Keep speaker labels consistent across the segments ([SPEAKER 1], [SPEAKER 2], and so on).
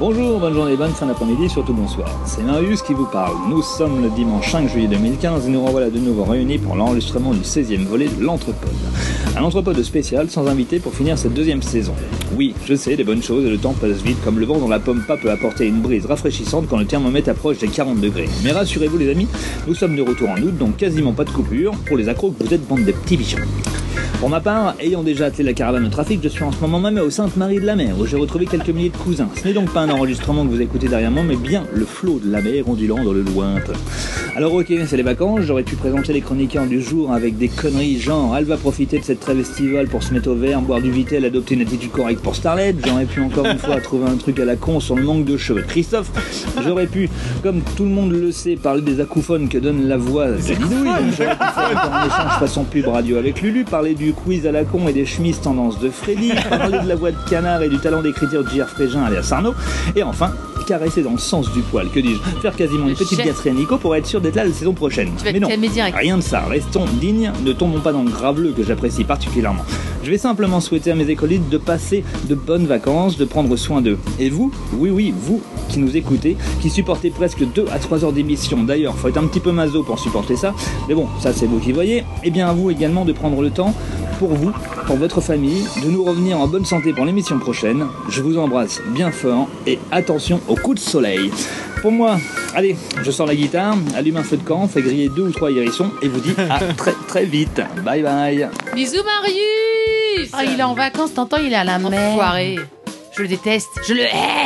[SPEAKER 1] bonne journée, bonne fin d'après-midi, surtout bonsoir. C'est Marius qui vous parle. Nous sommes le dimanche 5 juillet 2015 et nous revoilà de nouveau réunis pour l'enregistrement du 16e volet de l'Entrepode. Un Entrepode spécial sans invité pour finir cette deuxième saison. Oui, je sais, les bonnes choses et le temps passe vite comme le vent dont la pomme pas peut apporter une brise rafraîchissante quand le thermomètre approche des 40 degrés. Mais rassurez-vous les amis, nous sommes de retour en août donc quasiment pas de coupure pour les accros que vous êtes bande de petits bichons. Pour ma part, ayant déjà attelé la caravane au trafic, je suis en ce moment même au Sainte-Marie de la Mer, où j'ai retrouvé quelques milliers de cousins. Ce n'est donc pas un enregistrement que vous écoutez derrière moi, mais bien le flot de la mer ondulant dans le lointain. Alors ok, c'est les vacances, j'aurais pu présenter les chroniqueurs du jour avec des conneries genre elle va profiter de cette trêve estivale pour se mettre au vert, boire du vitel, adopter une attitude correcte pour Starlet, j'aurais pu encore une fois trouver un truc à la con sur le manque de cheveux de Christophe, j'aurais pu, comme tout le monde le sait, parler des acouphones que donne la voix de Didouille, j'aurais pu faire encore un échange façon pub radio avec Lulu, parler du quiz à la con et des chemises tendance de Freddy, parler de la voix de canard et du talent d'écriture de J.R. Frégin à Sarno, et enfin, caresser dans le sens du poil, que dis-je, faire quasiment
[SPEAKER 2] Le
[SPEAKER 1] une petite
[SPEAKER 2] chef.
[SPEAKER 1] gâterie à Nico pour être sûr d'être là la saison prochaine.
[SPEAKER 2] Tu vas
[SPEAKER 1] Mais
[SPEAKER 2] te
[SPEAKER 1] non,
[SPEAKER 2] calmer direct.
[SPEAKER 1] rien de ça, restons dignes, ne tombons pas dans le graveleux que j'apprécie particulièrement. Je vais simplement souhaiter à mes écolites de passer de bonnes vacances, de prendre soin d'eux. Et vous, oui oui, vous qui nous écoutez, qui supportez presque 2 à 3 heures d'émission, d'ailleurs faut être un petit peu maso pour supporter ça, mais bon, ça c'est vous qui voyez, et bien à vous également de prendre le temps pour vous, pour votre famille, de nous revenir en bonne santé pour l'émission prochaine. Je vous embrasse bien fort et attention aux coups de soleil. Pour moi, allez, je sors la guitare, allume un feu de camp, fais griller deux ou trois hérissons et vous dis à très très vite. Bye bye.
[SPEAKER 2] Bisous Marius
[SPEAKER 3] Ah, il est en vacances, t'entends, il est à la mer.
[SPEAKER 2] Enfoiré.
[SPEAKER 3] Je le déteste, je le hais.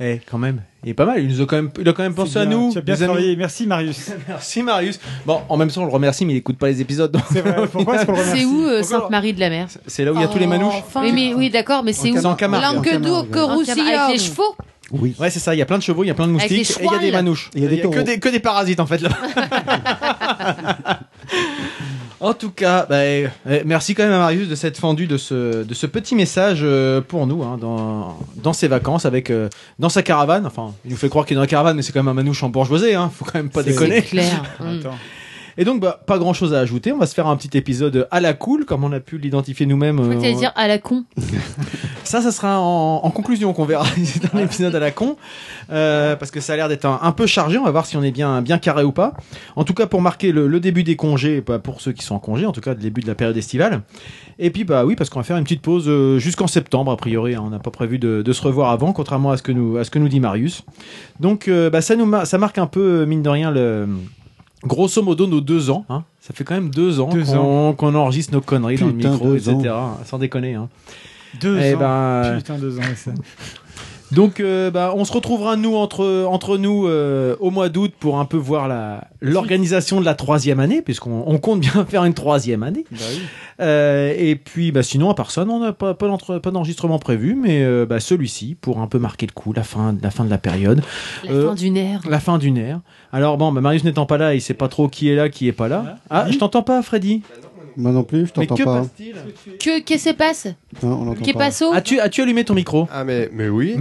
[SPEAKER 4] Eh, quand même. Il est pas mal. Il, nous a quand même, il a quand même pensé
[SPEAKER 5] C'est
[SPEAKER 4] à
[SPEAKER 5] bien,
[SPEAKER 4] nous.
[SPEAKER 5] Tu as bien
[SPEAKER 4] les amis.
[SPEAKER 5] travaillé. Merci, Marius.
[SPEAKER 4] Merci, Marius. Bon, en même temps, on le remercie, mais il écoute pas les épisodes. donc
[SPEAKER 5] C'est vrai. Pourquoi est-ce qu'on le
[SPEAKER 2] C'est
[SPEAKER 5] remercie
[SPEAKER 2] où euh,
[SPEAKER 4] Pourquoi-
[SPEAKER 2] Sainte-Marie-de-la-Mer
[SPEAKER 4] C'est là où il y a
[SPEAKER 2] Oh,
[SPEAKER 4] tous les manouches.
[SPEAKER 3] Enfin.
[SPEAKER 2] Oui, mais oui, d'accord, mais c'est où
[SPEAKER 4] C'est en Camargue.
[SPEAKER 3] Languedoc, Roussillon.
[SPEAKER 2] Avec les chevaux
[SPEAKER 6] Oui.
[SPEAKER 4] Ouais, c'est ça. Il y a plein de chevaux, il y a plein de
[SPEAKER 2] Avec
[SPEAKER 4] moustiques
[SPEAKER 2] les
[SPEAKER 4] et il y a des
[SPEAKER 2] chouals.
[SPEAKER 4] manouches.
[SPEAKER 6] Il y a des
[SPEAKER 4] que,
[SPEAKER 6] taureaux.
[SPEAKER 4] des, que des parasites en fait là. en tout cas, bah, euh, merci quand même à Marius de s'être fendu de ce, de ce petit message euh, pour nous hein, dans, dans ses vacances avec euh, dans sa caravane. Enfin, il nous fait croire qu'il est dans la caravane, mais c'est quand même un manouche en bourgeoisie. Hein, faut quand même pas
[SPEAKER 5] C'est-
[SPEAKER 4] déconner.
[SPEAKER 2] C'est clair. Mm.
[SPEAKER 5] Attends.
[SPEAKER 4] Et donc, bah, pas grand chose à ajouter. On va se faire un petit épisode à la cool, comme on a pu l'identifier nous-mêmes.
[SPEAKER 2] Je crois
[SPEAKER 4] euh,
[SPEAKER 2] que t'allais dire à la con.
[SPEAKER 4] ça, ça sera en, en conclusion qu'on verra. C'est un épisode à la con. Euh, parce que ça a l'air d'être un, un peu chargé. On va voir si on est bien, bien carré ou pas. En tout cas, pour marquer le, le début des congés, bah, pour ceux qui sont en congé, en tout cas, le début de la période estivale. Et puis, bah oui, parce qu'on va faire une petite pause euh, jusqu'en septembre, a priori. hein. On n'a pas prévu de, de se revoir avant, contrairement à ce que nous, à ce que nous dit Marius. Donc, euh, bah, ça, nous mar- ça marque un peu, euh, mine de rien, le. Grosso modo, nos deux ans, hein. ça fait quand même deux ans
[SPEAKER 5] Deux
[SPEAKER 4] qu'on qu'on enregistre nos conneries dans
[SPEAKER 6] Putain,
[SPEAKER 4] le micro,
[SPEAKER 6] deux ans.
[SPEAKER 4] etc. Sans déconner. Hein.
[SPEAKER 5] Deux
[SPEAKER 4] Eh
[SPEAKER 5] ans.
[SPEAKER 4] ben,
[SPEAKER 5] Putain, deux ans. ça.
[SPEAKER 4] Donc, euh, bah, on se retrouvera nous entre entre nous euh, au mois d'août pour un peu voir la l'organisation de la troisième année, puisqu'on on compte bien faire une troisième année.
[SPEAKER 6] Bah
[SPEAKER 4] Euh, et puis, bah, sinon à part ça, non, on n'a pas pas, d'entre- pas d'enregistrement prévu, mais euh, bah, celui-ci pour un peu marquer le coup, la fin la fin de la période,
[SPEAKER 2] La
[SPEAKER 4] Euh,
[SPEAKER 2] fin d'une ère.
[SPEAKER 4] la fin d'une ère. Alors bon, bah, Marius n'étant pas là, il sait pas trop qui est là, qui est pas là. Ah, je t'entends pas, Freddy.
[SPEAKER 6] Moi non plus, je
[SPEAKER 4] Mais
[SPEAKER 6] t'entends
[SPEAKER 4] que
[SPEAKER 6] pas.
[SPEAKER 4] passe-t-il
[SPEAKER 2] Que, que se passe
[SPEAKER 6] Non, on l'entend
[SPEAKER 2] Que
[SPEAKER 6] pas.
[SPEAKER 2] passe au
[SPEAKER 4] As-tu as-tu allumé ton micro
[SPEAKER 7] Ah mais, mais oui.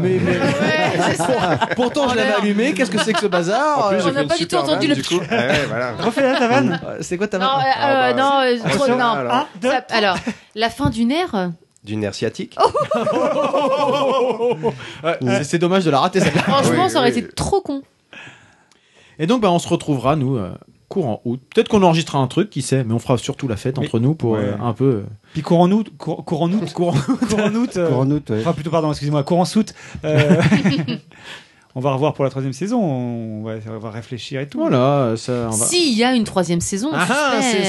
[SPEAKER 4] Pourtant, je l'avais allumé. Qu'est-ce que c'est que ce bazar
[SPEAKER 7] En plus,
[SPEAKER 2] Oh on
[SPEAKER 7] j'ai
[SPEAKER 2] n'a
[SPEAKER 7] fait une
[SPEAKER 2] pas du tout
[SPEAKER 7] Superman,
[SPEAKER 2] entendu le
[SPEAKER 7] du coup. Ah ouais, voilà.
[SPEAKER 5] Refais-la ta vanne.
[SPEAKER 4] Euh, C'est quoi ta
[SPEAKER 2] Non, euh,
[SPEAKER 7] Ah,
[SPEAKER 2] euh,
[SPEAKER 7] bah,
[SPEAKER 2] non, euh, trop-
[SPEAKER 7] Attention,
[SPEAKER 2] non.
[SPEAKER 7] alors,
[SPEAKER 5] Ah, Deux.
[SPEAKER 2] Ça- alors, la fin d'une ère
[SPEAKER 7] D'une aire sciatique.
[SPEAKER 5] Oh,
[SPEAKER 4] Ouais,
[SPEAKER 7] euh,
[SPEAKER 4] c'est- C'est dommage de la rater. celle-là.
[SPEAKER 2] Franchement,
[SPEAKER 7] Oui,
[SPEAKER 2] ça aurait
[SPEAKER 7] oui.
[SPEAKER 2] été trop con.
[SPEAKER 4] Et donc, bah, on se retrouvera, nous, euh, courant août. Peut-être qu'on enregistrera un truc, qui sait, mais on fera surtout la fête entre nous pour
[SPEAKER 5] Ouais.
[SPEAKER 4] euh, un peu.
[SPEAKER 5] Puis courant août, cour- courant août, courant août. euh,
[SPEAKER 6] Courant août, ouais.
[SPEAKER 5] Enfin, plutôt, pardon, excusez-moi, courant août. euh, On va revoir pour la troisième saison. On va, on va réfléchir et tout.
[SPEAKER 4] Voilà, euh, ça. on va-
[SPEAKER 2] S'il y a une troisième saison,
[SPEAKER 4] Ah, ah, suspense.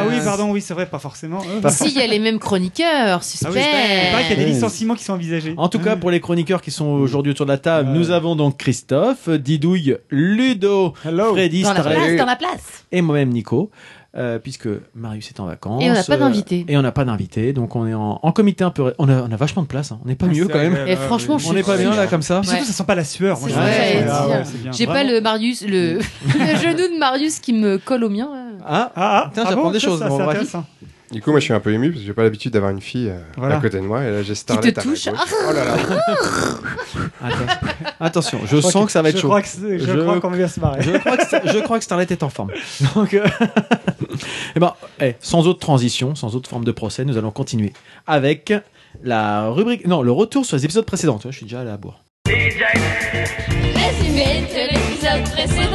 [SPEAKER 5] Ah oui, pardon, oui, c'est vrai, pas forcément. Euh,
[SPEAKER 2] S'il y a les mêmes chroniqueurs,
[SPEAKER 5] Ah
[SPEAKER 2] suspense.
[SPEAKER 5] oui,
[SPEAKER 2] Euh,
[SPEAKER 5] il paraît qu'il y a des
[SPEAKER 6] Ouais.
[SPEAKER 5] licenciements qui sont envisagés.
[SPEAKER 4] En tout cas, pour les chroniqueurs qui sont aujourd'hui autour de la table,
[SPEAKER 5] Ouais.
[SPEAKER 4] nous avons donc Christophe, Didouille, Ludo,
[SPEAKER 5] Hello.
[SPEAKER 4] Freddy,
[SPEAKER 2] dans la
[SPEAKER 4] Starlet
[SPEAKER 2] place, dans la place.
[SPEAKER 4] et moi-même Nico, euh, puisque Marius est en vacances.
[SPEAKER 2] Et on n'a pas
[SPEAKER 4] euh,
[SPEAKER 2] d'invité.
[SPEAKER 4] et on n'a pas d'invité, donc on est en, en comité un peu. ré- On a, on a vachement de place, hein. on n'est pas mieux
[SPEAKER 5] Ah, C'est
[SPEAKER 4] quand même.
[SPEAKER 5] agréable,
[SPEAKER 2] Et
[SPEAKER 5] ouais,
[SPEAKER 2] franchement,
[SPEAKER 5] oui.
[SPEAKER 2] je
[SPEAKER 4] On n'est pas
[SPEAKER 2] suis-
[SPEAKER 4] bien là comme ça.
[SPEAKER 5] Puis surtout,
[SPEAKER 2] Ouais.
[SPEAKER 5] ça sent pas la sueur. moi,
[SPEAKER 2] C'est
[SPEAKER 5] je
[SPEAKER 2] ça,
[SPEAKER 5] trouve.
[SPEAKER 2] j'allais
[SPEAKER 5] Ah,
[SPEAKER 2] dire.
[SPEAKER 5] ouais, c'est bien.
[SPEAKER 2] J'ai pas
[SPEAKER 5] Vraiment.
[SPEAKER 2] le Marius, le... le genou de Marius qui me colle au mien. là.
[SPEAKER 4] Ah,
[SPEAKER 5] Ah, ah,
[SPEAKER 4] Putain,
[SPEAKER 5] ah
[SPEAKER 4] j'apprends
[SPEAKER 5] bon,
[SPEAKER 4] des
[SPEAKER 5] ça,
[SPEAKER 4] choses,
[SPEAKER 5] ça,
[SPEAKER 4] bon,
[SPEAKER 5] c'est
[SPEAKER 4] bref.
[SPEAKER 5] intéressant.
[SPEAKER 7] Du coup, moi, je suis un peu ému parce que j'ai pas l'habitude d'avoir une fille euh,
[SPEAKER 5] Voilà.
[SPEAKER 7] à côté de moi. Et là, j'ai Starlet à ma
[SPEAKER 2] touche.
[SPEAKER 7] gauche. Oh là là.
[SPEAKER 4] Atten- Ah. Attention, je,
[SPEAKER 5] crois
[SPEAKER 4] sens que, ça va être
[SPEAKER 5] je
[SPEAKER 4] chaud.
[SPEAKER 5] Crois que c'est- je,
[SPEAKER 4] Je-
[SPEAKER 5] crois qu'on va bien se marrer.
[SPEAKER 4] Je crois, que, Star- je crois que Starlet est en forme. Donc, euh, eh ben, eh, sans autre transition, sans autre forme de procès, nous allons continuer avec la rubrique. Non, le retour sur les épisodes précédents. Tu vois, je suis déjà à la bourre.
[SPEAKER 8] DJ
[SPEAKER 9] Résumé de l'épisode précédent.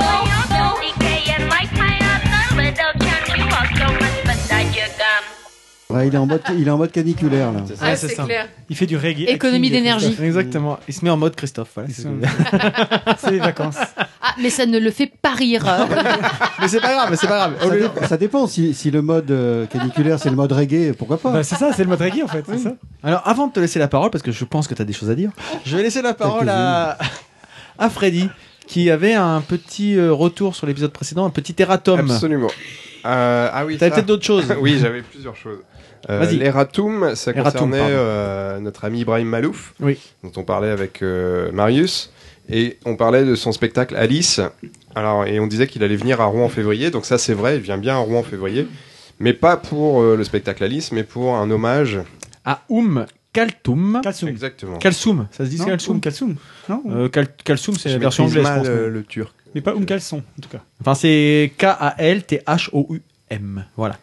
[SPEAKER 6] Ouais, il est en mode, il est en mode caniculaire là.
[SPEAKER 4] Ah, c'est ça.
[SPEAKER 5] Il fait du reggae. hacking et tout
[SPEAKER 2] Économie
[SPEAKER 5] ça.
[SPEAKER 2] d'énergie.
[SPEAKER 4] Exactement. Il se met en mode Christophe. Voilà, c'est ce que je veux dire.
[SPEAKER 5] C'est les vacances.
[SPEAKER 2] Ah, mais ça ne le fait pas
[SPEAKER 7] Ah,
[SPEAKER 2] rire.
[SPEAKER 4] mais c'est pas grave, c'est pas grave. Au
[SPEAKER 6] Ça,
[SPEAKER 4] lieu-
[SPEAKER 6] dé- ça dépend si, si le mode euh, caniculaire c'est le mode reggae, pourquoi pas
[SPEAKER 5] Bah, c'est ça, c'est le mode reggae en fait. c'est ça.
[SPEAKER 4] Alors, avant de te laisser la parole, parce que je pense que tu as des choses à dire, je vais laisser la parole à, à Freddy, qui avait un petit euh, retour sur l'épisode précédent, un petit erratum.
[SPEAKER 7] Absolument. Euh, ah oui,
[SPEAKER 4] T'avais
[SPEAKER 7] ça.
[SPEAKER 4] peut-être d'autres choses.
[SPEAKER 7] Oui, j'avais plusieurs choses. Euh,
[SPEAKER 4] Vas-y.
[SPEAKER 7] L'Eratum, ça
[SPEAKER 4] Eratum,
[SPEAKER 7] concernait
[SPEAKER 4] pardon.
[SPEAKER 7] euh, notre ami Ibrahim Malouf,
[SPEAKER 4] Oui.
[SPEAKER 7] dont on parlait avec euh, Marius, et on parlait de son spectacle Alice. Alors, et on disait qu'il allait venir à Rouen en février, donc ça c'est vrai, il vient bien à Rouen en février, mais pas pour euh, le spectacle Alice, mais pour un hommage.
[SPEAKER 4] À Oum Kaltoum.
[SPEAKER 5] Kalsum.
[SPEAKER 7] Exactement.
[SPEAKER 4] Kalsoum, ça se dit
[SPEAKER 5] Hein Non,
[SPEAKER 4] Kalsoum
[SPEAKER 5] Oum Kalsum. Non
[SPEAKER 4] Euh, Kal- Kalsoum, c'est
[SPEAKER 7] Je
[SPEAKER 4] la version
[SPEAKER 7] maîtrise
[SPEAKER 4] anglaise. je
[SPEAKER 7] mal,
[SPEAKER 4] pense.
[SPEAKER 7] euh, le turc.
[SPEAKER 5] Mais pas Oum Kalson en tout cas.
[SPEAKER 4] Enfin, c'est K-A-L-T-H-O-U-M. Voilà.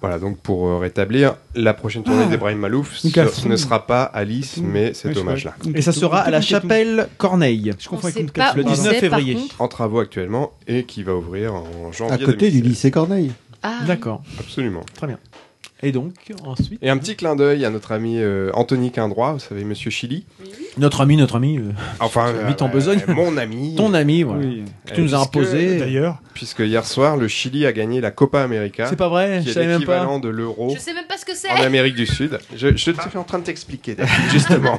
[SPEAKER 7] Voilà, donc pour euh, rétablir, la prochaine tournée
[SPEAKER 5] Ah.
[SPEAKER 7] d'Ibrahim Malouf
[SPEAKER 5] Une
[SPEAKER 7] ce
[SPEAKER 5] Kalsum.
[SPEAKER 7] ne sera pas Alice,
[SPEAKER 5] Kalsum.
[SPEAKER 7] mais cet
[SPEAKER 5] Ouais, je
[SPEAKER 7] hommage-là.
[SPEAKER 5] crois. Oum
[SPEAKER 4] Et ça
[SPEAKER 5] Kalsum.
[SPEAKER 4] sera à la
[SPEAKER 5] Oum Kalsum.
[SPEAKER 4] chapelle Corneille.
[SPEAKER 5] Je
[SPEAKER 2] On
[SPEAKER 5] confonds avec
[SPEAKER 2] sait
[SPEAKER 5] Oum
[SPEAKER 2] pas
[SPEAKER 5] Kalsum.
[SPEAKER 4] Le
[SPEAKER 2] où
[SPEAKER 4] 19
[SPEAKER 2] c'est, par
[SPEAKER 4] février.
[SPEAKER 2] contre.
[SPEAKER 7] En travaux actuellement et qui va ouvrir en janvier.
[SPEAKER 6] À côté du
[SPEAKER 7] 2016.
[SPEAKER 6] lycée Corneille.
[SPEAKER 2] Ah,
[SPEAKER 4] D'accord.
[SPEAKER 7] Absolument.
[SPEAKER 4] Et donc, ensuite.
[SPEAKER 7] Et un petit clin d'œil à notre ami euh, Anthony Quindroit, vous savez, Monsieur Chili.
[SPEAKER 4] Notre ami, notre ami, euh,
[SPEAKER 7] Enfin,
[SPEAKER 4] Vite en besogne.
[SPEAKER 7] mon ami.
[SPEAKER 4] ton ami, voilà.
[SPEAKER 5] Oui.
[SPEAKER 4] que tu nous as
[SPEAKER 7] puisque-
[SPEAKER 4] imposé.
[SPEAKER 5] D'ailleurs,
[SPEAKER 7] Puisque hier soir, le Chili a gagné la Copa América,
[SPEAKER 4] C'est pas vrai,
[SPEAKER 7] qui
[SPEAKER 4] je
[SPEAKER 7] est
[SPEAKER 4] savais même pas.
[SPEAKER 7] l'équivalent de l'euro
[SPEAKER 2] Je sais même pas ce que c'est.
[SPEAKER 7] en Amérique du Sud. Je, je suis en train de t'expliquer, David, justement.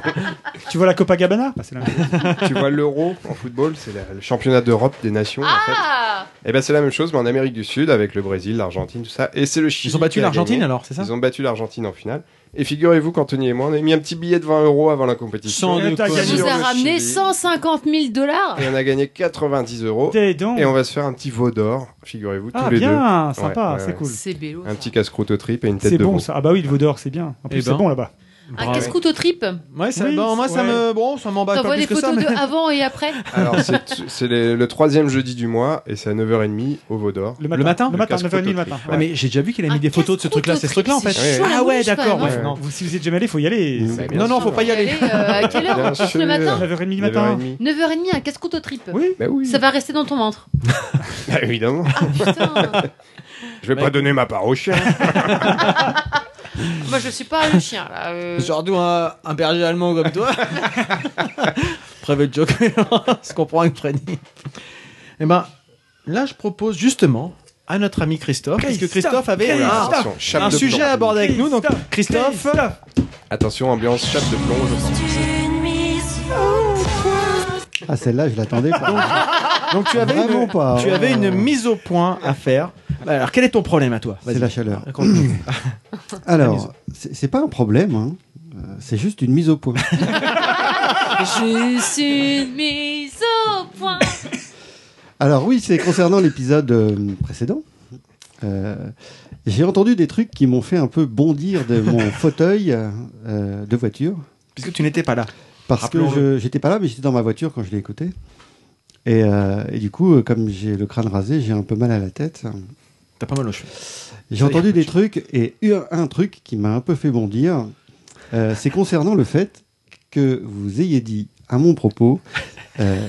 [SPEAKER 5] tu vois la Copacabana Ah, c'est la même.
[SPEAKER 7] tu vois, l'euro en football, c'est la- le championnat d'Europe des nations. En fait.
[SPEAKER 2] Ah
[SPEAKER 7] Et ben c'est la même chose, mais en Amérique du Sud, avec le Brésil, l'Argentine, tout ça. Et c'est le Chili.
[SPEAKER 4] Ils ont battu
[SPEAKER 7] qui a
[SPEAKER 4] l'Argentine
[SPEAKER 7] gagné.
[SPEAKER 4] alors, c'est ça
[SPEAKER 7] Ils ont battu l'Argentine en finale. Et figurez-vous qu'Anthony et moi, on a mis un petit billet de 20 euros avant la compétition.
[SPEAKER 4] Sans
[SPEAKER 5] Et
[SPEAKER 4] doute.
[SPEAKER 5] t'as
[SPEAKER 2] Ça
[SPEAKER 5] gagné.
[SPEAKER 7] Sur
[SPEAKER 2] nous a
[SPEAKER 7] le
[SPEAKER 2] ramené
[SPEAKER 7] Chili.
[SPEAKER 2] 150 000 dollars.
[SPEAKER 7] Ah. Et on a gagné 90 euros.
[SPEAKER 5] Dis donc.
[SPEAKER 7] Et on va se faire un petit veau d'or, figurez-vous, tous
[SPEAKER 5] Ah
[SPEAKER 7] les deux.
[SPEAKER 5] bien, sympa,
[SPEAKER 7] Ouais, ouais,
[SPEAKER 5] c'est
[SPEAKER 7] ouais.
[SPEAKER 5] cool.
[SPEAKER 2] C'est bélo.
[SPEAKER 7] Un
[SPEAKER 2] ça.
[SPEAKER 7] petit casse-croûte au trip et une tête
[SPEAKER 5] C'est
[SPEAKER 7] de
[SPEAKER 5] bon
[SPEAKER 7] veau.
[SPEAKER 5] ça. Ah bah oui, le Vaudor, c'est bien. En plus,
[SPEAKER 4] Eh
[SPEAKER 5] c'est
[SPEAKER 4] ben.
[SPEAKER 5] bon là-bas.
[SPEAKER 2] Un casse-croûte aux tripes.
[SPEAKER 4] Ouais, ça,
[SPEAKER 5] Oui,
[SPEAKER 4] bah, moi, ça
[SPEAKER 5] ouais.
[SPEAKER 4] me. Bon, ça m'emballe pas
[SPEAKER 2] T'envoies des
[SPEAKER 4] plus que ça.
[SPEAKER 2] photos
[SPEAKER 4] mais-
[SPEAKER 2] de avant et après.
[SPEAKER 7] Alors, c'est c'est les- le troisième jeudi du mois et c'est à 9h30 au veau d'or.
[SPEAKER 5] Le
[SPEAKER 4] matin
[SPEAKER 5] Le matin, 9h30
[SPEAKER 7] Le
[SPEAKER 5] le
[SPEAKER 7] casse-croûte
[SPEAKER 5] matin.
[SPEAKER 7] au trip,
[SPEAKER 4] Ah, mais j'ai déjà vu qu'il a mis
[SPEAKER 2] Un
[SPEAKER 4] des photos de ce
[SPEAKER 2] casse-croûte
[SPEAKER 4] truc-là.
[SPEAKER 2] au
[SPEAKER 4] C'est ce
[SPEAKER 2] trip,
[SPEAKER 4] truc-là en fait.
[SPEAKER 2] c'est chaud la
[SPEAKER 4] Ah ouais,
[SPEAKER 2] mouche, quand
[SPEAKER 4] d'accord.
[SPEAKER 2] même,
[SPEAKER 4] ouais,
[SPEAKER 7] hein.
[SPEAKER 4] non.
[SPEAKER 5] Vous, si vous êtes jamais allé, faut y aller.
[SPEAKER 7] Mmh.
[SPEAKER 5] C'est-
[SPEAKER 7] Bien
[SPEAKER 4] non, non, faut pas y aller.
[SPEAKER 2] Allez, euh, à quelle heure
[SPEAKER 7] Bien
[SPEAKER 2] on touche le
[SPEAKER 7] sûr.
[SPEAKER 2] matin
[SPEAKER 5] 9h30 du matin.
[SPEAKER 7] 9h30.
[SPEAKER 2] 9h30, un casse-croûte aux tripes.
[SPEAKER 5] Oui.
[SPEAKER 7] Bah oui,
[SPEAKER 2] Ça va rester dans ton ventre.
[SPEAKER 7] bah évidemment.
[SPEAKER 2] Ah, Putain.
[SPEAKER 7] Je vais
[SPEAKER 4] Bah,
[SPEAKER 7] pas
[SPEAKER 4] écoute.
[SPEAKER 7] donner ma part au chien.
[SPEAKER 2] Moi, je suis pas le chien, là. euh.
[SPEAKER 4] Surtout un, un berger allemand comme toi. Private joke, ce qu'on prend avec Freddy. Eh ben, là, je propose justement à notre ami Christophe, parce que Christophe avait
[SPEAKER 5] Christophe.
[SPEAKER 4] un,
[SPEAKER 5] Christophe.
[SPEAKER 7] Attention, chape
[SPEAKER 4] un
[SPEAKER 7] de
[SPEAKER 4] sujet
[SPEAKER 7] plomb.
[SPEAKER 4] à aborder avec nous. Donc, Christophe,
[SPEAKER 7] Attention, ambiance chape de plomb, je pense.
[SPEAKER 6] Ah celle-là je l'attendais
[SPEAKER 4] euh,
[SPEAKER 6] pas.
[SPEAKER 4] donc tu avais,
[SPEAKER 6] Vraiment
[SPEAKER 4] une,
[SPEAKER 6] pas.
[SPEAKER 4] tu avais une mise au point à faire. Bah, alors, quel est ton problème à toi Vas-y.
[SPEAKER 6] C'est la chaleur.
[SPEAKER 4] Raconte-nous.
[SPEAKER 6] Alors c'est c'est pas un problème, hein. Euh, c'est juste une mise au point.
[SPEAKER 2] Je suis mise au point.
[SPEAKER 6] Alors oui, c'est concernant l'épisode euh, précédent. Euh, J'ai entendu des trucs qui m'ont fait un peu bondir de mon fauteuil euh, de voiture.
[SPEAKER 4] Puisque tu n'étais pas là.
[SPEAKER 6] Parce que
[SPEAKER 4] Rappelons-le.
[SPEAKER 6] je- j'étais pas là, mais j'étais dans ma voiture quand je l'ai écouté. Et, euh, et du coup, euh, comme j'ai le crâne rasé, j'ai un peu mal à la tête.
[SPEAKER 4] T'as pas mal aux cheveux.
[SPEAKER 6] J'ai entendu des trucs et eu un- un truc qui m'a un peu fait bondir. Euh, C'est concernant le fait que vous ayez dit à mon propos euh,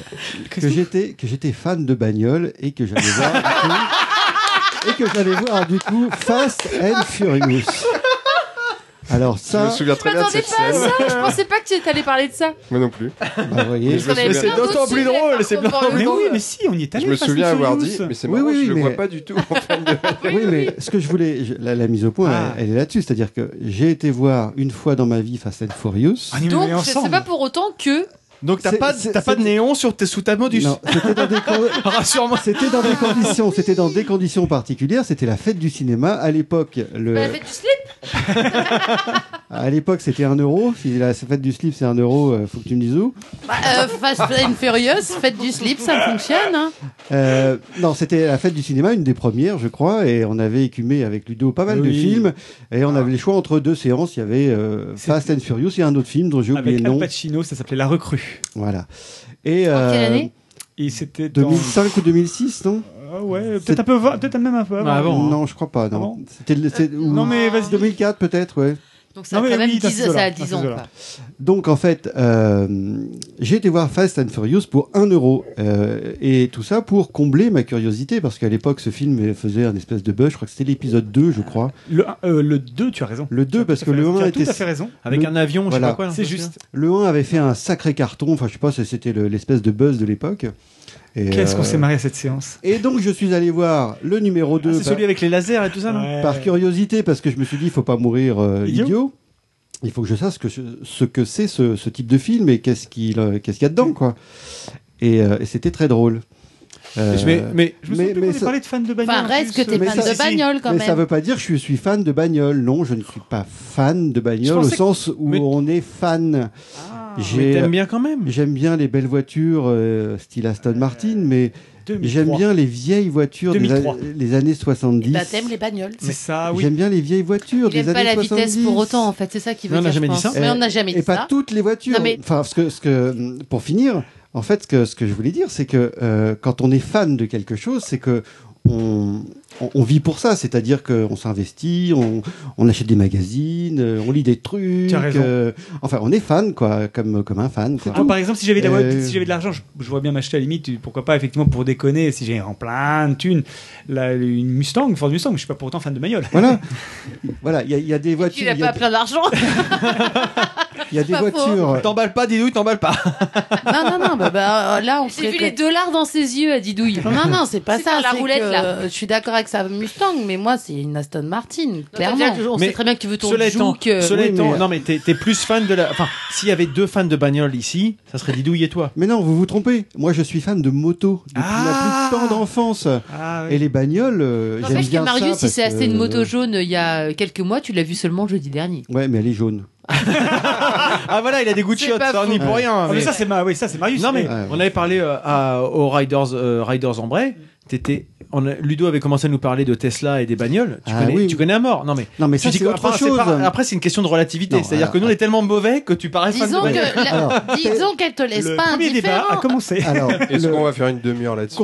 [SPEAKER 6] que j'étais que j'étais fan de bagnole et que j'allais voir du coup- et que j'allais voir du coup Fast and Furious. Alors
[SPEAKER 7] Je me
[SPEAKER 6] ça,
[SPEAKER 7] souviens très bien de
[SPEAKER 2] m'attendais
[SPEAKER 7] cette
[SPEAKER 2] pas à
[SPEAKER 7] scène.
[SPEAKER 2] Je pensais pas que tu allais parler de ça.
[SPEAKER 7] Moi non plus.
[SPEAKER 6] bah, vous voyez,
[SPEAKER 7] Je me souviens-
[SPEAKER 4] c'est d'autant plus drôle, c'est
[SPEAKER 5] Mais oui, mais si, on y est allé.
[SPEAKER 7] Je me
[SPEAKER 5] Fast and
[SPEAKER 7] souviens avoir dit,
[SPEAKER 5] Furious.
[SPEAKER 7] mais c'est
[SPEAKER 6] euh, Oui,
[SPEAKER 7] marrant,
[SPEAKER 6] oui,
[SPEAKER 7] je le
[SPEAKER 6] mais-
[SPEAKER 7] vois pas du tout. en fait.
[SPEAKER 6] Oui, mais ce que je voulais, je- la, la mise au point,
[SPEAKER 4] Ah.
[SPEAKER 6] elle, elle est là-dessus. C'est-à-dire que j'ai été voir une fois dans ma vie Fast and Furious.
[SPEAKER 5] Ah, mais on est
[SPEAKER 2] Donc, c'est
[SPEAKER 5] ensemble.
[SPEAKER 2] pas pour autant que.
[SPEAKER 4] Donc, t'as
[SPEAKER 6] C'est-
[SPEAKER 4] pas,
[SPEAKER 6] c'est-
[SPEAKER 4] t'as pas de
[SPEAKER 6] c'était-
[SPEAKER 4] néon sur tes sous ta modus.
[SPEAKER 6] Non, c'était dans des, con-
[SPEAKER 4] Rassure-moi.
[SPEAKER 6] c'était dans des conditions, c'était dans des conditions particulières. C'était la fête du cinéma à l'époque. Le,
[SPEAKER 2] Bah, elle fait du slip.
[SPEAKER 6] à l'époque, c'était un euro. Si la fête du slip, c'est un euro, euh, faut que tu me dises où.
[SPEAKER 2] Bah, euh, Fast and Furious, faites du slip, ça fonctionne. Hein.
[SPEAKER 6] Euh, non, c'était la fête du cinéma, une des premières, je crois, et on avait écumé avec Ludo pas mal de
[SPEAKER 5] Oui. Ah.
[SPEAKER 6] films, et on avait les choix entre deux séances. Il y avait euh,
[SPEAKER 5] C'était-
[SPEAKER 6] Fast and Furious et un autre film dont j'ai oublié
[SPEAKER 5] Avec
[SPEAKER 6] le
[SPEAKER 5] Al
[SPEAKER 6] nom.
[SPEAKER 5] Pacino, ça s'appelait La Recrue.
[SPEAKER 6] Voilà. Et
[SPEAKER 2] En quelle
[SPEAKER 6] euh,
[SPEAKER 2] année
[SPEAKER 5] Et c'était dans.
[SPEAKER 6] 2005 ou 2006, non
[SPEAKER 5] Ah ouais,
[SPEAKER 6] C'est-
[SPEAKER 5] peut-être un peu, avant- peut-être même un peu avant.
[SPEAKER 4] Ah, avant, hein.
[SPEAKER 6] Non, je crois pas.
[SPEAKER 5] Ah bon
[SPEAKER 2] Euh,
[SPEAKER 6] Non, C'était le- c'est- ou
[SPEAKER 5] Non mais vas-y.
[SPEAKER 6] 2004 peut-être, ouais.
[SPEAKER 3] Donc ça
[SPEAKER 5] Non,
[SPEAKER 3] a
[SPEAKER 5] mais
[SPEAKER 3] quand même
[SPEAKER 5] oui, dans
[SPEAKER 3] 10,
[SPEAKER 5] ce
[SPEAKER 3] ça a
[SPEAKER 5] zoo-là,
[SPEAKER 3] 10
[SPEAKER 5] dans
[SPEAKER 3] ans.
[SPEAKER 5] ce
[SPEAKER 3] Quoi.
[SPEAKER 5] zoo-là.
[SPEAKER 6] Donc en fait, euh, j'ai été voir Fast and Furious pour 1 euro. Euh, et tout ça pour combler ma curiosité, parce qu'à l'époque, ce film faisait un espèce de buzz. Je crois que c'était l'épisode 2, je crois.
[SPEAKER 5] Le, un- euh, le 2, tu as raison.
[SPEAKER 6] Le 2, parce que le 1
[SPEAKER 5] Tu as
[SPEAKER 6] était...
[SPEAKER 5] tout à fait raison.
[SPEAKER 4] Avec
[SPEAKER 6] Le-
[SPEAKER 4] un avion, je
[SPEAKER 6] voilà.
[SPEAKER 4] sais pas quoi. là,
[SPEAKER 5] C'est
[SPEAKER 4] je me
[SPEAKER 5] juste.
[SPEAKER 6] Le 1 avait fait un sacré carton. Enfin, je sais pas, c'était le- l'espèce de buzz de l'époque. Et,
[SPEAKER 5] Qu'est-ce
[SPEAKER 6] euh,
[SPEAKER 5] qu'on s'est marré à cette séance
[SPEAKER 6] Et donc, je suis allé voir le numéro
[SPEAKER 4] souviens.
[SPEAKER 6] 2.
[SPEAKER 4] Ah, c'est celui avec les lasers et tout ça, non
[SPEAKER 5] Ouais.
[SPEAKER 6] par curiosité, parce que je me suis dit, il faut pas mourir euh,
[SPEAKER 5] Idiot.
[SPEAKER 6] idiot. Il faut que je sache ce que, je- ce que c'est ce, ce type de film et qu'est-ce qu'il euh, qu'est-ce qu'il y a dedans, quoi. Et, euh, et c'était très drôle. Euh,
[SPEAKER 4] Mais, mais
[SPEAKER 5] Je me souviens
[SPEAKER 6] mais-
[SPEAKER 5] plus
[SPEAKER 6] mais
[SPEAKER 5] qu'on ait
[SPEAKER 6] ça-
[SPEAKER 5] parlé de fans de bagnole.
[SPEAKER 2] Enfin,
[SPEAKER 5] en
[SPEAKER 2] Bah, reste que
[SPEAKER 5] plus,
[SPEAKER 2] t'es
[SPEAKER 5] euh,
[SPEAKER 6] mais
[SPEAKER 2] fan
[SPEAKER 6] ça-
[SPEAKER 2] de
[SPEAKER 5] si, si.
[SPEAKER 2] bagnole quand
[SPEAKER 6] mais ça
[SPEAKER 2] même.
[SPEAKER 6] veut pas dire que je suis fan de bagnole. Non, je ne suis pas fan de bagnole au
[SPEAKER 5] pensais que-
[SPEAKER 6] sens où
[SPEAKER 4] Mais- Ah.
[SPEAKER 6] on est fan.
[SPEAKER 4] mais
[SPEAKER 6] J'ai- euh,
[SPEAKER 4] t'aimes bien quand même.
[SPEAKER 6] J'aime bien les belles voitures, euh, style Aston Martin, mais
[SPEAKER 5] 2003.
[SPEAKER 6] j'aime bien les vieilles voitures des
[SPEAKER 5] 2003.
[SPEAKER 6] a- les années
[SPEAKER 2] Eh
[SPEAKER 6] 70.
[SPEAKER 2] ben,
[SPEAKER 3] Bah, t'aimes les bagnoles.
[SPEAKER 5] C'est ça, oui.
[SPEAKER 6] J'aime bien les vieilles voitures
[SPEAKER 2] Il
[SPEAKER 6] des
[SPEAKER 2] aime pas la
[SPEAKER 6] années 70.
[SPEAKER 2] vitesse pour autant en fait, c'est ça qui veut
[SPEAKER 4] Non, on
[SPEAKER 2] dire.
[SPEAKER 4] n'a jamais
[SPEAKER 2] je
[SPEAKER 4] dit
[SPEAKER 2] pense.
[SPEAKER 6] ça.
[SPEAKER 2] Mais on n'a jamais
[SPEAKER 6] Et
[SPEAKER 2] dit
[SPEAKER 6] pas
[SPEAKER 2] ça.
[SPEAKER 6] toutes les voitures.
[SPEAKER 2] Non, mais-
[SPEAKER 6] Enfin, ce que, ce que, pour finir, en fait, ce que, ce que je voulais dire, c'est que euh, quand on est fan de quelque chose, c'est que on, on, on vit pour ça, c'est-à-dire qu'on s'investit, on, on achète des magazines, euh, on lit des trucs.
[SPEAKER 5] Tu as raison.
[SPEAKER 6] euh, enfin, on est fan, quoi, comme, comme un fan. quoi.
[SPEAKER 5] Moi, par exemple, si j'avais de, la-
[SPEAKER 6] Euh,
[SPEAKER 5] si j'avais de l'argent, je, je vois bien m'acheter à la limite, euh, pourquoi pas, effectivement, pour déconner, si j'ai en plein de thunes, la- une Mustang, une Ford Mustang, je suis pas pourtant fan de bagnole.
[SPEAKER 6] Voilà, voilà. Il y, a- il y a des
[SPEAKER 2] Tu
[SPEAKER 6] voitures,
[SPEAKER 2] n'as
[SPEAKER 6] il y a,
[SPEAKER 2] pas plein d'argent
[SPEAKER 6] il y a des
[SPEAKER 2] pas faux.
[SPEAKER 6] voitures.
[SPEAKER 4] T'emballes pas, dis-nous, t'emballes pas.
[SPEAKER 3] Non, non, non, bah, bah, euh, là, on
[SPEAKER 2] J'ai
[SPEAKER 3] serait...
[SPEAKER 2] vu les dollars dans ses yeux à Didouille.
[SPEAKER 3] Non, non, c'est pas
[SPEAKER 2] C'est
[SPEAKER 3] ça.
[SPEAKER 2] par la
[SPEAKER 3] c'est
[SPEAKER 2] roulette,
[SPEAKER 3] que,
[SPEAKER 2] là.
[SPEAKER 3] euh, Je suis d'accord avec sa Mustang, mais moi, c'est une Aston Martin, clairement.
[SPEAKER 2] On
[SPEAKER 4] Mais
[SPEAKER 2] sait très bien que tu veux ton
[SPEAKER 4] Cela étant,
[SPEAKER 2] jouk. euh,
[SPEAKER 4] cela
[SPEAKER 6] Oui,
[SPEAKER 4] étant-
[SPEAKER 6] mais-
[SPEAKER 4] non mais t'es t'es plus fan de la. Enfin, s'il y avait deux fans de bagnole ici, ça serait Didouille et toi.
[SPEAKER 6] Mais non, vous vous trompez. Moi, je suis fan de moto depuis
[SPEAKER 5] Ah.
[SPEAKER 6] ma plus tendre enfance.
[SPEAKER 5] Ah,
[SPEAKER 6] Et les bagnoles, euh, j'aime
[SPEAKER 2] N'empêche que
[SPEAKER 6] bien ça.
[SPEAKER 2] Marius, il
[SPEAKER 6] parce
[SPEAKER 2] s'est acheté
[SPEAKER 6] que-
[SPEAKER 2] une moto jaune euh, il y a quelques mois, tu l'as vu seulement jeudi dernier.
[SPEAKER 6] Ouais, mais elle est jaune.
[SPEAKER 4] Ah voilà, il a des
[SPEAKER 2] C'est
[SPEAKER 4] Gucciottes,
[SPEAKER 2] pas
[SPEAKER 4] ça on y
[SPEAKER 6] faux.
[SPEAKER 4] pour rien.
[SPEAKER 5] Ah, mais
[SPEAKER 4] mais-
[SPEAKER 5] ça, c'est ma... oui, ça, c'est Marius.
[SPEAKER 4] non mais
[SPEAKER 5] Eh,
[SPEAKER 6] Ouais.
[SPEAKER 4] on avait parlé euh, à, aux Riders euh, Riders en Bray. T'étais, on a- Ludo avait commencé à nous parler de Tesla et des bagnoles. Tu
[SPEAKER 6] Ah
[SPEAKER 4] connais,
[SPEAKER 6] oui.
[SPEAKER 4] tu connais à mort. Non mais.
[SPEAKER 6] Non, mais
[SPEAKER 4] tu
[SPEAKER 6] ça,
[SPEAKER 4] dis
[SPEAKER 6] c'est
[SPEAKER 4] que-
[SPEAKER 6] autre
[SPEAKER 4] enfin, c'est
[SPEAKER 6] chose.
[SPEAKER 4] pas- après, c'est une question de relativité.
[SPEAKER 6] Non,
[SPEAKER 4] C'est-à-dire
[SPEAKER 6] alors-
[SPEAKER 4] que nous, on est tellement mauvais que tu parais fan de
[SPEAKER 2] Disons que
[SPEAKER 4] bagnole.
[SPEAKER 2] la-
[SPEAKER 6] Alors,
[SPEAKER 2] disons qu'elle te laisse
[SPEAKER 5] le
[SPEAKER 2] pas
[SPEAKER 5] premier débat a
[SPEAKER 2] indifférent.
[SPEAKER 5] commencé.
[SPEAKER 6] Alors,
[SPEAKER 7] Est-ce
[SPEAKER 6] le-
[SPEAKER 7] qu'on va faire une demi-heure là-dessus Ah,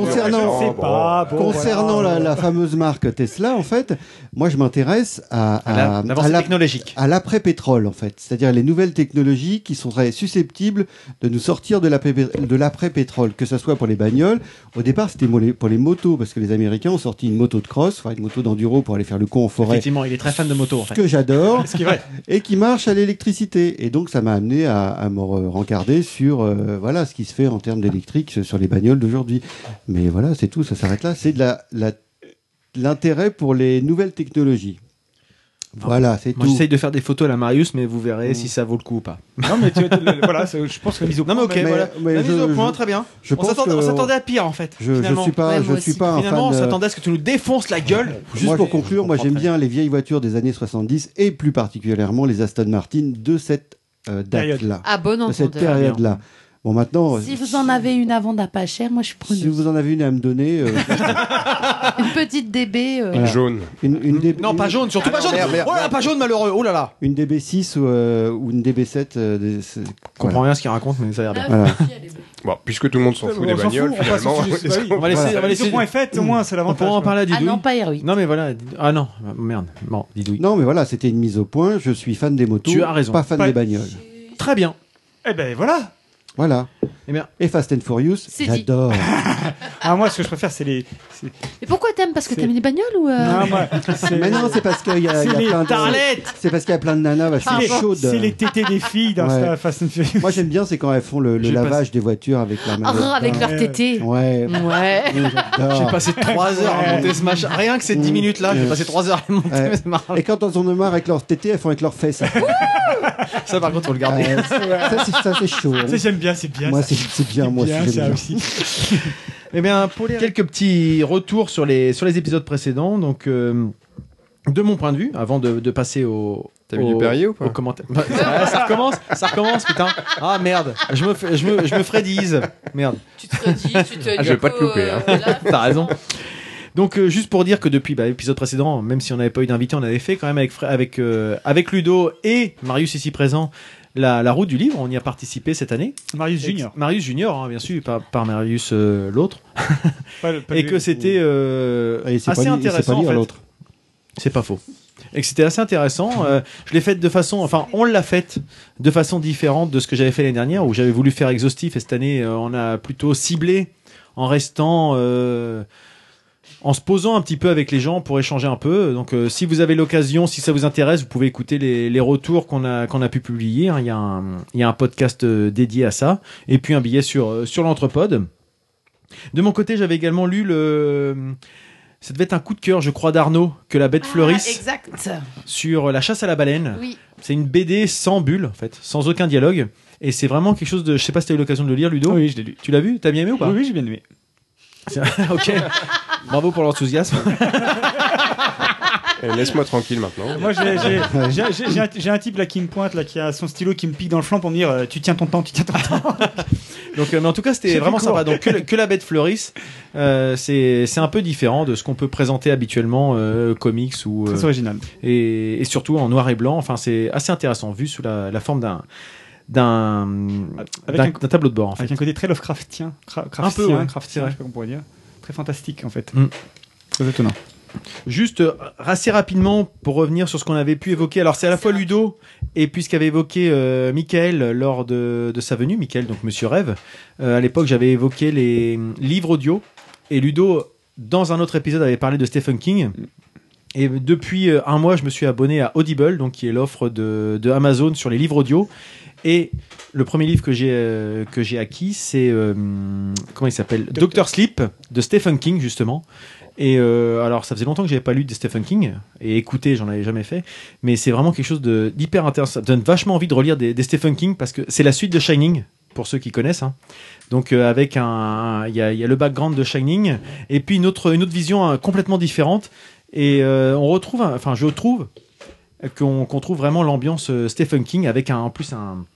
[SPEAKER 7] Je
[SPEAKER 6] Concernant-
[SPEAKER 7] sais
[SPEAKER 5] C'est pas, bon,
[SPEAKER 6] concernant
[SPEAKER 5] voilà.
[SPEAKER 6] la, la fameuse marque Tesla, en fait, moi, je m'intéresse à,
[SPEAKER 4] À la-
[SPEAKER 6] à,
[SPEAKER 4] l'avancée
[SPEAKER 6] à la-
[SPEAKER 4] technologique.
[SPEAKER 6] à l'après-pétrole, en fait. C'est-à-dire les nouvelles technologies qui sont très susceptibles de nous sortir de l'après- de l'après-pétrole, que ce soit pour les bagnoles. Au départ, c'était pour les, pour les motos, parce que les Américains ont sorti une moto de cross, enfin, une moto d'enduro pour aller faire le con en forêt.
[SPEAKER 4] Effectivement, il est très fan de moto en fait.
[SPEAKER 6] que j'adore
[SPEAKER 4] Ce qui est vrai.
[SPEAKER 6] et qui marche à l'électricité. Et donc, ça m'a amené à, à me re- rencarder sur euh, voilà ce qui se fait en termes d'électrique sur les bagnoles d'aujourd'hui. Mais voilà, c'est tout, ça s'arrête là. C'est de la- la- de l'intérêt pour les nouvelles technologies. Voilà, c'est
[SPEAKER 4] Moi,
[SPEAKER 6] tout. Mm.
[SPEAKER 4] j'essaye de faire des photos à la Marius, mais vous verrez si ça vaut le coup ou pas.
[SPEAKER 5] Non, mais tu- le- le- voilà, c'est- je pense que la mise au point.
[SPEAKER 4] Non mais ok,
[SPEAKER 6] mais-
[SPEAKER 4] voilà.
[SPEAKER 6] mais
[SPEAKER 4] la mise au
[SPEAKER 6] je-
[SPEAKER 4] point,
[SPEAKER 6] je-
[SPEAKER 4] très bien.
[SPEAKER 6] Je
[SPEAKER 4] on
[SPEAKER 6] pense
[SPEAKER 4] s'attendait-
[SPEAKER 6] que-
[SPEAKER 4] on s'attendait à pire en fait.
[SPEAKER 6] Je, je
[SPEAKER 4] finalement.
[SPEAKER 6] suis pas,
[SPEAKER 2] Ouais,
[SPEAKER 6] je
[SPEAKER 2] moi
[SPEAKER 6] suis
[SPEAKER 2] aussi.
[SPEAKER 6] pas un
[SPEAKER 4] Finalement, on
[SPEAKER 6] fan. de-
[SPEAKER 4] s'attendait à ce que tu nous défonces la gueule.
[SPEAKER 6] Juste
[SPEAKER 4] Moi,
[SPEAKER 6] pour
[SPEAKER 4] je-
[SPEAKER 6] conclure,
[SPEAKER 4] je
[SPEAKER 6] moi
[SPEAKER 4] comprends
[SPEAKER 6] j'aime
[SPEAKER 4] très
[SPEAKER 6] bien les vieilles voitures des années 70 et plus particulièrement les Aston Martin de cette euh, date-là,
[SPEAKER 2] À Ah, bon
[SPEAKER 6] de cette
[SPEAKER 2] entendeur.
[SPEAKER 6] période-là. Bon, maintenant,
[SPEAKER 3] Si
[SPEAKER 6] euh,
[SPEAKER 3] vous en avez une à vendre à pas cher, moi, je suis
[SPEAKER 6] si
[SPEAKER 3] preneuse.
[SPEAKER 6] vous en avez une à me donner, euh,
[SPEAKER 3] Une petite DB. euh,
[SPEAKER 6] Voilà.
[SPEAKER 7] Jaune.
[SPEAKER 6] une, une des- Ah,
[SPEAKER 4] Non, pas jaune, surtout pas jaune.
[SPEAKER 7] merde, merde,
[SPEAKER 4] oh là, là,
[SPEAKER 7] merde.
[SPEAKER 4] pas jaune, malheureux. Oh là là.
[SPEAKER 6] une DB6 ou, euh, ou une DB7. euh, des- c'est-
[SPEAKER 4] Je comprends rien à ce qu'il raconte, mais ça a l'air bien.
[SPEAKER 6] voilà.
[SPEAKER 7] Bon, puisque tout le monde s'en fout des
[SPEAKER 5] On s'en fout,
[SPEAKER 7] bagnoles,
[SPEAKER 5] on passe au
[SPEAKER 7] finalement.
[SPEAKER 5] sujet, c'est pas oui.
[SPEAKER 4] On va laisser. On va
[SPEAKER 5] La mise au
[SPEAKER 4] laisser.
[SPEAKER 5] point est faite, au moins, c'est
[SPEAKER 4] On
[SPEAKER 5] l'avantage.
[SPEAKER 4] pourra en parler à
[SPEAKER 3] Ah
[SPEAKER 4] Didouille.
[SPEAKER 3] non, pas Héroïque.
[SPEAKER 4] Non, mais voilà. Ah non, merde. Bon, Didouille.
[SPEAKER 6] Non, mais voilà, c'était une mise au point. Je suis fan des motos,
[SPEAKER 4] Tu as raison.
[SPEAKER 6] pas fan
[SPEAKER 5] Pas-
[SPEAKER 6] des bagnoles.
[SPEAKER 4] Très bien.
[SPEAKER 5] Eh ben voilà.
[SPEAKER 6] Voilà.
[SPEAKER 4] Eh bien.
[SPEAKER 6] Et Fast and Furious,
[SPEAKER 2] C'est dit.
[SPEAKER 6] j'adore.
[SPEAKER 5] Ah, moi, ce que je préfère, c'est les. c'est-
[SPEAKER 2] Mais pourquoi t'aimes Parce que
[SPEAKER 5] C'est-
[SPEAKER 2] t'aimes les bagnoles ou euh,
[SPEAKER 5] Non, moi, c'est-
[SPEAKER 6] mais non, c'est parce qu'il y a, il y a
[SPEAKER 5] C'est les Ah,
[SPEAKER 6] plein de...
[SPEAKER 4] Tarlette
[SPEAKER 6] C'est parce qu'il y a plein de nanas vachement
[SPEAKER 5] c'est les-
[SPEAKER 6] chaudes.
[SPEAKER 5] C'est les tétés des filles dans
[SPEAKER 6] Ouais.
[SPEAKER 5] Star- Fast and Furious.
[SPEAKER 6] Moi, j'aime bien, c'est quand elles font le, le
[SPEAKER 4] J'ai pas-
[SPEAKER 6] lavage des voitures avec la main.
[SPEAKER 2] ah, Avec
[SPEAKER 5] leur
[SPEAKER 2] leur tété.
[SPEAKER 6] Ouais.
[SPEAKER 3] Mm.
[SPEAKER 2] Ouais.
[SPEAKER 6] Mmh,
[SPEAKER 4] J'ai
[SPEAKER 6] j'adore.
[SPEAKER 4] passé 3 heures à monter ce machin. Rien que ces 10
[SPEAKER 6] Mm.
[SPEAKER 4] minutes là, j'ai
[SPEAKER 6] Ouais.
[SPEAKER 4] passé 3 heures à monter
[SPEAKER 6] Ouais.
[SPEAKER 4] ce machin.
[SPEAKER 6] Et quand elles en ont marre avec leurs tétés, elles font avec leurs fesses. Ah,
[SPEAKER 4] Ça, par contre, faut le garder.
[SPEAKER 6] Ouais, ça, c'est- ça, c'est chaud. hein.
[SPEAKER 5] Ça, j'aime bien, c'est bien.
[SPEAKER 6] Moi,
[SPEAKER 5] ça.
[SPEAKER 6] c'est c'est bien, moi,
[SPEAKER 5] bien,
[SPEAKER 6] c'est
[SPEAKER 5] ça
[SPEAKER 6] bien.
[SPEAKER 5] aussi.
[SPEAKER 4] Eh bien, pour les- quelques petits retours sur les, sur les épisodes précédents. Donc, euh, de mon point de vue, avant de, de passer au.
[SPEAKER 7] T'as mis
[SPEAKER 4] au-
[SPEAKER 7] du Perrier ou pas
[SPEAKER 4] au commentaire. Bah, ça, ça recommence, ça recommence, putain. Ah merde, je me, fais- je me, je me fredise. Merde,
[SPEAKER 2] Tu te redis, tu te
[SPEAKER 7] Ah, je vais pas te louper,
[SPEAKER 2] euh,
[SPEAKER 7] hein.
[SPEAKER 4] t'as raison. Donc, euh, juste pour dire que depuis bah, l'épisode précédent, même si on n'avait pas eu d'invité, on avait fait quand même avec, Fre- avec, euh, avec Ludo et Marius ici présent la, la route du livre. On y a participé cette année.
[SPEAKER 5] Marius Junior.
[SPEAKER 4] Marius Junior, hein, bien sûr, par, par Marius euh, l'autre.
[SPEAKER 5] Pas le- pas
[SPEAKER 4] Et
[SPEAKER 5] le-
[SPEAKER 4] que c'était euh,
[SPEAKER 6] Et c'est pas
[SPEAKER 4] assez
[SPEAKER 6] lui- et c'est pas
[SPEAKER 4] intéressant.
[SPEAKER 6] lui,
[SPEAKER 4] en fait.
[SPEAKER 6] l'autre.
[SPEAKER 4] C'est pas faux. et que c'était assez intéressant. Euh, je l'ai faite de façon, enfin, on l'a faite de façon différente de ce que j'avais fait l'année dernière où j'avais voulu faire exhaustif et cette année, euh, on a plutôt ciblé en restant. euh, en se posant un petit peu avec les gens pour échanger un peu. Donc, euh, si vous avez l'occasion, si ça vous intéresse, vous pouvez écouter les, les retours qu'on a, qu'on a pu publier. hein. Il y, a un, il y a un podcast euh, dédié à ça. Et puis, un billet sur, euh, sur l'Entrepode. De mon côté, j'avais également lu le. Ça devait être un coup de cœur, je crois, d'Arnaud, que la bête fleurisse
[SPEAKER 3] Ah, exact.
[SPEAKER 4] sur euh, la chasse à la baleine.
[SPEAKER 3] Oui.
[SPEAKER 4] C'est une BD sans bulle, en fait, sans aucun dialogue. Et c'est vraiment quelque chose de. Je sais pas si t'as eu l'occasion de le lire, Ludo.
[SPEAKER 5] Oui, je l'ai lu.
[SPEAKER 4] Tu l'as vu T'as bien aimé ou pas
[SPEAKER 5] Oui, oui, j'ai bien aimé.
[SPEAKER 4] ok. Bravo pour l'enthousiasme.
[SPEAKER 7] Eh, Laisse-moi tranquille maintenant.
[SPEAKER 5] Moi, j'ai- j'ai- j'ai j'ai- j'ai un, j'ai un type là qui me pointe, là, qui a son stylo qui me pique dans le flanc pour me dire euh, Tu tiens ton temps, tu tiens ton temps.
[SPEAKER 4] Donc, euh, mais en tout cas,
[SPEAKER 5] C'est
[SPEAKER 4] c'était
[SPEAKER 5] plus
[SPEAKER 4] vraiment
[SPEAKER 5] court.
[SPEAKER 4] sympa. Donc, que, que la bête fleurisse, euh, c'est c'est un peu différent de ce qu'on peut présenter habituellement, euh, comics ou euh,
[SPEAKER 5] Très original.
[SPEAKER 4] et, et surtout en noir et blanc. Enfin, c'est assez intéressant vu sous la, la forme d'un d'un
[SPEAKER 5] Avec
[SPEAKER 4] d'un-
[SPEAKER 5] un-
[SPEAKER 4] d'un tableau de bord. En fait.
[SPEAKER 5] Avec un côté très Lovecraftien. Cra- Craftien,
[SPEAKER 4] peu, ouais.
[SPEAKER 5] Craftien, je
[SPEAKER 4] C'est vrai.
[SPEAKER 5] sais pas comment on pourrait dire. Très fantastique, en fait.
[SPEAKER 4] Mm.
[SPEAKER 5] Très étonnant.
[SPEAKER 4] Juste euh, assez rapidement pour revenir sur ce qu'on avait pu évoquer. Alors c'est à la fois Ludo et puis ce qu'avait évoqué euh, Michael lors de, de sa venue, Michael donc Monsieur Rêve. Euh, à l'époque j'avais évoqué les hum, livres audio et Ludo dans un autre épisode avait parlé de Stephen King. Et depuis euh, un mois je me suis abonné à Audible donc qui est l'offre de, de Amazon sur les livres audio et le premier livre que j'ai euh, que j'ai acquis c'est euh, hum, comment il s'appelle Doctor Sleep de Stephen King justement. Et euh, alors, ça faisait longtemps que j'avais pas lu de Stephen King et écouté, j'en avais jamais fait. Mais c'est vraiment quelque chose de- d'hyper intéressant. Ça me donne vachement envie de relire des, des Stephen King parce que c'est la suite de Shining pour ceux qui connaissent. hein. Donc euh, avec un, il y a, il y a le background de Shining et puis une autre, une autre vision hein, complètement différente. Et euh, on retrouve, un- enfin je trouve euh, qu'on qu'on trouve vraiment l'ambiance euh, Stephen King avec un, en plus un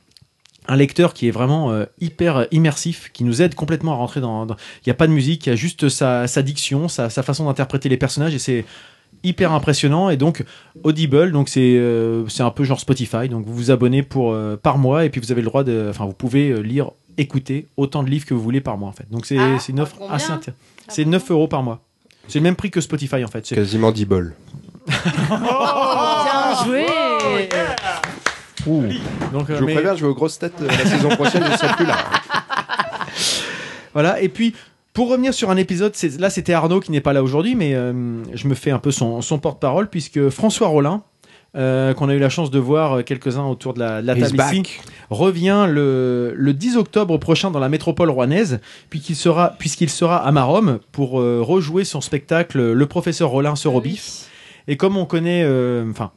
[SPEAKER 4] un lecteur qui est vraiment euh, hyper immersif, qui nous aide complètement à rentrer dans, dans- il n'y a pas de musique, il y a juste sa, sa diction, sa, sa façon d'interpréter les personnages et c'est hyper impressionnant et donc Audible donc c'est euh, c'est un peu genre Spotify donc vous vous abonnez pour euh, par mois et puis vous avez le droit de enfin vous pouvez euh, lire écouter autant de livres que vous voulez par mois en fait donc c'est
[SPEAKER 3] Ah,
[SPEAKER 4] c'est une offre
[SPEAKER 3] combien
[SPEAKER 4] assez intéressante c'est 9 euros par mois c'est le même prix que Spotify en fait C'est-
[SPEAKER 7] Quasiment 10 bols.
[SPEAKER 4] Oh,
[SPEAKER 2] Oh,
[SPEAKER 9] Bien joué
[SPEAKER 4] donc euh,
[SPEAKER 7] Je vous
[SPEAKER 4] mais-
[SPEAKER 7] préviens, je vais aux grosses têtes euh, la saison prochaine, je serai plus là.
[SPEAKER 4] Voilà, et puis pour revenir sur un épisode, c'est- là c'était Arnaud qui n'est pas là aujourd'hui, mais euh, je me fais un peu son, son porte-parole, puisque François Rollin, euh, qu'on a eu la chance de voir euh, quelques-uns autour de la, de la
[SPEAKER 7] He's
[SPEAKER 4] table ici, revient le, le 10 octobre prochain dans la métropole rouennaise, puis qu'il sera- puisqu'il sera, à Marom pour euh, rejouer son spectacle euh, Le professeur Rollin se rebiffe. Et comme on connaît, euh, enfin,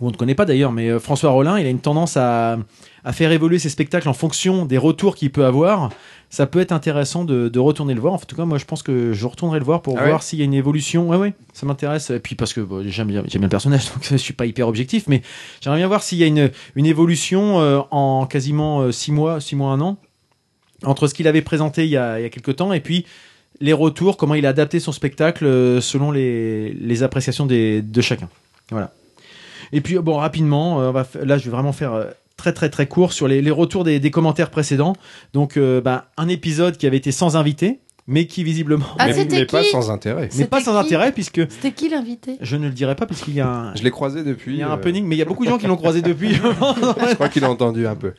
[SPEAKER 4] ou on ne connaît pas d'ailleurs, mais euh, François Rollin, il a une tendance à, à faire évoluer ses spectacles en fonction des retours qu'il peut avoir. Ça peut être intéressant de, de retourner le voir. En tout cas, moi, je pense que je retournerai le voir pour
[SPEAKER 7] Ah
[SPEAKER 4] voir
[SPEAKER 7] ouais
[SPEAKER 4] s'il y a une évolution. Ouais, ouais, ça m'intéresse. Et puis parce que bon, j'aime bien, j'aime bien le personnage, donc je suis pas hyper objectif, mais j'aimerais bien voir s'il y a une, une évolution euh, en quasiment 6 mois, six mois, un an, entre ce qu'il avait présenté il y a, il y a quelques temps et puis les retours, comment il a adapté son spectacle euh, selon les, les appréciations des, de chacun. Voilà. Et puis, bon, rapidement, euh, on va fa- là, je vais vraiment faire euh, très, très, très court sur les, les retours des, des commentaires précédents. Donc, euh, bah, un épisode qui avait été sans invité, mais qui visiblement
[SPEAKER 3] Ah,
[SPEAKER 7] mais
[SPEAKER 3] c'était
[SPEAKER 7] mais pas
[SPEAKER 3] qui
[SPEAKER 7] sans intérêt.
[SPEAKER 4] n'est pas
[SPEAKER 3] c'était
[SPEAKER 4] sans
[SPEAKER 3] qui
[SPEAKER 4] intérêt, puisque
[SPEAKER 3] C'était qui l'invité
[SPEAKER 4] je ne le dirai pas, puisqu'il y a un.
[SPEAKER 7] Je l'ai croisé depuis.
[SPEAKER 4] Il y a un
[SPEAKER 7] euh,
[SPEAKER 4] punning, mais il y a beaucoup de gens qui l'ont croisé depuis. Ah
[SPEAKER 7] Je crois qu'il a entendu un peu.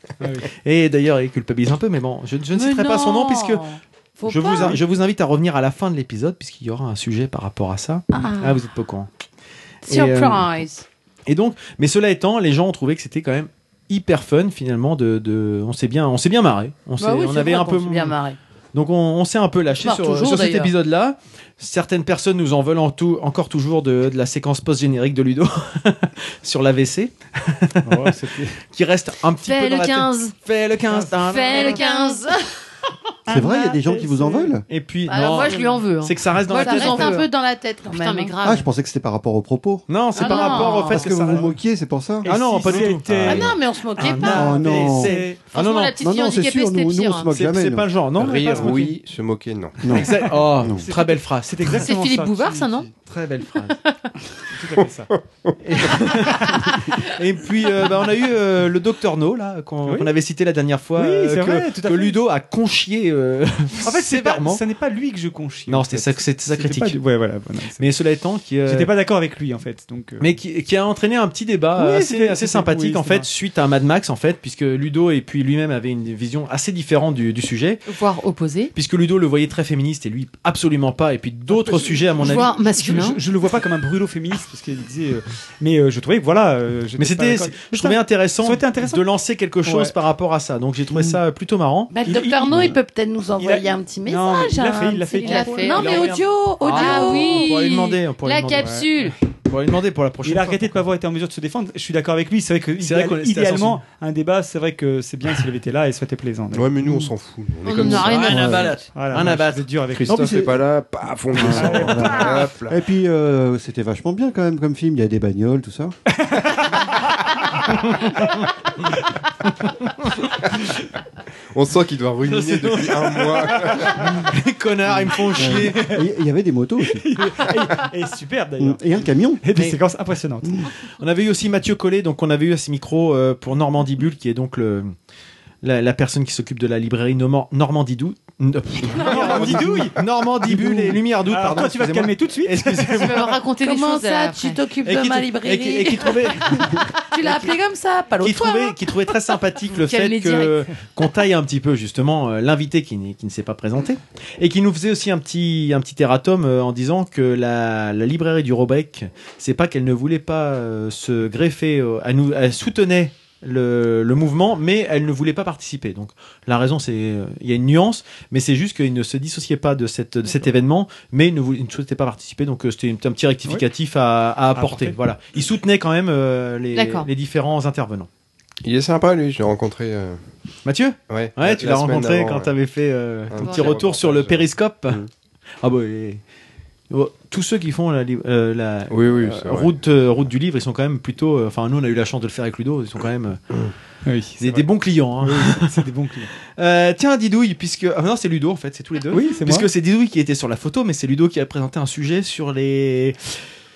[SPEAKER 4] Et d'ailleurs, il culpabilise un peu, mais bon, je, je ne
[SPEAKER 3] Mais
[SPEAKER 4] citerai pas son nom
[SPEAKER 3] non.
[SPEAKER 4] puisque
[SPEAKER 3] Faut
[SPEAKER 4] je
[SPEAKER 3] pas.
[SPEAKER 4] vous, in- je vous invite à revenir à la fin de l'épisode puisqu'il y aura un sujet par rapport à ça. Ah,
[SPEAKER 3] Ah,
[SPEAKER 4] vous êtes pas au courant.
[SPEAKER 6] euh,
[SPEAKER 4] euh,
[SPEAKER 3] surprise.
[SPEAKER 4] Et donc, mais cela étant, les gens ont trouvé que c'était quand même hyper fun finalement de, de- on s'est bien on s'est bien marré on, s'est-
[SPEAKER 3] Bah oui,
[SPEAKER 4] on
[SPEAKER 3] c'est
[SPEAKER 4] avait
[SPEAKER 3] vrai
[SPEAKER 4] un peu
[SPEAKER 3] qu'on s'est bien marré.
[SPEAKER 4] donc on, on s'est un peu lâché
[SPEAKER 3] Bah,
[SPEAKER 4] sur,
[SPEAKER 3] toujours,
[SPEAKER 4] sur cet
[SPEAKER 3] d'ailleurs.
[SPEAKER 4] épisode là certaines personnes nous en veulent en tout, encore toujours de, de la séquence post générique de Ludo sur l'AVC qui reste un petit peu
[SPEAKER 9] Fais
[SPEAKER 4] dans
[SPEAKER 9] le
[SPEAKER 4] la tête.
[SPEAKER 9] 15
[SPEAKER 4] fais le 15
[SPEAKER 9] Fais le 15
[SPEAKER 6] C'est vrai, il y a des gens qui vous en veulent
[SPEAKER 4] et puis
[SPEAKER 9] Alors
[SPEAKER 4] non,
[SPEAKER 9] moi je lui en veux. hein.
[SPEAKER 4] c'est que ça reste dans
[SPEAKER 9] Moi,
[SPEAKER 4] la
[SPEAKER 9] je
[SPEAKER 4] tête
[SPEAKER 9] reste
[SPEAKER 3] un
[SPEAKER 9] un
[SPEAKER 3] peu
[SPEAKER 9] peu
[SPEAKER 3] dans la tête quand
[SPEAKER 9] Putain
[SPEAKER 3] même.
[SPEAKER 9] mais
[SPEAKER 6] Ah,
[SPEAKER 9] grave.
[SPEAKER 6] je pensais que c'était par rapport aux propos.
[SPEAKER 4] Non, c'est
[SPEAKER 3] Ah
[SPEAKER 4] par
[SPEAKER 3] non.
[SPEAKER 4] rapport au fait
[SPEAKER 6] Parce
[SPEAKER 4] que,
[SPEAKER 6] que,
[SPEAKER 4] ça
[SPEAKER 6] vous vous moquiez, c'est pour ça
[SPEAKER 4] Ah non, pas du tout.
[SPEAKER 3] Ah non, mais on se moquait
[SPEAKER 4] Un
[SPEAKER 3] pas.
[SPEAKER 6] Ah non.
[SPEAKER 4] AVC. Ah
[SPEAKER 9] Franchement,
[SPEAKER 4] non, non.
[SPEAKER 9] la petite
[SPEAKER 6] Non,
[SPEAKER 9] fille
[SPEAKER 6] non, c'est
[SPEAKER 9] handicapée
[SPEAKER 6] sûr,
[SPEAKER 9] c'était
[SPEAKER 6] nous- nous, on
[SPEAKER 9] pire.
[SPEAKER 6] se
[SPEAKER 9] hein.
[SPEAKER 6] moque
[SPEAKER 4] C'est
[SPEAKER 6] jamais,
[SPEAKER 4] c'est
[SPEAKER 6] non.
[SPEAKER 4] pas le genre, non
[SPEAKER 7] Rire,
[SPEAKER 4] oui.
[SPEAKER 7] oui. Se moquer, non.
[SPEAKER 6] Non.
[SPEAKER 4] Exact. Oh,
[SPEAKER 6] Non.
[SPEAKER 4] très belle phrase. C'est exact.
[SPEAKER 9] C'est Philippe Bouvard ça non
[SPEAKER 4] Très belle phrase. Tout à fait ça. Et, et puis, euh, bah, on a eu euh, le Docteur No, là, qu'on
[SPEAKER 5] Oui.
[SPEAKER 4] qu'on avait cité la dernière fois.
[SPEAKER 5] Oui,
[SPEAKER 4] euh,
[SPEAKER 5] c'est
[SPEAKER 4] que,
[SPEAKER 5] vrai, tout à
[SPEAKER 4] que
[SPEAKER 5] fait.
[SPEAKER 4] Ludo a conchié euh,
[SPEAKER 5] En fait, c'est pas,
[SPEAKER 4] sévèrement.
[SPEAKER 5] ça n'est pas lui que je conchie.
[SPEAKER 4] Non,
[SPEAKER 5] en
[SPEAKER 4] c'était
[SPEAKER 5] fait.
[SPEAKER 4] sa, c'était sa
[SPEAKER 5] C'était
[SPEAKER 4] critique.
[SPEAKER 5] pas du- Ouais, voilà. voilà, c'est-
[SPEAKER 4] Mais cela étant, qui, euh,
[SPEAKER 5] J'étais pas d'accord avec lui, en fait. Donc, euh,
[SPEAKER 4] mais qui, qui a entraîné un petit débat
[SPEAKER 5] Oui,
[SPEAKER 4] euh, assez,
[SPEAKER 5] c'était-
[SPEAKER 4] assez
[SPEAKER 5] c'était-
[SPEAKER 4] sympathique
[SPEAKER 5] oui,
[SPEAKER 4] en
[SPEAKER 5] c'est
[SPEAKER 4] fait
[SPEAKER 5] vrai.
[SPEAKER 4] suite à Mad Max en fait puisque Ludo et puis lui-même avaient une vision assez différente du, du sujet
[SPEAKER 3] voire opposé,
[SPEAKER 4] puisque Ludo le voyait très féministe et lui absolument pas et puis d'autres sujets à mon avis
[SPEAKER 3] voire
[SPEAKER 5] je,
[SPEAKER 3] masculin.
[SPEAKER 5] je- je le vois pas comme un brûlot féministe parce qu'il disait. euh, mais euh, je trouvais que voilà. euh, j'étais
[SPEAKER 4] mais c'était
[SPEAKER 5] pas
[SPEAKER 4] c'est-
[SPEAKER 5] d'accord.
[SPEAKER 4] je trouvais intéressant,
[SPEAKER 5] Ça aurait été intéressant.
[SPEAKER 4] de lancer quelque chose
[SPEAKER 5] Ouais.
[SPEAKER 4] par rapport à ça donc j'ai trouvé
[SPEAKER 5] Mm.
[SPEAKER 4] ça plutôt marrant
[SPEAKER 3] Bah, le
[SPEAKER 5] Il-
[SPEAKER 3] docteur
[SPEAKER 5] il-
[SPEAKER 3] No, il peut peut-être nous envoyer
[SPEAKER 5] il a-
[SPEAKER 3] un petit message.
[SPEAKER 5] Non, mais il l'a
[SPEAKER 3] hein,
[SPEAKER 5] fait, il l'a fait.
[SPEAKER 3] Il l'a fait. Non,
[SPEAKER 5] Il a
[SPEAKER 3] mais
[SPEAKER 5] regardé.
[SPEAKER 3] audio, audio.
[SPEAKER 2] Ah
[SPEAKER 4] on pourra lui
[SPEAKER 2] oui
[SPEAKER 4] demander on pourra lui
[SPEAKER 2] La
[SPEAKER 4] demander,
[SPEAKER 2] capsule
[SPEAKER 4] on pourra lui demander pour la prochaine
[SPEAKER 5] Il a
[SPEAKER 4] fois.
[SPEAKER 5] regretté de ne pas avoir été en mesure de se défendre. Je suis d'accord avec lui. C'est vrai que
[SPEAKER 4] C'est vrai
[SPEAKER 5] idéal-
[SPEAKER 4] qu'on était à
[SPEAKER 5] idéalement, un débat, c'est vrai que c'est bien s'il avait été là et ça aurait été plaisant.
[SPEAKER 7] Ouais, mais nous, on s'en fout. On est
[SPEAKER 3] On
[SPEAKER 7] comme
[SPEAKER 3] en a
[SPEAKER 7] ça.
[SPEAKER 3] rien
[SPEAKER 4] Rien
[SPEAKER 3] à
[SPEAKER 4] à
[SPEAKER 3] voir.
[SPEAKER 4] battre.
[SPEAKER 5] Voilà,
[SPEAKER 4] Rien
[SPEAKER 5] moi,
[SPEAKER 4] à battre.
[SPEAKER 5] j'étais dur avec lui.
[SPEAKER 6] Christophe
[SPEAKER 7] Christophe
[SPEAKER 6] est
[SPEAKER 7] est pas là, paf, on
[SPEAKER 4] Ah,
[SPEAKER 7] descend. Hop là.
[SPEAKER 6] Et puis, euh, c'était vachement bien quand même comme film. Il y a des bagnoles, tout ça.
[SPEAKER 7] On sent qu'il doit ruminer
[SPEAKER 4] c'est
[SPEAKER 7] depuis un mois.
[SPEAKER 4] les connards ils me font chier
[SPEAKER 6] Et Il y avait des motos aussi.
[SPEAKER 5] Et, et superbe d'ailleurs.
[SPEAKER 6] Et un camion.
[SPEAKER 5] Et des
[SPEAKER 4] Mais-
[SPEAKER 5] séquences impressionnantes.
[SPEAKER 4] On avait eu aussi Mathieu Collet, donc on avait eu à ce micro euh, pour Normandie Bulle, qui est donc le, la, la personne qui s'occupe de la librairie Norma- Normandie Dou. Normandie Douille Normandie Bulle et Lumière Doute,
[SPEAKER 5] Alors
[SPEAKER 4] pardon.
[SPEAKER 5] toi, tu vas te
[SPEAKER 4] excusez-moi.
[SPEAKER 5] calmer tout de suite.
[SPEAKER 4] Excusez-moi.
[SPEAKER 2] Tu vas me raconter des
[SPEAKER 3] Comment
[SPEAKER 2] choses
[SPEAKER 3] ça,
[SPEAKER 2] après.
[SPEAKER 3] tu t'occupes
[SPEAKER 4] Et
[SPEAKER 3] de
[SPEAKER 4] qui
[SPEAKER 3] ma
[SPEAKER 4] trou- et qui- et
[SPEAKER 3] librairie
[SPEAKER 4] qui trouvait,
[SPEAKER 3] Tu l'as appelé comme ça, pas
[SPEAKER 4] qui
[SPEAKER 3] l'autre fois.
[SPEAKER 4] trouvait,
[SPEAKER 3] hein.
[SPEAKER 4] qui trouvait très sympathique le fait
[SPEAKER 3] Calmez
[SPEAKER 4] que qu'on taille un petit peu justement euh, l'invité qui, n'est- qui ne s'est pas présenté et qui nous faisait aussi un petit un petit erratum euh, en disant que la, la librairie du Robec c'est pas qu'elle ne voulait pas euh, se greffer euh, à nous elle soutenait le, le mouvement mais elle ne voulait pas participer donc la raison c'est euh, il y a une nuance mais c'est juste qu'il ne se dissociait pas de cette de cet événement mais il ne, voulait- il ne souhaitait pas participer donc euh, c'était un petit rectificatif à, à apporter
[SPEAKER 5] apporter.
[SPEAKER 4] voilà il soutenait quand même euh, les,
[SPEAKER 2] D'accord.
[SPEAKER 4] les différents intervenants
[SPEAKER 7] Il est sympa, lui. Je l'ai rencontré. euh,
[SPEAKER 4] Mathieu
[SPEAKER 7] Ouais,
[SPEAKER 4] Ouais,
[SPEAKER 7] la-
[SPEAKER 4] tu
[SPEAKER 7] la
[SPEAKER 4] l'as
[SPEAKER 7] semaine
[SPEAKER 4] rencontré
[SPEAKER 7] avant,
[SPEAKER 4] quand
[SPEAKER 7] ouais. Ah,
[SPEAKER 4] t'avais fait euh,
[SPEAKER 7] Un
[SPEAKER 4] ton petit
[SPEAKER 7] petit
[SPEAKER 4] retour sur le
[SPEAKER 7] reportage.
[SPEAKER 4] périscope.
[SPEAKER 7] Mhm.
[SPEAKER 4] Ah bah, et- oh, tous ceux qui font la, li- euh, la
[SPEAKER 7] Oui, oui,
[SPEAKER 4] euh,
[SPEAKER 7] c'est vrai.
[SPEAKER 4] route, euh, route du livre, ils sont quand même plutôt. euh, Enfin, nous, on a eu la chance de le faire avec Ludo. Ils sont quand même euh,
[SPEAKER 7] Mm.
[SPEAKER 5] Ah Oui,
[SPEAKER 4] des, des bons clients. hein.
[SPEAKER 5] C'est des bons clients.
[SPEAKER 4] Euh, tiens, Didouille, puisque ah non, c'est Ludo en fait, c'est tous les deux.
[SPEAKER 5] Oui, c'est moi.
[SPEAKER 4] puisque c'est Didouille qui était sur la photo, mais c'est Ludo qui a présenté un sujet sur les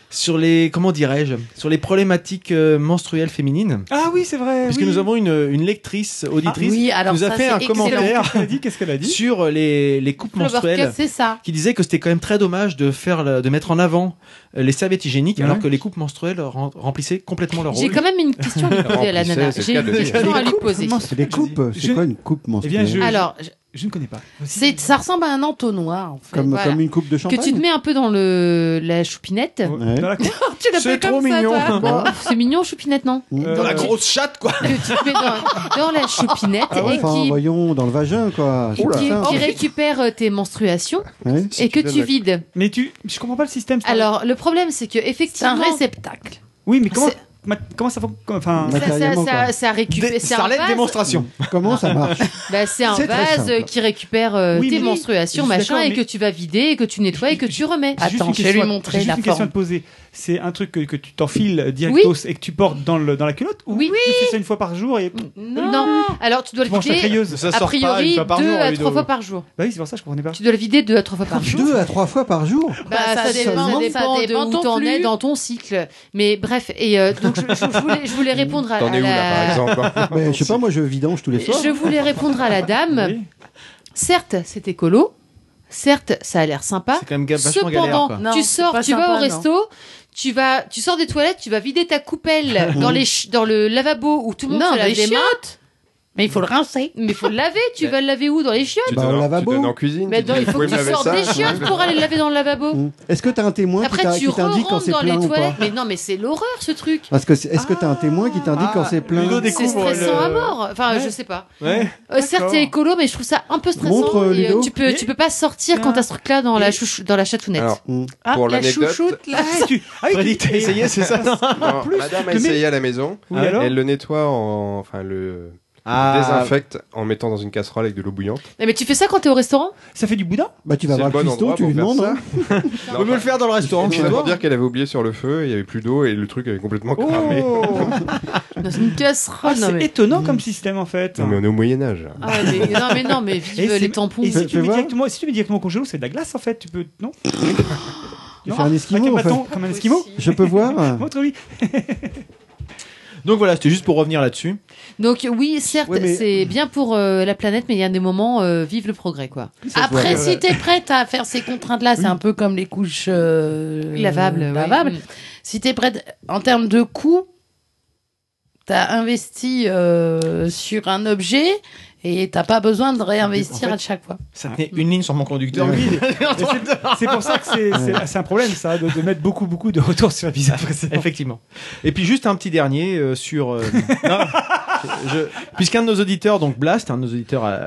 [SPEAKER 4] sur les comment dirais-je sur les problématiques euh, menstruelles féminines.
[SPEAKER 5] Ah oui, c'est vrai.
[SPEAKER 4] Puisque
[SPEAKER 5] oui.
[SPEAKER 4] nous avons une, une lectrice auditrice
[SPEAKER 2] Ah
[SPEAKER 3] oui,
[SPEAKER 4] qui
[SPEAKER 3] alors
[SPEAKER 4] nous a
[SPEAKER 3] ça,
[SPEAKER 4] fait
[SPEAKER 3] c'est
[SPEAKER 4] un
[SPEAKER 3] excellent.
[SPEAKER 4] commentaire
[SPEAKER 5] Qu'est-ce qu'elle a dit Qu'est-ce qu'elle a dit
[SPEAKER 4] sur les, les coupes menstruelles
[SPEAKER 3] Flubbercast, c'est ça.
[SPEAKER 4] qui disait que c'était quand même très dommage de faire la- de mettre en avant euh, les serviettes hygiéniques
[SPEAKER 5] Ouais.
[SPEAKER 4] alors que les coupes menstruelles rem- remplissaient complètement leur
[SPEAKER 2] J'ai
[SPEAKER 4] rôle.
[SPEAKER 2] quand même une question à lui poser à la
[SPEAKER 7] Remplissez,
[SPEAKER 2] nana.
[SPEAKER 7] c'est le
[SPEAKER 2] J'ai
[SPEAKER 7] cas de
[SPEAKER 2] une
[SPEAKER 7] le dire.
[SPEAKER 2] question à lui poser.
[SPEAKER 6] C'est des coupes.
[SPEAKER 5] Je-
[SPEAKER 6] C'est quoi une coupe
[SPEAKER 5] Eh bien,
[SPEAKER 6] menstruelle
[SPEAKER 5] je,
[SPEAKER 3] Alors, je-
[SPEAKER 5] je ne connais pas.
[SPEAKER 3] c'est, ça ressemble à un entonnoir, en fait.
[SPEAKER 6] Comme,
[SPEAKER 3] Voilà.
[SPEAKER 6] comme une coupe de
[SPEAKER 2] Que
[SPEAKER 6] champagne
[SPEAKER 2] tu te mets un peu dans le la choupinette.
[SPEAKER 6] Ouais.
[SPEAKER 5] Dans la cour-
[SPEAKER 3] Tu l'appelles
[SPEAKER 4] C'est
[SPEAKER 3] comme
[SPEAKER 4] trop
[SPEAKER 3] ça,
[SPEAKER 4] mignon.
[SPEAKER 3] toi
[SPEAKER 2] Bon, c'est mignon, choupinette, non
[SPEAKER 5] Euh,
[SPEAKER 4] Dans la grosse chatte quoi.
[SPEAKER 2] Que tu te mets dans, dans la choupinette et
[SPEAKER 6] Ah, Enfin,
[SPEAKER 2] qui,
[SPEAKER 6] voyons, dans le vagin, quoi.
[SPEAKER 4] Ah,
[SPEAKER 6] C'est
[SPEAKER 2] qui-
[SPEAKER 6] pas ça.
[SPEAKER 2] qui récupère euh, tes menstruations
[SPEAKER 6] Ouais.
[SPEAKER 7] Si
[SPEAKER 2] et que
[SPEAKER 7] donnes
[SPEAKER 2] tu
[SPEAKER 7] la-
[SPEAKER 2] vides.
[SPEAKER 5] Mais tu, je comprends pas le système. c'est-
[SPEAKER 2] Alors, le problème, c'est que
[SPEAKER 3] C'est un
[SPEAKER 2] effectivement,
[SPEAKER 3] réceptacle.
[SPEAKER 5] oui, mais comment,
[SPEAKER 2] c'est-
[SPEAKER 5] ma- comment ça fonctionne Enfin,
[SPEAKER 6] Ouais.
[SPEAKER 2] ça, ça,
[SPEAKER 6] Matériellement, quoi.
[SPEAKER 2] ça, ça récupère.
[SPEAKER 4] Des-
[SPEAKER 2] c'est un
[SPEAKER 4] Starlet
[SPEAKER 2] vase.
[SPEAKER 4] démonstration.
[SPEAKER 6] Comment ça marche
[SPEAKER 2] Bah, c'est un
[SPEAKER 6] C'est très
[SPEAKER 2] vase
[SPEAKER 6] simple.
[SPEAKER 2] qui récupère euh,
[SPEAKER 5] Oui,
[SPEAKER 2] tes
[SPEAKER 5] mais-
[SPEAKER 2] menstruations,
[SPEAKER 5] je suis
[SPEAKER 2] machin,
[SPEAKER 5] d'accord,
[SPEAKER 2] et
[SPEAKER 5] mais-
[SPEAKER 2] que tu vas vider, et que tu nettoies, et que tu remets.
[SPEAKER 5] J'ai juste
[SPEAKER 3] Attends,
[SPEAKER 5] une
[SPEAKER 3] je vais
[SPEAKER 5] question
[SPEAKER 3] lui
[SPEAKER 5] à-
[SPEAKER 3] montrer
[SPEAKER 5] j'ai juste
[SPEAKER 3] la
[SPEAKER 5] une question à
[SPEAKER 3] forme.
[SPEAKER 5] te poser. C'est un truc que, que tu t'enfiles euh, directos et que tu portes dans, le, dans la culotte ou
[SPEAKER 2] Oui.
[SPEAKER 5] tu fais ça une fois par jour et
[SPEAKER 2] Non. Alors, tu dois
[SPEAKER 5] tu
[SPEAKER 2] le
[SPEAKER 5] manges la
[SPEAKER 2] vider.
[SPEAKER 5] crayeuse
[SPEAKER 4] Ça
[SPEAKER 2] A
[SPEAKER 4] sort pas une
[SPEAKER 2] priori,
[SPEAKER 4] fois par
[SPEAKER 2] deux
[SPEAKER 4] jour.
[SPEAKER 2] à
[SPEAKER 4] Ludo.
[SPEAKER 2] trois fois par jour.
[SPEAKER 5] Bah oui, c'est pour ça que je comprenais pas.
[SPEAKER 2] Tu dois le vider deux à trois fois par jour.
[SPEAKER 6] Deux à trois fois par jour
[SPEAKER 2] Bah, ça, dépend, ça dépend
[SPEAKER 3] ça
[SPEAKER 2] de
[SPEAKER 3] dépend
[SPEAKER 2] où
[SPEAKER 3] ton
[SPEAKER 2] t'en
[SPEAKER 3] flux.
[SPEAKER 2] es dans ton cycle. Mais bref, et euh, donc je, je- je voulais, je voulais répondre à,
[SPEAKER 7] T'en
[SPEAKER 2] à
[SPEAKER 7] es où, là,
[SPEAKER 2] la.
[SPEAKER 7] par exemple hein
[SPEAKER 6] Mais Je sais pas, moi je vidange tous les soirs.
[SPEAKER 2] Je voulais répondre à la dame.
[SPEAKER 5] Oui.
[SPEAKER 2] Certes, c'est écolo. Certes, ça a l'air sympa.
[SPEAKER 4] C'est quand même ga- vachement
[SPEAKER 2] Cependant,
[SPEAKER 4] galère quoi.
[SPEAKER 3] Non,
[SPEAKER 2] tu
[SPEAKER 3] c'est
[SPEAKER 2] sors,
[SPEAKER 3] pas
[SPEAKER 2] tu
[SPEAKER 3] sympa,
[SPEAKER 2] vas au
[SPEAKER 3] non.
[SPEAKER 2] resto, tu vas, tu sors des toilettes, tu vas vider ta coupelle dans les ch- dans le lavabo où tout le monde
[SPEAKER 3] Non,
[SPEAKER 2] se lave
[SPEAKER 3] les
[SPEAKER 2] les mains.
[SPEAKER 3] chiottes. Mais il faut le rincer.
[SPEAKER 2] Mais faut le laver. Tu vas le laver où dans les chiottes
[SPEAKER 7] Tu
[SPEAKER 6] Bah,
[SPEAKER 7] donnes-
[SPEAKER 6] au
[SPEAKER 7] tu
[SPEAKER 6] lavabo.
[SPEAKER 7] donnes en cuisine.
[SPEAKER 2] Mais
[SPEAKER 7] tu dis,
[SPEAKER 2] attends, il
[SPEAKER 7] vous
[SPEAKER 2] faut que
[SPEAKER 7] pouvez me
[SPEAKER 2] tu
[SPEAKER 7] laver
[SPEAKER 2] sortes
[SPEAKER 7] ça
[SPEAKER 2] des chiottes pour aller le laver dans le lavabo.
[SPEAKER 6] Mm. Est-ce que t'as un témoin qui t'a-
[SPEAKER 2] Après, tu
[SPEAKER 6] qui t'indique quand
[SPEAKER 2] re-rentres
[SPEAKER 6] c'est
[SPEAKER 2] dans les
[SPEAKER 6] plein ou pas
[SPEAKER 2] toilettes. Mais non, mais c'est l'horreur ce truc.
[SPEAKER 6] Parce que c'est- est-ce que t'as un témoin qui t'indique quand c'est plein
[SPEAKER 4] Ludo
[SPEAKER 2] Ah. C'est
[SPEAKER 4] découvre
[SPEAKER 2] stressant
[SPEAKER 4] le-
[SPEAKER 2] à mort. Enfin,
[SPEAKER 4] Ouais.
[SPEAKER 2] je sais pas.
[SPEAKER 4] Ouais.
[SPEAKER 2] Euh, certes, c'est écolo, mais je trouve ça un peu stressant.
[SPEAKER 6] Montre, euh,
[SPEAKER 2] et, euh,
[SPEAKER 6] Ludo.
[SPEAKER 2] tu peux, tu peux pas sortir quand t'as ce truc-là dans la chouchou, dans la chatounette.
[SPEAKER 7] Alors,
[SPEAKER 6] Mm.
[SPEAKER 3] Ah,
[SPEAKER 7] Pour
[SPEAKER 3] la
[SPEAKER 7] l'anecdote-
[SPEAKER 3] chouchoute, là.
[SPEAKER 5] Ah, tu- ah oui,
[SPEAKER 4] Freddy,
[SPEAKER 5] tu-
[SPEAKER 4] t'as essayé, c'est ça non
[SPEAKER 7] Non,
[SPEAKER 5] plus,
[SPEAKER 7] madame a
[SPEAKER 5] tu mets-
[SPEAKER 7] essayé à la maison.
[SPEAKER 4] Ah
[SPEAKER 5] Oui, alors
[SPEAKER 7] Elle le nettoie en. Enfin, le désinfecte en mettant dans une casserole avec de l'eau bouillante.
[SPEAKER 2] Eh, Mais, mais tu fais ça quand t'es au restaurant
[SPEAKER 5] Ça fait du boudin
[SPEAKER 6] Bah tu vas
[SPEAKER 7] C'est
[SPEAKER 6] voir
[SPEAKER 7] le bon
[SPEAKER 6] le cuistot,
[SPEAKER 7] endroit
[SPEAKER 6] tu lui
[SPEAKER 7] pour
[SPEAKER 6] demandes.
[SPEAKER 7] faire
[SPEAKER 6] hein.
[SPEAKER 7] Non,
[SPEAKER 4] On peut me le faire dans le restaurant
[SPEAKER 7] Tout
[SPEAKER 4] chez
[SPEAKER 7] ça pour
[SPEAKER 4] toi.
[SPEAKER 7] dire qu'elle avait oublié sur le feu, il y avait plus d'eau et le truc avait complètement cramé.
[SPEAKER 5] Oh
[SPEAKER 2] Dans une casserole.
[SPEAKER 5] Ah,
[SPEAKER 2] non,
[SPEAKER 5] C'est
[SPEAKER 2] mais... Mm.
[SPEAKER 5] étonnant comme système en fait.
[SPEAKER 7] Non, mais on est au Moyen-Âge.
[SPEAKER 2] Ah, mais- non, mais non, mais
[SPEAKER 5] Et
[SPEAKER 2] vive
[SPEAKER 5] c'est-
[SPEAKER 2] les tampons.
[SPEAKER 5] Et si
[SPEAKER 6] Fais-
[SPEAKER 5] tu, mets
[SPEAKER 6] fais voir.
[SPEAKER 5] directement, si tu mets directement au congélo, c'est de la glace en fait. Tu peux. Non
[SPEAKER 6] Il fait un esquimau,
[SPEAKER 5] Avec un
[SPEAKER 6] en fait.
[SPEAKER 5] bâton, comme un esquimau
[SPEAKER 6] Je peux voir
[SPEAKER 5] Montre-lui.
[SPEAKER 4] Donc voilà, c'était juste pour revenir là-dessus.
[SPEAKER 2] Donc oui, certes,
[SPEAKER 6] Ouais, mais-
[SPEAKER 2] c'est bien pour euh, la planète, mais il y a des moments, euh, vive le progrès, quoi.
[SPEAKER 3] Après, si t'es prête à faire ces contraintes-là, c'est un peu comme les couches euh,
[SPEAKER 2] Lavable, ouais.
[SPEAKER 3] lavables. Si t'es prête, en termes de coût, t'as investi euh, sur un objet et t'as pas besoin de réinvestir
[SPEAKER 5] En fait-
[SPEAKER 3] à chaque fois.
[SPEAKER 4] Ça tenait une ligne sur mon conducteur. lui, il est en train de-
[SPEAKER 5] C'est pour ça que c'est- c'est c'est un problème, ça, de, de mettre beaucoup, beaucoup de retours sur Visa.
[SPEAKER 4] Effectivement. Et puis juste un petit dernier euh, sur. euh, non, je- Puisqu'un de nos auditeurs, donc Blast, un de nos auditeurs euh,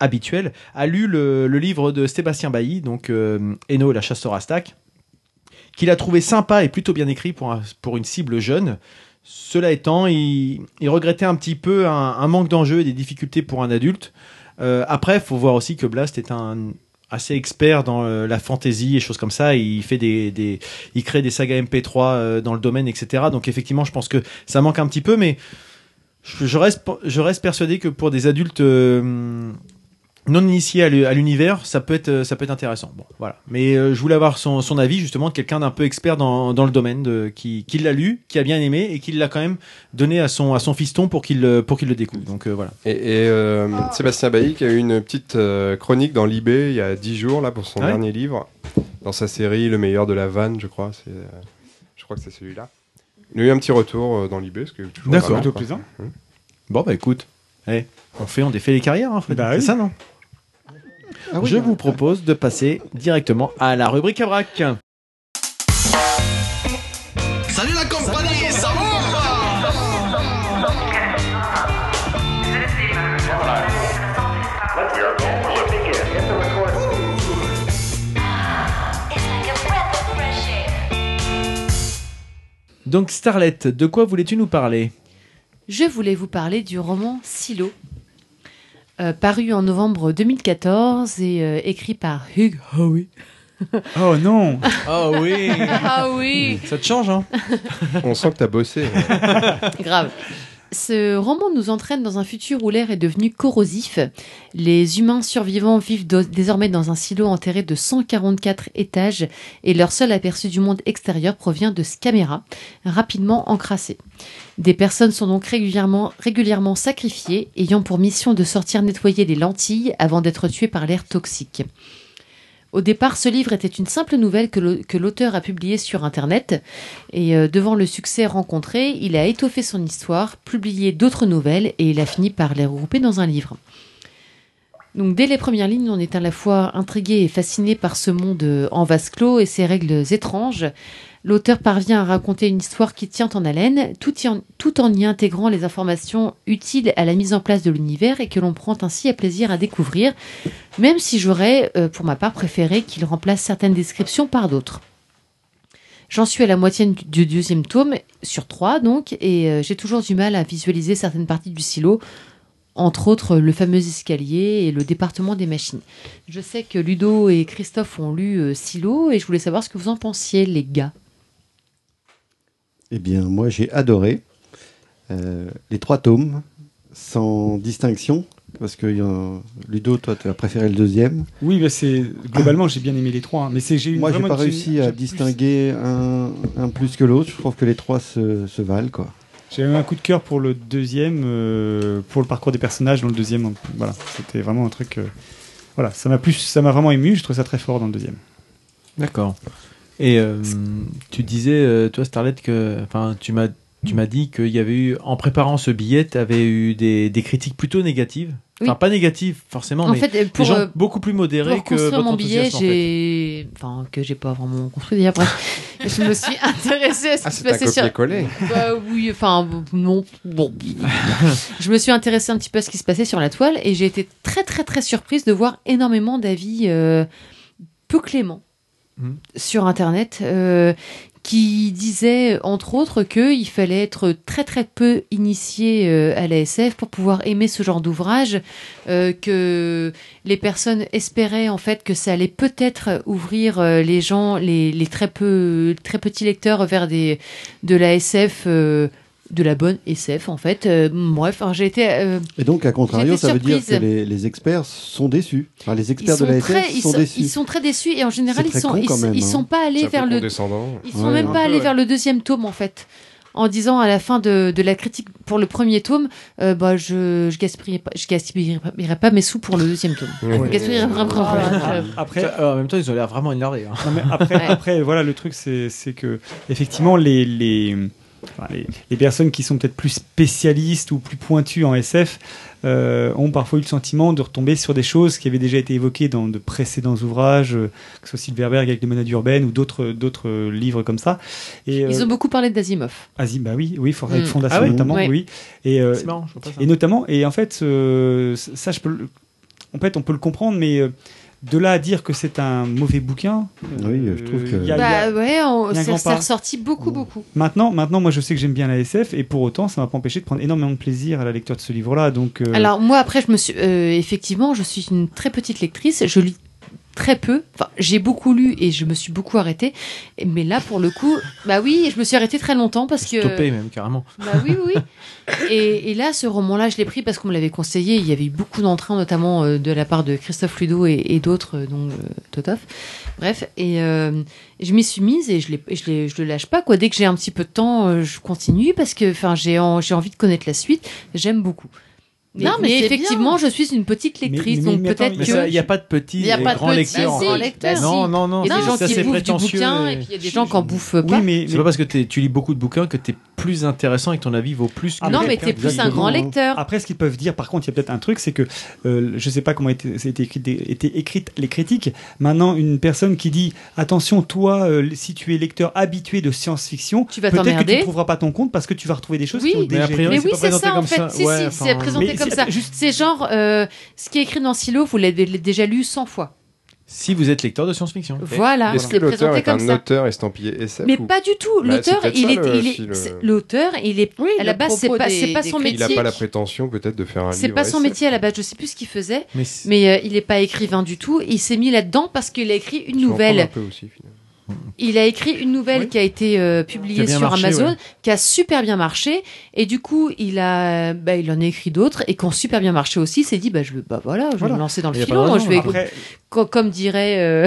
[SPEAKER 4] habituels, a lu le, le livre de Sébastien Bailly, donc euh, Eno et la chasse à stack, qu'il a trouvé sympa et plutôt bien écrit pour, un- pour une cible jeune. Cela étant, il, il regrettait un petit peu un, un manque d'enjeu et des difficultés pour un adulte. Euh, après, faut voir aussi que Blast est un assez expert dans euh, la fantasy et choses comme ça. Il fait des, des, il crée des sagas MP3 euh, dans le domaine, etc. Donc effectivement, je pense que ça manque un petit peu, mais je, je reste, je reste persuadé que pour des adultes euh, non initiés à l'u- à l'univers, ça peut être, ça peut être intéressant. Bon, voilà. Mais euh, je voulais avoir son, son avis justement de quelqu'un d'un peu expert dans, dans le domaine, de, qui, qui l'a lu, qui a bien aimé et qui l'a quand même donné à son, à son fiston pour qu'il, le- pour qu'il le découvre. Donc euh, voilà.
[SPEAKER 7] Et, et, euh, Sébastien Bailly qui a eu une petite euh, chronique dans l'IB il y a 10 jours là pour son
[SPEAKER 4] Ah ouais
[SPEAKER 7] dernier livre, dans sa série Le meilleur de la vanne, je crois. c'est, euh, je crois que c'est celui-là. Il a eu un petit retour euh, dans l'IB, ce qui est toujours
[SPEAKER 4] D'accord.
[SPEAKER 7] pas mal,
[SPEAKER 5] Plutôt
[SPEAKER 7] quoi. Hein
[SPEAKER 5] plaisant.
[SPEAKER 4] Bon bah écoute, allez, on fait, on défait les carrières. Hein, Fred.
[SPEAKER 5] Bah
[SPEAKER 4] c'est
[SPEAKER 5] oui.
[SPEAKER 4] ça non
[SPEAKER 6] Ah oui,
[SPEAKER 4] Je
[SPEAKER 6] hein.
[SPEAKER 4] vous propose de passer directement à la rubrique à braque.
[SPEAKER 9] Salut la compagnie, ça va
[SPEAKER 4] Donc Starlet, de quoi voulais-tu nous parler
[SPEAKER 2] Je voulais vous parler du roman Silo, euh, paru en novembre 2014 et euh, écrit par Hugh Howey.
[SPEAKER 5] Oh non
[SPEAKER 4] Ah oui
[SPEAKER 2] Ah oui
[SPEAKER 4] Ça te change, hein
[SPEAKER 7] On sent que t'as bossé. hein.
[SPEAKER 2] Grave. Ce roman nous entraîne dans un futur où l'air est devenu corrosif. Les humains survivants vivent do- désormais dans un silo enterré de 144 étages et leur seul aperçu du monde extérieur provient de caméras, rapidement encrassées. Des personnes sont donc régulièrement, régulièrement sacrifiées, ayant pour mission de sortir nettoyer les lentilles avant d'être tuées par l'air toxique. Au départ, ce livre était une simple nouvelle que l'au- que l'auteur a publiée sur Internet. Et euh, devant le succès rencontré, il a étoffé son histoire, publié d'autres nouvelles et il a fini par les regrouper dans un livre. Donc dès les premières lignes, on est à la fois intrigué et fasciné par ce monde euh, en vase clos et ses règles étranges. L'auteur parvient à raconter une histoire qui tient en haleine, tout, y en- tout en y intégrant les informations utiles à la mise en place de l'univers et que l'on prend ainsi à plaisir à découvrir, même si j'aurais, euh, pour ma part, préféré qu'il remplace certaines descriptions par d'autres. J'en suis à la moitié du- du deuxième tome, sur trois donc, et euh, j'ai toujours du mal à visualiser certaines parties du silo, entre autres le fameux escalier et le département des machines. Je sais que Ludo et Christophe ont lu euh, Silo, et je voulais savoir ce que vous en pensiez, les gars.
[SPEAKER 6] Eh bien, moi, j'ai adoré euh, les trois tomes, sans distinction, parce que il y en- Ludo, toi, tu as préféré le deuxième.
[SPEAKER 5] Oui, mais c'est globalement j'ai bien aimé les trois, hein, mais c'est j'ai eu
[SPEAKER 6] Moi, j'ai
[SPEAKER 5] vraiment
[SPEAKER 6] pas
[SPEAKER 5] une-
[SPEAKER 6] réussi à
[SPEAKER 5] j'ai plus-
[SPEAKER 6] distinguer un, un plus que l'autre. Je trouve que les trois se, se valent, quoi.
[SPEAKER 5] J'ai eu un coup de cœur pour le deuxième, euh, pour le parcours des personnages dans le deuxième. hein. Voilà, c'était vraiment un truc. euh, voilà, ça m'a plus, ça m'a vraiment ému. Je trouve ça très fort dans le deuxième.
[SPEAKER 4] D'accord. Et euh, tu disais, euh, toi, Starlet, que. Enfin, tu m'as. Tu m'as dit qu'il y avait eu, en préparant ce billet, tu avais eu des, des critiques plutôt négatives. Enfin,
[SPEAKER 2] Oui.
[SPEAKER 4] pas négatives, forcément,
[SPEAKER 2] en
[SPEAKER 4] mais
[SPEAKER 2] fait, euh,
[SPEAKER 4] des
[SPEAKER 2] pour,
[SPEAKER 4] gens
[SPEAKER 2] euh,
[SPEAKER 4] beaucoup plus modérés
[SPEAKER 2] pour
[SPEAKER 4] que votre
[SPEAKER 2] construire mon billet,
[SPEAKER 4] enthousiasme, en fait.
[SPEAKER 2] j'ai... Enfin, que j'ai pas vraiment construit d'ailleurs, bref. je me suis intéressée à ce
[SPEAKER 7] Ah,
[SPEAKER 2] qui se
[SPEAKER 7] c'est un
[SPEAKER 2] passait sur...
[SPEAKER 7] copier-coller.
[SPEAKER 2] Bah oui, enfin bon, non, bon. Je me suis intéressée un petit peu à ce qui se passait sur la toile et j'ai été très très très surprise de voir énormément d'avis euh, peu cléments
[SPEAKER 4] Mhm.
[SPEAKER 2] sur Internet euh, qui disaient entre autres qu'il fallait être très très peu initié euh, à la SF pour pouvoir aimer ce genre d'ouvrage, euh, que les personnes espéraient en fait que ça allait peut-être ouvrir euh, les gens, les, les très peu très petits lecteurs vers des de la SF euh, de la bonne SF en fait. Euh, bref, alors, j'ai été euh,
[SPEAKER 6] Et donc, à contrario,
[SPEAKER 2] J'étais
[SPEAKER 6] ça veut dire que
[SPEAKER 2] surprise.
[SPEAKER 6] les, les experts sont déçus. Enfin, les
[SPEAKER 2] ils
[SPEAKER 6] experts de
[SPEAKER 2] sont
[SPEAKER 6] la SF
[SPEAKER 2] très ils
[SPEAKER 6] sont
[SPEAKER 2] sont,
[SPEAKER 6] déçus.
[SPEAKER 2] ils sont très déçus et en général
[SPEAKER 6] C'est
[SPEAKER 2] ils
[SPEAKER 6] très
[SPEAKER 2] sont
[SPEAKER 6] con,
[SPEAKER 2] ils,
[SPEAKER 6] quand même,
[SPEAKER 2] ils
[SPEAKER 6] hein.
[SPEAKER 2] sont pas allés vers le
[SPEAKER 7] descendant.
[SPEAKER 2] ils sont
[SPEAKER 6] Ouais,
[SPEAKER 2] même
[SPEAKER 6] un
[SPEAKER 2] pas
[SPEAKER 7] peu,
[SPEAKER 2] allés
[SPEAKER 7] ouais.
[SPEAKER 2] vers le deuxième tome en fait. En disant à la fin de, de la critique pour le premier tome, euh, bah je je gaspillerai pas, je gaspillerai pas, gaspillerai pas mes sous pour le deuxième tome. Je gaspillerai
[SPEAKER 7] Ah,
[SPEAKER 2] vraiment- euh,
[SPEAKER 5] Après,
[SPEAKER 10] en même temps, ils ont l'air vraiment énervés. hein.
[SPEAKER 5] Ah, Non, mais après,
[SPEAKER 2] Ouais.
[SPEAKER 5] après, voilà, le truc, c'est c'est que, effectivement, les, les, enfin, les, les personnes qui sont peut-être plus spécialistes ou plus pointues en SF euh, ont parfois eu le sentiment de retomber sur des choses qui avaient déjà été évoquées dans de précédents ouvrages, euh, que ce soit Silverberg avec les monades urbaines ou d'autres d'autres euh, livres comme ça. Et,
[SPEAKER 2] Ils
[SPEAKER 5] euh,
[SPEAKER 2] ont beaucoup parlé d'Asimov.
[SPEAKER 5] Asim- bah oui, oui, for- avec
[SPEAKER 2] Mm.
[SPEAKER 5] Fondation
[SPEAKER 10] Ah oui
[SPEAKER 5] notamment,
[SPEAKER 2] Ouais.
[SPEAKER 5] oui. Et, euh,
[SPEAKER 10] C'est marrant, je vois pas ça.
[SPEAKER 5] et notamment, et en fait, euh, ça, je peux le- en fait, on peut le comprendre, mais euh, de là à dire que c'est un mauvais bouquin,
[SPEAKER 6] Oui, je trouve que-
[SPEAKER 5] il y a- il y a-
[SPEAKER 2] Bah ouais, on-
[SPEAKER 5] il y a un
[SPEAKER 2] c'est
[SPEAKER 5] grand
[SPEAKER 2] c'est
[SPEAKER 5] pas.
[SPEAKER 2] ressorti beaucoup beaucoup.
[SPEAKER 5] Maintenant, maintenant, moi, je sais que j'aime bien la SF, et pour autant, ça m'a pas empêché de prendre énormément de plaisir à la lecture de ce livre-là. Donc, euh,
[SPEAKER 2] Alors moi après je me suis euh, effectivement je suis une très petite lectrice, je lis très peu. Enfin, j'ai beaucoup lu et je me suis beaucoup arrêtée. Et- Mais là pour le coup, bah oui, je me suis arrêtée très longtemps parce que
[SPEAKER 10] Stoppé, même carrément.
[SPEAKER 2] bah oui oui. oui. Et, et là ce roman-là, je l'ai pris parce qu'on me l'avait conseillé, il y avait eu beaucoup d'entrains notamment euh, de la part de Christophe Ludo et, et d'autres euh, dont euh, Totov. Bref, et euh, je m'y suis mise et je l'ai- je l'ai- je le lâche pas quoi. Dès que j'ai un petit peu de temps, euh, je continue parce que enfin j'ai en- j'ai envie de connaître la suite, j'aime beaucoup. Mais,
[SPEAKER 3] Non, mais
[SPEAKER 2] mais
[SPEAKER 3] c'est
[SPEAKER 2] effectivement, je suis une petite lectrice,
[SPEAKER 5] Mais- mais-
[SPEAKER 2] donc
[SPEAKER 5] mais attends,
[SPEAKER 2] peut-être
[SPEAKER 5] mais
[SPEAKER 2] que
[SPEAKER 5] ça,
[SPEAKER 10] Il n'y a pas de petits
[SPEAKER 3] Il y a
[SPEAKER 10] et
[SPEAKER 3] pas de
[SPEAKER 10] grands
[SPEAKER 3] petits,
[SPEAKER 10] lecteurs.
[SPEAKER 2] bah, si,
[SPEAKER 4] hein.
[SPEAKER 10] en fait.
[SPEAKER 2] lecteurs, si.
[SPEAKER 10] Non, non, non.
[SPEAKER 2] il y a des
[SPEAKER 10] ça,
[SPEAKER 2] gens
[SPEAKER 10] ça,
[SPEAKER 2] qui
[SPEAKER 10] c'est
[SPEAKER 2] bouffent du
[SPEAKER 10] prétentieux.
[SPEAKER 2] bouquin
[SPEAKER 10] mais-
[SPEAKER 2] et puis il y a des gens qui en bouffent pas.
[SPEAKER 5] oui, mais,
[SPEAKER 10] C'est pas parce que t'es- tu lis beaucoup de bouquins que t'es plus intéressant et que ton avis vaut plus que.
[SPEAKER 5] Ah,
[SPEAKER 2] non,
[SPEAKER 5] Après,
[SPEAKER 2] mais t'es plus un
[SPEAKER 6] exactement,
[SPEAKER 2] grand
[SPEAKER 6] hein.
[SPEAKER 2] lecteur.
[SPEAKER 5] Après, ce qu'ils peuvent dire, par contre, il y a peut-être un truc, c'est que euh, je sais pas comment étaient étaient écrites, étaient écrites les critiques. Maintenant, une personne qui dit attention, toi, euh, si tu es lecteur habitué de science-fiction,
[SPEAKER 2] Tu vas
[SPEAKER 5] peut-être que tu
[SPEAKER 2] t'emmerder.
[SPEAKER 5] ne trouveras pas ton compte parce que tu vas retrouver des choses
[SPEAKER 2] Oui.
[SPEAKER 5] qui ont
[SPEAKER 2] Mais
[SPEAKER 5] déjà
[SPEAKER 10] après,
[SPEAKER 5] été-
[SPEAKER 2] Mais
[SPEAKER 10] c'est
[SPEAKER 2] oui,
[SPEAKER 10] pas
[SPEAKER 2] c'est
[SPEAKER 10] présenté
[SPEAKER 2] ça en
[SPEAKER 10] comme
[SPEAKER 2] fait.
[SPEAKER 10] ça.
[SPEAKER 2] Si,
[SPEAKER 10] Ouais,
[SPEAKER 2] si,
[SPEAKER 10] enfin,
[SPEAKER 2] c'est présenté
[SPEAKER 5] mais
[SPEAKER 2] comme
[SPEAKER 5] c'est-
[SPEAKER 2] ça.
[SPEAKER 5] juste-
[SPEAKER 2] C'est genre, euh, ce qui est écrit dans Silo, vous l'avez déjà lu 100 fois.
[SPEAKER 10] Si vous êtes lecteur de science-fiction.
[SPEAKER 2] Voilà,
[SPEAKER 7] Est-ce que
[SPEAKER 2] c'est
[SPEAKER 7] l'auteur
[SPEAKER 2] présenté
[SPEAKER 7] est
[SPEAKER 2] comme
[SPEAKER 7] un
[SPEAKER 2] ça.
[SPEAKER 7] auteur estampillé SF
[SPEAKER 2] Mais
[SPEAKER 7] ou-
[SPEAKER 2] pas du tout.
[SPEAKER 7] Bah,
[SPEAKER 2] L'auteur,
[SPEAKER 7] c'est peut-être
[SPEAKER 2] il
[SPEAKER 7] ça, le- euh.
[SPEAKER 2] est, il
[SPEAKER 7] si
[SPEAKER 2] est,
[SPEAKER 7] le-
[SPEAKER 2] c'est- l'auteur, il est.
[SPEAKER 3] Oui,
[SPEAKER 2] À la base, c'est pas, c'est pas son
[SPEAKER 7] Il n'a
[SPEAKER 2] métier.
[SPEAKER 7] pas la prétention peut-être de faire un livre.
[SPEAKER 2] C'est pas son
[SPEAKER 7] SF.
[SPEAKER 2] métier à la base. Je sais plus ce qu'il faisait,
[SPEAKER 10] Mais c'est-
[SPEAKER 2] mais euh, il est pas écrivain du tout. Il s'est mis là-dedans parce qu'il a écrit une
[SPEAKER 7] Tu en parles
[SPEAKER 2] nouvelle.
[SPEAKER 7] un peu aussi, finalement.
[SPEAKER 2] Il a écrit une nouvelle
[SPEAKER 10] Oui.
[SPEAKER 2] qui a été euh,
[SPEAKER 10] Qui a
[SPEAKER 2] publiée
[SPEAKER 10] bien
[SPEAKER 2] sur
[SPEAKER 10] marché,
[SPEAKER 2] Amazon,
[SPEAKER 10] ouais.
[SPEAKER 2] qui a super bien marché. Et du coup, il a, bah, il en a écrit d'autres et qui ont super bien marché aussi. Il s'est dit, bah, je vais, bah, voilà, je vais
[SPEAKER 5] Voilà.
[SPEAKER 2] me lancer dans le
[SPEAKER 10] Il y a pas
[SPEAKER 2] filon.
[SPEAKER 10] de
[SPEAKER 2] Moi,
[SPEAKER 10] raison,
[SPEAKER 2] je vais,
[SPEAKER 5] Après,
[SPEAKER 2] co- comme dirait, euh,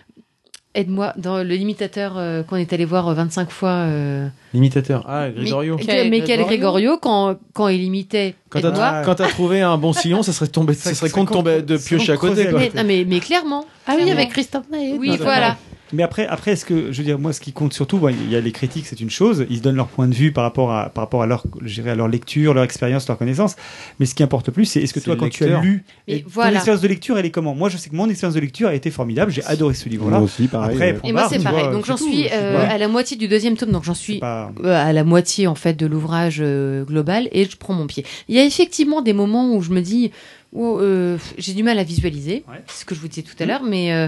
[SPEAKER 2] aide-moi, dans le limitateur euh, qu'on est allé voir euh, 25 fois. euh,
[SPEAKER 10] L'imitateur. Ah, Grisorio.
[SPEAKER 2] Mi-
[SPEAKER 3] Michael
[SPEAKER 2] Michael Gregorio, quand, quand il imitait
[SPEAKER 10] Quand t'as
[SPEAKER 2] Edouard.
[SPEAKER 10] trou-
[SPEAKER 5] Ah.
[SPEAKER 10] quand t'as trouvé un bon sillon, ça serait tombé, ça
[SPEAKER 5] Ça-
[SPEAKER 10] serait
[SPEAKER 5] ça
[SPEAKER 10] con de
[SPEAKER 5] compte-
[SPEAKER 10] tomber bah, de
[SPEAKER 5] ça
[SPEAKER 10] piocher à
[SPEAKER 5] compte
[SPEAKER 10] côté.
[SPEAKER 5] creuser,
[SPEAKER 10] quoi. Ah,
[SPEAKER 5] quoi.
[SPEAKER 2] mais, non, mais, mais clairement.
[SPEAKER 3] Ah oui,
[SPEAKER 2] clairement.
[SPEAKER 3] avec Christophe Maé.
[SPEAKER 2] Oui,
[SPEAKER 5] Non,
[SPEAKER 2] voilà.
[SPEAKER 5] Mais après, après, est-ce que je veux dire, moi, ce qui compte surtout, bon, il y a les critiques, c'est une chose. Ils se donnent leur point de vue par rapport à, par rapport à leur, je dirais, à leur lecture, leur expérience, leur connaissance. Mais ce qui importe le plus, c'est est-ce que
[SPEAKER 10] C'est
[SPEAKER 5] toi,
[SPEAKER 10] le
[SPEAKER 5] quand tu as
[SPEAKER 10] lecteur.
[SPEAKER 5] lu,
[SPEAKER 2] Mais
[SPEAKER 5] et
[SPEAKER 2] voilà.
[SPEAKER 5] ton expérience de lecture, elle est comment Moi, je sais que mon expérience de lecture a été formidable. J'ai adoré ce
[SPEAKER 6] Moi
[SPEAKER 5] livre-là.
[SPEAKER 6] aussi, pareil.
[SPEAKER 5] Après,
[SPEAKER 6] ouais.
[SPEAKER 5] pour-
[SPEAKER 2] Et moi,
[SPEAKER 5] Barbare,
[SPEAKER 2] c'est
[SPEAKER 5] tu
[SPEAKER 2] pareil.
[SPEAKER 5] vois,
[SPEAKER 2] Donc,
[SPEAKER 5] c'est
[SPEAKER 2] j'en
[SPEAKER 5] tout,
[SPEAKER 2] suis
[SPEAKER 5] c'est
[SPEAKER 2] euh,
[SPEAKER 5] pas-
[SPEAKER 2] à la moitié du deuxième tome. Donc, j'en suis
[SPEAKER 5] Pas-
[SPEAKER 2] euh, à la moitié en fait de l'ouvrage euh, global et je prends mon pied. Il y a effectivement des moments où je me dis wow, euh, j'ai du mal à visualiser,
[SPEAKER 5] Ouais.
[SPEAKER 2] c'est ce que je vous disais tout à l'heure, mais euh,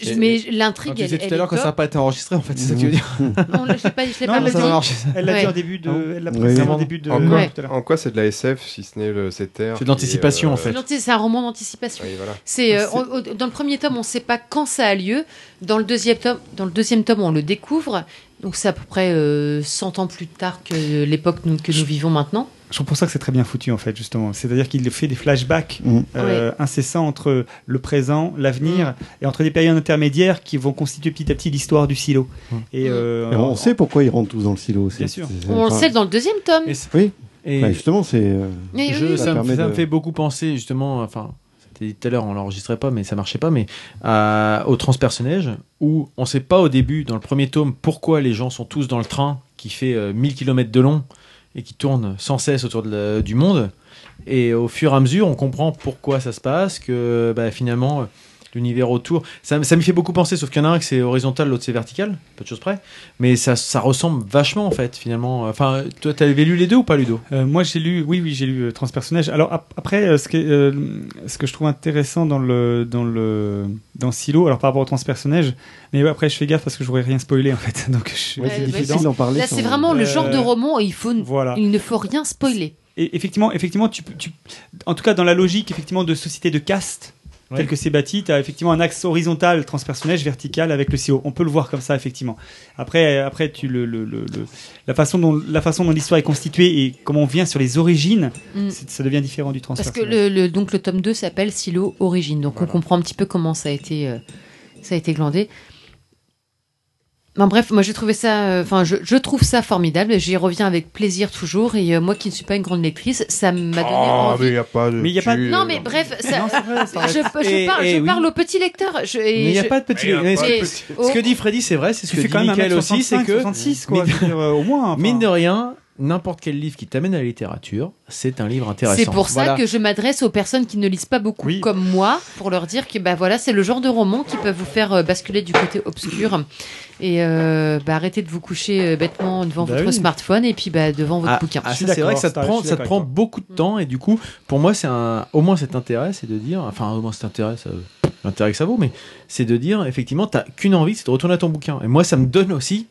[SPEAKER 2] je-
[SPEAKER 10] Et-
[SPEAKER 2] mais
[SPEAKER 10] Quand
[SPEAKER 2] l'intrigue
[SPEAKER 10] tu
[SPEAKER 2] elle,
[SPEAKER 10] disais
[SPEAKER 2] elle
[SPEAKER 10] tout à l'heure
[SPEAKER 2] est
[SPEAKER 10] que ça n'a
[SPEAKER 2] top.
[SPEAKER 10] pas été enregistré, en fait, c'est ça que tu veux dire.
[SPEAKER 2] Non, je l'ai pas, je l'ai
[SPEAKER 5] Non,
[SPEAKER 2] pas
[SPEAKER 5] elle
[SPEAKER 2] dit.
[SPEAKER 5] l'a dit. Elle l'a dit
[SPEAKER 2] Ouais.
[SPEAKER 5] en début de, elle Euh, l'a
[SPEAKER 6] Oui.
[SPEAKER 5] précisé en
[SPEAKER 10] Vraiment.
[SPEAKER 5] début de.
[SPEAKER 7] En
[SPEAKER 2] quoi
[SPEAKER 5] tout à l'heure.
[SPEAKER 7] En quoi c'est de la SF si ce n'est le CTR
[SPEAKER 10] C'est de
[SPEAKER 7] euh,
[SPEAKER 10] l'anticipation, en fait.
[SPEAKER 2] Non, tu sais, C'est un roman d'anticipation.
[SPEAKER 7] Oui, voilà.
[SPEAKER 2] C'est euh,
[SPEAKER 5] C'est-
[SPEAKER 2] on- on- dans le premier tome, on ne sait pas quand ça a lieu. Dans le deuxième tome, dans le deuxième tome, on le découvre. Donc c'est à peu près euh, 100 ans plus tard que l'époque nous- que nous vivons maintenant.
[SPEAKER 5] Je trouve pour ça que c'est très bien foutu en fait justement. C'est-à-dire qu'il fait des flashbacks
[SPEAKER 6] Mm.
[SPEAKER 5] euh, incessants entre le présent,
[SPEAKER 2] Mm.
[SPEAKER 5] l'avenir et entre des périodes intermédiaires qui vont constituer petit à petit l'histoire du silo.
[SPEAKER 10] Mm.
[SPEAKER 5] Et euh,
[SPEAKER 6] Et on sait pourquoi ils rentrent tous dans le silo. c'est-
[SPEAKER 5] Bien sûr.
[SPEAKER 6] c'est-
[SPEAKER 2] On le
[SPEAKER 6] enfin,
[SPEAKER 2] sait dans le deuxième tome.
[SPEAKER 10] Et-
[SPEAKER 6] Oui.
[SPEAKER 10] Et
[SPEAKER 6] bah, justement, c'est. euh,
[SPEAKER 2] Mais
[SPEAKER 10] je-
[SPEAKER 2] oui, oui.
[SPEAKER 6] ça
[SPEAKER 10] ça, me-
[SPEAKER 6] permet
[SPEAKER 10] ça me
[SPEAKER 6] de-
[SPEAKER 10] fait beaucoup penser, justement, enfin, c'était dit tout à l'heure, on l'enregistrait pas, mais ça marchait pas, mais à- au transpersonnage, où on sait pas au début, dans le premier tome, pourquoi les gens sont tous dans le train qui fait euh, 1000 km de long et qui tourne sans cesse autour de la- du monde. Et au fur et à mesure, on comprend pourquoi ça se passe, que bah, finalement, euh, l'univers autour. Ça, ça m'y fait beaucoup penser, sauf qu'il y en a un que c'est horizontal, l'autre c'est vertical, peu de choses près. Mais ça, ça ressemble vachement, en fait, finalement. Enfin, toi, t'avais lu les deux ou pas, Ludo
[SPEAKER 5] Euh, moi, j'ai lu, oui, oui, j'ai lu euh, Transpersonnage. Alors ap- après, euh, ce, que, euh, ce que je trouve intéressant dans le dans le dans Silo, alors par rapport au Transpersonnage, mais ouais, après, je fais gaffe parce que je voudrais rien spoiler en fait, donc je suis
[SPEAKER 2] Ouais,
[SPEAKER 5] assez
[SPEAKER 2] c'est
[SPEAKER 5] vigilant.
[SPEAKER 6] difficile d'en parler.
[SPEAKER 2] Là,
[SPEAKER 6] sans-
[SPEAKER 2] c'est vraiment le genre de
[SPEAKER 5] Euh,
[SPEAKER 2] roman où il, faut, n-
[SPEAKER 5] Voilà.
[SPEAKER 2] il ne faut rien spoiler.
[SPEAKER 5] Et effectivement, effectivement, tu, peux- tu, en tout cas dans la logique effectivement de société de caste. tel que c'est bâti, tu as effectivement un axe horizontal, transpersonnage, vertical avec le CO. On peut le voir comme ça, effectivement. Après, euh, après tu le, le- le- le- la façon dont la façon dont l'histoire est constituée et comment on vient sur les origines,
[SPEAKER 2] Mm.
[SPEAKER 5] c'est- ça devient différent du
[SPEAKER 2] Parce
[SPEAKER 5] transpersonnage.
[SPEAKER 2] que le, le- donc le tome 2 s'appelle Silo Origine. Donc on comprend un petit peu comment ça a été, euh, ça a été glandé. Ben bref, moi j'ai trouvé ça, euh, enfin je, je trouve ça formidable. J'y reviens avec plaisir toujours. Et euh, moi qui ne suis pas une grande lectrice, ça m'a donné
[SPEAKER 7] Ah,
[SPEAKER 2] envie.
[SPEAKER 7] mais il n'y a pas de.
[SPEAKER 5] Mais y a pas de-
[SPEAKER 7] cul,
[SPEAKER 2] Non
[SPEAKER 7] euh,
[SPEAKER 2] mais bref, ça-
[SPEAKER 5] Non, c'est vrai, ça
[SPEAKER 2] je,
[SPEAKER 5] reste-
[SPEAKER 2] je
[SPEAKER 4] Et-
[SPEAKER 2] parle,
[SPEAKER 4] et
[SPEAKER 2] je
[SPEAKER 4] oui.
[SPEAKER 2] parle au petit lecteur. Je, et
[SPEAKER 4] Mais il n'y a
[SPEAKER 2] je-
[SPEAKER 4] pas de petit.
[SPEAKER 7] Il y a
[SPEAKER 4] mais
[SPEAKER 7] pas
[SPEAKER 4] c'est-
[SPEAKER 2] et- oh,
[SPEAKER 4] Ce que dit Freddy, c'est vrai, c'est ce
[SPEAKER 5] tu
[SPEAKER 4] que
[SPEAKER 5] fais
[SPEAKER 4] dit
[SPEAKER 5] quand même un
[SPEAKER 4] Michael
[SPEAKER 5] mètre
[SPEAKER 4] aussi, c'est
[SPEAKER 5] 65,
[SPEAKER 4] que
[SPEAKER 5] 66, quoi,
[SPEAKER 4] Mine-
[SPEAKER 5] je veux dire, euh, au moins. enfin.
[SPEAKER 4] mine de rien, n'importe quel livre qui t'amène à la littérature, c'est un livre intéressant.
[SPEAKER 2] C'est pour ça
[SPEAKER 4] Voilà.
[SPEAKER 2] que je m'adresse aux personnes qui ne lisent pas beaucoup
[SPEAKER 5] Oui.
[SPEAKER 2] comme moi pour leur dire que bah voilà c'est le genre de roman qui peut vous faire euh, basculer du côté obscur et euh, bah, arrêtez de vous coucher euh, bêtement devant
[SPEAKER 5] Bah
[SPEAKER 2] votre
[SPEAKER 5] oui.
[SPEAKER 2] smartphone et puis bah, devant votre
[SPEAKER 4] Ah,
[SPEAKER 2] bouquin.
[SPEAKER 4] ah,
[SPEAKER 5] Je suis
[SPEAKER 4] ça, c'est vrai que ça te
[SPEAKER 5] d'accord, je
[SPEAKER 4] prend,
[SPEAKER 5] suis
[SPEAKER 4] ça te
[SPEAKER 5] d'accord
[SPEAKER 4] prend beaucoup de temps et du coup, pour moi, c'est un, au moins cet intérêt, c'est de dire, enfin, au moins cet intérêt, ça- l'intérêt que ça vaut, mais c'est de dire, effectivement, t'as qu'une envie, c'est de retourner à ton bouquin. Et moi, ça me donne aussi,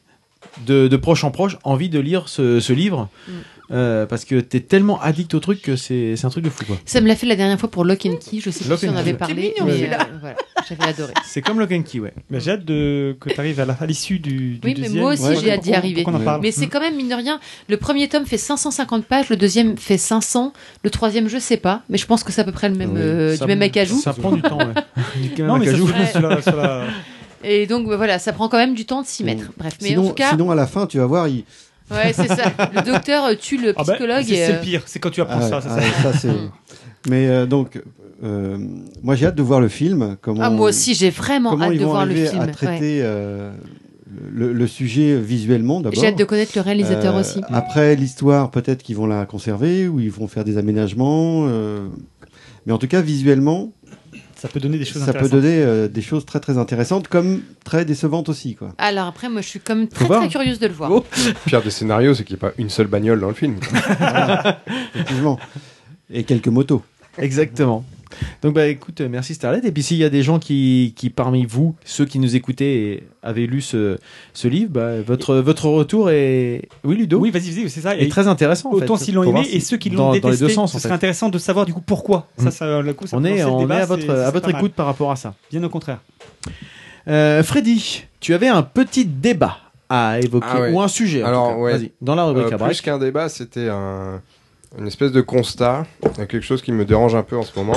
[SPEAKER 4] de, de proche en proche, envie de lire ce, ce livre,
[SPEAKER 2] Mm.
[SPEAKER 4] euh, parce que t'es tellement addict au truc que c'est c'est un truc de fou, quoi.
[SPEAKER 2] Ça me l'a fait la dernière fois pour Lock and Key, je sais plus
[SPEAKER 4] Lock
[SPEAKER 2] si
[SPEAKER 4] and
[SPEAKER 2] on en avait
[SPEAKER 4] Key.
[SPEAKER 2] parlé,
[SPEAKER 3] C'est mignon,
[SPEAKER 2] mais
[SPEAKER 3] celui-là.
[SPEAKER 2] euh, voilà, j'avais adoré.
[SPEAKER 4] C'est comme Lock and Key, ouais.
[SPEAKER 5] Mais Bah, j'ai hâte de, que tu arrives à la- à l'issue du, du
[SPEAKER 2] Oui, mais
[SPEAKER 5] deuxième.
[SPEAKER 2] moi aussi,
[SPEAKER 5] Ouais,
[SPEAKER 2] j'ai hâte d'y
[SPEAKER 5] pourquoi-
[SPEAKER 2] arriver.
[SPEAKER 5] pourquoi on en parle
[SPEAKER 2] Mais c'est quand même, mine de rien, le premier tome fait 550 pages, le deuxième fait 500, le troisième, je sais pas, mais je pense que c'est à peu près le même,
[SPEAKER 6] Oui,
[SPEAKER 2] euh,
[SPEAKER 4] Ça-
[SPEAKER 2] du même acajou.
[SPEAKER 4] Ça prend du temps, ouais. Du
[SPEAKER 5] Non, mais ça se
[SPEAKER 4] acajou.
[SPEAKER 5] joue sur la- sur la-
[SPEAKER 2] Et donc, bah, voilà, ça prend quand même du temps de s'y mettre. Bref, mais
[SPEAKER 6] sinon,
[SPEAKER 2] en tout cas,
[SPEAKER 6] sinon, à la fin, tu vas voir, il...
[SPEAKER 2] ouais, c'est ça. Le docteur euh, tue le
[SPEAKER 5] Ah bah,
[SPEAKER 2] psychologue.
[SPEAKER 5] c'est
[SPEAKER 2] et,
[SPEAKER 5] c'est le
[SPEAKER 2] euh,
[SPEAKER 5] pire, c'est quand tu apprends
[SPEAKER 6] Ah,
[SPEAKER 5] ça. ça,
[SPEAKER 6] ah,
[SPEAKER 5] ça.
[SPEAKER 6] ça, c'est.
[SPEAKER 2] Mm.
[SPEAKER 6] Mais euh, donc, euh, moi, j'ai hâte de voir le film. Comment,
[SPEAKER 2] Ah, moi aussi, j'ai vraiment
[SPEAKER 6] comment
[SPEAKER 2] hâte
[SPEAKER 6] ils
[SPEAKER 2] de
[SPEAKER 6] vont
[SPEAKER 2] voir le
[SPEAKER 6] arriver
[SPEAKER 2] film.
[SPEAKER 6] à
[SPEAKER 2] ouais.
[SPEAKER 6] traiter euh, le, le sujet visuellement d'abord.
[SPEAKER 2] J'ai hâte de connaître le réalisateur
[SPEAKER 6] Euh,
[SPEAKER 2] aussi.
[SPEAKER 6] Après l'histoire, peut-être qu'ils vont la conserver ou ils vont faire des aménagements. euh, Mais en tout cas, visuellement,
[SPEAKER 5] Ça peut donner des choses
[SPEAKER 6] ça peut
[SPEAKER 5] intéressantes.
[SPEAKER 6] donner euh, des choses très très intéressantes, comme très décevantes aussi. Quoi.
[SPEAKER 2] Alors après, moi, je suis comme
[SPEAKER 4] Faut
[SPEAKER 2] très
[SPEAKER 4] voir.
[SPEAKER 2] très curieuse de le voir.
[SPEAKER 4] Oh.
[SPEAKER 7] Pire des scénarios, c'est qu'il n'y a pas une seule bagnole dans le film.
[SPEAKER 6] Effectivement. Et quelques motos.
[SPEAKER 4] Exactement. Donc bah écoute, euh, merci Starlet. Et puis s'il y a des gens qui, qui parmi vous, ceux qui nous écoutaient, et avaient lu ce, ce livre, bah, votre, votre retour est... Oui Ludo
[SPEAKER 5] Oui, vas-y, vas-y, c'est ça.
[SPEAKER 4] Est
[SPEAKER 5] Et
[SPEAKER 4] très intéressant. en
[SPEAKER 5] autant
[SPEAKER 4] fait,
[SPEAKER 5] s'ils l'ont
[SPEAKER 4] pour
[SPEAKER 5] aimé
[SPEAKER 4] voir si-
[SPEAKER 5] et ceux qui l'ont
[SPEAKER 4] dans,
[SPEAKER 5] détesté.
[SPEAKER 4] dans les deux sens
[SPEAKER 5] ce
[SPEAKER 4] en
[SPEAKER 5] serait
[SPEAKER 4] fait.
[SPEAKER 5] intéressant de savoir du coup pourquoi. Ça, ça, le coup, ça
[SPEAKER 4] On
[SPEAKER 5] peut
[SPEAKER 4] est,
[SPEAKER 5] lancer le
[SPEAKER 4] on
[SPEAKER 5] débat,
[SPEAKER 4] est à
[SPEAKER 5] c'est-
[SPEAKER 4] votre,
[SPEAKER 5] c'est
[SPEAKER 4] à
[SPEAKER 5] pas
[SPEAKER 4] votre
[SPEAKER 5] mal.
[SPEAKER 4] écoute par rapport à ça.
[SPEAKER 5] Bien au contraire.
[SPEAKER 4] Euh, Freddy, tu avais un petit débat à évoquer,
[SPEAKER 7] Ah ouais.
[SPEAKER 4] ou un sujet. en
[SPEAKER 7] Alors,
[SPEAKER 4] tout cas.
[SPEAKER 7] ouais.
[SPEAKER 4] Vas-y, dans la rubrique
[SPEAKER 7] Euh,
[SPEAKER 4] à
[SPEAKER 7] plus
[SPEAKER 4] braque.
[SPEAKER 7] qu'un débat, c'était un- une espèce de constat, euh, quelque chose qui me dérange un peu en ce moment.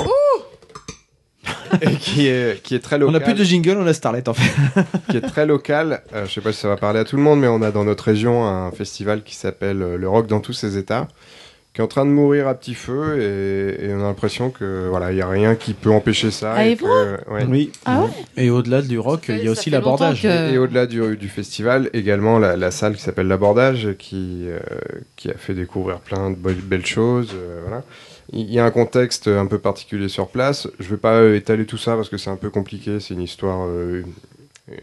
[SPEAKER 7] Et qui est, qui est très
[SPEAKER 4] On
[SPEAKER 7] local.
[SPEAKER 4] n'a plus de jingle, on a Starlet en fait.
[SPEAKER 7] qui est très local. Euh, je sais pas si ça va parler à tout le monde, mais on a dans notre région un festival qui s'appelle euh, le rock dans tous ses états, qui est en train de mourir à petit feu et, et on a l'impression que voilà, il y a rien qui peut empêcher ça.
[SPEAKER 3] Ah,
[SPEAKER 7] et
[SPEAKER 3] et
[SPEAKER 7] que- ouais.
[SPEAKER 4] Oui.
[SPEAKER 3] Ah ouais
[SPEAKER 4] Et au-delà du rock,
[SPEAKER 2] Ça fait-
[SPEAKER 4] il y a
[SPEAKER 2] ça
[SPEAKER 4] aussi
[SPEAKER 2] fait
[SPEAKER 4] l'abordage.
[SPEAKER 2] longtemps que-
[SPEAKER 7] Et au-delà du, du festival, également la, la salle qui s'appelle l'abordage, qui, euh, qui a fait découvrir plein de be- belles choses. euh, voilà. Il y a un contexte un peu particulier sur place. Je ne vais pas euh, étaler tout ça parce que c'est un peu compliqué. C'est une histoire. euh,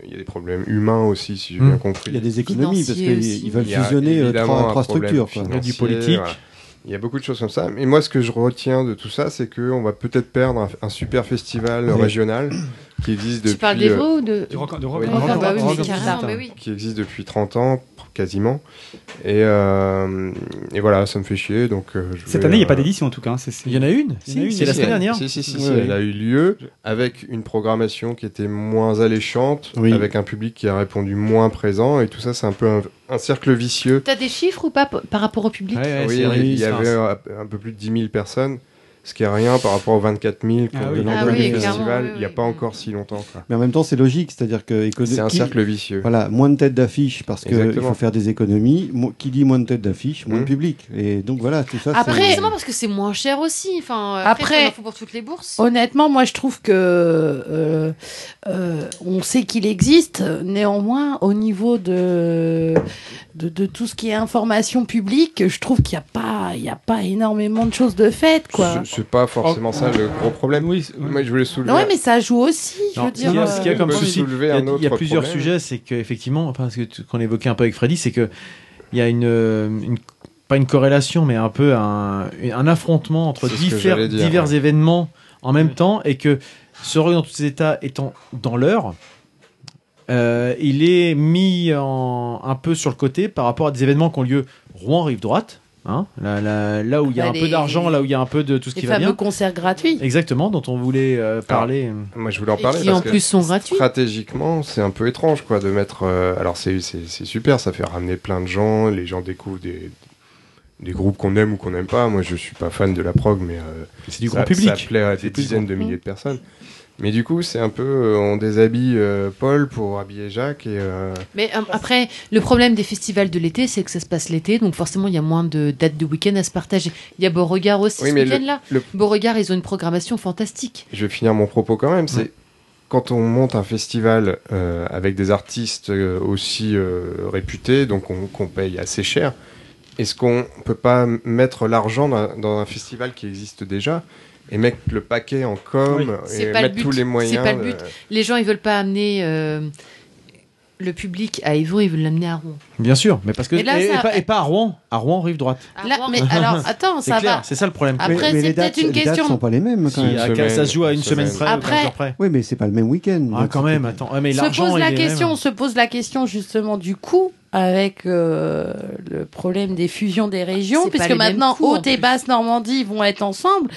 [SPEAKER 7] il y a des problèmes humains aussi, si j'ai
[SPEAKER 4] Mm.
[SPEAKER 7] bien compris.
[SPEAKER 6] Hum. Il y a des économies parce
[SPEAKER 2] Financier aussi.
[SPEAKER 6] qu'ils ils veulent
[SPEAKER 7] Il y a
[SPEAKER 6] fusionner euh,
[SPEAKER 7] évidemment
[SPEAKER 6] trois,
[SPEAKER 7] un
[SPEAKER 6] trois
[SPEAKER 7] problème
[SPEAKER 6] structures. quoi.
[SPEAKER 7] financier,
[SPEAKER 4] Du politique.
[SPEAKER 7] voilà. Il y a beaucoup de choses comme ça. Mais moi, ce que je retiens de tout ça, c'est qu'on va peut-être perdre un, un super festival
[SPEAKER 4] Oui.
[SPEAKER 7] régional qui existe depuis.
[SPEAKER 2] Tu parles des
[SPEAKER 7] euh,
[SPEAKER 2] mots ou de.
[SPEAKER 5] Du rock, du
[SPEAKER 7] Oui.
[SPEAKER 5] rock-
[SPEAKER 2] Ah,
[SPEAKER 5] rock-
[SPEAKER 2] bah oui,
[SPEAKER 5] rock-
[SPEAKER 2] mais
[SPEAKER 5] rock-
[SPEAKER 2] carrément,
[SPEAKER 5] rock-
[SPEAKER 2] mais oui.
[SPEAKER 7] qui existe depuis 30 ans pr- quasiment. Et, euh, et voilà, ça me fait chier. Donc, euh, je
[SPEAKER 5] Cette
[SPEAKER 7] vais,
[SPEAKER 5] année, il n'y a
[SPEAKER 7] euh,
[SPEAKER 5] pas d'édition en tout cas. hein, c'est- c'est-
[SPEAKER 4] Il y en a une
[SPEAKER 5] Il y en a une,
[SPEAKER 4] C'est la
[SPEAKER 5] si,
[SPEAKER 4] semaine dernière
[SPEAKER 7] Si, si, si,
[SPEAKER 6] Oui,
[SPEAKER 7] si,
[SPEAKER 6] oui.
[SPEAKER 7] elle a eu lieu avec une programmation qui était moins alléchante,
[SPEAKER 6] Oui.
[SPEAKER 7] avec un public qui a répondu moins présent. Et tout ça, c'est un peu un, un cercle vicieux.
[SPEAKER 2] T'as des chiffres ou pas p- par rapport au public
[SPEAKER 4] Ouais, ouais,
[SPEAKER 7] oui,
[SPEAKER 4] c'est vrai,
[SPEAKER 7] il y
[SPEAKER 4] ça.
[SPEAKER 7] avait euh, un peu plus de 10 000 personnes. Ce qui est rien par rapport aux 24 000 qui
[SPEAKER 5] Ah
[SPEAKER 7] ont
[SPEAKER 5] oui.
[SPEAKER 7] de
[SPEAKER 5] Ah
[SPEAKER 7] l'envol
[SPEAKER 5] oui,
[SPEAKER 7] du
[SPEAKER 5] clairement,
[SPEAKER 7] festival
[SPEAKER 2] oui,
[SPEAKER 7] il n'y a
[SPEAKER 2] oui.
[SPEAKER 7] pas encore si longtemps. quoi.
[SPEAKER 6] Mais en même temps, c'est logique. C'est-à-dire que. écono-
[SPEAKER 7] C'est un
[SPEAKER 6] qui-
[SPEAKER 7] cercle vicieux.
[SPEAKER 6] Voilà, moins de têtes d'affiche parce qu'il
[SPEAKER 7] Exactement.
[SPEAKER 6] faut faire des économies. Mo- Qui dit moins de têtes d'affiche, moins
[SPEAKER 7] Mhm.
[SPEAKER 6] de public. Et donc voilà, tout ça.
[SPEAKER 2] Après,
[SPEAKER 6] c'est-
[SPEAKER 2] forcément parce que c'est moins cher aussi. Enfin, euh,
[SPEAKER 3] Après-
[SPEAKER 2] il en faut pour toutes les bourses.
[SPEAKER 3] Honnêtement, moi, je trouve que euh, euh, on sait qu'il existe. Néanmoins, au niveau de, de de tout ce qui est information publique, je trouve qu'il n'y a pas il y a pas énormément de choses de faites, quoi.
[SPEAKER 7] C'est- C'est pas forcément ça le gros problème.
[SPEAKER 5] Oui, c'est-
[SPEAKER 7] Moi, je voulais soulever.
[SPEAKER 3] Non, ouais, mais ça joue aussi. Je
[SPEAKER 4] Non,
[SPEAKER 3] veux dire.
[SPEAKER 4] ce qu'il y a-
[SPEAKER 3] euh,
[SPEAKER 4] ce qu'il y a comme
[SPEAKER 7] Vous
[SPEAKER 4] souci, il
[SPEAKER 7] soulevez
[SPEAKER 4] y a,
[SPEAKER 7] un
[SPEAKER 4] il y a
[SPEAKER 7] autre
[SPEAKER 4] plusieurs
[SPEAKER 7] problème.
[SPEAKER 4] sujets, c'est qu'effectivement, enfin, ce que tu- qu'on évoquait un peu avec Freddy, c'est que il y a une, euh, une- pas une corrélation, mais un peu un, un affrontement entre
[SPEAKER 7] C'est ce que
[SPEAKER 4] diffère-
[SPEAKER 7] j'allais dire,
[SPEAKER 4] divers
[SPEAKER 7] ouais. Mm.
[SPEAKER 4] événements en même temps, et que ce rock dans tous ces états étant dans l'heure, euh, il est mis en- un peu sur le côté par rapport à des événements qui ont lieu Rouen rive droite, Hein là, là- là où il y a
[SPEAKER 3] Bah,
[SPEAKER 4] un
[SPEAKER 3] les-
[SPEAKER 4] peu d'argent, là où il y a un peu de tout ce
[SPEAKER 3] Les
[SPEAKER 4] qui va bien.
[SPEAKER 3] fameux concerts gratuits.
[SPEAKER 4] Exactement, dont on voulait euh, parler.
[SPEAKER 7] Moi, je voulais en
[SPEAKER 2] Et
[SPEAKER 7] parler
[SPEAKER 2] qui
[SPEAKER 7] parce
[SPEAKER 2] en
[SPEAKER 7] que
[SPEAKER 2] plus sont gratuits.
[SPEAKER 7] stratégiquement, c'est un peu étrange, quoi, de mettre. euh, alors, c'est c'est- c'est super, ça fait ramener plein de gens, les gens découvrent des, des groupes qu'on aime ou qu'on n'aime pas. Moi, je suis pas fan de la prog, mais euh,
[SPEAKER 4] c'est du
[SPEAKER 7] ça,
[SPEAKER 4] grand public.
[SPEAKER 7] ça plaît à des
[SPEAKER 4] plus
[SPEAKER 7] dizaines de milliers de personnes. Mais du coup, c'est un peu, euh, on déshabille euh, Paul pour habiller Jacques et euh,
[SPEAKER 2] Mais euh, après, le problème des festivals de l'été, c'est que ça se passe l'été, donc forcément, il y a moins de dates de week-end à se partager. Il y a Beauregard aussi
[SPEAKER 7] Oui,
[SPEAKER 2] ce
[SPEAKER 7] mais le-
[SPEAKER 2] week-end-là.
[SPEAKER 7] le-
[SPEAKER 2] Beauregard, ils ont une programmation fantastique.
[SPEAKER 7] je vais finir mon propos quand même. C'est quand on monte un festival euh, avec des artistes euh, aussi euh, réputés, donc on- qu'on paye assez cher, est-ce qu'on peut pas m- mettre l'argent dans, dans un festival qui existe déjà et mettre le paquet en com
[SPEAKER 5] Oui.
[SPEAKER 7] et
[SPEAKER 2] C'est pas le
[SPEAKER 7] mettre
[SPEAKER 2] but.
[SPEAKER 7] tous les
[SPEAKER 2] C'est
[SPEAKER 7] moyens
[SPEAKER 2] pas le but.
[SPEAKER 7] euh,
[SPEAKER 2] Les gens, ils veulent pas amener euh, le public à Évron, ils veulent l'amener à Rouen.
[SPEAKER 4] Bien sûr, mais parce que.
[SPEAKER 2] Mais là,
[SPEAKER 4] et,
[SPEAKER 2] ça-
[SPEAKER 4] et pas, et pas à Rouen, à Rouen, rive droite.
[SPEAKER 2] Là, mais alors, attends,
[SPEAKER 4] C'est
[SPEAKER 2] ça
[SPEAKER 4] clair,
[SPEAKER 2] va.
[SPEAKER 4] c'est ça le problème.
[SPEAKER 2] Après,
[SPEAKER 6] mais
[SPEAKER 2] c'est
[SPEAKER 6] les
[SPEAKER 2] peut-être
[SPEAKER 6] dates,
[SPEAKER 2] une
[SPEAKER 6] les dates
[SPEAKER 2] question.
[SPEAKER 6] sont pas les mêmes quand
[SPEAKER 4] Si,
[SPEAKER 6] même.
[SPEAKER 4] à-
[SPEAKER 7] semaine,
[SPEAKER 4] Ah, ça se joue à une
[SPEAKER 7] semaine.
[SPEAKER 4] semaine, près. ou
[SPEAKER 2] Après-
[SPEAKER 4] quinze jours près.
[SPEAKER 6] Oui, mais c'est pas le même week-end.
[SPEAKER 4] Ah,
[SPEAKER 6] donc
[SPEAKER 4] quand
[SPEAKER 6] c'est-
[SPEAKER 4] même, attends. Ah, mais
[SPEAKER 3] se
[SPEAKER 4] l'argent,
[SPEAKER 3] pose
[SPEAKER 4] il
[SPEAKER 3] la
[SPEAKER 4] est
[SPEAKER 3] question,
[SPEAKER 4] même.
[SPEAKER 3] se pose la question justement du coût avec euh, le problème des fusions des régions,
[SPEAKER 2] C'est pas
[SPEAKER 3] puisque
[SPEAKER 2] les mêmes
[SPEAKER 3] maintenant
[SPEAKER 2] coûts, en
[SPEAKER 3] haute et basse Normandie vont être ensemble.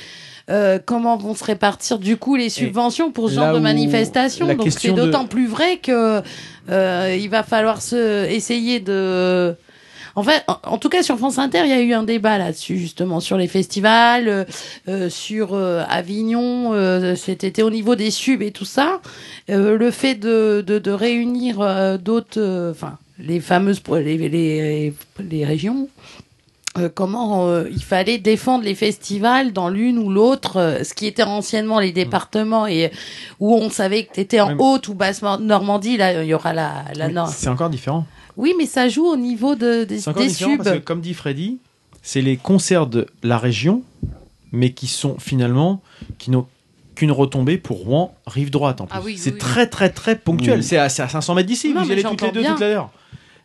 [SPEAKER 3] Euh, comment vont se répartir du coup les subventions pour ce
[SPEAKER 4] là
[SPEAKER 3] genre de
[SPEAKER 4] où
[SPEAKER 3] manifestation
[SPEAKER 4] la
[SPEAKER 3] Donc c'est
[SPEAKER 4] question de-
[SPEAKER 3] d'autant plus vrai que euh, il va falloir se essayer de. En fait, en, en tout cas sur France Inter, il y a eu un débat là-dessus justement sur les festivals, euh, euh, sur euh, Avignon euh, cet été au niveau des subs et tout ça. Euh, le fait de, de, de réunir euh, d'autres, euh, enfin, les fameuses, pro- les, les, les, les régions, euh, comment euh, il fallait défendre les festivals dans l'une ou l'autre, euh, ce qui était anciennement les départements et euh, où on savait que t'étais en
[SPEAKER 4] Ouais, mais-
[SPEAKER 3] haute ou basse Nor- Normandie, là, il y aura la,
[SPEAKER 2] ah,
[SPEAKER 3] la
[SPEAKER 4] Mais
[SPEAKER 3] Nord.
[SPEAKER 4] C'est encore différent.
[SPEAKER 3] Oui, mais ça joue au niveau de, des,
[SPEAKER 4] C'est encore
[SPEAKER 3] des
[SPEAKER 4] différent
[SPEAKER 3] subs.
[SPEAKER 4] parce que, comme dit Freddy, c'est les concerts de la région, mais qui sont finalement, qui n'ont qu'une retombée pour Rouen, rive droite en plus.
[SPEAKER 2] Ah oui, oui,
[SPEAKER 4] c'est
[SPEAKER 2] oui.
[SPEAKER 4] très très très ponctuel.
[SPEAKER 6] Oui.
[SPEAKER 4] C'est à, c'est à 500 mètres d'ici,
[SPEAKER 3] Non,
[SPEAKER 4] vous y
[SPEAKER 3] mais
[SPEAKER 4] allez toutes les
[SPEAKER 3] j'entends
[SPEAKER 4] deux
[SPEAKER 3] bien.
[SPEAKER 4] toute l'heure.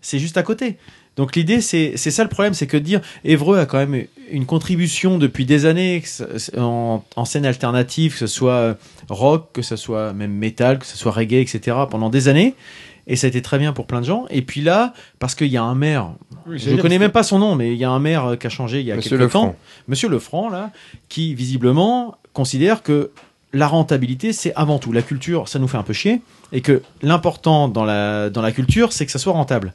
[SPEAKER 4] C'est juste à côté. Donc l'idée, c'est c'est ça le problème, c'est que de dire Évreux a quand même une contribution depuis des années que ce- en, en scène alternative, que ce soit euh, rock, que ce soit même métal, que ce soit reggae, etc. pendant des années. Et ça a été très bien pour plein de gens. Et puis là, parce qu'il y a un maire, je ne connais même pas son nom, mais il y a un maire euh, qui a changé il y a
[SPEAKER 7] Monsieur
[SPEAKER 4] quelques
[SPEAKER 7] Lefranc.
[SPEAKER 4] temps, Monsieur Lefranc, là, qui visiblement considère que la rentabilité, c'est avant tout la culture, ça nous fait un peu chier, et que l'important dans la, dans la culture, c'est que ça soit rentable.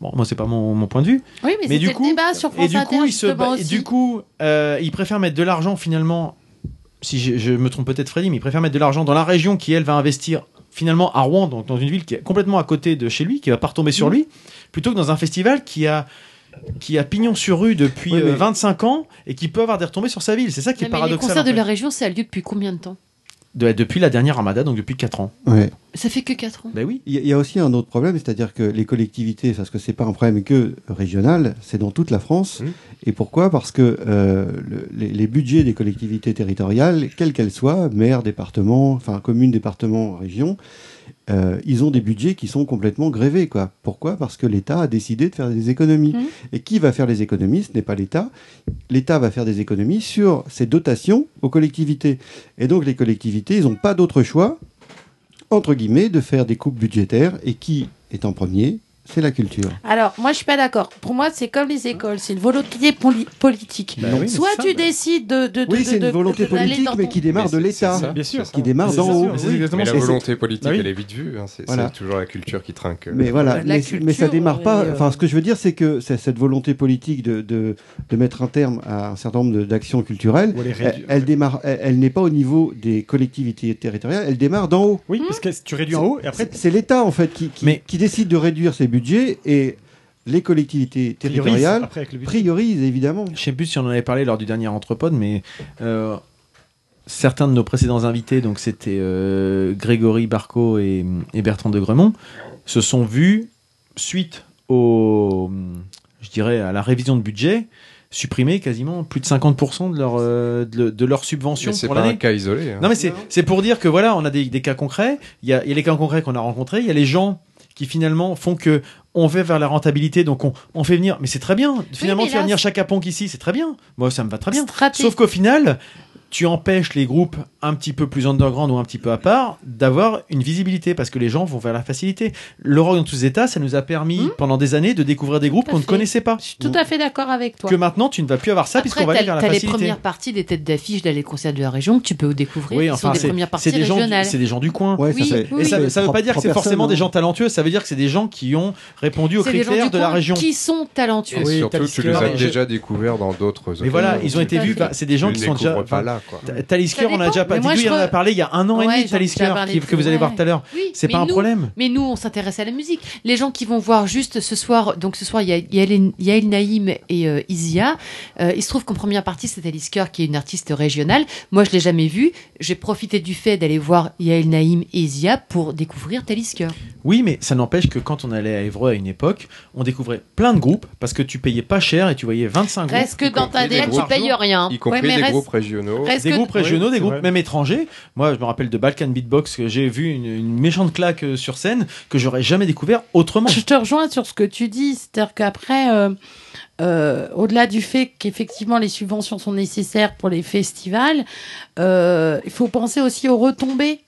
[SPEAKER 4] Bon, moi, c'est pas mon, mon point de vue.
[SPEAKER 3] Oui, mais,
[SPEAKER 4] Mais
[SPEAKER 3] c'était
[SPEAKER 4] du coup-
[SPEAKER 3] le débat sur France
[SPEAKER 4] Et du
[SPEAKER 3] Inter,
[SPEAKER 4] coup, il se,
[SPEAKER 3] justement,
[SPEAKER 4] ba- et
[SPEAKER 3] aussi.
[SPEAKER 4] du coup, euh, il préfère mettre de l'argent finalement. Si je, je me trompe peut-être, Freddy, mais il préfère mettre de l'argent dans la région qui elle va investir finalement à Rouen, donc dans une ville qui est complètement à côté de chez lui, qui va pas retomber sur lui, plutôt que dans un festival qui a qui a pignon sur rue depuis
[SPEAKER 6] Oui, mais-
[SPEAKER 4] euh, 25 ans et qui peut avoir des retombées sur sa ville. C'est ça qui est
[SPEAKER 2] Non, mais les
[SPEAKER 4] paradoxal.
[SPEAKER 2] concerts
[SPEAKER 4] en
[SPEAKER 2] de
[SPEAKER 4] fait.
[SPEAKER 2] la région, ça a lieu depuis combien de temps
[SPEAKER 4] De- depuis la dernière Ramada, donc depuis 4 ans.
[SPEAKER 6] Ouais.
[SPEAKER 2] Ça fait que 4 ans.
[SPEAKER 4] Ben oui.
[SPEAKER 6] Il y a- il y a aussi un autre problème, c'est-à-dire que les collectivités, parce que c'est pas un problème que régional, c'est dans toute la
[SPEAKER 4] Mmh.
[SPEAKER 6] France.
[SPEAKER 7] Mhm.
[SPEAKER 6] Et pourquoi Parce que euh, le- les, les budgets des collectivités territoriales, quelles qu'elles soient, maires, départements, enfin communes, départements, régions, euh, ils ont des budgets qui sont complètement grévés. Quoi. Pourquoi Parce que l'État a décidé de faire des économies.
[SPEAKER 3] Mhm.
[SPEAKER 6] Mmh. Et qui va faire les économies Ce n'est pas l'État. L'État va faire des économies sur ses dotations aux collectivités. Et donc les collectivités, ils n'ont pas d'autre choix entre guillemets, de faire des coupes budgétaires et qui est en premier C'est la culture.
[SPEAKER 3] Alors, moi, je suis pas d'accord. Pour moi, c'est comme les écoles, c'est une volonté poli- politique.
[SPEAKER 4] Ben oui, mais
[SPEAKER 3] Soit
[SPEAKER 4] c'est ça,
[SPEAKER 3] tu
[SPEAKER 4] ben-
[SPEAKER 3] décides de, de, de-
[SPEAKER 6] Oui,
[SPEAKER 3] de-
[SPEAKER 6] c'est
[SPEAKER 3] de-
[SPEAKER 6] une volonté
[SPEAKER 3] de- d'aller
[SPEAKER 6] politique,
[SPEAKER 3] dans
[SPEAKER 6] mais
[SPEAKER 3] ton-
[SPEAKER 6] qui démarre
[SPEAKER 7] Mais
[SPEAKER 6] de
[SPEAKER 7] c'est-
[SPEAKER 6] l'État,
[SPEAKER 7] c'est ça.
[SPEAKER 5] Bien sûr.
[SPEAKER 6] qui démarre
[SPEAKER 4] Mais c'est
[SPEAKER 6] d'en
[SPEAKER 4] ça,
[SPEAKER 6] haut.
[SPEAKER 4] mais c'est exactement
[SPEAKER 7] Mais la
[SPEAKER 4] ça.
[SPEAKER 6] c'est-
[SPEAKER 7] volonté politique,
[SPEAKER 4] Bah oui.
[SPEAKER 7] elle est vite vue. hein, c'est
[SPEAKER 6] Voilà.
[SPEAKER 7] c'est toujours la culture qui trinque. euh.
[SPEAKER 6] Mais voilà,
[SPEAKER 3] La
[SPEAKER 6] mais,
[SPEAKER 3] culture,
[SPEAKER 6] mais ça démarre pas.
[SPEAKER 3] euh,
[SPEAKER 6] Enfin, ce que je veux dire, c'est que c'est cette volonté politique de, de, de mettre un terme à un certain nombre de- d'actions culturelles,
[SPEAKER 5] Ou les
[SPEAKER 6] elle,
[SPEAKER 5] réduire.
[SPEAKER 6] elle démarre, elle, elle n'est pas au niveau des collectivités territoriales, elle démarre d'en haut.
[SPEAKER 5] Oui, parce que tu réduis en haut et après.
[SPEAKER 6] C'est c'est l'État en fait qui, qui,
[SPEAKER 4] Mais-
[SPEAKER 6] qui décide de réduire ses budgets et les collectivités
[SPEAKER 5] priorise,
[SPEAKER 6] territoriales
[SPEAKER 5] après avec le budget.
[SPEAKER 6] priorisent évidemment.
[SPEAKER 4] Je sais plus si on en avait parlé lors du dernier Entrepode, mais euh, certains de nos précédents invités, donc c'était euh, Grégory Barco et, et Bertrand de Gremont, se sont vus suite au, je dirais, à la révision de budget, supprimer quasiment plus de 50% de leur euh, de, de leur subvention
[SPEAKER 7] Mais c'est
[SPEAKER 4] pour
[SPEAKER 7] pas un
[SPEAKER 4] l'année.
[SPEAKER 7] cas isolé. hein.
[SPEAKER 4] Non mais c'est c'est pour dire que voilà, on a des, des cas concrets, il y a, il y a les cas concrets qu'on a rencontrés, il y a les gens qui finalement font que on va vers la rentabilité, donc on, on fait venir, mais c'est très bien. Finalement,
[SPEAKER 2] mais
[SPEAKER 4] tu vas
[SPEAKER 2] là,
[SPEAKER 4] venir chaque aponc ici, c'est très bien. Moi, ça me va très bien.
[SPEAKER 3] Straté-
[SPEAKER 4] Sauf qu'au final, tu empêches les groupes un petit peu plus underground ou un petit peu à part d'avoir une visibilité parce que les gens vont vers la facilité. Le rock dans tous les états, ça nous a permis pendant des années de découvrir des groupes
[SPEAKER 2] Hmm. Tout à
[SPEAKER 4] qu'on ne
[SPEAKER 2] fait.
[SPEAKER 4] connaissait pas.
[SPEAKER 3] Tout à fait d'accord avec toi.
[SPEAKER 4] Que maintenant, tu ne vas plus avoir ça
[SPEAKER 2] Après,
[SPEAKER 4] puisqu'on va aller
[SPEAKER 2] t'as
[SPEAKER 4] vers la
[SPEAKER 2] t'as les
[SPEAKER 4] facilité.
[SPEAKER 2] premières parties des têtes d'affiche d'aller concerts de la région que tu peux découvrir.
[SPEAKER 4] Oui,
[SPEAKER 2] qui
[SPEAKER 4] enfin,
[SPEAKER 2] sont des
[SPEAKER 4] c'est
[SPEAKER 2] premières
[SPEAKER 4] c'est
[SPEAKER 2] parties
[SPEAKER 4] des, gens du-
[SPEAKER 2] régionales.
[SPEAKER 4] c'est des gens du coin.
[SPEAKER 6] Ouais, ça
[SPEAKER 2] Oui,
[SPEAKER 6] fait-
[SPEAKER 2] oui,
[SPEAKER 4] Et ça
[SPEAKER 6] oui.
[SPEAKER 4] ça veut pas dire que c'est
[SPEAKER 6] Trois
[SPEAKER 4] forcément
[SPEAKER 6] personnes,
[SPEAKER 4] des
[SPEAKER 6] hein.
[SPEAKER 4] gens talentueux, ça veut dire que c'est des gens qui ont répondu aux
[SPEAKER 2] C'est des gens
[SPEAKER 4] critères
[SPEAKER 2] du
[SPEAKER 4] de la
[SPEAKER 2] coin
[SPEAKER 4] région.
[SPEAKER 2] qui sont talentueux.
[SPEAKER 7] Et
[SPEAKER 5] Oui,
[SPEAKER 7] surtout, tu
[SPEAKER 5] Talisker,
[SPEAKER 7] les as
[SPEAKER 5] mais-
[SPEAKER 7] déjà découverts dans d'autres
[SPEAKER 4] Mais voilà,
[SPEAKER 7] occasions.
[SPEAKER 4] ils ont été
[SPEAKER 2] Tout à
[SPEAKER 4] vus,
[SPEAKER 2] fait.
[SPEAKER 4] par- c'est des gens
[SPEAKER 7] Tu
[SPEAKER 4] qui
[SPEAKER 7] les
[SPEAKER 4] sont déjà.
[SPEAKER 7] découvres pas là, quoi.
[SPEAKER 4] Ta- Euh, Talisker,
[SPEAKER 2] Ça
[SPEAKER 4] on a
[SPEAKER 2] dépend,
[SPEAKER 4] déjà
[SPEAKER 2] mais
[SPEAKER 4] parlé,
[SPEAKER 2] moi,
[SPEAKER 4] du-
[SPEAKER 2] je
[SPEAKER 4] il y en a
[SPEAKER 2] crois-
[SPEAKER 4] parlé il y a un an
[SPEAKER 2] Ouais,
[SPEAKER 4] et demi,
[SPEAKER 2] j'en-
[SPEAKER 4] Talisker,
[SPEAKER 2] j'en parlais
[SPEAKER 4] qui-
[SPEAKER 2] plus,
[SPEAKER 4] que vous allez voir
[SPEAKER 2] ouais.
[SPEAKER 4] tout à l'heure.
[SPEAKER 2] Oui,
[SPEAKER 4] C'est
[SPEAKER 2] mais
[SPEAKER 4] pas un
[SPEAKER 2] nous-
[SPEAKER 4] problème.
[SPEAKER 2] Mais nous, on s'intéresse à la musique. Les gens qui vont voir juste ce soir, donc ce soir, il y a Yael, Yael Naïm et euh, Isia. Euh, il se trouve qu'en première partie, c'était Lisker, qui est une artiste régionale. Moi, je l'ai jamais vue. J'ai profité du fait d'aller voir Yael Naïm et Isia pour découvrir Talisker.
[SPEAKER 4] Oui, mais ça n'empêche que quand on allait à Évreux à une époque, on découvrait plein de groupes parce que tu payais pas cher et tu voyais 25 groupes.
[SPEAKER 2] Reste que dans ta
[SPEAKER 7] compris des
[SPEAKER 2] DL, tu
[SPEAKER 7] groupes.
[SPEAKER 2] payes rien.
[SPEAKER 7] Y compris
[SPEAKER 2] Ouais, mais
[SPEAKER 7] des
[SPEAKER 2] reste-
[SPEAKER 7] groupes régionaux.
[SPEAKER 2] reste
[SPEAKER 4] Des
[SPEAKER 2] que-
[SPEAKER 4] groupes régionaux,
[SPEAKER 5] Oui,
[SPEAKER 4] des
[SPEAKER 5] c'est
[SPEAKER 4] groupes
[SPEAKER 5] vrai.
[SPEAKER 4] même étrangers. Moi, je me rappelle de Balkan Beatbox que j'ai vu une, une méchante claque euh, sur scène que j'aurais jamais découvert autrement.
[SPEAKER 3] Je te rejoins sur ce que tu dis, c'est-à-dire qu'après, euh, euh, au-delà du fait qu'effectivement les subventions sont nécessaires pour les festivals, euh, il faut penser aussi aux retombées.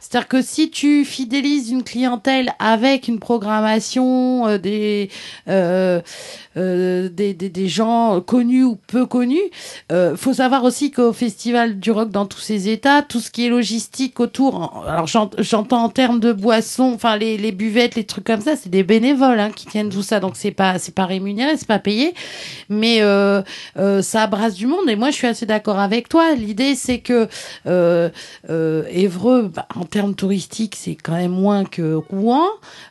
[SPEAKER 3] C'est-à-dire que si tu fidélises une clientèle avec une programmation euh, des, euh, euh, des, des, des gens connus ou peu connus, euh, faut savoir aussi qu'au Festival du Rock dans tous ces états, tout ce qui est logistique autour, en- alors j'en- j'entends en termes de boissons, enfin les, les buvettes, les trucs comme ça, c'est des bénévoles hein, qui tiennent tout ça, donc c'est pas c'est pas rémunéré, c'est pas payé, mais euh, euh, ça brasse du monde. Et moi je suis assez d'accord avec toi. L'idée c'est que euh, euh, Évreux, bah, en termes touristiques, c'est quand même moins que Rouen.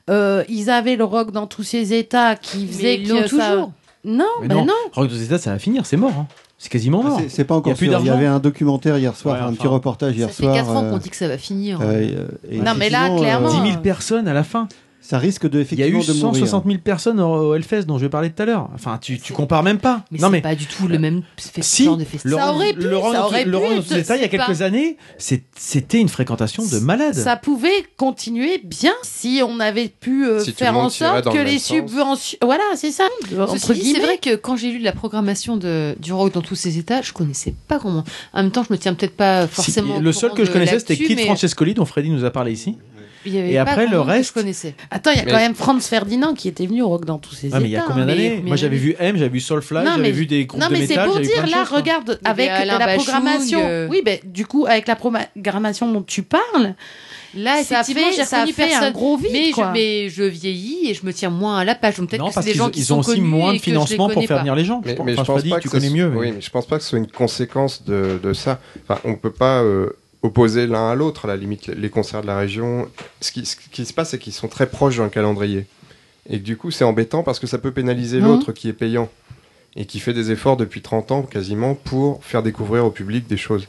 [SPEAKER 3] Euh, ils avaient le rock dans tous ces états qui
[SPEAKER 2] Mais
[SPEAKER 3] faisait
[SPEAKER 2] ils
[SPEAKER 3] que
[SPEAKER 2] l'ont
[SPEAKER 3] ça-
[SPEAKER 2] toujours.
[SPEAKER 3] Non,
[SPEAKER 4] Mais
[SPEAKER 3] ben non.
[SPEAKER 4] Rock des États, ça va finir, c'est mort. hein. C'est quasiment mort.
[SPEAKER 6] Ah, C'est- C'est pas
[SPEAKER 4] Y a
[SPEAKER 6] encore
[SPEAKER 4] plus
[SPEAKER 6] sûr. Il y
[SPEAKER 4] d'argent
[SPEAKER 6] avait un documentaire hier soir,
[SPEAKER 4] Ouais,
[SPEAKER 6] un
[SPEAKER 4] enfin,
[SPEAKER 6] petit reportage hier
[SPEAKER 2] Ça fait
[SPEAKER 6] soir.
[SPEAKER 2] 4 ans
[SPEAKER 6] euh,
[SPEAKER 2] qu'on dit que ça va finir. hein.
[SPEAKER 6] euh, et
[SPEAKER 3] Non, mais là,
[SPEAKER 6] effectivement,
[SPEAKER 3] clairement,
[SPEAKER 4] 10
[SPEAKER 6] euh,
[SPEAKER 4] 000 personnes à la fin.
[SPEAKER 6] ça risque de
[SPEAKER 4] Il y a
[SPEAKER 6] effectivement
[SPEAKER 4] eu
[SPEAKER 6] de mourir.
[SPEAKER 4] 160 000 personnes au au Hellfest dont je parlais tout à l'heure. Enfin, tu, tu compares même pas.
[SPEAKER 2] mais
[SPEAKER 4] non
[SPEAKER 2] c'est
[SPEAKER 4] mais euh,
[SPEAKER 2] pas du tout le même fest-
[SPEAKER 4] si,
[SPEAKER 2] genre de festival.
[SPEAKER 3] Ça aurait pu,
[SPEAKER 4] le Rock
[SPEAKER 3] ça
[SPEAKER 4] dans-
[SPEAKER 3] aurait
[SPEAKER 4] le
[SPEAKER 3] pu,
[SPEAKER 4] Rock dans tous les
[SPEAKER 2] je
[SPEAKER 4] États, il y a
[SPEAKER 2] sais
[SPEAKER 4] quelques années, c'est- c'était une fréquentation de malade.
[SPEAKER 3] ça pouvait continuer bien si on avait pu euh,
[SPEAKER 7] Si tout
[SPEAKER 3] faire
[SPEAKER 7] le monde
[SPEAKER 3] en
[SPEAKER 7] tirait
[SPEAKER 3] sorte
[SPEAKER 7] dans
[SPEAKER 3] que
[SPEAKER 7] le même
[SPEAKER 3] les
[SPEAKER 7] sens.
[SPEAKER 3] subventions. Voilà, c'est ça.
[SPEAKER 2] Ceci
[SPEAKER 3] Entre
[SPEAKER 2] dit, c'est
[SPEAKER 3] guillemets.
[SPEAKER 2] vrai que quand j'ai lu la programmation de, du rock dans tous ses états, je connaissais pas comment. En même temps, je me tiens peut-être pas
[SPEAKER 4] Si-
[SPEAKER 2] forcément. au
[SPEAKER 4] le seul
[SPEAKER 2] courant
[SPEAKER 4] que je
[SPEAKER 2] de
[SPEAKER 4] connaissais, c'était
[SPEAKER 2] l'actu,
[SPEAKER 4] Kid
[SPEAKER 2] mais
[SPEAKER 4] Francescoli, dont Freddy nous a parlé ici.
[SPEAKER 2] il y avait
[SPEAKER 4] Et
[SPEAKER 2] pas
[SPEAKER 4] après,
[SPEAKER 2] grand
[SPEAKER 4] le
[SPEAKER 2] monde que
[SPEAKER 4] reste-
[SPEAKER 2] je connaissais.
[SPEAKER 3] Attends, il y a
[SPEAKER 7] Mais-
[SPEAKER 3] quand même Franz Ferdinand qui était venu au rock dans tous ses
[SPEAKER 4] Ah, mais il y a
[SPEAKER 3] états. hein,
[SPEAKER 4] combien
[SPEAKER 2] mais-
[SPEAKER 4] d'années
[SPEAKER 2] mais
[SPEAKER 4] Moi, j'avais
[SPEAKER 2] oui.
[SPEAKER 4] vu M, j'avais vu Soulfly,
[SPEAKER 3] Non,
[SPEAKER 4] j'avais
[SPEAKER 3] mais-
[SPEAKER 4] vu des groupes
[SPEAKER 3] Non
[SPEAKER 4] de
[SPEAKER 3] mais c'est
[SPEAKER 4] métal.
[SPEAKER 3] pour
[SPEAKER 4] j'avais vu
[SPEAKER 3] dire
[SPEAKER 4] plein de
[SPEAKER 3] là,
[SPEAKER 4] choses, quoi.
[SPEAKER 3] regarde
[SPEAKER 2] avait
[SPEAKER 3] avec
[SPEAKER 2] Alain
[SPEAKER 3] la
[SPEAKER 2] Bachung,
[SPEAKER 3] programmation.
[SPEAKER 2] euh.
[SPEAKER 3] Oui, ben du coup avec la proma- programmation dont tu parles,
[SPEAKER 2] Là,
[SPEAKER 3] ça
[SPEAKER 2] effectivement,
[SPEAKER 3] fait
[SPEAKER 2] j'ai
[SPEAKER 3] ça
[SPEAKER 2] reconnu
[SPEAKER 3] fait
[SPEAKER 2] personne.
[SPEAKER 3] un gros vide
[SPEAKER 2] mais,
[SPEAKER 3] quoi.
[SPEAKER 2] je, mais je vieillis et je me tiens moins à la page. Donc peut-être
[SPEAKER 4] Non,
[SPEAKER 2] que c'est
[SPEAKER 4] parce
[SPEAKER 2] des
[SPEAKER 4] qu'ils
[SPEAKER 2] gens
[SPEAKER 4] ont-
[SPEAKER 2] qui
[SPEAKER 4] ils
[SPEAKER 2] sont
[SPEAKER 4] ont aussi
[SPEAKER 2] connus
[SPEAKER 4] moins
[SPEAKER 2] et
[SPEAKER 4] de
[SPEAKER 2] que je les
[SPEAKER 4] financement pour
[SPEAKER 2] connais
[SPEAKER 4] faire
[SPEAKER 2] pas.
[SPEAKER 4] venir les gens.
[SPEAKER 7] Mais,
[SPEAKER 4] Enfin,
[SPEAKER 7] mais je pense
[SPEAKER 4] Freddy,
[SPEAKER 7] pas
[SPEAKER 4] tu
[SPEAKER 7] que ce
[SPEAKER 4] connais
[SPEAKER 7] soit-
[SPEAKER 4] mieux. mais-
[SPEAKER 7] Oui, mais je pense pas que ce soit une conséquence de, de ça. Enfin, on peut pas euh, opposer l'un à l'autre. À la limite, les concerts de la région, ce qui, ce qui se passe, c'est qu'ils sont très proches dans le calendrier. Et que du coup, c'est embêtant parce que ça peut pénaliser
[SPEAKER 3] Mhm.
[SPEAKER 7] l'autre qui est payant et qui fait des efforts depuis 30 ans quasiment pour faire découvrir au public des choses.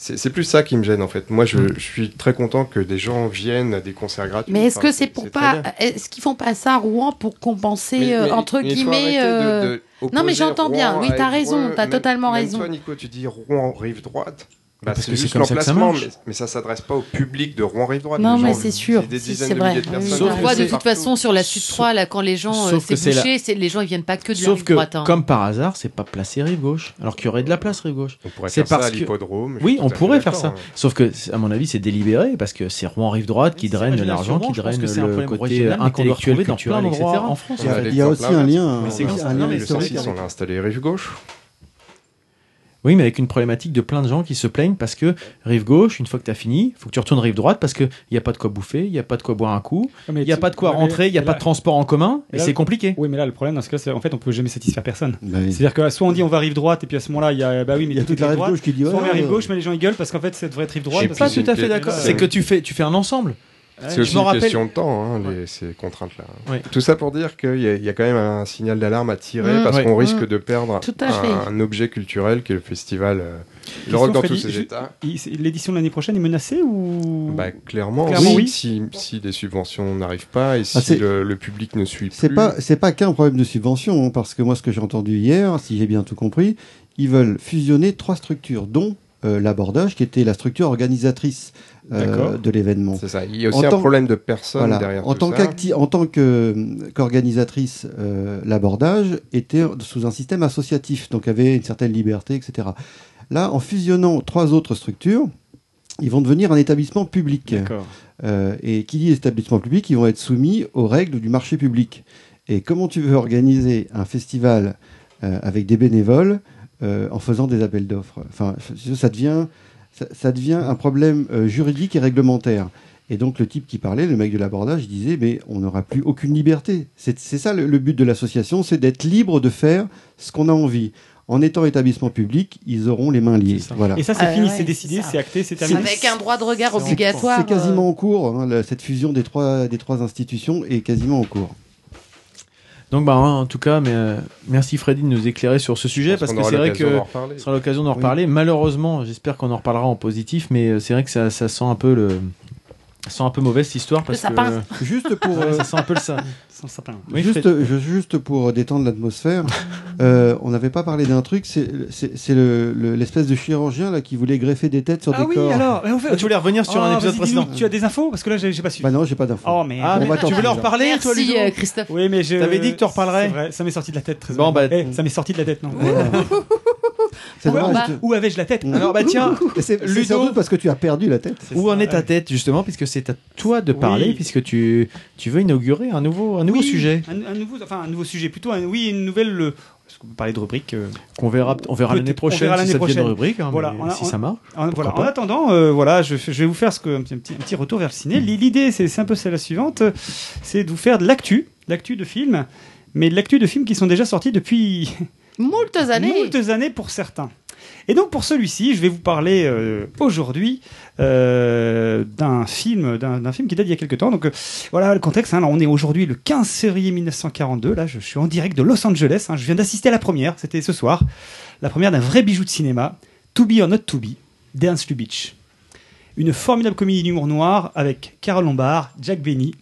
[SPEAKER 7] C'est c'est plus ça qui me gêne en fait. Moi, je, je suis très content que des gens viennent à des concerts gratuits.
[SPEAKER 3] Mmh. Mais est-ce
[SPEAKER 7] Enfin,
[SPEAKER 3] que c'est pour
[SPEAKER 7] très bien.
[SPEAKER 3] pas est-ce qu'ils font pas ça à Rouen pour compenser
[SPEAKER 7] Mais-
[SPEAKER 3] euh,
[SPEAKER 7] mais-
[SPEAKER 3] entre
[SPEAKER 7] mais il faut
[SPEAKER 3] guillemets
[SPEAKER 7] arrêter de-
[SPEAKER 3] euh,
[SPEAKER 7] de
[SPEAKER 3] non, mais
[SPEAKER 7] opposer
[SPEAKER 3] j'entends bien.
[SPEAKER 7] Rouen
[SPEAKER 3] Oui,
[SPEAKER 7] à
[SPEAKER 3] t'as raison,
[SPEAKER 7] Évreux.
[SPEAKER 3] t'as
[SPEAKER 7] Même-
[SPEAKER 3] totalement
[SPEAKER 7] même
[SPEAKER 3] raison.
[SPEAKER 7] Toi, Nico, tu dis Rouen rive droite. Bah,
[SPEAKER 4] Parce
[SPEAKER 7] c'est
[SPEAKER 4] que c'est
[SPEAKER 7] juste
[SPEAKER 4] comme ça que ça
[SPEAKER 7] l'emplacement,
[SPEAKER 4] marche.
[SPEAKER 7] mais, mais ça s'adresse pas au public de Rouen rive droite.
[SPEAKER 3] Non,
[SPEAKER 7] Les
[SPEAKER 3] mais
[SPEAKER 7] gens-
[SPEAKER 3] c'est sûr,
[SPEAKER 7] des
[SPEAKER 3] si,
[SPEAKER 7] dizaines
[SPEAKER 3] c'est
[SPEAKER 7] de
[SPEAKER 3] vrai.
[SPEAKER 7] milliers de
[SPEAKER 3] Oui,
[SPEAKER 7] personnes.
[SPEAKER 3] oui,
[SPEAKER 4] Sauf
[SPEAKER 7] qui
[SPEAKER 4] que
[SPEAKER 2] Moi,
[SPEAKER 7] passent
[SPEAKER 2] de
[SPEAKER 4] c'est
[SPEAKER 2] toute
[SPEAKER 7] partout.
[SPEAKER 2] façon, sur la Sud
[SPEAKER 4] Sauf-
[SPEAKER 2] 3, là, quand les gens euh,
[SPEAKER 4] sauf
[SPEAKER 2] c'est
[SPEAKER 4] que c'est la-
[SPEAKER 2] bouché, c'est- les gens ils viennent pas que de la
[SPEAKER 4] Sauf
[SPEAKER 2] rive
[SPEAKER 4] que,
[SPEAKER 2] droite. hein.
[SPEAKER 4] comme par hasard, c'est pas placé rive gauche, alors qu'il y aurait de la place rive gauche.
[SPEAKER 7] On pourrait
[SPEAKER 4] C'est
[SPEAKER 7] faire ça
[SPEAKER 4] parce
[SPEAKER 7] à
[SPEAKER 4] que-
[SPEAKER 7] l'hippodrome. je
[SPEAKER 4] Oui,
[SPEAKER 7] suis
[SPEAKER 4] on
[SPEAKER 7] tout à fait
[SPEAKER 4] pourrait faire ça.
[SPEAKER 7] d'accord, hein.
[SPEAKER 4] Sauf que, c'est- à mon avis, c'est délibéré parce que c'est Rouen rive droite qui
[SPEAKER 5] C'est
[SPEAKER 4] draine
[SPEAKER 5] la génération
[SPEAKER 4] l'argent, qui
[SPEAKER 5] Rouen, je pense
[SPEAKER 4] draine
[SPEAKER 5] que c'est un
[SPEAKER 4] le
[SPEAKER 5] problème
[SPEAKER 4] côté
[SPEAKER 5] régional, mais qu'on doit
[SPEAKER 4] intellectuel,
[SPEAKER 5] retrouver dans
[SPEAKER 4] culturel,
[SPEAKER 5] plein
[SPEAKER 4] etc.
[SPEAKER 5] d'endroits en
[SPEAKER 4] France,
[SPEAKER 7] On
[SPEAKER 4] en
[SPEAKER 7] a
[SPEAKER 4] fait.
[SPEAKER 7] des
[SPEAKER 6] Il y a
[SPEAKER 7] exemples
[SPEAKER 6] aussi
[SPEAKER 7] là,
[SPEAKER 6] un lien,
[SPEAKER 7] mais c'est
[SPEAKER 6] euh,
[SPEAKER 7] grave.
[SPEAKER 6] un
[SPEAKER 7] Non,
[SPEAKER 6] lien
[SPEAKER 7] mais le
[SPEAKER 6] historique.
[SPEAKER 7] 106, on l'a installé rive gauche.
[SPEAKER 4] Oui, mais avec une problématique de plein de gens qui se plaignent parce que rive gauche, une fois que t'as fini, faut que tu retournes rive droite parce qu'il n'y a pas de quoi bouffer, il n'y a pas de quoi boire un coup, il n'y a pas de quoi rentrer, il n'y a pas de transport en commun et
[SPEAKER 5] là-
[SPEAKER 4] c'est compliqué.
[SPEAKER 5] Oui, mais là, le problème dans ce cas, c'est en fait, on peut jamais satisfaire personne.
[SPEAKER 6] Bah oui.
[SPEAKER 5] C'est-à-dire que soit on dit on va rive droite, et puis à ce moment-là, il y a bah oui, mais
[SPEAKER 6] Il y a toute la rive gauche qui dit
[SPEAKER 5] Soit on va
[SPEAKER 6] ouais,
[SPEAKER 5] rive
[SPEAKER 6] ouais.
[SPEAKER 5] gauche, mais les gens ils gueulent parce qu'en fait, ça devrait être rive droite.
[SPEAKER 7] Et
[SPEAKER 5] parce
[SPEAKER 4] Pas
[SPEAKER 7] puis,
[SPEAKER 5] que-
[SPEAKER 4] tout à fait
[SPEAKER 7] une-
[SPEAKER 4] d'accord.
[SPEAKER 5] euh,
[SPEAKER 4] C'est que tu fais, tu fais un ensemble.
[SPEAKER 7] Ah, C'est
[SPEAKER 4] Je
[SPEAKER 7] aussi
[SPEAKER 4] m'en
[SPEAKER 7] une
[SPEAKER 4] rappelle-
[SPEAKER 7] question de temps, hein, les- ces contraintes-là. hein.
[SPEAKER 4] Ouais.
[SPEAKER 7] Tout ça pour dire qu'il y, a- il y a quand même un signal d'alarme à tirer
[SPEAKER 3] Mm.
[SPEAKER 7] parce
[SPEAKER 4] Ouais.
[SPEAKER 7] qu'on risque
[SPEAKER 3] Mm.
[SPEAKER 7] de perdre
[SPEAKER 3] Tout à
[SPEAKER 7] un,
[SPEAKER 3] fait.
[SPEAKER 7] un objet culturel qui est le festival euh, Le Rock dans tous
[SPEAKER 5] Freddy,
[SPEAKER 7] ses
[SPEAKER 5] je-
[SPEAKER 7] états.
[SPEAKER 5] il- c'est- L'édition de l'année prochaine est menacée ou
[SPEAKER 7] Bah, clairement,
[SPEAKER 5] Clairement,
[SPEAKER 7] si,
[SPEAKER 5] oui.
[SPEAKER 7] si, si les subventions n'arrivent pas
[SPEAKER 4] Ah,
[SPEAKER 7] et si
[SPEAKER 6] c'est-
[SPEAKER 7] le, le public ne suit
[SPEAKER 6] C'est
[SPEAKER 7] plus. euh,
[SPEAKER 6] pas c'est pas qu'un problème de subvention hein, parce que moi ce que j'ai entendu hier, si j'ai bien tout compris, ils veulent fusionner trois structures dont euh, l'abordage qui était la structure organisatrice euh,
[SPEAKER 5] D'accord.
[SPEAKER 6] de l'événement.
[SPEAKER 7] C'est ça. Il y a aussi
[SPEAKER 6] En
[SPEAKER 7] un
[SPEAKER 6] tant-
[SPEAKER 7] problème de personnes
[SPEAKER 6] Voilà.
[SPEAKER 7] derrière
[SPEAKER 6] En
[SPEAKER 7] tout
[SPEAKER 6] tant,
[SPEAKER 7] ça.
[SPEAKER 6] qu'acti- en tant que, qu'organisatrice, euh, l'abordage était sous un système associatif, donc avait une certaine liberté, etc. Là, en fusionnant trois autres structures, ils vont devenir un établissement public.
[SPEAKER 5] D'accord.
[SPEAKER 6] Euh, et qui dit établissement public, ils vont être soumis aux règles du marché public. Et comment tu veux organiser un festival euh, avec des bénévoles euh, en faisant des appels d'offres Enfin, ça- ça devient, ça, ça devient un problème euh, juridique et réglementaire. Et donc le type qui parlait, le mec de l'abordage, il disait mais on n'aura plus aucune liberté. C'est c'est ça le, le but de l'association, c'est d'être libre de faire ce qu'on a envie. En étant établissement public, ils auront les mains liées. Voilà.
[SPEAKER 5] Et ça, c'est
[SPEAKER 3] Ah
[SPEAKER 5] fini,
[SPEAKER 3] ouais,
[SPEAKER 5] c'est décidé,
[SPEAKER 3] c'est ça.
[SPEAKER 5] c'est acté, c'est terminé.
[SPEAKER 3] Avec un droit de regard
[SPEAKER 5] C'est-
[SPEAKER 3] obligatoire.
[SPEAKER 6] C'est
[SPEAKER 3] euh,
[SPEAKER 6] quasiment en cours, hein, la- cette fusion des trois, des trois institutions est quasiment en cours.
[SPEAKER 10] Donc, bah, en tout cas, mais, euh, merci Freddy de nous éclairer sur ce sujet parce que c'est vrai que ce sera l'occasion d'en
[SPEAKER 6] Oui.
[SPEAKER 10] reparler. Malheureusement, j'espère qu'on en reparlera en positif, mais euh, c'est vrai que ça, ça sent un peu le. ça sent un peu mauvaise cette histoire parce
[SPEAKER 3] sapin.
[SPEAKER 10] que.
[SPEAKER 6] Juste pour,
[SPEAKER 10] Ouais,
[SPEAKER 6] euh,
[SPEAKER 10] ça sent un peu le ça.
[SPEAKER 5] Sans sapin.
[SPEAKER 10] Oui,
[SPEAKER 6] juste, euh,
[SPEAKER 10] Fred-
[SPEAKER 6] je- juste pour détendre l'atmosphère, euh, on n'avait pas parlé d'un truc, c'est- c'est c'est le- le- l'espèce de chirurgien là, qui voulait greffer des têtes sur
[SPEAKER 5] Ah
[SPEAKER 6] des
[SPEAKER 5] oui,
[SPEAKER 6] corps.
[SPEAKER 5] alors, mais on fait-
[SPEAKER 10] Ah, tu voulais revenir sur un
[SPEAKER 5] Ah,
[SPEAKER 10] épisode
[SPEAKER 5] vas-y, dis-nous,
[SPEAKER 10] précédent.
[SPEAKER 5] Tu as des infos Parce que là, j'ai j'ai pas su.
[SPEAKER 6] Bah non, j'ai pas d'infos.
[SPEAKER 5] Oh, mais.
[SPEAKER 10] Ah,
[SPEAKER 6] On
[SPEAKER 10] mais
[SPEAKER 6] va
[SPEAKER 10] tu voulais en
[SPEAKER 6] t'en-
[SPEAKER 10] reparler, toi,
[SPEAKER 2] Merci
[SPEAKER 10] Ludo
[SPEAKER 2] euh, Christophe.
[SPEAKER 5] Oui, mais je.
[SPEAKER 10] T'avais dit que tu reparlerais.
[SPEAKER 5] C'est vrai, Ça m'est sorti de la tête, très
[SPEAKER 10] Bon,
[SPEAKER 5] bon,
[SPEAKER 10] bah,
[SPEAKER 5] Ça m'est sorti de la tête, non
[SPEAKER 6] Ouais. C'est
[SPEAKER 5] Où,
[SPEAKER 6] dommage.
[SPEAKER 2] bah,
[SPEAKER 6] tu-
[SPEAKER 5] où avais-je la tête
[SPEAKER 10] Alors, bah, tiens,
[SPEAKER 6] euh, C'est- c'est
[SPEAKER 10] Ludo-
[SPEAKER 6] sans doute parce que tu as perdu la tête.
[SPEAKER 10] Où en est ta tête justement puisque c'est à toi de parler
[SPEAKER 5] Oui.
[SPEAKER 10] puisque tu, tu veux inaugurer un nouveau un nouveau
[SPEAKER 5] Oui,
[SPEAKER 10] sujet
[SPEAKER 5] un, un nouveau, enfin, un nouveau sujet, plutôt. un- oui, une nouvelle. euh, parce qu'on peut parler de rubrique. euh,
[SPEAKER 10] qu'on verra on verra
[SPEAKER 5] Peut-être-
[SPEAKER 10] l'année
[SPEAKER 5] on
[SPEAKER 10] prochaine
[SPEAKER 5] verra
[SPEAKER 10] si ça
[SPEAKER 5] l'année
[SPEAKER 10] devient
[SPEAKER 5] prochaine.
[SPEAKER 10] une rubrique hein,
[SPEAKER 5] Voilà,
[SPEAKER 10] mais
[SPEAKER 5] on a-
[SPEAKER 10] si
[SPEAKER 5] on-
[SPEAKER 10] ça marche.
[SPEAKER 5] En, voilà.
[SPEAKER 10] pas
[SPEAKER 5] en attendant, euh, voilà, je, fais- je vais vous faire ce que, un, petit, un petit- un petit retour vers le ciné. L'i- L'idée, c'est c'est un peu celle la suivante, euh, c'est de vous faire de l'actu, de l'actu de films, mais de l'actu de films qui sont déjà sortis depuis
[SPEAKER 3] Moultes années.
[SPEAKER 5] moultes années pour certains. Et donc pour celui-ci, je vais vous parler euh, aujourd'hui euh, d'un film, d'un d'un film qui date d'il y a quelques temps. Donc euh, voilà le contexte. hein. Là, on est aujourd'hui le 15 février 1942. Là, je, je suis en direct de Los Angeles. hein. Je viens d'assister à la première. C'était ce soir. La première d'un vrai bijou de cinéma, To Be or Not To Be, Dance Lubitsch. Une formidable comédie d'humour noir avec Carole Lombard, Jack Benny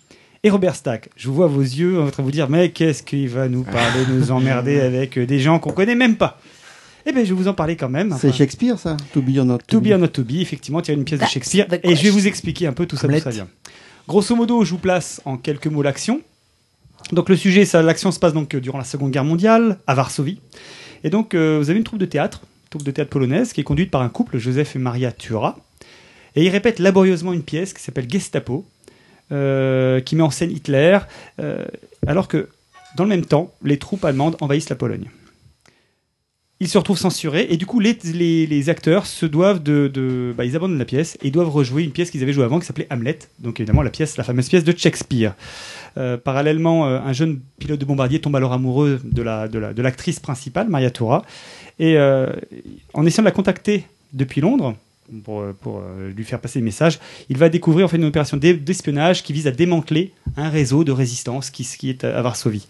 [SPEAKER 5] et Robert Stack. Je vois vos yeux, on va vous dire, mais qu'est-ce qu'il va nous parler, nous emmerder avec euh, des gens qu'on connaît même pas Eh bien, je vais vous en parler quand même.
[SPEAKER 6] C'est Shakespeare ça To be or not
[SPEAKER 5] To be or not to be, effectivement, tiré d'une pièce de
[SPEAKER 3] That's
[SPEAKER 5] Shakespeare.
[SPEAKER 3] the
[SPEAKER 5] Et je vais
[SPEAKER 3] question.
[SPEAKER 5] vous expliquer un peu tout ça, d'où
[SPEAKER 10] Hamlet.
[SPEAKER 5] ça vient. Grosso modo, je vous place en quelques mots l'action. Donc le sujet, ça, l'action se passe donc euh, durant la Seconde Guerre mondiale, à Varsovie. Et donc, euh, vous avez une troupe de théâtre, troupe de théâtre polonaise, qui est conduite par un couple, Joseph et Maria Tura. Et ils répètent laborieusement une pièce qui s'appelle Gestapo, euh, qui met en scène Hitler, euh, alors que, dans le même temps, les troupes allemandes envahissent la Pologne ils se retrouvent censurés et du coup les, les, les acteurs se doivent de, de bah, ils abandonnent la pièce et ils doivent rejouer une pièce qu'ils avaient jouée avant qui s'appelait Hamlet donc évidemment la pièce la fameuse pièce de Shakespeare Euh, parallèlement euh, un jeune pilote de bombardier tombe alors amoureux de la de la- de l'actrice principale Maria Toura et euh, en essayant de la contacter depuis Londres pour, euh, pour, euh, lui faire passer des messages il va découvrir en fait une opération d'e- d'espionnage qui vise à démanteler un réseau de résistance qui, qui est à à Varsovie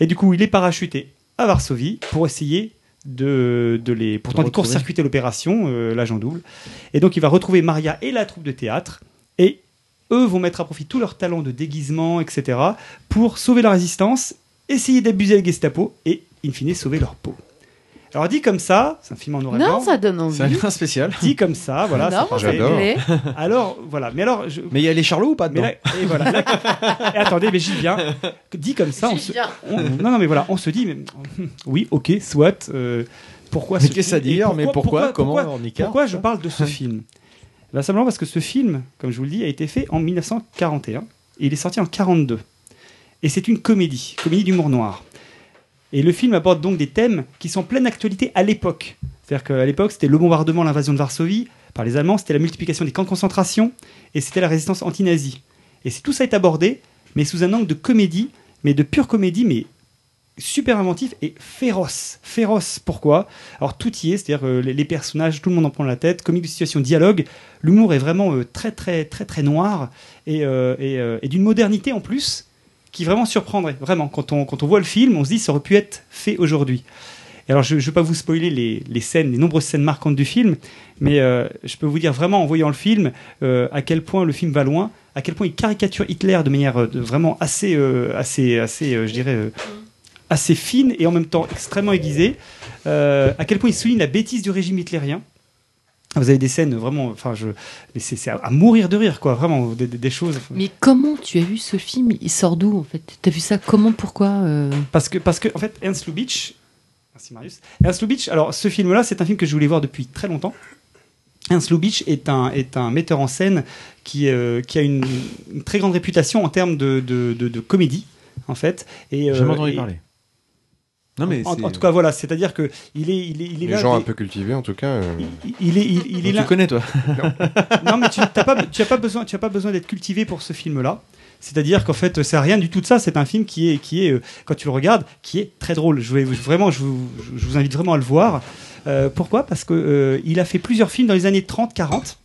[SPEAKER 5] et du coup il est parachuté à Varsovie pour essayer de, de les pourtant de
[SPEAKER 10] retrouver.
[SPEAKER 5] court-circuiter l'opération euh, l'agent double et donc il va retrouver Maria et la troupe de théâtre et eux vont mettre à profit tous leurs talents de déguisement etc pour sauver la résistance essayer d'abuser la Gestapo et in fine sauver leur peau alors dit comme ça c'est un film en noir et blanc
[SPEAKER 2] Non, ça donne envie.
[SPEAKER 10] C'est un lien spécial.
[SPEAKER 5] dit comme ça voilà
[SPEAKER 2] non,
[SPEAKER 5] ça
[SPEAKER 2] moi, ça me
[SPEAKER 7] j'adore.
[SPEAKER 2] plaît.
[SPEAKER 5] alors voilà mais alors je,
[SPEAKER 10] Mais il y a les Charlots ou pas
[SPEAKER 5] mais
[SPEAKER 10] dedans
[SPEAKER 5] là- et voilà. Là- et attendez, mais j'y viens. Dit comme ça, on
[SPEAKER 2] J'y
[SPEAKER 5] se,
[SPEAKER 2] viens.
[SPEAKER 5] on- non, non, mais voilà, on se dit, mais, oui, ok, soit. euh, pourquoi
[SPEAKER 10] Mais
[SPEAKER 5] ce
[SPEAKER 10] qu'est-ce
[SPEAKER 5] film
[SPEAKER 10] à dire
[SPEAKER 5] Et
[SPEAKER 10] Mais pourquoi, Comment
[SPEAKER 5] pourquoi,
[SPEAKER 10] on y carre
[SPEAKER 5] pourquoi je parle de ce film ben, Simplement parce que ce film, comme je vous le dis, a été fait en 1941 et il est sorti en 42. Et c'est une comédie, comédie d'humour noir. Et le film aborde donc des thèmes qui sont en pleine actualité à l'époque. C'est-à-dire qu'à l'époque, c'était le bombardement, l'invasion de Varsovie par les Allemands, c'était la multiplication des camps de concentration et c'était la résistance anti-nazie. Et c'est- tout ça est abordé, mais sous un angle de comédie, mais de pure comédie, mais super inventif et féroce. Féroce, pourquoi Alors tout y est, c'est-à-dire euh, les, les personnages, tout le monde en prend la tête, comique de situation, dialogue, l'humour est vraiment euh, très très très très noir et, euh, et, euh, et d'une modernité en plus qui vraiment surprendrait, vraiment. Quand on, quand on voit le film, on se dit ça aurait pu être fait aujourd'hui. Et alors je ne vais pas vous spoiler les, les scènes, les nombreuses scènes marquantes du film, mais euh, je peux vous dire vraiment en voyant le film euh, à quel point le film va loin, à quel point il caricature Hitler de manière euh, de- vraiment assez, euh, assez, assez, euh, je dirais, euh, assez fine et en même temps extrêmement aiguisée. Euh, à quel point il souligne la bêtise du régime hitlérien. Vous avez des scènes vraiment, enfin, je, mais c'est c'est à, à mourir de rire, quoi, vraiment, des, des- des choses.
[SPEAKER 2] Mais comment tu as vu ce film Il sort d'où en fait T'as vu ça comment Pourquoi euh
[SPEAKER 5] Parce que, parce que, en fait, Ernst Lubitsch, Merci Marius. Ernst Lubitsch, alors ce film-là, c'est un film que je voulais voir depuis très longtemps. Ernst Lubitsch est un, est un metteur en scène qui, euh, qui a une, une très grande réputation en termes de, de, de- de comédie, en fait. Et, euh,
[SPEAKER 10] Jamais entendu
[SPEAKER 5] et-
[SPEAKER 10] parler. Non, mais
[SPEAKER 5] en,
[SPEAKER 10] c'est-
[SPEAKER 5] en tout cas, voilà, c'est-à-dire que il est, il est, il est
[SPEAKER 7] Les
[SPEAKER 5] là.
[SPEAKER 7] gens
[SPEAKER 5] des-
[SPEAKER 7] un peu cultivés, en tout cas. euh,
[SPEAKER 5] Il est, il, il est
[SPEAKER 10] tu
[SPEAKER 5] là.
[SPEAKER 10] connais, toi.
[SPEAKER 5] Non, mais tu n'as pas, tu as pas besoin, tu as pas besoin d'être cultivé pour ce film-là. C'est-à-dire qu'en fait, c'est rien du tout de ça. C'est un film qui est, qui est, euh, quand tu le regardes, qui est très drôle. Je vais vraiment, je vous, je vous invite vraiment à le voir. Euh, pourquoi Parce que euh, il a fait plusieurs films dans les années 30-40.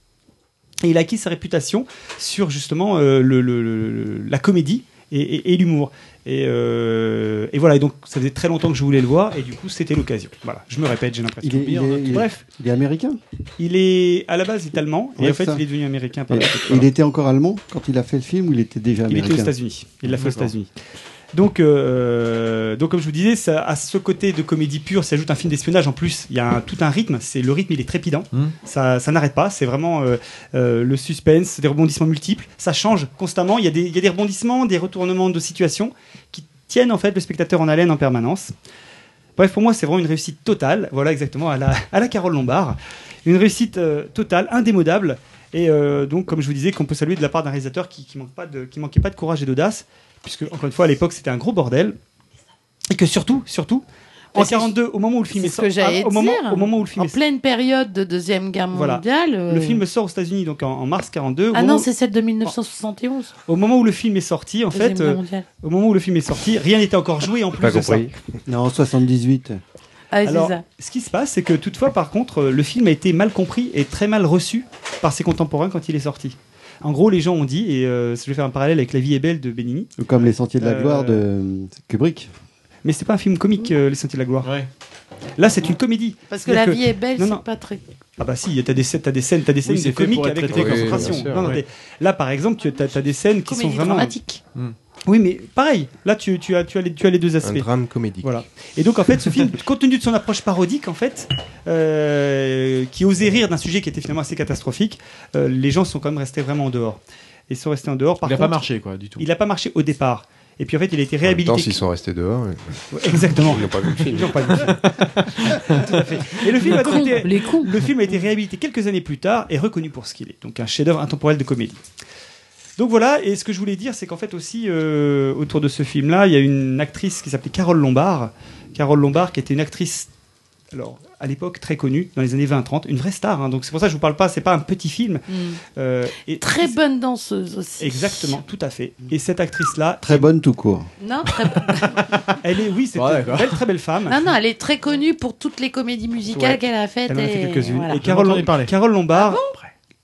[SPEAKER 5] Et il a acquis sa réputation sur justement euh, le- le- le- la comédie et, et- et l'humour. Et, euh, et voilà, et donc ça faisait très longtemps que je voulais le voir, et du coup c'était l'occasion. Voilà, je me répète, j'ai l'impression. hein.
[SPEAKER 6] Il est- il est- il est-
[SPEAKER 5] Bref,
[SPEAKER 6] Il est américain
[SPEAKER 5] il est à la base il est allemand, et
[SPEAKER 6] Ouais,
[SPEAKER 5] en fait
[SPEAKER 6] ça.
[SPEAKER 5] il est devenu américain par
[SPEAKER 6] Et-
[SPEAKER 5] la suite.
[SPEAKER 6] Il était encore allemand quand il a fait le film ou il était déjà
[SPEAKER 5] Il était aux
[SPEAKER 6] américain
[SPEAKER 5] États-Unis. Il l'a fait aux
[SPEAKER 10] D'accord.
[SPEAKER 5] États-Unis. Donc, euh, donc, comme je vous disais, ça, à ce côté de comédie pure, s'ajoute un film d'espionnage. En plus, il y a un- tout un rythme. C'est le rythme, il est trépidant.
[SPEAKER 10] Mhm.
[SPEAKER 5] Ça, ça n'arrête pas. C'est vraiment euh, euh, le suspense, des rebondissements multiples. Ça change constamment. Il y, a des, il y a des rebondissements, des retournements de situation qui tiennent en fait le spectateur en haleine en permanence. Bref, pour moi, c'est vraiment une réussite totale. Voilà, exactement à la, à la Carole Lombard, une réussite euh, totale, indémodable. Et euh, donc, comme je vous disais, qu'on peut saluer de la part d'un réalisateur qui, qui, manque pas de, qui manquait pas de courage et d'audace, puisque, encore une fois, à l'époque, c'était un gros bordel. Et que surtout, surtout, en
[SPEAKER 3] Bah, c'est-
[SPEAKER 5] 42, au moment où le film est
[SPEAKER 3] C'est ce
[SPEAKER 5] sorti,
[SPEAKER 3] que j'allais
[SPEAKER 5] au, moment,
[SPEAKER 3] dire.
[SPEAKER 5] au moment où le film
[SPEAKER 3] En
[SPEAKER 5] est
[SPEAKER 3] pleine période de Deuxième Guerre
[SPEAKER 5] Voilà.
[SPEAKER 3] mondiale. euh,
[SPEAKER 5] le film sort aux États-Unis, donc en, en mars 42. au,
[SPEAKER 3] Ah
[SPEAKER 5] moment,
[SPEAKER 3] non, c'est celle de 1971.
[SPEAKER 5] au moment où le film est sorti, en
[SPEAKER 3] Deuxième
[SPEAKER 5] fait,
[SPEAKER 3] Guerre
[SPEAKER 5] euh,
[SPEAKER 3] mondiale.
[SPEAKER 5] au moment où le film est sorti, rien n'était encore joué en plus
[SPEAKER 7] Pas
[SPEAKER 5] de ça.
[SPEAKER 7] compris.
[SPEAKER 6] Non, 78.
[SPEAKER 3] Ah, c'est
[SPEAKER 5] Alors,
[SPEAKER 3] ça.
[SPEAKER 5] ce qui se passe, c'est que toutefois, par contre, euh, le film a été mal compris et très mal reçu par ses contemporains quand il est sorti. En gros, les gens ont dit, et euh, je vais faire un parallèle avec La vie est belle de Benigni,
[SPEAKER 6] Ou Comme Les Sentiers de la
[SPEAKER 5] Euh,
[SPEAKER 6] Gloire de Kubrick.
[SPEAKER 5] mais c'est pas un film comique, euh, Les Sentiers de la Gloire.
[SPEAKER 10] Ouais.
[SPEAKER 5] Là, c'est une comédie.
[SPEAKER 3] Parce que
[SPEAKER 5] C'est-à-dire
[SPEAKER 3] la vie est belle,
[SPEAKER 5] non, non.
[SPEAKER 3] c'est pas très.
[SPEAKER 5] Ah bah si, t'as des, scè- t'as des scènes, t'as des scènes
[SPEAKER 10] c'est
[SPEAKER 5] de
[SPEAKER 10] fait
[SPEAKER 5] comiques
[SPEAKER 10] pour être
[SPEAKER 5] avec des
[SPEAKER 10] traité
[SPEAKER 7] comme
[SPEAKER 5] concentrations.
[SPEAKER 7] ça. Oui, bien sûr,
[SPEAKER 5] Non, non,
[SPEAKER 10] ouais.
[SPEAKER 5] t'es- Là, par exemple, tu as, des scènes qui sont
[SPEAKER 3] Comédie
[SPEAKER 5] vraiment...
[SPEAKER 3] dramatique.
[SPEAKER 5] Oui, mais pareil, là, tu, tu as, tu, as les, tu as les deux
[SPEAKER 7] Un
[SPEAKER 5] aspects.
[SPEAKER 7] drame comédique.
[SPEAKER 5] Voilà. Et donc en fait, ce film, compte tenu de son approche parodique, en fait, euh, qui osait rire d'un sujet qui était finalement assez catastrophique, euh, les gens sont quand même restés vraiment en dehors. Ils sont restés en dehors. Par
[SPEAKER 10] il a
[SPEAKER 5] contre,
[SPEAKER 10] pas marché, quoi, du tout.
[SPEAKER 5] Il n'a pas marché au départ. Et puis en fait, il a été
[SPEAKER 7] En même temps,
[SPEAKER 5] réhabilité.
[SPEAKER 7] s'ils sont restés dehors, euh,
[SPEAKER 5] Ouais, Exactement.
[SPEAKER 7] ils n'ont pas vu le film.
[SPEAKER 5] Ils n'ont pas vu le film. Tout à fait. Et le film, a donc été,
[SPEAKER 2] les cons.
[SPEAKER 5] le film a été réhabilité quelques années plus tard et reconnu pour ce qu'il est, donc un chef-d'œuvre intemporel de comédie. Donc voilà, et ce que je voulais dire, c'est qu'en fait aussi, euh, autour de ce film-là, il y a une actrice qui s'appelait Carole Lombard. Carole Lombard, qui était une actrice, alors, à l'époque très connue, dans les années 20-30, une vraie star, hein. donc c'est pour ça que je vous parle pas, c'est pas un petit film. Euh, et
[SPEAKER 3] Très bonne danseuse aussi.
[SPEAKER 5] Exactement, tout à fait. Et cette actrice-là,
[SPEAKER 6] Très bonne tout court.
[SPEAKER 3] Non, très bonne.
[SPEAKER 5] elle est, oui, c'est
[SPEAKER 10] Ouais,
[SPEAKER 5] une
[SPEAKER 10] quoi.
[SPEAKER 5] belle, très belle femme.
[SPEAKER 3] non, non, elle est très connue pour toutes les comédies musicales
[SPEAKER 5] Ouais.
[SPEAKER 3] qu'elle a faites.
[SPEAKER 5] Elle en a fait
[SPEAKER 3] et
[SPEAKER 5] quelques-unes.
[SPEAKER 3] voilà.
[SPEAKER 5] Et Carole,
[SPEAKER 10] entendu parler.
[SPEAKER 5] Carole
[SPEAKER 2] Ah
[SPEAKER 5] Lombard,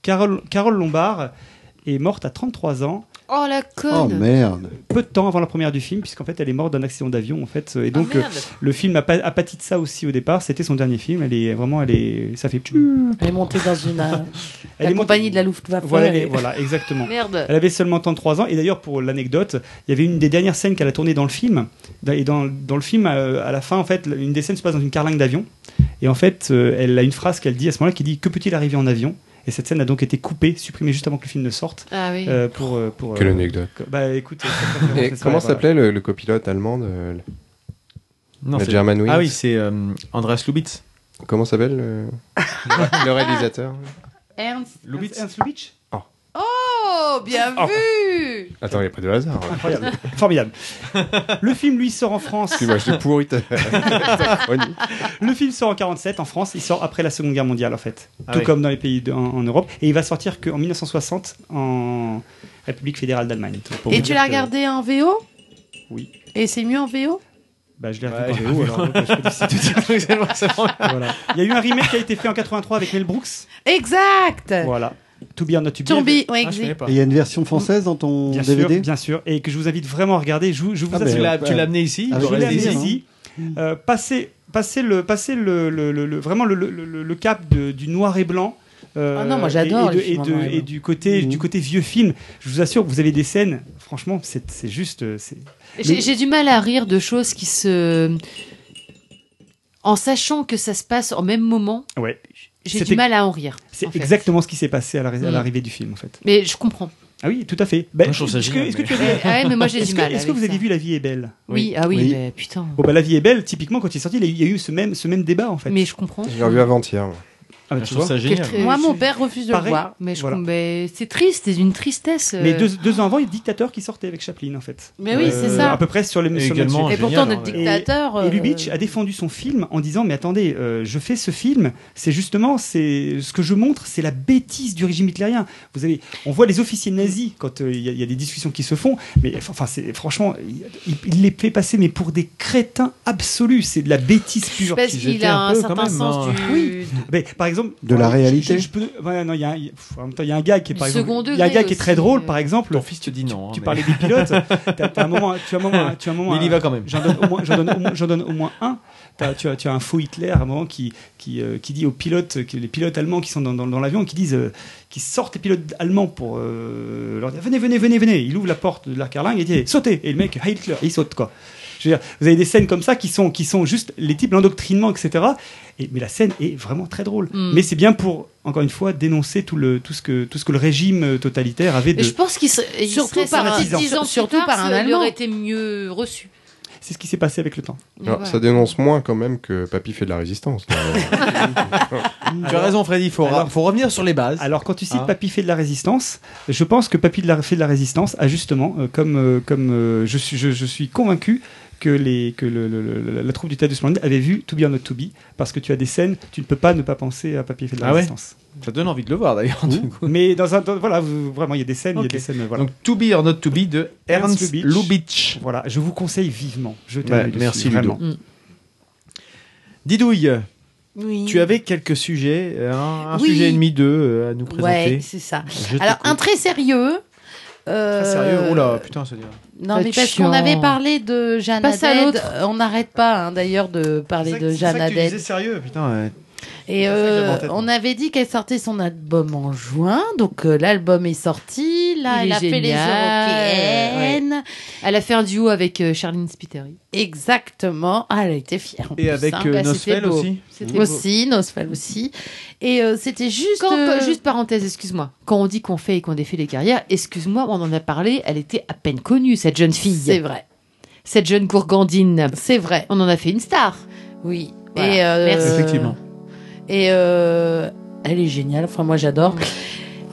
[SPEAKER 5] Carole, Carole Lombard est morte à 33 ans,
[SPEAKER 2] Oh la
[SPEAKER 6] Oh
[SPEAKER 2] conne
[SPEAKER 6] merde.
[SPEAKER 5] peu de temps avant la première du film, puisqu'en fait elle est morte d'un accident d'avion. En fait, et donc
[SPEAKER 2] Ah, merde.
[SPEAKER 5] euh, le film a, pa- a pâti de ça aussi au départ. C'était son dernier film. Elle est vraiment, elle est, ça fait.
[SPEAKER 3] Elle est montée dans une. euh,
[SPEAKER 5] Elle
[SPEAKER 3] la
[SPEAKER 5] est
[SPEAKER 3] compagnie
[SPEAKER 5] montée-
[SPEAKER 3] de la Luftwaffe.
[SPEAKER 5] Voilà,
[SPEAKER 3] elle
[SPEAKER 5] elle est-
[SPEAKER 3] est-
[SPEAKER 5] voilà, exactement.
[SPEAKER 2] Merde
[SPEAKER 5] Elle avait seulement 33 ans. Et d'ailleurs, pour l'anecdote, il y avait une des dernières scènes qu'elle a tournées dans le film. Et dans, dans le film, euh, à la fin, en fait, une des scènes se passe dans une carlingue d'avion. Et en fait, euh, elle a une phrase qu'elle dit à ce moment-là qui dit Que peut-il arriver en avion Et cette scène a donc été coupée, supprimée juste avant que le film ne sorte.
[SPEAKER 2] Ah oui.
[SPEAKER 5] euh, pour, euh, pour, euh,
[SPEAKER 7] Quelle anecdote.
[SPEAKER 5] que- Bah écoute, euh, cette référence,
[SPEAKER 7] Et
[SPEAKER 5] c'est ça,
[SPEAKER 7] comment
[SPEAKER 5] voilà.
[SPEAKER 7] s'appelait le, le copilote allemand de
[SPEAKER 10] Non,
[SPEAKER 7] la
[SPEAKER 10] c'est-
[SPEAKER 7] German Wings
[SPEAKER 10] Ah oui, c'est euh, Andreas Lubitz.
[SPEAKER 7] Comment s'appelle le...
[SPEAKER 5] euh
[SPEAKER 7] le réalisateur
[SPEAKER 3] Ernst.
[SPEAKER 5] Lubitz Ernst Lubitsch
[SPEAKER 2] Oh, bien
[SPEAKER 5] Oh.
[SPEAKER 2] vu
[SPEAKER 7] Attends, il n'y a pas de hasard. ouais.
[SPEAKER 5] Incroyable, formidable. Le film, lui, sort en France.
[SPEAKER 7] Excuse-moi, je l'ai pourri. ta- ta chronique.
[SPEAKER 5] Le film sort en 47 en France, il sort après la Seconde Guerre mondiale en fait,
[SPEAKER 10] Ah
[SPEAKER 5] tout
[SPEAKER 10] oui.
[SPEAKER 5] comme dans les pays de- en, en Europe, et il va sortir qu'en 1960 en République fédérale d'Allemagne. Pour
[SPEAKER 3] Et
[SPEAKER 5] vous
[SPEAKER 3] tu
[SPEAKER 5] dire
[SPEAKER 3] l'as
[SPEAKER 5] que-
[SPEAKER 3] regardé en VO
[SPEAKER 5] Oui.
[SPEAKER 3] Et c'est mieux en VO
[SPEAKER 5] Bah je l'ai
[SPEAKER 10] Ouais,
[SPEAKER 5] regardé
[SPEAKER 10] j'ai
[SPEAKER 5] par VO,
[SPEAKER 10] vu.
[SPEAKER 5] alors, donc, je peux dire- voilà. Il y a eu un remake qui a été fait en 83 avec Mel Brooks.
[SPEAKER 3] Exact
[SPEAKER 5] Voilà. To be or not to be.
[SPEAKER 3] Tombi, ouais,
[SPEAKER 10] Ah, je
[SPEAKER 3] exact.
[SPEAKER 10] connais pas.
[SPEAKER 6] Et il y a une version française dans ton
[SPEAKER 5] Bien sûr,
[SPEAKER 6] DVD
[SPEAKER 5] bien sûr, et que je vous invite vraiment à regarder. Je, vous- je vous
[SPEAKER 6] Ah,
[SPEAKER 5] assure.
[SPEAKER 10] Tu
[SPEAKER 6] mais-
[SPEAKER 10] l'as
[SPEAKER 4] euh,
[SPEAKER 10] tu l'as amené ici,
[SPEAKER 6] Ah,
[SPEAKER 10] il
[SPEAKER 6] je
[SPEAKER 5] Je
[SPEAKER 10] doit
[SPEAKER 6] l'ai
[SPEAKER 5] l'ai
[SPEAKER 10] rester
[SPEAKER 5] amené
[SPEAKER 6] hein.
[SPEAKER 10] ici.
[SPEAKER 5] ici. Euh, passer, passer le, passer le, le- le- le- vraiment le, le- le- le cap de- du noir et blanc. euh,
[SPEAKER 3] Ah non, moi, j'adore
[SPEAKER 5] et, de-
[SPEAKER 3] les films
[SPEAKER 5] et
[SPEAKER 3] en
[SPEAKER 5] de-
[SPEAKER 3] noir et
[SPEAKER 5] et
[SPEAKER 3] blanc.
[SPEAKER 5] du côté
[SPEAKER 6] Mhm.
[SPEAKER 5] du côté vieux film. Je vous assure, vous avez des scènes. Franchement, c'est c'est juste. euh, c'est-
[SPEAKER 2] J'ai j'ai du mal à rire de choses qui se... En sachant que ça se passe en même moment,
[SPEAKER 5] Ouais.
[SPEAKER 2] j'ai
[SPEAKER 5] C'était-
[SPEAKER 2] du mal à en rire.
[SPEAKER 5] C'est
[SPEAKER 2] en fait.
[SPEAKER 5] exactement ce qui s'est passé à la- à
[SPEAKER 2] Mhm.
[SPEAKER 5] l'arrivée du film en fait.
[SPEAKER 2] Mais je comprends.
[SPEAKER 5] Ah oui, tout à fait. Ben,
[SPEAKER 4] Moi, je trouve ça
[SPEAKER 5] est-ce que,
[SPEAKER 4] génial,
[SPEAKER 5] est-ce que
[SPEAKER 4] mais-
[SPEAKER 5] tu as vu-
[SPEAKER 2] Ah ouais, mais moi, j'ai
[SPEAKER 5] est-ce
[SPEAKER 2] du
[SPEAKER 5] que-
[SPEAKER 2] mal
[SPEAKER 5] Est-ce que
[SPEAKER 2] avec
[SPEAKER 5] vous avez
[SPEAKER 2] ça.
[SPEAKER 5] vu La vie est belle
[SPEAKER 2] Oui, ah oui,
[SPEAKER 6] Oui.
[SPEAKER 2] mais putain.
[SPEAKER 5] Bon, bah, La vie est belle, typiquement, quand il est sorti, il y a eu- il y a eu ce même, ce même débat en fait.
[SPEAKER 2] Mais je comprends.
[SPEAKER 7] Je l'ai revu avant-hier. moi.
[SPEAKER 5] Ah, bah,
[SPEAKER 4] Je
[SPEAKER 5] tu
[SPEAKER 4] trouve
[SPEAKER 5] vois.
[SPEAKER 4] ça génial.
[SPEAKER 2] très-
[SPEAKER 3] Moi,
[SPEAKER 2] je-
[SPEAKER 3] mon père refuse de le
[SPEAKER 5] Pareil.
[SPEAKER 3] voir.
[SPEAKER 2] Mais je
[SPEAKER 5] Voilà.
[SPEAKER 2] comprends- mais c'est triste, c'est une tristesse. euh.
[SPEAKER 5] Mais deux,
[SPEAKER 3] ah.
[SPEAKER 5] deux ans avant, il y a Dictateur qui sortait avec Chaplin en fait.
[SPEAKER 3] Mais oui, c'est ça.
[SPEAKER 5] Euh, À peu près sur les
[SPEAKER 4] Et
[SPEAKER 5] sur le même
[SPEAKER 4] également,
[SPEAKER 5] sujet.
[SPEAKER 3] Et
[SPEAKER 4] génial,
[SPEAKER 3] pourtant, notre
[SPEAKER 4] hein, ouais.
[SPEAKER 3] dictateur.
[SPEAKER 5] Et
[SPEAKER 3] euh,
[SPEAKER 5] Lubitsch a défendu son film en disant mais attendez euh, je fais ce film c'est justement c'est ce que je montre c'est la bêtise du régime hitlérien vous avez on voit les officiers nazis quand euh, il y, a- il y a des discussions qui se font mais enfin c'est franchement il, il les fait passer mais pour des crétins absolus c'est de la bêtise pure
[SPEAKER 2] Parce
[SPEAKER 4] qu'ils
[SPEAKER 2] qu'il
[SPEAKER 4] étaient
[SPEAKER 2] a
[SPEAKER 4] un
[SPEAKER 2] un
[SPEAKER 4] peu,
[SPEAKER 2] certain
[SPEAKER 4] quand même,
[SPEAKER 2] sens
[SPEAKER 4] hein.
[SPEAKER 2] du.
[SPEAKER 5] Mais, par exemple
[SPEAKER 6] De la
[SPEAKER 5] je-
[SPEAKER 6] réalité.
[SPEAKER 5] je, je peux- voilà, non, il y a un- il y a- pff, en même temps, il y a un gars qui est
[SPEAKER 2] Du
[SPEAKER 5] par exemple
[SPEAKER 2] second
[SPEAKER 5] il y a un
[SPEAKER 2] degré
[SPEAKER 5] gars qui est très
[SPEAKER 2] aussi,
[SPEAKER 5] drôle
[SPEAKER 2] euh.
[SPEAKER 5] par exemple
[SPEAKER 4] Ton fils te dit non. hein,
[SPEAKER 5] tu
[SPEAKER 4] mais-
[SPEAKER 5] parlais des pilotes t'as t'as un moment tu as un moment tu as un moment
[SPEAKER 4] Mais il y va quand même.
[SPEAKER 5] J'en donne, au moins- j'en donne au moins- j'en donne au moins un. T'as- tu, as, tu as un faux Hitler à un moment qui, qui, euh, qui dit aux pilotes, que les pilotes allemands qui sont dans, dans- dans l'avion, qui disent, euh, qui sortent les pilotes allemands pour euh, leur dire venez, venez, venez, venez. Il ouvre la porte de la carlingue et dit sautez. Et le mec, Ah, Hitler, et il saute quoi. Je veux dire, vous avez des scènes comme ça qui sont, qui sont juste les types, l'endoctrinement, etc. Et- mais la scène est vraiment très drôle.
[SPEAKER 2] Mm.
[SPEAKER 5] Mais c'est bien pour, encore une fois, dénoncer tout, le, tout, ce, que, tout ce que le régime euh, totalitaire avait
[SPEAKER 2] Et
[SPEAKER 5] de.
[SPEAKER 2] je pense qu'il serait, il
[SPEAKER 3] Surtout
[SPEAKER 2] serait
[SPEAKER 3] par
[SPEAKER 5] un-
[SPEAKER 2] sorti dix
[SPEAKER 3] sur-
[SPEAKER 2] ans plus
[SPEAKER 3] surtout
[SPEAKER 2] tard,
[SPEAKER 3] par un
[SPEAKER 2] ça- il
[SPEAKER 3] Allemand.
[SPEAKER 2] aurait été mieux reçu.
[SPEAKER 5] C'est ce qui s'est passé avec le temps.
[SPEAKER 2] Mais
[SPEAKER 7] Alors,
[SPEAKER 2] voilà.
[SPEAKER 7] Ça dénonce moins quand même que Papy fait de la résistance.
[SPEAKER 4] Tu as raison, Freddy. Il faut, ra-
[SPEAKER 5] Alors-
[SPEAKER 4] faut revenir sur les bases.
[SPEAKER 5] Alors, quand tu cites
[SPEAKER 4] Hein
[SPEAKER 5] Papy fait de la résistance, je pense que Papy de la, fait de la résistance a justement, euh, comme, euh, comme euh, je, suis, je, je suis convaincu que, les, que le- le- le- la, la troupe du théâtre de Splendide avait vu To Be or Not To Be, parce que tu as des scènes, tu ne peux pas ne pas penser à Papy fait de la
[SPEAKER 4] Ah ouais
[SPEAKER 5] résistance.
[SPEAKER 4] Ça donne envie de le voir d'ailleurs. du coup.
[SPEAKER 5] Mais dans un. dans- voilà, vous- vraiment, il y a des scènes, il
[SPEAKER 4] Ok.
[SPEAKER 5] y a des scènes. Voilà.
[SPEAKER 4] Donc, To Be or Not To Be de Ernst
[SPEAKER 5] Ernst
[SPEAKER 4] Lubitsch.
[SPEAKER 5] Lubitsch. voilà, je vous conseille vivement. Je
[SPEAKER 4] Ouais, merci,
[SPEAKER 5] merci,
[SPEAKER 4] Ludo.
[SPEAKER 5] vraiment. Mm.
[SPEAKER 4] Didouille,
[SPEAKER 3] oui.
[SPEAKER 4] tu avais quelques sujets, euh, un, un
[SPEAKER 3] Oui.
[SPEAKER 4] sujet et demi, deux euh, à nous présenter.
[SPEAKER 3] Ouais, c'est ça.
[SPEAKER 4] Je
[SPEAKER 3] Alors,
[SPEAKER 4] t'écoute.
[SPEAKER 3] un très sérieux. euh,
[SPEAKER 4] Très sérieux. Oula, putain, ça dit.
[SPEAKER 3] Non,
[SPEAKER 2] Pas
[SPEAKER 3] mais parce
[SPEAKER 2] chiant.
[SPEAKER 3] qu'on avait parlé de Jeanne
[SPEAKER 2] Passe à
[SPEAKER 3] Haddad.
[SPEAKER 2] l'autre.
[SPEAKER 3] Euh, On n'arrête pas, hein, d'ailleurs, de parler de Jeanne
[SPEAKER 4] que tu
[SPEAKER 3] Haddad.
[SPEAKER 4] disais sérieux, Ah, putain. ouais.
[SPEAKER 3] Et
[SPEAKER 4] ça que j'avais en
[SPEAKER 3] euh,
[SPEAKER 4] tête, hein.
[SPEAKER 3] on
[SPEAKER 4] moi.
[SPEAKER 3] avait dit qu'elle sortait son album en juin. Donc, euh, l'album est sorti. Là,
[SPEAKER 2] Il
[SPEAKER 3] elle
[SPEAKER 2] est
[SPEAKER 3] a fait les
[SPEAKER 2] génial.
[SPEAKER 3] européennes.
[SPEAKER 2] Elle a fait un duo avec euh, Charline Spiteri.
[SPEAKER 3] Exactement. Ah, elle était fière. en
[SPEAKER 4] Et
[SPEAKER 3] plus,
[SPEAKER 4] avec
[SPEAKER 3] hein.
[SPEAKER 4] euh,
[SPEAKER 2] bah,
[SPEAKER 4] Nosfell
[SPEAKER 2] c'était beau.
[SPEAKER 4] aussi.
[SPEAKER 2] C'était beau.
[SPEAKER 3] aussi, Nosfell aussi. Et euh, c'était juste.
[SPEAKER 2] Quand-
[SPEAKER 3] euh,
[SPEAKER 2] quand- juste parenthèse, excuse-moi. Quand on dit qu'on fait et qu'on défait les carrières, excuse-moi, on en a parlé, elle était à peine connue, cette jeune
[SPEAKER 3] C'est
[SPEAKER 2] fille.
[SPEAKER 3] vrai.
[SPEAKER 2] Cette jeune gourgandine.
[SPEAKER 3] C'est vrai.
[SPEAKER 2] On en a fait une star.
[SPEAKER 3] Oui.
[SPEAKER 2] Voilà.
[SPEAKER 3] Et euh,
[SPEAKER 2] Merci.
[SPEAKER 4] Effectivement.
[SPEAKER 3] Et euh, elle est géniale. Enfin, moi, j'adore.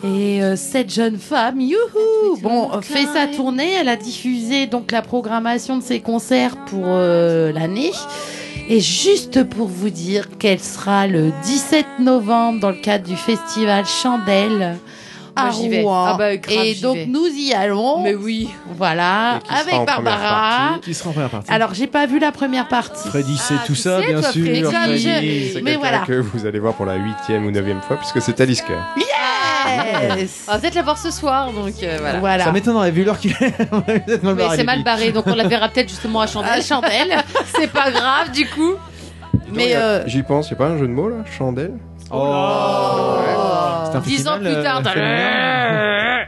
[SPEAKER 3] Et euh, cette jeune femme, youhou Bon, euh, fait sa tournée. Elle a diffusé donc la programmation de ses concerts pour euh, l'année. Et juste pour vous dire qu'elle sera le 17 novembre dans le cadre du festival Chandelle à
[SPEAKER 2] Moi, j'y vais.
[SPEAKER 3] Rouen.
[SPEAKER 2] Ah bah, grave,
[SPEAKER 3] et
[SPEAKER 2] j'y
[SPEAKER 3] donc
[SPEAKER 2] vais.
[SPEAKER 3] nous y allons.
[SPEAKER 2] Mais oui.
[SPEAKER 3] Voilà,
[SPEAKER 7] Et qui sera en
[SPEAKER 3] avec
[SPEAKER 7] première
[SPEAKER 3] Barbara.
[SPEAKER 4] Qui sera en première partie
[SPEAKER 3] Alors, j'ai pas vu la première partie.
[SPEAKER 4] Freddy sait
[SPEAKER 2] Ah,
[SPEAKER 4] tout
[SPEAKER 2] tu
[SPEAKER 4] ça,
[SPEAKER 2] sais,
[SPEAKER 4] bien
[SPEAKER 2] toi,
[SPEAKER 4] sûr.
[SPEAKER 2] Freddy, comme
[SPEAKER 4] Freddy.
[SPEAKER 2] je-
[SPEAKER 7] C'est
[SPEAKER 3] Mais
[SPEAKER 7] quelqu'un
[SPEAKER 3] voilà.
[SPEAKER 7] que vous allez voir pour la huitième ou neuvième fois, puisque c'est Talisker.
[SPEAKER 3] Yes.
[SPEAKER 2] On va peut-être la voir ce soir, donc euh, voilà.
[SPEAKER 3] Voilà.
[SPEAKER 4] Ça m'étonnerait vu l'heure qu'il est. on va peut-être mal
[SPEAKER 2] Mais
[SPEAKER 4] barrer,
[SPEAKER 2] c'est mal
[SPEAKER 4] lui.
[SPEAKER 2] barré, donc on la verra peut-être justement à
[SPEAKER 3] À
[SPEAKER 2] Chandelle.
[SPEAKER 3] chandelle.
[SPEAKER 2] C'est pas grave du coup.
[SPEAKER 3] Mais, euh,
[SPEAKER 7] J'y pense, y'a pas un jeu de mots là Chandelle
[SPEAKER 4] Oh. C'est un
[SPEAKER 2] Oh. Dix ans
[SPEAKER 4] festival,
[SPEAKER 2] plus tard.
[SPEAKER 4] euh, féminin.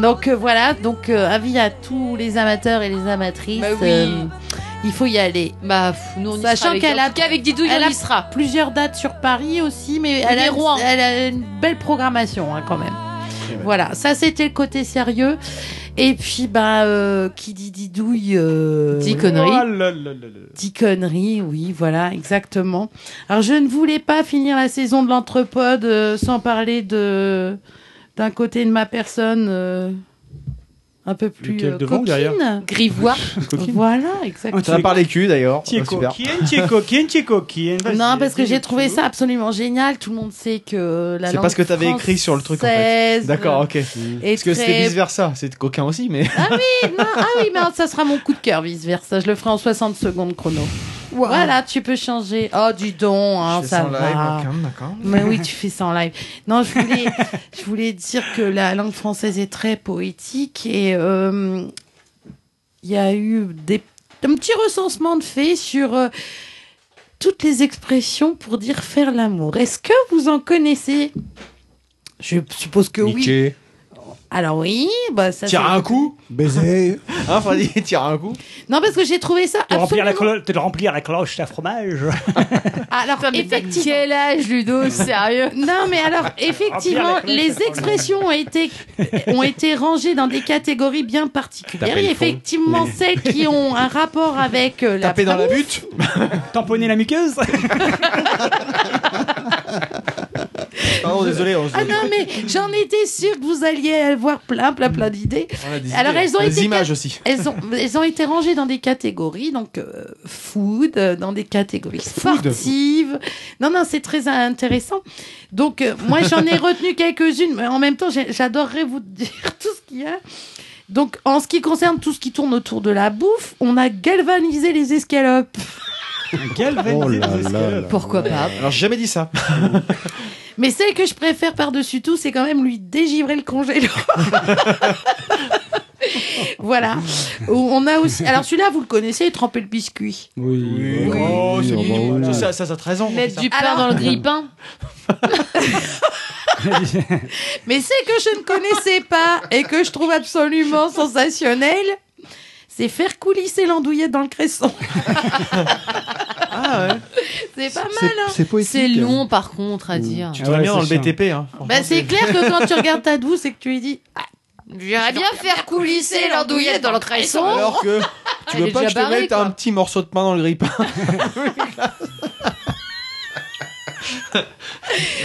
[SPEAKER 3] Donc euh, voilà, donc euh, avis à tous les amateurs et les amatrices. Euh,
[SPEAKER 2] Bah oui.
[SPEAKER 3] il faut y aller.
[SPEAKER 2] Bah, pff, nous on y
[SPEAKER 3] Sachant
[SPEAKER 2] sera avec-
[SPEAKER 3] qu'elle
[SPEAKER 2] en
[SPEAKER 3] a-
[SPEAKER 2] tout cas, avec Didouille,
[SPEAKER 3] elle
[SPEAKER 2] on
[SPEAKER 3] a-
[SPEAKER 2] y sera.
[SPEAKER 3] Plusieurs dates sur Paris aussi, mais elle
[SPEAKER 2] des
[SPEAKER 3] a,
[SPEAKER 2] Rouen.
[SPEAKER 3] elle a une belle programmation hein, quand même. Voilà, ça c'était le côté sérieux. Et puis bah euh, qui dit didouille euh,
[SPEAKER 2] Dit conneries.
[SPEAKER 5] Oh là là là là.
[SPEAKER 3] dit conneries, oui, voilà, exactement. Alors je ne voulais pas finir la saison de l'entrepode euh, sans parler de d'un côté de ma personne euh, un peu plus
[SPEAKER 5] Lequel,
[SPEAKER 3] euh,
[SPEAKER 5] devant ou
[SPEAKER 3] coquine.
[SPEAKER 5] derrière
[SPEAKER 2] Grivois.
[SPEAKER 5] Coquine.
[SPEAKER 3] Voilà, exactement.
[SPEAKER 4] Ça va Ah, parler cul d'ailleurs.
[SPEAKER 5] Tu es
[SPEAKER 4] Oh, super.
[SPEAKER 5] coquine, tu es coquine, tu es coquine. Vas-y,
[SPEAKER 3] Non, parce que
[SPEAKER 5] dis-le
[SPEAKER 3] j'ai
[SPEAKER 5] tout.
[SPEAKER 3] trouvé ça absolument génial. Tout le monde sait que euh, la
[SPEAKER 4] C'est
[SPEAKER 3] langue
[SPEAKER 4] pas ce que t'avais écrit sur le truc, en fait.
[SPEAKER 3] française,
[SPEAKER 4] D'accord, ok.
[SPEAKER 3] est
[SPEAKER 4] Parce que c'était
[SPEAKER 3] très-
[SPEAKER 4] vice versa. C'est coquin aussi, mais.
[SPEAKER 3] Oui, non, ah oui, mais ça sera mon coup de cœur vice versa. Je le ferai en 60 secondes chrono. Voilà, tu peux changer. Oh, du don, hein,
[SPEAKER 4] Je fais
[SPEAKER 3] ça
[SPEAKER 4] en
[SPEAKER 3] va.
[SPEAKER 4] live, ok, d'accord.
[SPEAKER 3] Mais oui, tu fais ça en live. Non, je voulais, je voulais dire que la langue française est très poétique et euh, il y a eu des, un petit recensement de faits sur euh, toutes les expressions pour dire faire l'amour. Est-ce que vous en connaissez Je suppose que oui.
[SPEAKER 4] Niqué.
[SPEAKER 3] Alors oui, bah ça.
[SPEAKER 4] Tire
[SPEAKER 3] c'est-
[SPEAKER 4] un coup
[SPEAKER 6] Baiser
[SPEAKER 4] Hein, Freddy Tire un coup
[SPEAKER 3] Non, parce que j'ai trouvé ça.
[SPEAKER 11] De remplir, la
[SPEAKER 3] absolument-
[SPEAKER 11] clo- de remplir la cloche à fromage.
[SPEAKER 3] Alors, effectivement.
[SPEAKER 2] Quel âge, Ludo Sérieux
[SPEAKER 3] Non, mais alors,
[SPEAKER 11] Ah,
[SPEAKER 3] effectivement,
[SPEAKER 2] Remplir la cloche,
[SPEAKER 3] les
[SPEAKER 2] c'est
[SPEAKER 3] expressions ont été, ont été rangées dans des catégories bien particulières.
[SPEAKER 11] Taper le
[SPEAKER 3] Et
[SPEAKER 11] fond.
[SPEAKER 3] effectivement,
[SPEAKER 11] Oui.
[SPEAKER 3] celles qui ont un rapport avec euh, la.
[SPEAKER 11] Taper dans la
[SPEAKER 3] bouffe,
[SPEAKER 11] butte Tamponner la muqueuse
[SPEAKER 4] Pardon, désolé. on se-
[SPEAKER 3] Ah non, mais j'en étais sûre que vous alliez avoir plein, plein, plein d'idées.
[SPEAKER 4] Mm. On a des
[SPEAKER 3] Alors,
[SPEAKER 4] idées.
[SPEAKER 3] elles ont
[SPEAKER 4] Des
[SPEAKER 3] été.
[SPEAKER 4] images aussi.
[SPEAKER 3] Elles ont, elles ont été rangées dans des catégories, donc euh, food, euh, dans des catégories sportives. Non, non, c'est très intéressant. Donc, euh, moi, j'en ai retenu quelques-unes, mais en même temps, j'ai- j'adorerais vous dire tout ce qu'il y a. Donc, en ce qui concerne tout ce qui tourne autour de la bouffe, on a galvanisé les escalopes.
[SPEAKER 6] Oh là là là.
[SPEAKER 2] Pourquoi pas
[SPEAKER 4] Alors, j'ai jamais dit ça.
[SPEAKER 3] Mais celle que je préfère par-dessus tout, c'est quand même lui dégivrer le congélo. voilà. Ou- On a aussi. Alors celui-là, vous le connaissez, tremper le biscuit.
[SPEAKER 4] Oui. Oh, c'est
[SPEAKER 3] Oui,
[SPEAKER 4] mignon.
[SPEAKER 3] voilà.
[SPEAKER 4] Ça, ça, ça a 13 ans.
[SPEAKER 2] Mettre du pain dans le grille-pain
[SPEAKER 3] Mais celle que je ne connaissais pas et que je trouve absolument sensationnelle, c'est faire coulisser l'andouillette dans le cresson.
[SPEAKER 4] Ah ouais.
[SPEAKER 3] C'est pas mal.
[SPEAKER 4] C'est-
[SPEAKER 3] hein.
[SPEAKER 4] c'est poétique.
[SPEAKER 2] C'est long, par contre, à dire.
[SPEAKER 4] Tu te mets bien dans le BTP. Hein.
[SPEAKER 3] Bah, c'est clair que quand tu regardes ta douce et que tu lui dis Ah, J'irais bien faire coulisser l'andouillette dans le cresson.
[SPEAKER 4] Alors que tu
[SPEAKER 3] Ah, Elle
[SPEAKER 4] veux
[SPEAKER 3] est
[SPEAKER 4] pas que
[SPEAKER 3] déjà
[SPEAKER 4] je te
[SPEAKER 3] barrée,
[SPEAKER 4] mette
[SPEAKER 3] quoi.
[SPEAKER 4] un petit morceau de pain dans le grille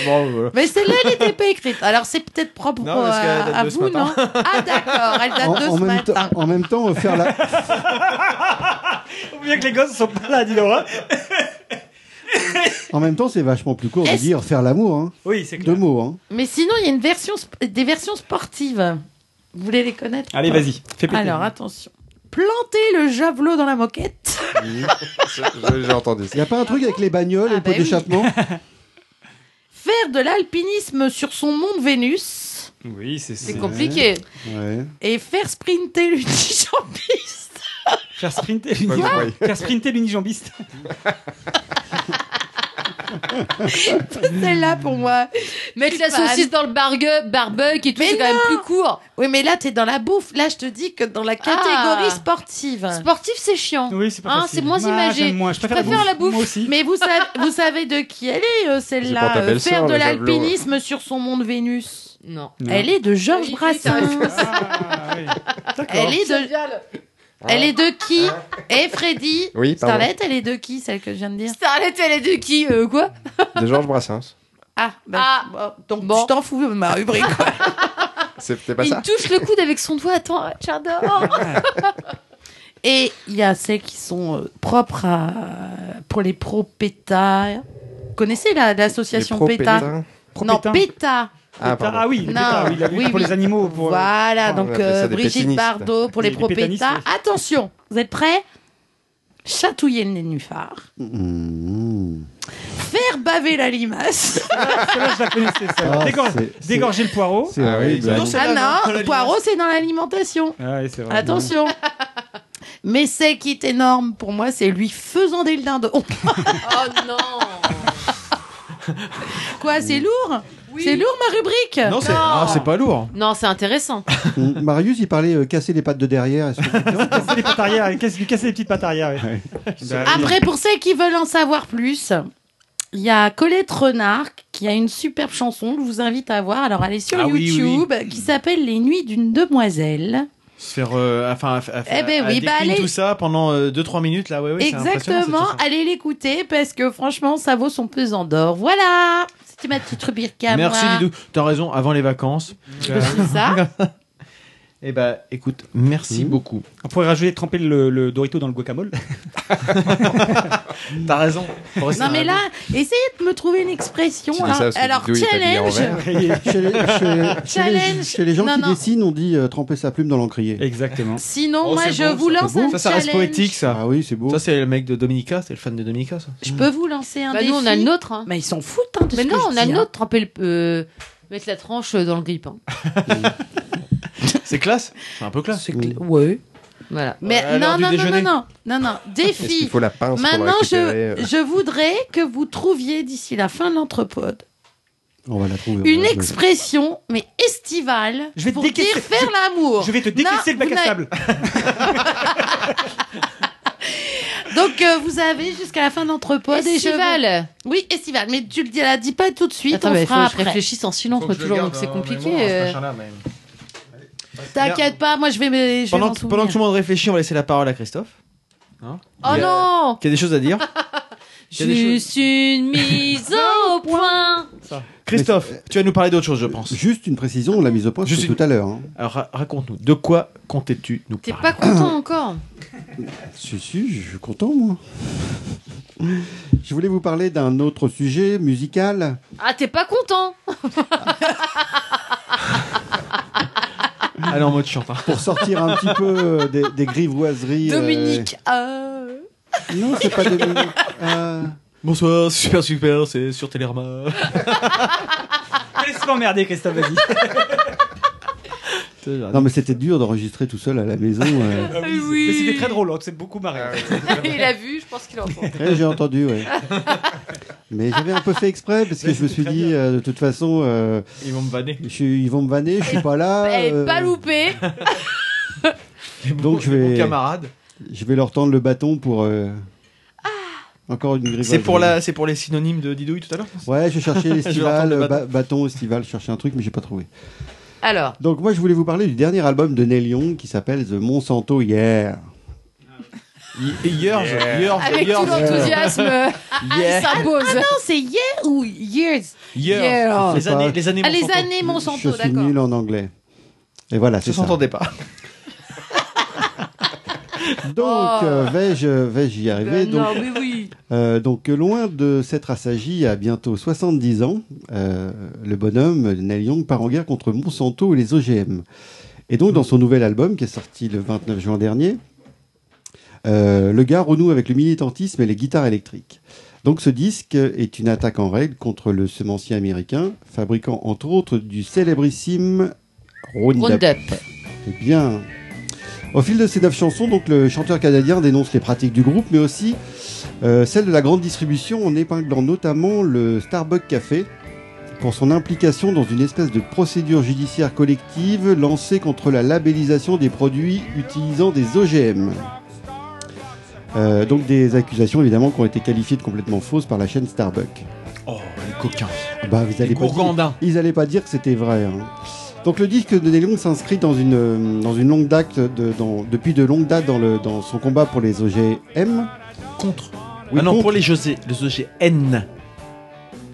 [SPEAKER 4] bon, voilà.
[SPEAKER 3] Mais celle-là, elle n'était pas écrite. Alors, c'est peut-être propre
[SPEAKER 4] Non, parce
[SPEAKER 3] euh,
[SPEAKER 4] qu'elle date
[SPEAKER 3] à
[SPEAKER 4] de ce
[SPEAKER 3] vous,
[SPEAKER 4] matin.
[SPEAKER 3] non Ah, d'accord, elle date
[SPEAKER 6] En,
[SPEAKER 3] de
[SPEAKER 6] en
[SPEAKER 3] ce
[SPEAKER 6] même
[SPEAKER 3] matin.
[SPEAKER 6] temps- en même temps, faire la,
[SPEAKER 11] Faut bien que les gosses sont pas là, dis donc. hein.
[SPEAKER 6] en même temps, c'est vachement plus court de
[SPEAKER 3] Est-ce-
[SPEAKER 6] dire faire l'amour. Hein.
[SPEAKER 11] Oui, c'est
[SPEAKER 6] Deux mots. Hein.
[SPEAKER 3] Mais sinon, il y a une version, sp- des versions sportives. Vous voulez les connaître
[SPEAKER 5] Allez, vas-y, fais péter.
[SPEAKER 3] Alors, attention. Planter le javelot dans la moquette.
[SPEAKER 7] J'ai entendu
[SPEAKER 6] Il n'y a pas un truc avec les bagnoles et le
[SPEAKER 3] bah
[SPEAKER 6] pot
[SPEAKER 3] oui.
[SPEAKER 6] d'échappement
[SPEAKER 3] Faire de l'alpinisme sur son mont de Vénus.
[SPEAKER 5] Oui, c'est
[SPEAKER 3] C'est compliqué.
[SPEAKER 6] Ouais.
[SPEAKER 3] Et faire sprinter le champiste.
[SPEAKER 5] Faire sprinter
[SPEAKER 3] Bah,
[SPEAKER 7] Pas compris.
[SPEAKER 5] l'unijambiste. Faire sprinter l'unijambiste.
[SPEAKER 3] Celle-là, pour moi.
[SPEAKER 2] Mettre la saucisse dans le bargue- barbecue et tout,
[SPEAKER 3] Mais
[SPEAKER 2] c'est quand même
[SPEAKER 3] non
[SPEAKER 2] plus court.
[SPEAKER 3] Oui, mais là, t'es dans la bouffe. Là, je te dis que dans la catégorie
[SPEAKER 2] Ah.
[SPEAKER 3] sportive.
[SPEAKER 2] Sportif, c'est chiant.
[SPEAKER 5] Oui, c'est pas
[SPEAKER 2] Hein,
[SPEAKER 5] facile.
[SPEAKER 2] c'est moins
[SPEAKER 5] Ah,
[SPEAKER 2] imagé.
[SPEAKER 5] j'aime moins. Je préfère,
[SPEAKER 2] préfère la bouffe.
[SPEAKER 5] Moi aussi.
[SPEAKER 3] Mais vous, savez, vous savez de qui elle est, euh,
[SPEAKER 7] C'est pour
[SPEAKER 3] celle-là
[SPEAKER 7] ta
[SPEAKER 3] euh,
[SPEAKER 7] belle-sœur,
[SPEAKER 3] Faire de
[SPEAKER 7] le javelot,
[SPEAKER 3] l'alpinisme sur son mont de Vénus.
[SPEAKER 2] Non.
[SPEAKER 5] Non.
[SPEAKER 3] Elle est de Georges
[SPEAKER 2] Oui,
[SPEAKER 3] Brassens.
[SPEAKER 5] Ah, oui.
[SPEAKER 3] Elle est de... Elle est de
[SPEAKER 2] Ah.
[SPEAKER 3] qui Et Freddy
[SPEAKER 7] Oui, pardon.
[SPEAKER 3] Starlet, elle est de qui, celle que je viens de dire
[SPEAKER 2] Starlet, elle est de qui euh, Quoi
[SPEAKER 7] De Georges Brassens.
[SPEAKER 3] Ah, bah,
[SPEAKER 2] Ah,
[SPEAKER 3] bon, donc
[SPEAKER 2] bon.
[SPEAKER 3] je t'en fous de ma rubrique. quoi.
[SPEAKER 7] C'était pas
[SPEAKER 2] Il
[SPEAKER 7] ça
[SPEAKER 2] touche le coude avec son doigt. Attends, j'adore.
[SPEAKER 3] Et il y a celles qui sont euh, propres à... pour les pros PETA. Vous connaissez la- l'association
[SPEAKER 7] Les
[SPEAKER 3] PETA
[SPEAKER 7] propétins.
[SPEAKER 3] Non,
[SPEAKER 5] Propétain.
[SPEAKER 3] PETA.
[SPEAKER 7] Ah, pardon.
[SPEAKER 5] Ah oui, les
[SPEAKER 3] Non,
[SPEAKER 5] pétards, oui, la lutte
[SPEAKER 3] oui,
[SPEAKER 5] pour
[SPEAKER 3] oui.
[SPEAKER 5] les animaux. Pour... euh,
[SPEAKER 3] Voilà,
[SPEAKER 7] on
[SPEAKER 3] donc
[SPEAKER 7] appelle ça
[SPEAKER 3] euh,
[SPEAKER 7] des
[SPEAKER 3] Brigitte
[SPEAKER 7] pétinistes.
[SPEAKER 3] Bardot pour les
[SPEAKER 5] Des
[SPEAKER 3] pro
[SPEAKER 5] pétanistes,
[SPEAKER 3] PETA.
[SPEAKER 5] oui.
[SPEAKER 3] Attention, vous êtes prêts Chatouiller le nénuphar.
[SPEAKER 6] Mmh.
[SPEAKER 3] Faire baver la limace.
[SPEAKER 5] Celle-là, je la connaissais, celle-là.
[SPEAKER 6] Ah,
[SPEAKER 5] Dégorge-
[SPEAKER 6] c'est-
[SPEAKER 5] Dégorger le poireau.
[SPEAKER 6] C'est
[SPEAKER 7] Ah oui,
[SPEAKER 6] horrible.
[SPEAKER 7] bah
[SPEAKER 6] hein.
[SPEAKER 7] non,
[SPEAKER 4] là,
[SPEAKER 3] ah
[SPEAKER 4] non,
[SPEAKER 3] non,
[SPEAKER 4] la
[SPEAKER 3] poireau, c'est dans l'alimentation.
[SPEAKER 5] Ah, oui, c'est vrai.
[SPEAKER 3] Attention. Mais c'est qui est énorme pour moi, c'est lui faisant des dindons.
[SPEAKER 2] oh non.
[SPEAKER 3] Quoi, c'est lourd
[SPEAKER 2] Oui.
[SPEAKER 3] C'est lourd ma rubrique
[SPEAKER 4] Non, c'est ah, c'est pas lourd.
[SPEAKER 2] Non, c'est intéressant.
[SPEAKER 6] Mmh. Marius, il parlait euh, casser les pattes de derrière. Est-ce que-
[SPEAKER 5] Casser les pattes arrière, lui casser, lui casser les petites pattes arrière. oui. Bah, oui.
[SPEAKER 3] Après, pour ceux qui veulent en savoir plus, il y a Colette Renard qui a une superbe chanson que je vous invite à voir. Alors, elle est sur
[SPEAKER 4] Ah oui, oui,
[SPEAKER 3] YouTube qui s'appelle Les Nuits d'une demoiselle.
[SPEAKER 4] Se faire, euh, enfin, à, à-
[SPEAKER 3] Eh ben
[SPEAKER 4] à- à
[SPEAKER 3] oui, bah,
[SPEAKER 4] décline
[SPEAKER 3] allez.
[SPEAKER 4] tout ça pendant 2-3 minutes là, ouais, ouais, Ah c'est impressionnant, cette
[SPEAKER 3] Exactement, Ah,
[SPEAKER 4] chanson.
[SPEAKER 3] allez l'écouter parce que franchement, ça vaut son pesant d'or. Voilà, c'était ma petite rubrique à
[SPEAKER 4] Merci
[SPEAKER 3] moi.
[SPEAKER 4] Didou, t'as raison, avant les vacances.
[SPEAKER 3] C'est ça.
[SPEAKER 4] Eh bah écoute, merci
[SPEAKER 6] Mmh.
[SPEAKER 4] beaucoup.
[SPEAKER 5] Mm. On pourrait rajouter, tremper le, le Dorito dans le guacamole.
[SPEAKER 4] T'as raison. Faut rester
[SPEAKER 3] Non
[SPEAKER 4] dans
[SPEAKER 3] mais
[SPEAKER 4] la
[SPEAKER 3] là, essayez de me trouver une expression.
[SPEAKER 7] Tu dis ça
[SPEAKER 3] Alors,
[SPEAKER 7] parce que
[SPEAKER 3] alors,
[SPEAKER 7] Didou, il est habillé en
[SPEAKER 3] challenge.
[SPEAKER 7] vert.
[SPEAKER 6] chez, les, chez- chez les-
[SPEAKER 3] Challenge.
[SPEAKER 6] chez les gens
[SPEAKER 3] Non,
[SPEAKER 6] qui
[SPEAKER 3] non.
[SPEAKER 6] dessinent, on dit euh, tremper sa plume dans l'encrier.
[SPEAKER 5] Exactement.
[SPEAKER 3] Sinon,
[SPEAKER 4] Oh,
[SPEAKER 3] moi,
[SPEAKER 4] c'est
[SPEAKER 3] je
[SPEAKER 4] beau,
[SPEAKER 3] vous
[SPEAKER 4] ça.
[SPEAKER 3] lance
[SPEAKER 6] C'est
[SPEAKER 3] un
[SPEAKER 6] beau.
[SPEAKER 4] Ça, ça reste
[SPEAKER 3] challenge.
[SPEAKER 4] poétique, ça.
[SPEAKER 6] Ah oui, c'est beau.
[SPEAKER 4] Ça, c'est le mec de Dominica, c'est le fan de Dominica, ça.
[SPEAKER 3] Je peux vous lancer un
[SPEAKER 2] Bah,
[SPEAKER 3] défi
[SPEAKER 2] nous, on a le nôtre. hein.
[SPEAKER 3] Mais ils s'en foutent. Hein, de
[SPEAKER 2] Mais
[SPEAKER 3] ce
[SPEAKER 2] non,
[SPEAKER 3] que je
[SPEAKER 2] on a
[SPEAKER 3] dis,
[SPEAKER 2] le
[SPEAKER 3] hein.
[SPEAKER 2] nôtre. Tremper le. euh, mettre la tranche dans le grille-pain.
[SPEAKER 7] Ah,
[SPEAKER 4] C'est classe. C'est un peu classe.
[SPEAKER 6] Oui.
[SPEAKER 3] Ouais.
[SPEAKER 2] Voilà.
[SPEAKER 3] Mais
[SPEAKER 7] bah,
[SPEAKER 4] Ouais,
[SPEAKER 3] non,
[SPEAKER 4] l'heure du
[SPEAKER 3] non, non, non,
[SPEAKER 4] déjeuner.
[SPEAKER 3] non, non, non,
[SPEAKER 7] Est-ce qu'il
[SPEAKER 3] défi.
[SPEAKER 7] faut la pince pour la
[SPEAKER 3] Maintenant,
[SPEAKER 7] récupérer
[SPEAKER 3] je,
[SPEAKER 7] euh,
[SPEAKER 3] je voudrais que vous trouviez d'ici la fin de l'entrepôt
[SPEAKER 6] On va la trouver.
[SPEAKER 2] Euh,
[SPEAKER 6] on
[SPEAKER 3] Une
[SPEAKER 6] va-
[SPEAKER 3] expression, mais estivale,
[SPEAKER 6] Je vais te
[SPEAKER 3] pour
[SPEAKER 6] décaisser-
[SPEAKER 3] dire faire l'amour.
[SPEAKER 6] je vais te
[SPEAKER 3] décaisser le bac à sable. Donc euh, vous avez jusqu'à la fin d'entrepôt des jeux-
[SPEAKER 2] Estivale.
[SPEAKER 3] Oui, estivale, mais tu ne la dis pas tout de suite.
[SPEAKER 2] Attends,
[SPEAKER 3] on
[SPEAKER 2] mais il faut
[SPEAKER 3] fera
[SPEAKER 2] que je
[SPEAKER 3] après.
[SPEAKER 2] réfléchisse en silence, Faut que moi, je le toujours, garde donc c'est en compliqué, mémoire, ce euh. machin-là,
[SPEAKER 3] T'inquiète pas, moi je vais me. je vais
[SPEAKER 10] Pendant,
[SPEAKER 3] m'en
[SPEAKER 10] que- pendant que tout le monde réfléchit, on va laisser la parole à Christophe. Hein
[SPEAKER 3] Oh
[SPEAKER 10] Il y a-
[SPEAKER 3] non
[SPEAKER 10] Qui a des choses à dire Qui a des choses-
[SPEAKER 2] Juste une mise au point.
[SPEAKER 10] Christophe, tu vas nous parler d'autre chose, je pense.
[SPEAKER 6] euh, Juste une précision, la mise au point, c'est tout à l'heure. hein.
[SPEAKER 10] Alors ra- raconte-nous, de quoi comptais-tu nous
[SPEAKER 2] T'es
[SPEAKER 10] parler
[SPEAKER 2] pas content encore
[SPEAKER 6] Si, si, je suis content, moi. Je voulais vous parler d'un autre sujet musical.
[SPEAKER 2] Ah, t'es pas content
[SPEAKER 10] Ah. Allez, en mode chante.
[SPEAKER 6] Pour sortir un petit peu euh, des, des grivoiseries. euh,
[SPEAKER 3] Dominique. euh,
[SPEAKER 6] Non, c'est pas Dominique.
[SPEAKER 10] Bonsoir, super super, c'est sur Télérama.
[SPEAKER 5] Laisse-moi emmerder, Christophe, vas-y.
[SPEAKER 6] Non, mais c'était dur d'enregistrer tout seul à la maison. euh.
[SPEAKER 5] Ah oui, c'est- Mais c'était très drôle, on s'est beaucoup marré.
[SPEAKER 2] Il a vu, je pense qu'il entend.
[SPEAKER 6] Ouais, j'ai entendu, ouais. Mais j'avais un peu fait exprès parce que je me suis dit, euh, de toute façon, euh,
[SPEAKER 10] Ils vont me vanner.
[SPEAKER 6] je, suis- ils vont me vanner, je suis pas là.
[SPEAKER 2] Eh,
[SPEAKER 6] euh,
[SPEAKER 2] pas loupé.
[SPEAKER 6] donc je
[SPEAKER 10] les bons
[SPEAKER 6] vais,
[SPEAKER 10] camarades.
[SPEAKER 6] je vais leur tendre le bâton pour euh, encore une grivoiserie.
[SPEAKER 10] C'est pour, la, c'est pour les synonymes de Didouille tout à l'heure
[SPEAKER 6] Ouais, je
[SPEAKER 10] Je
[SPEAKER 6] cherchais
[SPEAKER 10] vais
[SPEAKER 6] l'estival, euh,
[SPEAKER 10] entendre le
[SPEAKER 6] ba-
[SPEAKER 10] bâton.
[SPEAKER 6] bâton. estival, je cherchais un truc mais j'ai pas trouvé.
[SPEAKER 2] Alors.
[SPEAKER 6] Donc moi je voulais vous parler du dernier album de Neil Young qui s'appelle The Monsanto Hier. bah,
[SPEAKER 10] Years, years,
[SPEAKER 3] Avec tout l'enthousiasme,
[SPEAKER 6] Yeah.
[SPEAKER 3] il s'impose. Ah non, c'est yeah ou years
[SPEAKER 6] Years. Je sais
[SPEAKER 3] Les
[SPEAKER 6] Les années-
[SPEAKER 3] années,
[SPEAKER 6] pas. les années
[SPEAKER 3] ah, les années
[SPEAKER 6] Monsanto. Je
[SPEAKER 3] Monsanto,
[SPEAKER 6] suis
[SPEAKER 3] d'accord.
[SPEAKER 6] nul en anglais. Et voilà, c'est ça.
[SPEAKER 10] s'entendait pas.
[SPEAKER 6] Donc,
[SPEAKER 3] Oh.
[SPEAKER 6] euh, vais-je vais-je y
[SPEAKER 7] Eh
[SPEAKER 6] arriver
[SPEAKER 3] Ben
[SPEAKER 6] donc,
[SPEAKER 3] non, mais oui.
[SPEAKER 6] euh, donc, loin de s'être assagi à bientôt 70 ans, euh, le bonhomme Neil Young part en guerre contre Monsanto et les OGM. Et donc, dans son nouvel album, qui est sorti le 29 juin dernier, euh, le gars renoue avec le militantisme et les guitares électriques. Donc, ce disque est une attaque en règle contre le semencier américain, fabricant entre autres du célébrissime Roundup.
[SPEAKER 2] Roundup.
[SPEAKER 6] Eh bien, au fil de ces neuf chansons, donc le chanteur canadien dénonce les pratiques du groupe, mais aussi euh, celles de la grande distribution, en épinglant notamment le Starbucks Café pour son implication dans une espèce de procédure judiciaire collective lancée contre la labellisation des produits utilisant des OGM. Euh, donc des accusations évidemment qui ont été qualifiées de complètement fausses par la chaîne Starbucks.
[SPEAKER 10] Oh, les coquins.
[SPEAKER 6] Bah, vous allez pas dire,
[SPEAKER 10] gourgandins.
[SPEAKER 6] ils allaient pas dire que c'était vrai. hein. Donc le disque de Nellion s'inscrit dans une, euh, dans une longue date de- dans- depuis de longues dates dans, le, dans son combat pour les OGM.
[SPEAKER 10] Contre.
[SPEAKER 6] Oui,
[SPEAKER 10] ah non,
[SPEAKER 6] contre.
[SPEAKER 10] pour les José, les OGN.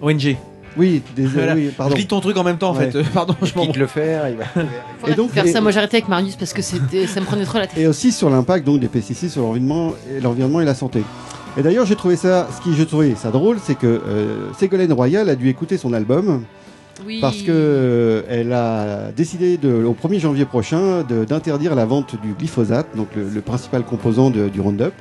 [SPEAKER 10] ONG.
[SPEAKER 6] Oui, désolé,
[SPEAKER 10] Voilà.
[SPEAKER 6] oui, pardon.
[SPEAKER 10] Je lis ton truc en même temps en
[SPEAKER 6] Ouais.
[SPEAKER 10] fait. Euh, Pardon, je m'en le
[SPEAKER 6] faire, il va.
[SPEAKER 2] Faudrait faire ça. Moi, j'arrêtais avec Marius parce que c'était, ça me prenait trop la tête.
[SPEAKER 6] et aussi sur l'impact donc des pesticides sur l'environnement et l'environnement et la santé. Et d'ailleurs, j'ai trouvé ça, ce qui je trouvais ça drôle, c'est que euh, Ségolène Royal a dû écouter son album
[SPEAKER 2] Oui.
[SPEAKER 6] parce que euh, elle a décidé de, au 1er janvier prochain de- d'interdire la vente du glyphosate, donc le, le principal composant de- du Roundup.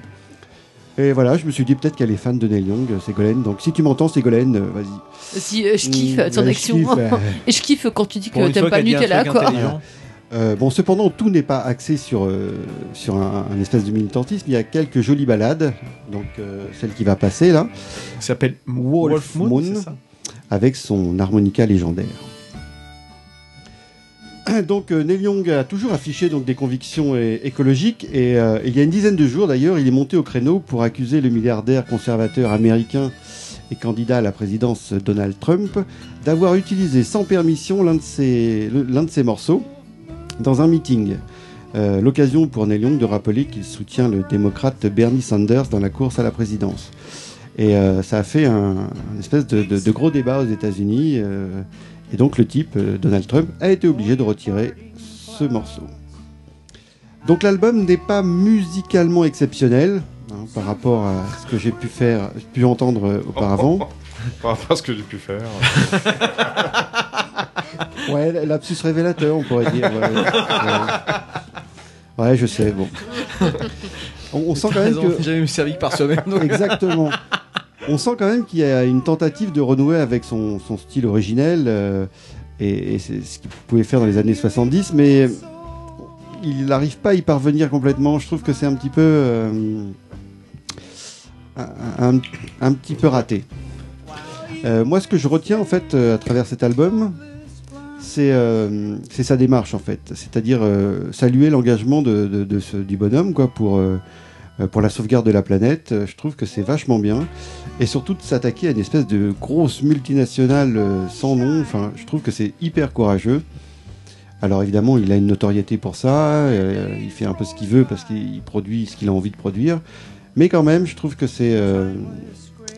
[SPEAKER 6] Et voilà, je me suis dit peut-être qu'elle est fan de Neil Young, Ségolène. Donc si tu m'entends, Ségolène, euh, vas-y.
[SPEAKER 2] Si, euh, je kiffe
[SPEAKER 4] Hmm,
[SPEAKER 6] Mmh,
[SPEAKER 2] ton
[SPEAKER 6] ouais, je
[SPEAKER 2] action.
[SPEAKER 6] kiffe, ouais.
[SPEAKER 2] Et je kiffe quand tu dis
[SPEAKER 6] Pour
[SPEAKER 2] que
[SPEAKER 6] une
[SPEAKER 2] t'aimes
[SPEAKER 6] fois
[SPEAKER 2] pas le
[SPEAKER 6] qu'elle dit un
[SPEAKER 2] Nutella,
[SPEAKER 6] truc
[SPEAKER 2] quoi.
[SPEAKER 6] intelligent. Euh, bon, cependant, tout n'est pas axé sur, euh, sur un, un espèce de militantisme. Il y a quelques jolies balades, donc euh, celle qui va passer là.
[SPEAKER 10] Ça s'appelle
[SPEAKER 6] Wolf,
[SPEAKER 10] Moon,
[SPEAKER 6] Moon,
[SPEAKER 10] c'est ça
[SPEAKER 6] avec son harmonica légendaire. Donc euh, Neil Young a toujours affiché donc, des convictions é- écologiques et euh, il y a une dizaine de jours d'ailleurs, il est monté au créneau pour accuser le milliardaire conservateur américain et candidat à la présidence euh, Donald Trump d'avoir utilisé sans permission l'un de ses, le- l'un de ses morceaux dans un meeting. Euh, L'occasion pour Neil Young de rappeler qu'il soutient le démocrate Bernie Sanders dans la course à la présidence. Et euh, ça a fait un, un espèce de, de- de gros débat aux États-Unis. euh, et donc le type, euh, Donald Trump, a été obligé de retirer ce morceau. Donc l'album n'est pas musicalement exceptionnel hein, par rapport à ce que j'ai pu faire, pu entendre euh, auparavant.
[SPEAKER 7] Par rapport à ce que j'ai pu faire.
[SPEAKER 6] Ouais, lapsus révélateur, on pourrait dire. ouais. Ouais, Ouais, je sais, bon. On, on sent quand même
[SPEAKER 10] raison, on fait
[SPEAKER 6] que.
[SPEAKER 10] jamais une cervique par semaine, donc.
[SPEAKER 6] Exactement. On sent quand même qu'il y a une tentative de renouer avec son, son style originel euh, et, et c'est ce qu'il pouvait faire dans les années 70, mais il n'arrive pas à y parvenir complètement. Je trouve que c'est un petit peu. euh, un, un- un petit peu raté. Euh, moi, ce que je retiens en fait euh, à travers cet album, c'est euh, c'est sa démarche en fait, c'est-à-dire euh, saluer l'engagement de, de- de ce- du bonhomme quoi pour euh, euh, pour la sauvegarde de la planète. Euh, Je trouve que c'est vachement bien et surtout de s'attaquer à une espèce de grosse multinationale euh, sans nom. Enfin, je trouve que c'est hyper courageux. Alors évidemment, il a une notoriété pour ça, euh, il fait un peu ce qu'il veut parce qu'il il produit ce qu'il a envie de produire, mais quand même, je trouve que c'est euh,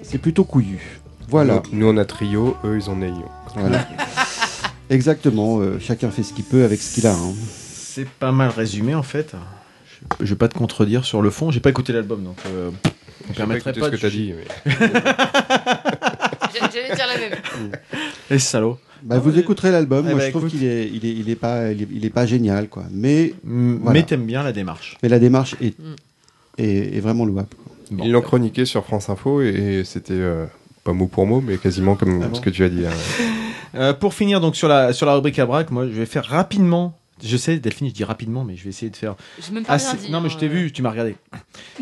[SPEAKER 6] c'est plutôt couillu. Voilà.
[SPEAKER 7] Nous, on a trio, eux, ils ont néon.
[SPEAKER 6] Voilà. Exactement, euh, chacun fait ce qu'il peut avec ce qu'il a. hein.
[SPEAKER 4] C'est pas mal résumé en fait. Je vais pas te contredire sur le fond. J'ai pas écouté l'album donc. euh, on
[SPEAKER 7] J'ai
[SPEAKER 4] permettrait
[SPEAKER 7] pas écouté
[SPEAKER 4] pas de
[SPEAKER 7] ce que t'as
[SPEAKER 4] juger.
[SPEAKER 2] J'allais dire la même.
[SPEAKER 4] Les salauds.
[SPEAKER 6] Bah, vous écouterez l'album,
[SPEAKER 4] Eh
[SPEAKER 6] moi
[SPEAKER 4] bah,
[SPEAKER 6] je trouve qu'il est, il est, il est pas, il est, il est pas génial, quoi. Mais,
[SPEAKER 4] mais t'aimes bien la démarche. Mm.
[SPEAKER 6] Mais la démarche est, est, est vraiment louable.
[SPEAKER 7] Ils l'ont chroniqué sur France Info et, et c'était euh, pas mot pour mot, mais quasiment comme
[SPEAKER 4] Ah
[SPEAKER 6] Ah
[SPEAKER 4] bon
[SPEAKER 7] ce que tu as dit. hein.
[SPEAKER 4] Euh, pour finir donc sur la sur la rubrique à braque, moi je vais faire rapidement. Je sais Delphine, je dis rapidement, mais je vais essayer de faire.
[SPEAKER 2] J'ai même pas rien dit,
[SPEAKER 4] Non mais je t'ai
[SPEAKER 2] hein.
[SPEAKER 4] vu, tu m'as regardé.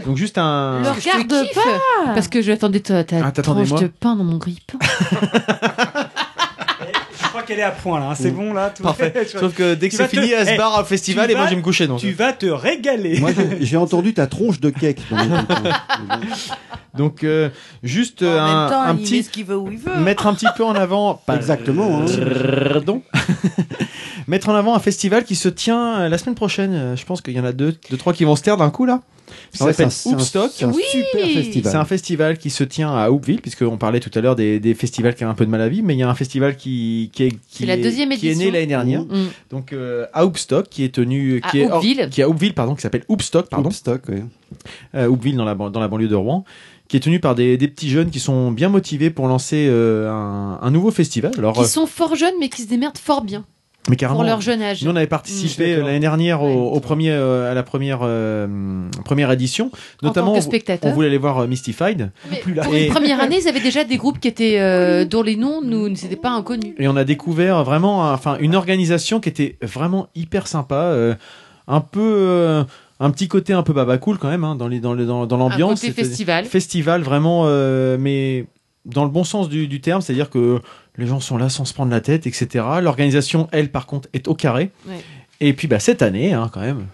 [SPEAKER 4] Donc juste un.
[SPEAKER 2] Le regarde pas Parce que je attendais ta, ta
[SPEAKER 4] Ah, t'attendais
[SPEAKER 2] tranche
[SPEAKER 4] moi
[SPEAKER 2] de pain dans mon grip.
[SPEAKER 5] Je crois qu'elle est à point là, hein. c'est
[SPEAKER 4] Mm.
[SPEAKER 5] bon là. Tout
[SPEAKER 4] Parfait.
[SPEAKER 5] Tu vois-
[SPEAKER 4] Sauf que dès que
[SPEAKER 5] tu
[SPEAKER 4] c'est
[SPEAKER 5] vas
[SPEAKER 4] fini, elle se
[SPEAKER 5] Eh,
[SPEAKER 4] barre au festival
[SPEAKER 5] tu
[SPEAKER 4] et moi,
[SPEAKER 5] vas-
[SPEAKER 4] je vais me coucher, donc.
[SPEAKER 5] Tu vas te régaler.
[SPEAKER 6] Moi j'ai- j'ai entendu ta tronche de cake. dans mon truc, hein.
[SPEAKER 4] Donc euh, juste euh, un,
[SPEAKER 3] temps,
[SPEAKER 4] un
[SPEAKER 3] il met
[SPEAKER 4] petit
[SPEAKER 3] ce qu'il veut où il veut.
[SPEAKER 4] mettre un petit peu en avant. pas-
[SPEAKER 6] Exactement, hein.
[SPEAKER 4] Pardon. mettre en avant un festival qui se tient euh, la semaine prochaine. Euh, Je pense qu'il y en a deux, deux trois qui vont se taire d'un coup là. Ça
[SPEAKER 6] Ouais,
[SPEAKER 4] s'appelle
[SPEAKER 6] c'est un-
[SPEAKER 4] Hoopstock.
[SPEAKER 6] c'est un Oui. super festival.
[SPEAKER 4] C'est un festival qui se tient à Hoopville, puisqu'on parlait tout à l'heure des, des festivals qui avaient un peu de mal à vivre, mais il y a un festival qui, qui, est, qui,
[SPEAKER 2] C'est la
[SPEAKER 4] est-
[SPEAKER 2] deuxième
[SPEAKER 4] qui est
[SPEAKER 2] édition.
[SPEAKER 4] né l'année dernière.
[SPEAKER 2] Mm.
[SPEAKER 4] Donc euh, à Hoopstock, qui est tenu, euh, qui
[SPEAKER 2] À
[SPEAKER 4] est or-
[SPEAKER 2] Hoopville.
[SPEAKER 4] qui est à Hoopville, pardon, qui s'appelle Hoopstock, pardon. Euh,
[SPEAKER 6] Hoopstock, oui.
[SPEAKER 4] dans la ban- dans la banlieue de Rouen, qui est tenu par des, des petits jeunes qui sont bien motivés pour lancer euh, un, un nouveau festival. Alors euh,
[SPEAKER 2] Qui sont fort jeunes, mais qui se démerdent fort bien.
[SPEAKER 4] mais carrément,
[SPEAKER 2] pour leur jeune âge. Mmh.
[SPEAKER 4] Nous, on avait participé euh, l'année dernière au, au premier, euh, à la première, euh, première édition.
[SPEAKER 2] En tant
[SPEAKER 4] Notamment,
[SPEAKER 2] que
[SPEAKER 4] on vou-
[SPEAKER 2] spectateur.
[SPEAKER 4] on voulait aller voir euh, Mystified.
[SPEAKER 2] Pour
[SPEAKER 4] Et-
[SPEAKER 2] une première année, ils avaient déjà des groupes qui étaient, euh, dont les noms nous ne s'étaient pas inconnus.
[SPEAKER 4] et on a découvert vraiment un- enfin une organisation qui était vraiment hyper sympa euh, un peu euh, un petit côté un peu baba cool quand même hein, dans les dans les- dans, dans l'ambiance
[SPEAKER 2] côté
[SPEAKER 4] C'était-
[SPEAKER 2] festival.
[SPEAKER 4] festival vraiment euh, mais dans le bon sens du, du terme c'est à dire que les gens sont là sans se prendre la tête etc l'organisation elle par contre est au carré
[SPEAKER 2] Ouais.
[SPEAKER 4] et puis bah cette année hein, quand même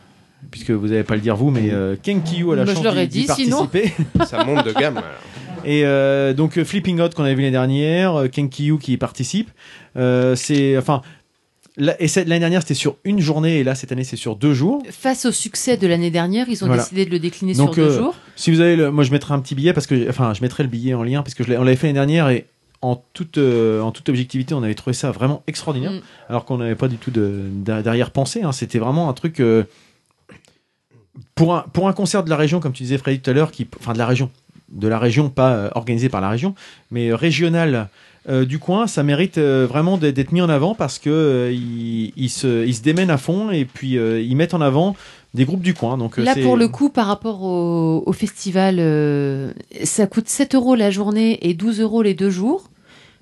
[SPEAKER 4] puisque vous n'allez pas le dire vous mais euh, Ken Kiyou a la
[SPEAKER 2] Moi, je
[SPEAKER 4] chance
[SPEAKER 2] l'aurais
[SPEAKER 4] d'y- d'y
[SPEAKER 2] dit, sinon.
[SPEAKER 4] participer
[SPEAKER 7] Ça monte de gamme. alors.
[SPEAKER 4] et euh, donc euh, Flipping Hot qu'on avait vu l'année dernière, euh, Ken Kiyu qui y participe. Euh, c'est enfin la- et cette- l'année dernière c'était sur une journée et là cette année c'est sur deux jours.
[SPEAKER 2] Face au succès de l'année dernière, ils ont
[SPEAKER 4] Voilà.
[SPEAKER 2] décidé de le décliner
[SPEAKER 4] Donc
[SPEAKER 2] sur deux
[SPEAKER 4] euh,
[SPEAKER 2] jours.
[SPEAKER 4] si vous avez le, moi je mettrai un petit billet parce que enfin je mettrai le billet en lien parce que je l'ai- on l'avait fait l'année dernière et en toute euh, en toute objectivité on avait trouvé ça vraiment extraordinaire
[SPEAKER 2] Mm.
[SPEAKER 4] alors qu'on n'avait pas du tout de derrière pensée. hein. C'était vraiment un truc. euh, pour un, pour un concert de la région, comme tu disais Freddy tout à l'heure, qui, enfin de la région, de la région, pas euh, organisé par la région, mais euh, régional euh, du coin, ça mérite euh, vraiment d'être- d'être mis en avant parce que euh, ils, ils se, ils se démènent à fond et puis euh, ils mettent en avant des groupes du coin. Donc euh,
[SPEAKER 2] Là,
[SPEAKER 4] c'est-
[SPEAKER 2] pour le coup, par rapport au, au festival, euh, ça coûte 7 euros la journée et 12 euros les deux jours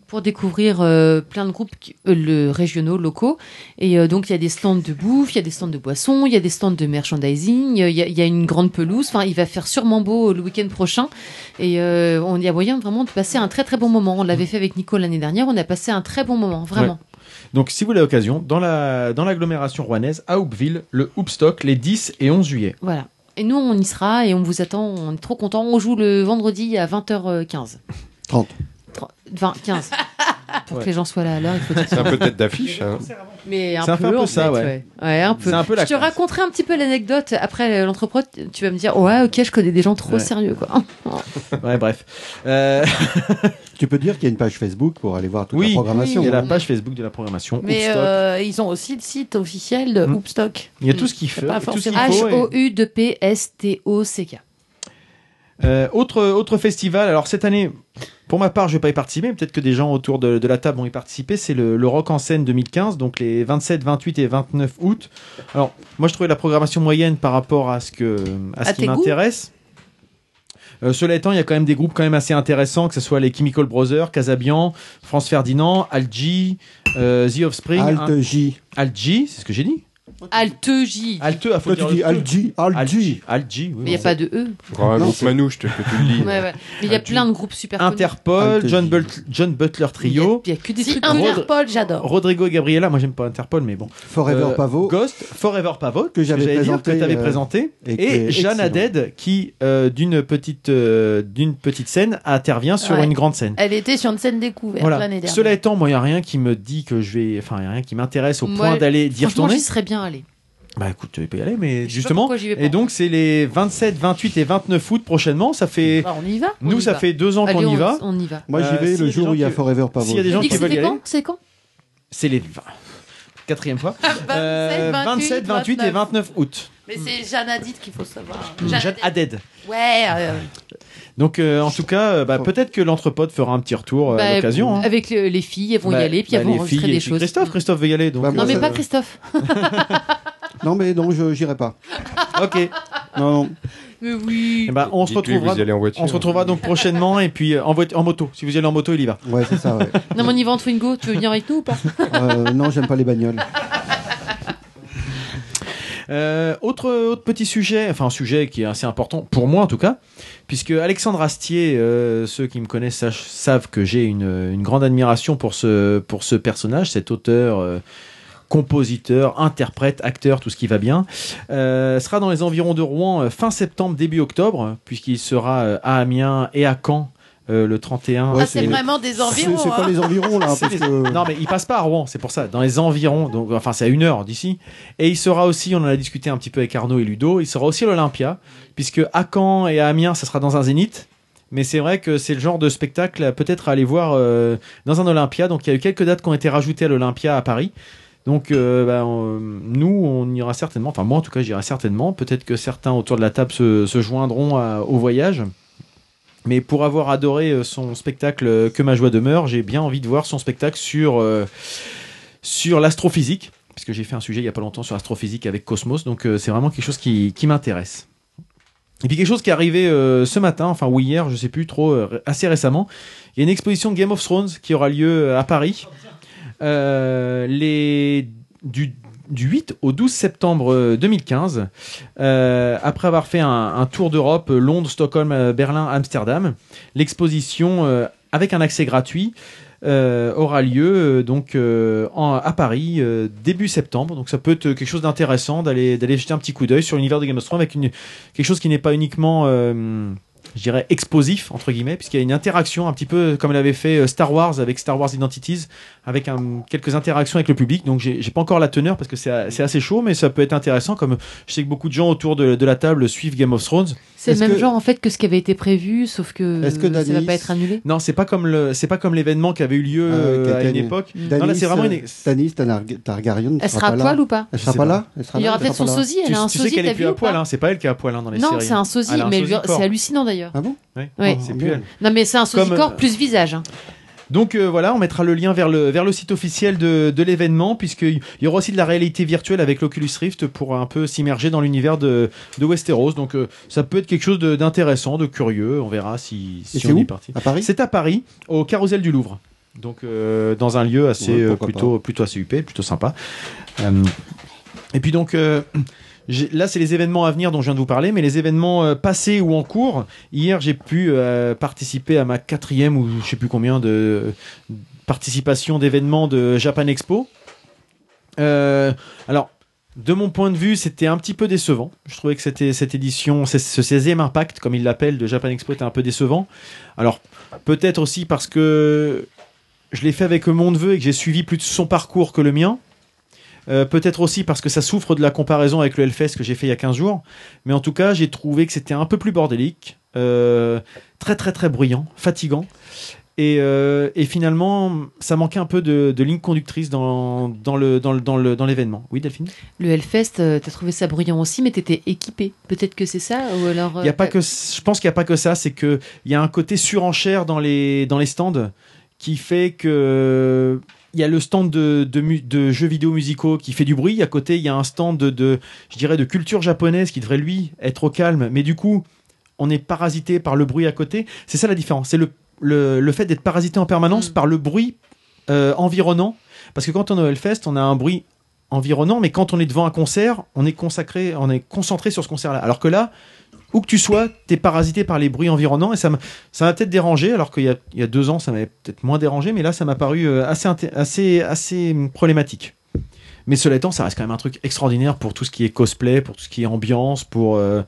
[SPEAKER 2] pour découvrir euh, plein de groupes qui- euh, le, régionaux, locaux. Et euh, donc, il y a des stands de bouffe, il y a des stands de boissons, il y a des stands de merchandising, euh, il y, a- il y a une grande pelouse. Enfin, il va faire sûrement beau euh, le week-end prochain. Et euh, on y a moyen vraiment de passer un très très bon moment. On
[SPEAKER 4] Mm.
[SPEAKER 2] l'avait fait avec Nico l'année dernière, on a passé un très bon moment, vraiment.
[SPEAKER 4] Ouais. Donc, si vous avez l'occasion, dans la dans l'agglomération rouennaise, à Hoopville, le Hoopstock, les 10 et 11 juillet.
[SPEAKER 2] Voilà. Et nous, on y sera et on vous attend. On est trop contents. On joue le vendredi à 20h15.
[SPEAKER 6] 30.
[SPEAKER 2] 20, 15. Pour
[SPEAKER 4] Ouais.
[SPEAKER 2] que les gens soient là à l'heure, il faut
[SPEAKER 7] C'est un peu tête d'affiche. hein.
[SPEAKER 2] Mais un
[SPEAKER 4] C'est
[SPEAKER 2] peu,
[SPEAKER 4] un peu- un peu
[SPEAKER 2] en
[SPEAKER 4] ça,
[SPEAKER 2] fait,
[SPEAKER 4] ouais.
[SPEAKER 2] Ouais, un peu.
[SPEAKER 4] C'est un peu la
[SPEAKER 2] je te raconterai un petit peu l'anecdote après euh, l'entrepreneur. Tu vas me dire, ouais, ok, je connais des gens trop
[SPEAKER 4] Ouais.
[SPEAKER 2] sérieux, quoi.
[SPEAKER 4] Ouais, bref. Euh,
[SPEAKER 6] tu peux dire qu'il y a une page Facebook pour aller voir toute
[SPEAKER 4] Oui,
[SPEAKER 6] la programmation.
[SPEAKER 4] il y a la
[SPEAKER 6] hein.
[SPEAKER 4] page Facebook de la programmation.
[SPEAKER 3] Mais
[SPEAKER 4] Hoopstock. Hmm.
[SPEAKER 3] euh, ils ont aussi le site officiel de Hoopstock.
[SPEAKER 4] Il y a
[SPEAKER 2] Hmm.
[SPEAKER 4] tout ce qu'il
[SPEAKER 3] C'est
[SPEAKER 4] faut-
[SPEAKER 3] pas
[SPEAKER 4] tout ce qu'il
[SPEAKER 3] forcément-
[SPEAKER 4] faut, et-
[SPEAKER 2] H-O-U-D-P-S-T-O-C-K.
[SPEAKER 4] Euh, autre, autre festival, alors cette année, pour ma part, je vais pas y participer, mais peut-être que des gens autour de, de la table vont y participer, c'est le, le Rock en scène 2015, donc les 27, 28 et 29 août. Alors, moi je trouvais la programmation moyenne par rapport à ce, que, à ce
[SPEAKER 11] À
[SPEAKER 4] qui
[SPEAKER 11] tes goûts
[SPEAKER 4] m'intéresse. Euh, cela étant, il y a quand même des groupes quand même assez intéressants, que ce soit les Chemical Brothers, Casabian, France Ferdinand, Algie, euh, The Offspring.
[SPEAKER 6] Alt J.
[SPEAKER 4] Algie, c'est ce que j'ai dit
[SPEAKER 2] Altegi.
[SPEAKER 4] Alteux, à
[SPEAKER 6] Toi, tu dis Algi, Algi.
[SPEAKER 4] Algi,
[SPEAKER 2] Mais il n'y a pas de E.
[SPEAKER 7] Ouais,
[SPEAKER 4] Non,
[SPEAKER 7] donc
[SPEAKER 4] c'est-
[SPEAKER 7] Manouche, tu, que tu le dis.
[SPEAKER 2] Ouais, ouais. Mais il y a plein de groupes super connus.
[SPEAKER 4] Interpol, John, But- John Butler Trio.
[SPEAKER 2] Il y a que des
[SPEAKER 3] Si,
[SPEAKER 2] trucs de ouf.
[SPEAKER 3] Interpol, j'adore.
[SPEAKER 4] Rodrigo et Gabriela, moi j'aime pas Interpol, mais bon. Euh,
[SPEAKER 6] Forever Pavot.
[SPEAKER 4] Ghost, Forever Pavot,
[SPEAKER 6] Que j'avais
[SPEAKER 4] j'allais dire,
[SPEAKER 6] présenté,
[SPEAKER 4] que t'avais
[SPEAKER 6] euh,
[SPEAKER 4] présenté.
[SPEAKER 6] et qui
[SPEAKER 4] Et,
[SPEAKER 6] est
[SPEAKER 4] Jeanne
[SPEAKER 6] excellent.
[SPEAKER 4] Haddad, qui, euh, d'une petite, euh, d'une petite scène, intervient sur
[SPEAKER 3] Ouais.
[SPEAKER 4] une grande scène.
[SPEAKER 3] Elle était sur une scène découverte l'année dernière.
[SPEAKER 4] Cela étant, moi, il n'y a rien qui me dit que je vais. Enfin, y a rien qui m'intéresse au point
[SPEAKER 2] Moi,
[SPEAKER 4] d'aller dire
[SPEAKER 2] franchement,
[SPEAKER 4] tourner.
[SPEAKER 2] j'y serais bien allé.
[SPEAKER 4] Bah écoute, tu peux y aller, mais
[SPEAKER 2] sais pas
[SPEAKER 4] justement.
[SPEAKER 2] pourquoi j'y vais pas.
[SPEAKER 4] Et donc, c'est les 27, 28 et 29 août prochainement. Ça fait.
[SPEAKER 2] Bah, on y va. On
[SPEAKER 4] Nous,
[SPEAKER 2] y
[SPEAKER 4] ça
[SPEAKER 2] va.
[SPEAKER 4] fait deux ans
[SPEAKER 2] Allez,
[SPEAKER 4] qu'on y
[SPEAKER 2] on-
[SPEAKER 4] va.
[SPEAKER 2] on y va.
[SPEAKER 6] Moi, j'y
[SPEAKER 4] Euh, s'il
[SPEAKER 6] vais le
[SPEAKER 4] y a des
[SPEAKER 6] jour
[SPEAKER 4] gens
[SPEAKER 6] où il y a
[SPEAKER 4] qui-
[SPEAKER 6] Forever Pavot.
[SPEAKER 4] S'il y a des gens
[SPEAKER 2] Dis que
[SPEAKER 4] qui veulent y
[SPEAKER 2] C'était
[SPEAKER 4] aller.
[SPEAKER 2] quand C'est quand
[SPEAKER 4] C'est les 20. Quatrième fois. Euh, 27, 28 et 29 août.
[SPEAKER 3] Mais c'est Jeanne Hadid qu'il faut savoir.
[SPEAKER 4] Jeanne Haddad.
[SPEAKER 3] Hmm. Ouais. euh,
[SPEAKER 4] Donc, euh, en tout cas, euh, bah, peut-être que l'entrepôt fera un petit retour euh,
[SPEAKER 2] Bah,
[SPEAKER 4] à l'occasion. hein.
[SPEAKER 2] Avec le- les filles, elles vont
[SPEAKER 4] Bah,
[SPEAKER 2] y aller, puis
[SPEAKER 4] bah,
[SPEAKER 2] elles vont
[SPEAKER 4] les
[SPEAKER 2] enregistrer
[SPEAKER 4] filles et
[SPEAKER 2] des
[SPEAKER 4] puis
[SPEAKER 2] choses.
[SPEAKER 4] Christophe, Christophe veut y aller. Donc,
[SPEAKER 6] Bah,
[SPEAKER 4] euh,
[SPEAKER 6] moi,
[SPEAKER 2] Non, mais
[SPEAKER 6] ça-
[SPEAKER 2] pas Christophe.
[SPEAKER 6] Non, mais non, je j'irai pas.
[SPEAKER 4] Ok.
[SPEAKER 6] Non, non.
[SPEAKER 2] Mais oui.
[SPEAKER 4] Eh ben, on se
[SPEAKER 7] Dites-lui,
[SPEAKER 4] retrouvera.
[SPEAKER 7] vous y allez en voiture.
[SPEAKER 4] On se retrouvera donc prochainement et puis euh, en, voit- en moto. Si vous y allez en moto, il y va.
[SPEAKER 6] Ouais, c'est ça, ouais.
[SPEAKER 2] Non, mais on y va en Twingo. Tu veux venir avec nous ou pas
[SPEAKER 6] Euh, non, j'aime pas les bagnoles.
[SPEAKER 4] Euh, autre, autre petit sujet, enfin un sujet qui est assez important pour moi en tout cas, puisque Alexandre Astier, euh, ceux qui me connaissent sach- savent que j'ai une, une grande admiration pour ce, pour ce personnage, cet auteur. euh, compositeur, interprète, acteur, tout ce qui va bien, euh, sera dans les environs de Rouen euh, fin septembre, début octobre, puisqu'il sera euh, à Amiens et à Caen euh, le 31.
[SPEAKER 6] Ouais,
[SPEAKER 3] ah, c'est
[SPEAKER 4] et le-
[SPEAKER 3] vraiment des
[SPEAKER 6] C'est
[SPEAKER 3] environs.
[SPEAKER 6] c'est pas
[SPEAKER 3] hein.
[SPEAKER 6] les environs, là.
[SPEAKER 4] c'est
[SPEAKER 6] parce
[SPEAKER 4] les-
[SPEAKER 6] que-
[SPEAKER 4] Non, mais il passe pas à Rouen, c'est pour ça, dans les environs, donc enfin c'est à une heure d'ici. Et il sera aussi, on en a discuté un petit peu avec Arnaud et Ludo, il sera aussi à l'Olympia, puisque à Caen et à Amiens, ça sera dans un zénith. Mais c'est vrai que c'est le genre de spectacle à peut-être à aller voir euh, dans un Olympia. Donc il y a eu quelques dates qui ont été rajoutées à l'Olympia à Paris. Donc euh, bah, on- nous, on ira certainement, enfin moi en tout cas j'irai certainement, peut-être que certains autour de la table se, se joindront à- au voyage. Mais pour avoir adoré euh, son spectacle euh, Que ma joie demeure, j'ai bien envie de voir son spectacle sur, euh, sur l'astrophysique, puisque j'ai fait un sujet il n'y a pas longtemps sur l'astrophysique avec Cosmos, donc euh, c'est vraiment quelque chose qui, qui m'intéresse. Et puis quelque chose qui est arrivé euh, ce matin, enfin ou hier, je sais plus trop, euh, ré- assez récemment, il y a une exposition Game of Thrones qui aura lieu à Paris euh, les, du, du 8 au 12 septembre euh, 2015, euh, après avoir fait un, un tour d'Europe, euh, Londres, Stockholm, euh, Berlin, Amsterdam, l'exposition euh, avec un accès gratuit euh, aura lieu euh, donc euh, en- à Paris euh, début septembre. Donc ça peut être quelque chose d'intéressant d'aller d'aller jeter un petit coup d'œil sur l'univers de Game of Thrones avec une, quelque chose qui n'est pas uniquement euh, je dirais explosif entre guillemets puisqu'il y a une interaction un petit peu comme l'avait fait euh, Star Wars avec Star Wars Identities avec un- quelques interactions avec le public donc j'ai j'ai pas encore la teneur parce que c'est a- c'est assez chaud mais ça peut être intéressant comme je sais que beaucoup de gens autour de, de la table suivent Game of Thrones
[SPEAKER 2] C'est le
[SPEAKER 6] Est-ce
[SPEAKER 2] même
[SPEAKER 6] que-
[SPEAKER 2] genre en fait que ce qui avait été prévu, sauf que,
[SPEAKER 6] Est-ce que
[SPEAKER 2] ça va
[SPEAKER 6] Danis-
[SPEAKER 2] pas être annulé.
[SPEAKER 4] non c'est pas comme le c'est pas comme l'événement qui avait eu lieu
[SPEAKER 6] Ah ouais,
[SPEAKER 4] euh,
[SPEAKER 6] qui a
[SPEAKER 4] à
[SPEAKER 6] été
[SPEAKER 4] une
[SPEAKER 6] annulé.
[SPEAKER 4] époque non là
[SPEAKER 6] Danis,
[SPEAKER 4] c'est vraiment une
[SPEAKER 6] euh, Danis Tanar- Targaryen.
[SPEAKER 2] Elle sera à
[SPEAKER 6] pas là.
[SPEAKER 2] poil ou pas
[SPEAKER 6] Elle
[SPEAKER 4] Je
[SPEAKER 6] sera
[SPEAKER 4] sais
[SPEAKER 6] pas
[SPEAKER 4] pas.
[SPEAKER 6] là. Elle sera
[SPEAKER 2] Il y
[SPEAKER 6] là,
[SPEAKER 2] aura
[SPEAKER 6] elle
[SPEAKER 2] peut-être
[SPEAKER 6] sera
[SPEAKER 2] son
[SPEAKER 6] pas là.
[SPEAKER 2] sosie. Elle
[SPEAKER 4] tu,
[SPEAKER 2] a un
[SPEAKER 4] tu sais
[SPEAKER 2] sosie,
[SPEAKER 4] qu'elle
[SPEAKER 2] t'as
[SPEAKER 4] est plus
[SPEAKER 2] vu
[SPEAKER 4] à
[SPEAKER 2] ou
[SPEAKER 4] poil
[SPEAKER 2] pas
[SPEAKER 4] hein, c'est pas elle qui est à poil hein, dans les
[SPEAKER 2] Non,
[SPEAKER 4] séries
[SPEAKER 2] c'est un
[SPEAKER 4] hein.
[SPEAKER 2] sosie,
[SPEAKER 4] Elle a un
[SPEAKER 2] mais
[SPEAKER 4] sosie
[SPEAKER 2] le-
[SPEAKER 4] corps.
[SPEAKER 2] c'est hallucinant d'ailleurs.
[SPEAKER 6] Ah bon
[SPEAKER 4] Ouais.
[SPEAKER 2] Ouais.
[SPEAKER 4] Oh, c'est plus elle
[SPEAKER 2] Non, mais c'est un sosie
[SPEAKER 4] Comme,
[SPEAKER 2] corps
[SPEAKER 4] euh,
[SPEAKER 2] plus visage. hein.
[SPEAKER 4] Donc euh, voilà, on mettra le lien vers le, vers le site officiel de, de l'événement, puisqu'il y aura aussi de la réalité virtuelle avec l'Oculus Rift pour un peu s'immerger dans l'univers de, de Westeros. Donc euh, ça peut être quelque chose de- d'intéressant, de curieux. On verra si,
[SPEAKER 6] Et
[SPEAKER 4] si
[SPEAKER 6] c'est
[SPEAKER 4] on est
[SPEAKER 6] où
[SPEAKER 4] parti.
[SPEAKER 6] À Paris
[SPEAKER 4] C'est à Paris, au Carrousel du Louvre. Donc euh, dans un lieu assez
[SPEAKER 6] Ouais,
[SPEAKER 4] euh,
[SPEAKER 6] pourquoi
[SPEAKER 4] plutôt plutôt assez huppé, plutôt sympa. Euh, et puis donc euh, j'ai- là c'est les événements à venir dont je viens de vous parler, mais les événements euh, passés ou en cours. Hier j'ai pu euh, participer à ma quatrième ou je sais plus combien de participation d'événements de Japan Expo. Euh, alors de mon point de vue, c'était un petit peu décevant. Je trouvais que c'était cette édition, c'est- ce 16e impact, comme ils l'appellent, de Japan Expo était un peu décevant. Alors, peut-être aussi parce que je l'ai fait avec mon neveu et que j'ai suivi plus de son parcours que le mien. Euh, peut-être aussi parce que ça souffre de la comparaison avec le Hellfest que j'ai fait il y a 15 jours. Mais en tout cas, j'ai trouvé que c'était un peu plus bordélique, euh, très très très bruyant, fatigant. Et, euh, et finalement, ça manquait un peu de, de ligne conductrice dans, dans, le, dans, le, dans, le, dans l'événement. Oui, Delphine
[SPEAKER 2] Le Hellfest, euh, t'as trouvé ça bruyant aussi, mais t'étais équipé. Peut-être que c'est ça, ou alors. euh,
[SPEAKER 4] Il y a pas que, je pense qu'il n'y a pas que ça, c'est que il y a un côté surenchère dans les, dans les stands qui fait que il y a le stand de, de, mu- de jeux vidéo musicaux qui fait du bruit. À côté, il y a un stand de, de, je dirais, de culture japonaise qui devrait lui être au calme. Mais du coup, on est parasité par le bruit à côté. C'est ça la différence. C'est le, le, le fait d'être
[SPEAKER 2] Mm.
[SPEAKER 4] parasité en permanence par le bruit euh, environnant. Parce que quand on est au Hellfest, on a un bruit environnant, mais quand on est devant un concert, on est consacré, on est concentré sur ce concert-là. Alors que là, où que tu sois, t'es parasité par les bruits environnants et ça m'a, ça m'a peut-être dérangé. Alors qu'il y a, il y a deux ans, ça m'avait peut-être moins dérangé, mais là, ça m'a paru euh, assez, inté- assez, assez hum, problématique. Mais cela étant, ça reste quand même un truc extraordinaire pour tout ce qui est cosplay, pour tout ce qui est ambiance, pour, euh,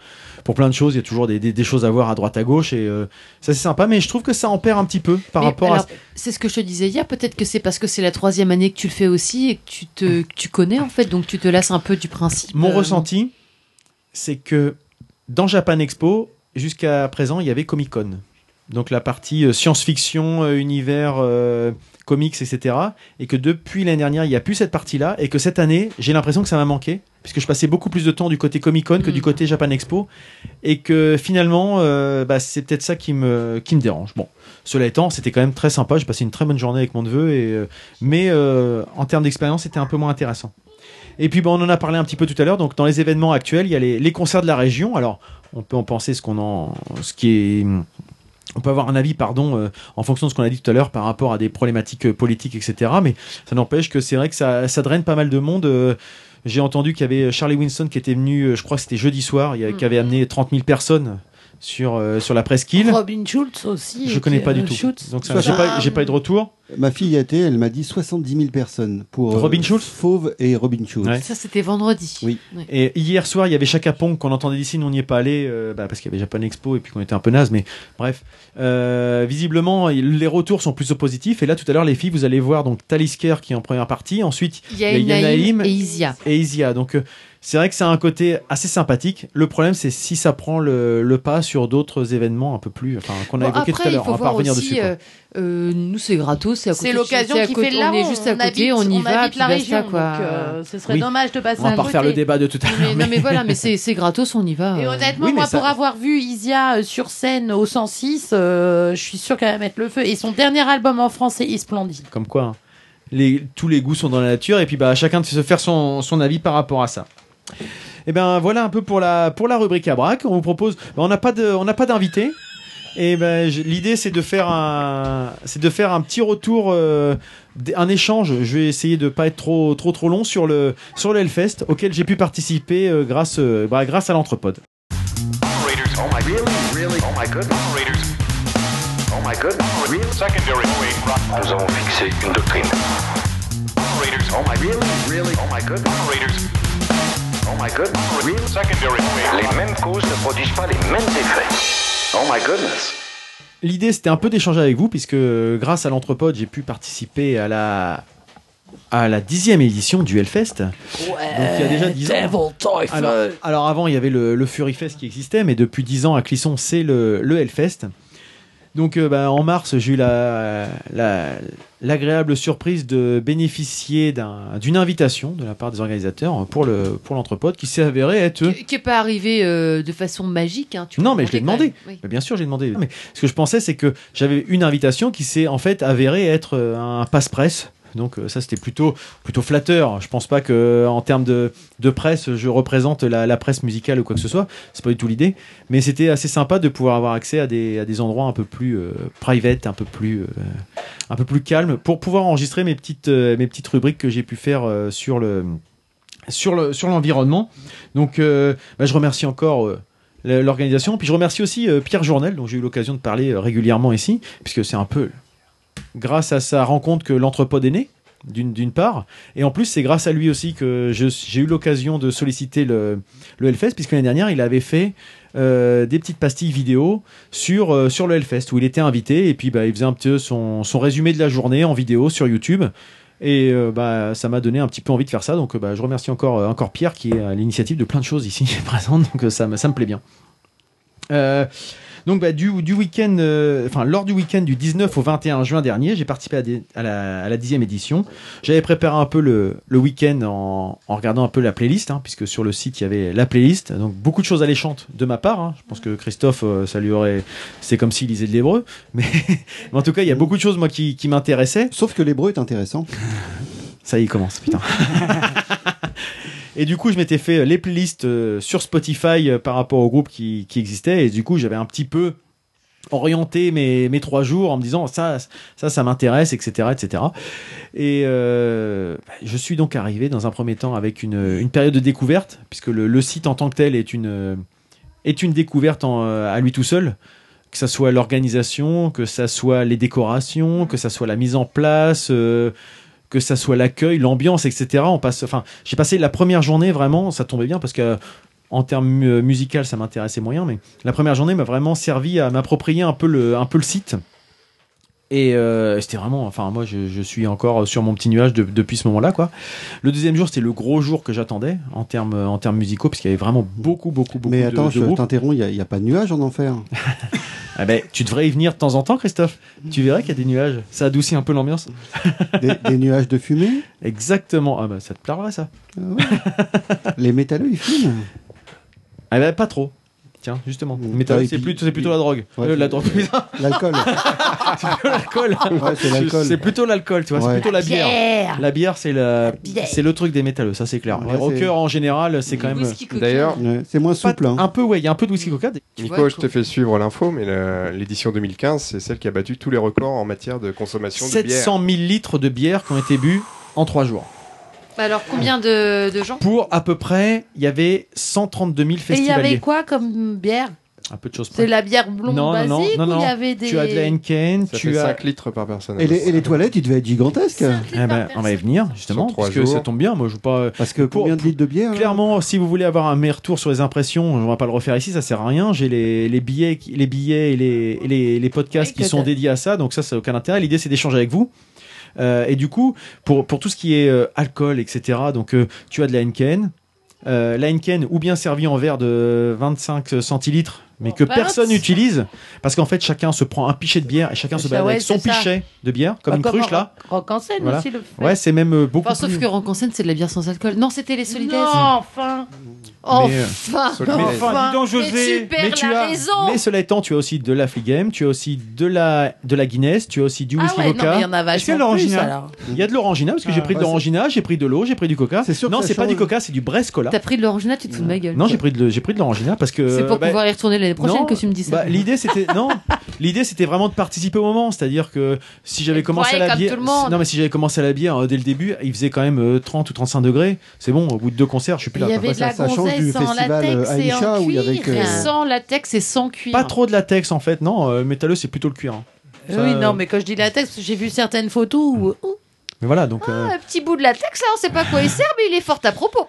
[SPEAKER 4] pour plein de choses. Il y a toujours des, des- des choses à voir à droite à gauche et euh, ça c'est sympa. Mais je trouve que ça en perd un petit peu par
[SPEAKER 2] Mais
[SPEAKER 4] rapport
[SPEAKER 2] alors,
[SPEAKER 4] à.
[SPEAKER 2] C'est ce que je te disais hier, peut-être que c'est parce que c'est la troisième année que tu le fais aussi et que tu, te, que tu connais en fait, donc tu te lasses un peu du principe.
[SPEAKER 4] Mon
[SPEAKER 2] euh,
[SPEAKER 4] ressenti, c'est que dans Japan Expo, jusqu'à présent, il y avait Comic Con. Donc la partie euh, science-fiction, euh, univers, euh, comics, etc. Et que depuis l'année dernière, il n'y a plus cette partie-là. Et que cette année, j'ai l'impression que ça m'a manqué. Puisque je passais beaucoup plus de temps du côté Comic Con que du côté Japan Expo. Et que finalement, euh, bah, c'est peut-être ça qui me, qui me dérange. Bon, cela étant, c'était quand même très sympa. J'ai passé une très bonne journée avec mon neveu. Et, euh, mais euh, en termes d'expérience, c'était un peu moins intéressant. Et puis, bah, on en a parlé un petit peu tout à l'heure. Donc, dans les événements actuels, il y a les, les concerts de la région. Alors, on peut en penser ce qu'on en, ce qui est, on peut avoir un avis, pardon, euh, en fonction de ce qu'on a dit tout à l'heure par rapport à des problématiques euh, politiques, etc. Mais ça n'empêche que c'est vrai que ça, ça draine pas mal de monde. Euh, j'ai entendu qu'il y avait euh, Charlie Winston qui était venu, euh, je crois que c'était jeudi soir, il y a-
[SPEAKER 3] Mhm.
[SPEAKER 4] qui avait amené 30 000 personnes sur, euh, sur la presqu'île.
[SPEAKER 3] Robin Schulz aussi.
[SPEAKER 4] Je connais pas du tout. Donc ça,
[SPEAKER 6] Bah,
[SPEAKER 4] j'ai pas, j'ai pas eu de retour.
[SPEAKER 6] Ma fille y a été, elle m'a dit 70 000 personnes pour euh,
[SPEAKER 4] Robin Schulz
[SPEAKER 6] Fauve et Robin Schulz.
[SPEAKER 4] Ouais.
[SPEAKER 2] Ça, c'était vendredi.
[SPEAKER 6] Oui.
[SPEAKER 2] Ouais.
[SPEAKER 4] Et hier soir, il y avait Chaka Pong qu'on entendait d'ici, nous on n'y est pas allé euh, bah, parce qu'il y avait Japan Expo et puis qu'on était un peu naze, mais bref. Euh, visiblement, il- les retours sont plutôt positifs. Et là, tout à l'heure, les filles, vous allez voir donc Talisker qui est en première partie. Ensuite,
[SPEAKER 2] Il y a Enaïm et Isia.
[SPEAKER 4] et Isia. Donc, euh, c'est vrai que ça a un côté assez sympathique. Le problème, c'est si ça prend le, le pas sur d'autres événements un peu plus. Enfin, qu'on a
[SPEAKER 2] Bon, après,
[SPEAKER 4] évoqué tout à l'heure.
[SPEAKER 2] il faut
[SPEAKER 4] On va pas
[SPEAKER 2] voir
[SPEAKER 4] revenir
[SPEAKER 2] aussi,
[SPEAKER 4] dessus. quoi.
[SPEAKER 2] euh, euh, nous, c'est gratos, c'est à côté
[SPEAKER 3] C'est
[SPEAKER 2] de chez-
[SPEAKER 3] l'occasion
[SPEAKER 2] c'est à
[SPEAKER 3] qui
[SPEAKER 2] côté-
[SPEAKER 3] fait le larron.
[SPEAKER 2] On est juste à
[SPEAKER 3] On
[SPEAKER 2] côté,
[SPEAKER 3] habite-
[SPEAKER 2] on y
[SPEAKER 3] on
[SPEAKER 2] va,
[SPEAKER 3] habite
[SPEAKER 2] puis basta,
[SPEAKER 3] la région,
[SPEAKER 2] quoi.
[SPEAKER 3] donc, euh, ce serait dommage de passer
[SPEAKER 4] On va
[SPEAKER 3] à
[SPEAKER 4] pas refaire le
[SPEAKER 3] côté.
[SPEAKER 4] débat de tout à l'heure.
[SPEAKER 2] Mais, non mais voilà, mais c'est c'est gratos, on y va.
[SPEAKER 3] Et
[SPEAKER 2] euh.
[SPEAKER 3] honnêtement, moi, pour avoir vu Isia euh, sur scène au 106, euh, je suis sûr qu'elle va mettre le feu. Et son dernier album en français est splendide.
[SPEAKER 4] Comme quoi, hein, les, tous les goûts sont dans la nature et puis bah, chacun de se faire son, son avis par rapport à ça. Et ben voilà un peu pour la, pour la rubrique à braque. On vous propose. bah, on n'a pas de- on n'a pas d'invité. Et ben j'ai- l'idée c'est de faire un c'est de faire un petit retour euh, d- un échange. Je vais essayer de pas être trop trop trop long sur le sur le Hellfest auquel j'ai pu participer euh, grâce euh, bah, grâce à l'entrepode.
[SPEAKER 9] Operators, oh my really, really, oh my goodness. Operators, oh my goodness. Real secondary, wait, rock. Nous avons fixé une doctrine. Operators, oh my really, really, oh my goodness. Operators, oh my goodness. Real secondary, wait, Les mêmes causes ne produisent pas les mêmes effets. Oh my goodness.
[SPEAKER 4] L'idée, c'était un peu d'échanger avec vous, puisque euh, grâce à l'entrepode, j'ai pu participer à la à la dixième édition du Hellfest. Donc il y a déjà 10 ans. Alors, alors avant, il y avait le, le Fury Fest qui existait, mais depuis 10 ans à Clisson, c'est le, le Hellfest. Donc euh, bah, en mars, j'ai eu la- la- l'agréable surprise de bénéficier d'un- d'une invitation de la part des organisateurs pour le pour l'entrepode qui s'est avérée être
[SPEAKER 2] Qui n'est pas arrivé euh, de façon magique. hein, tu
[SPEAKER 4] non,
[SPEAKER 2] l'as
[SPEAKER 4] mais je l'ai
[SPEAKER 2] quand même.
[SPEAKER 4] demandé.
[SPEAKER 2] Oui.
[SPEAKER 4] Mais Bien sûr, j'ai demandé. Mais ce que je pensais, c'est que j'avais une invitation qui s'est en fait avérée être euh, un passe-presse. Donc euh, ça, c'était plutôt plutôt flatteur. Je pense pas que euh, en termes de, de presse, je représente la, la presse musicale ou quoi que ce soit. C'est pas du tout l'idée. Mais c'était assez sympa de pouvoir avoir accès à des, à des endroits un peu plus euh, private, un peu plus euh, un peu plus calme, pour pouvoir enregistrer mes petites euh, mes petites rubriques que j'ai pu faire euh, sur le sur le sur l'environnement. Donc euh, bah, je remercie encore euh, l- l'organisation, puis je remercie aussi euh, Pierre Journel dont j'ai eu l'occasion de parler euh, régulièrement ici puisque c'est un peu grâce à sa rencontre que l'entrepôt est né d'une d'une part et en plus c'est grâce à lui aussi que je- j'ai eu l'occasion de solliciter le le Hellfest puisque l'année dernière il avait fait euh, des petites pastilles vidéo sur euh, sur le Hellfest où il était invité et puis bah il faisait un petit peu son son résumé de la journée en vidéo sur YouTube et euh, bah, ça m'a donné un petit peu envie de faire ça. Donc euh, bah, je remercie encore, euh, encore Pierre qui est à l'initiative de plein de choses ici présente. Donc euh, ça, me- ça me plaît bien. Euh, donc bah, du, du week-end, euh, enfin lors du week-end du 19 au 21 juin dernier, j'ai participé à, des- à la, à la 10e édition. J'avais préparé un peu le, le week-end en, en regardant un peu la playlist, hein, puisque sur le site il y avait la playlist. Donc beaucoup de choses alléchantes de ma part. hein. Je pense que Christophe, euh, ça lui aurait, c'est comme s'il lisait de l'hébreu. Mais, mais en tout cas, il y a beaucoup de choses moi qui, qui m'intéressaient.
[SPEAKER 6] Sauf que l'hébreu est intéressant.
[SPEAKER 4] Ça y est, il commence, putain. Et du coup, je m'étais fait les euh, playlists euh, sur Spotify euh, par rapport au groupe qui, qui existait. Et du coup, j'avais un petit peu orienter mes, mes trois jours en me disant ça, ça, ça m'intéresse, etc., etc. Et euh, je suis donc arrivé dans un premier temps avec une, une période de découverte, puisque le, le site en tant que tel est une, est une découverte en- euh, à lui tout seul. Que ça soit l'organisation, que ça soit les décorations, que ça soit la mise en place, euh, que ça soit l'accueil, l'ambiance, etc. On passe, enfin, j'ai passé la première journée vraiment, ça tombait bien parce que euh, en termes mu- musical, ça m'intéressait moyen, mais la première journée m'a vraiment servi à m'approprier un peu le, un peu le site. Et euh, c'était vraiment, enfin moi je, je suis encore sur mon petit nuage de- depuis ce moment-là quoi. Le deuxième jour c'était le gros jour que j'attendais en termes en termes musicaux parce qu'il y avait vraiment beaucoup beaucoup beaucoup
[SPEAKER 6] Mais
[SPEAKER 4] de-
[SPEAKER 6] attends,
[SPEAKER 4] de
[SPEAKER 6] je
[SPEAKER 4] groupes.
[SPEAKER 6] t'interromps, il n'y a, pas de nuage en enfer.
[SPEAKER 4] Ah ben, tu devrais y venir de temps en temps, Christophe. Tu verras qu'il y a des nuages. Ça adoucit un peu l'ambiance.
[SPEAKER 6] Des, des nuages de fumée
[SPEAKER 4] Exactement. Ah ben, ça te plaira, ça.
[SPEAKER 6] Les métalleux, ils fument
[SPEAKER 4] Ah ben, pas trop. Tiens, justement. Mais
[SPEAKER 6] Ah, et
[SPEAKER 4] c'est
[SPEAKER 6] puis-
[SPEAKER 4] plutôt, c'est plutôt la drogue.
[SPEAKER 6] Ouais,
[SPEAKER 4] Euh, la
[SPEAKER 6] c'est-
[SPEAKER 4] drogue, putain.
[SPEAKER 6] L'alcool.
[SPEAKER 4] c'est plutôt l'alcool.
[SPEAKER 6] Ouais, c'est l'alcool.
[SPEAKER 4] C'est plutôt l'alcool, tu vois.
[SPEAKER 6] Ouais.
[SPEAKER 4] C'est plutôt la
[SPEAKER 6] La
[SPEAKER 4] bière.
[SPEAKER 6] bière.
[SPEAKER 4] La bière, c'est la...
[SPEAKER 6] bière.
[SPEAKER 4] c'est le truc des métalleux, ça c'est clair.
[SPEAKER 6] Ouais,
[SPEAKER 4] Les
[SPEAKER 6] c'est-
[SPEAKER 4] rockers en général, c'est quand même.
[SPEAKER 7] D'ailleurs,
[SPEAKER 6] c'est moins souple. hein.
[SPEAKER 4] Un peu, ouais, il y a un peu de whisky coca.
[SPEAKER 7] Nico, je te fais suivre l'info, mais le- l'édition 2015, c'est celle qui a battu tous les records en matière de consommation de bière.
[SPEAKER 4] 700 000 litres de bière qui ont été bu en 3 jours.
[SPEAKER 2] Bah alors combien de, de gens
[SPEAKER 4] Pour à peu près, il y avait 132
[SPEAKER 3] Et
[SPEAKER 4] 000
[SPEAKER 3] il y
[SPEAKER 4] festivaliers.
[SPEAKER 3] avait quoi comme bière
[SPEAKER 4] Un peu de choses.
[SPEAKER 3] C'est la bière blonde
[SPEAKER 4] Non, non,
[SPEAKER 3] basique
[SPEAKER 4] non, non,
[SPEAKER 3] ou il
[SPEAKER 4] non.
[SPEAKER 3] y avait des...
[SPEAKER 4] Tu as de la Henken,
[SPEAKER 7] Ça
[SPEAKER 4] tu
[SPEAKER 7] fait
[SPEAKER 4] as
[SPEAKER 7] 5 litres par personne.
[SPEAKER 6] Et les, et les toilettes, ils devaient être gigantesques.
[SPEAKER 4] Eh ben, on va y venir justement
[SPEAKER 6] Sur trois
[SPEAKER 4] parce que ça
[SPEAKER 6] jours.
[SPEAKER 4] tombe bien. Moi, je joue pas. euh,
[SPEAKER 6] Parce que
[SPEAKER 4] pour,
[SPEAKER 6] combien de litres de bière
[SPEAKER 4] Clairement, si vous voulez avoir un meilleur tour sur les impressions, on va pas le refaire ici, ça sert à rien. J'ai les, les billets, qui- les billets et les, et les, les podcasts qui sont dédiés à ça, donc ça, ça n'a aucun intérêt. L'idée, c'est d'échanger avec vous. Euh, et du coup, pour, pour tout ce qui est euh, alcool, etc. Donc, euh, tu as de la Henken. Euh, la Henken ou bien servie en verre de 25 centilitres,
[SPEAKER 3] Oh,
[SPEAKER 4] mais que
[SPEAKER 11] Vingt.
[SPEAKER 4] personne n'utilise, parce qu'en fait chacun se prend un pichet de bière et chacun se
[SPEAKER 3] Ça,
[SPEAKER 4] bat
[SPEAKER 3] ouais,
[SPEAKER 4] avec son
[SPEAKER 3] c'est ça.
[SPEAKER 4] pichet de bière, comme
[SPEAKER 3] Bah,
[SPEAKER 4] une cruche
[SPEAKER 3] en
[SPEAKER 4] là.
[SPEAKER 3] rock- Rock en scène
[SPEAKER 4] Voilà.
[SPEAKER 3] aussi le fait.
[SPEAKER 4] Ouais, c'est même euh, beaucoup
[SPEAKER 2] Enfin, sauf
[SPEAKER 4] plus.
[SPEAKER 2] que Rock en scène, c'est de la bière sans alcool. Non, c'était les solitaires.
[SPEAKER 3] Non, enfin
[SPEAKER 4] Mais, euh,
[SPEAKER 2] Enfin
[SPEAKER 4] Enfin,
[SPEAKER 2] Enfin,
[SPEAKER 4] dis donc,
[SPEAKER 2] mais
[SPEAKER 4] José.
[SPEAKER 2] tu perds
[SPEAKER 4] Mais tu
[SPEAKER 2] la
[SPEAKER 4] as-
[SPEAKER 2] raison
[SPEAKER 4] mais cela étant, tu as aussi de la Flea Game, tu as aussi de la de la Guinness, tu as aussi du
[SPEAKER 3] Ah
[SPEAKER 4] whisky
[SPEAKER 3] ouais, non,
[SPEAKER 4] coca.
[SPEAKER 3] mais il y en a vachement
[SPEAKER 4] Est-ce qu'il y a de l'orangina
[SPEAKER 3] plus, alors.
[SPEAKER 4] Il y a de l'orangina parce que j'ai pris de
[SPEAKER 2] bah, c'est-
[SPEAKER 4] l'orangina, j'ai pris de l'eau, j'ai pris du coca. non,
[SPEAKER 2] ça
[SPEAKER 4] c'est pas du
[SPEAKER 2] change.
[SPEAKER 4] coca, c'est du Brescola.
[SPEAKER 2] T'as pris de l'orangina, tu te fous de ma gueule.
[SPEAKER 4] Non, j'ai pris de j'ai pris de l'orangina parce que
[SPEAKER 2] C'est pour
[SPEAKER 4] bah,
[SPEAKER 2] pouvoir y retourner l'année prochaine
[SPEAKER 4] non,
[SPEAKER 2] que tu me dis ça.
[SPEAKER 4] bah, l'idée c'était non, l'idée c'était vraiment de participer au moment, c'est-à-dire que si j'avais commencé à
[SPEAKER 2] broyer
[SPEAKER 4] la
[SPEAKER 2] comme
[SPEAKER 4] bière,
[SPEAKER 2] tout le monde.
[SPEAKER 4] non mais si j'avais commencé à la bière euh, dès le début, il faisait quand même euh, 30 ou 35 degrés. C'est bon, au bout de deux concerts, je suis plus là.
[SPEAKER 2] Il y
[SPEAKER 4] quoi.
[SPEAKER 2] avait de la
[SPEAKER 6] ça change
[SPEAKER 2] gonzesse
[SPEAKER 6] du
[SPEAKER 2] sans
[SPEAKER 6] festival,
[SPEAKER 2] latex
[SPEAKER 6] euh,
[SPEAKER 2] et en
[SPEAKER 6] Aïcha, où il y avait
[SPEAKER 2] cuir.
[SPEAKER 6] que-
[SPEAKER 2] Et Sans latex et sans cuir.
[SPEAKER 4] Pas trop de latex en fait, non. euh, métalleux, c'est plutôt le cuir. hein. Ça,
[SPEAKER 3] Oui,
[SPEAKER 4] euh,
[SPEAKER 3] non, mais quand je dis latex, j'ai vu certaines photos où... Ouh,
[SPEAKER 4] mais voilà, donc. euh,
[SPEAKER 2] Un petit bout de latex,
[SPEAKER 3] hein,
[SPEAKER 2] là, on sait pas à quoi il sert, mais il est fort à propos.